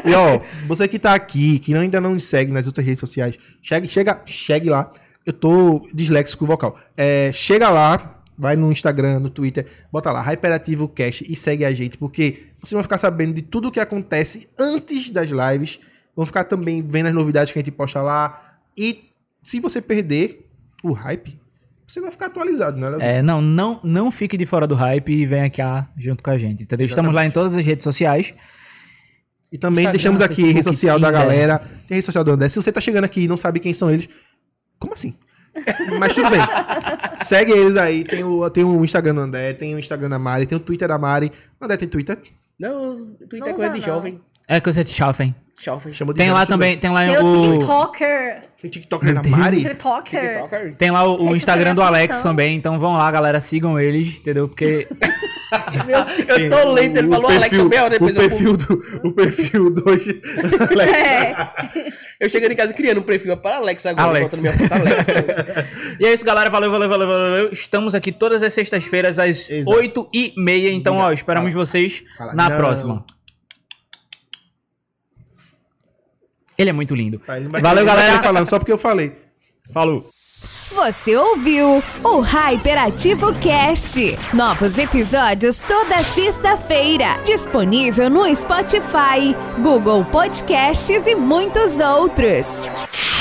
Speaker 2: E ó, você que tá aqui, que não- ainda não me segue nas outras redes sociais, chegue, chega, chegue lá. Eu tô disléxico vocal. É, chega lá, vai no Instagram, no Twitter, bota lá, Hyperativo Cash e segue a gente, porque vocês vão ficar sabendo de tudo o que acontece antes das lives. Vão ficar também vendo as novidades que a gente posta lá. E se você perder o hype, você vai ficar atualizado, né, Leozinho?
Speaker 3: É, não, não, não fique de fora do hype e venha aqui ah, junto com a gente. Entendeu? Estamos lá em todas as redes sociais.
Speaker 2: E também
Speaker 3: Instagram,
Speaker 2: deixamos aqui a
Speaker 3: Facebook,
Speaker 2: rede social da
Speaker 3: Tinder.
Speaker 2: galera, tem a rede social do André. Se você tá chegando aqui e não sabe quem são eles, como assim? [LAUGHS] Mas tudo bem. Segue eles aí. Tem o, tem o Instagram do André, tem o Instagram da Mari, tem o Twitter da Mari. O André tem Twitter.
Speaker 5: Não, Twitter é
Speaker 4: Não
Speaker 5: coisa de
Speaker 4: usa,
Speaker 5: jovem.
Speaker 3: É coisa de chafem.
Speaker 5: Jovem.
Speaker 2: Chamou de
Speaker 3: Tem
Speaker 2: Jovem
Speaker 3: lá
Speaker 2: Tudo
Speaker 3: também, tem lá
Speaker 4: Tem o
Speaker 3: o.
Speaker 4: TikToker.
Speaker 2: bem. Tem o TikTok da Mari.
Speaker 4: TikToker.
Speaker 5: TikToker.
Speaker 3: Tem lá o, o
Speaker 4: Rede
Speaker 3: Instagram do
Speaker 4: social
Speaker 3: Alex
Speaker 4: Assunção.
Speaker 3: também, então vão lá, galera, sigam eles, entendeu? Porque
Speaker 5: [LAUGHS] Eu tô lento, ele falou Alexa meia hora
Speaker 2: o
Speaker 5: né?" depois. Eu,
Speaker 2: perfil do, o perfil do
Speaker 3: [LAUGHS]
Speaker 2: hoje. Alexa.
Speaker 4: É.
Speaker 5: eu chegando em casa criando um perfil para Alexa agora,
Speaker 3: Alexa.
Speaker 5: botando minha foto Alexa.
Speaker 3: [LAUGHS] E é isso, galera. Valeu, valeu, valeu, valeu. valeu. Estamos aqui todas as sextas-feiras às
Speaker 2: Exato.
Speaker 3: oito e meia. Então, ó, esperamos vocês
Speaker 2: Fala,
Speaker 3: na
Speaker 2: não.
Speaker 3: próxima. Ele é muito lindo.
Speaker 2: Tá, ele não vai-
Speaker 3: Valeu,
Speaker 2: ele não vai
Speaker 3: galera.
Speaker 2: querer Falando, só porque eu falei.
Speaker 3: Falou.
Speaker 1: Você ouviu o Hyperativo Cast. Novos episódios toda sexta-feira. Disponível no Spotify, Google Podcasts e muitos outros.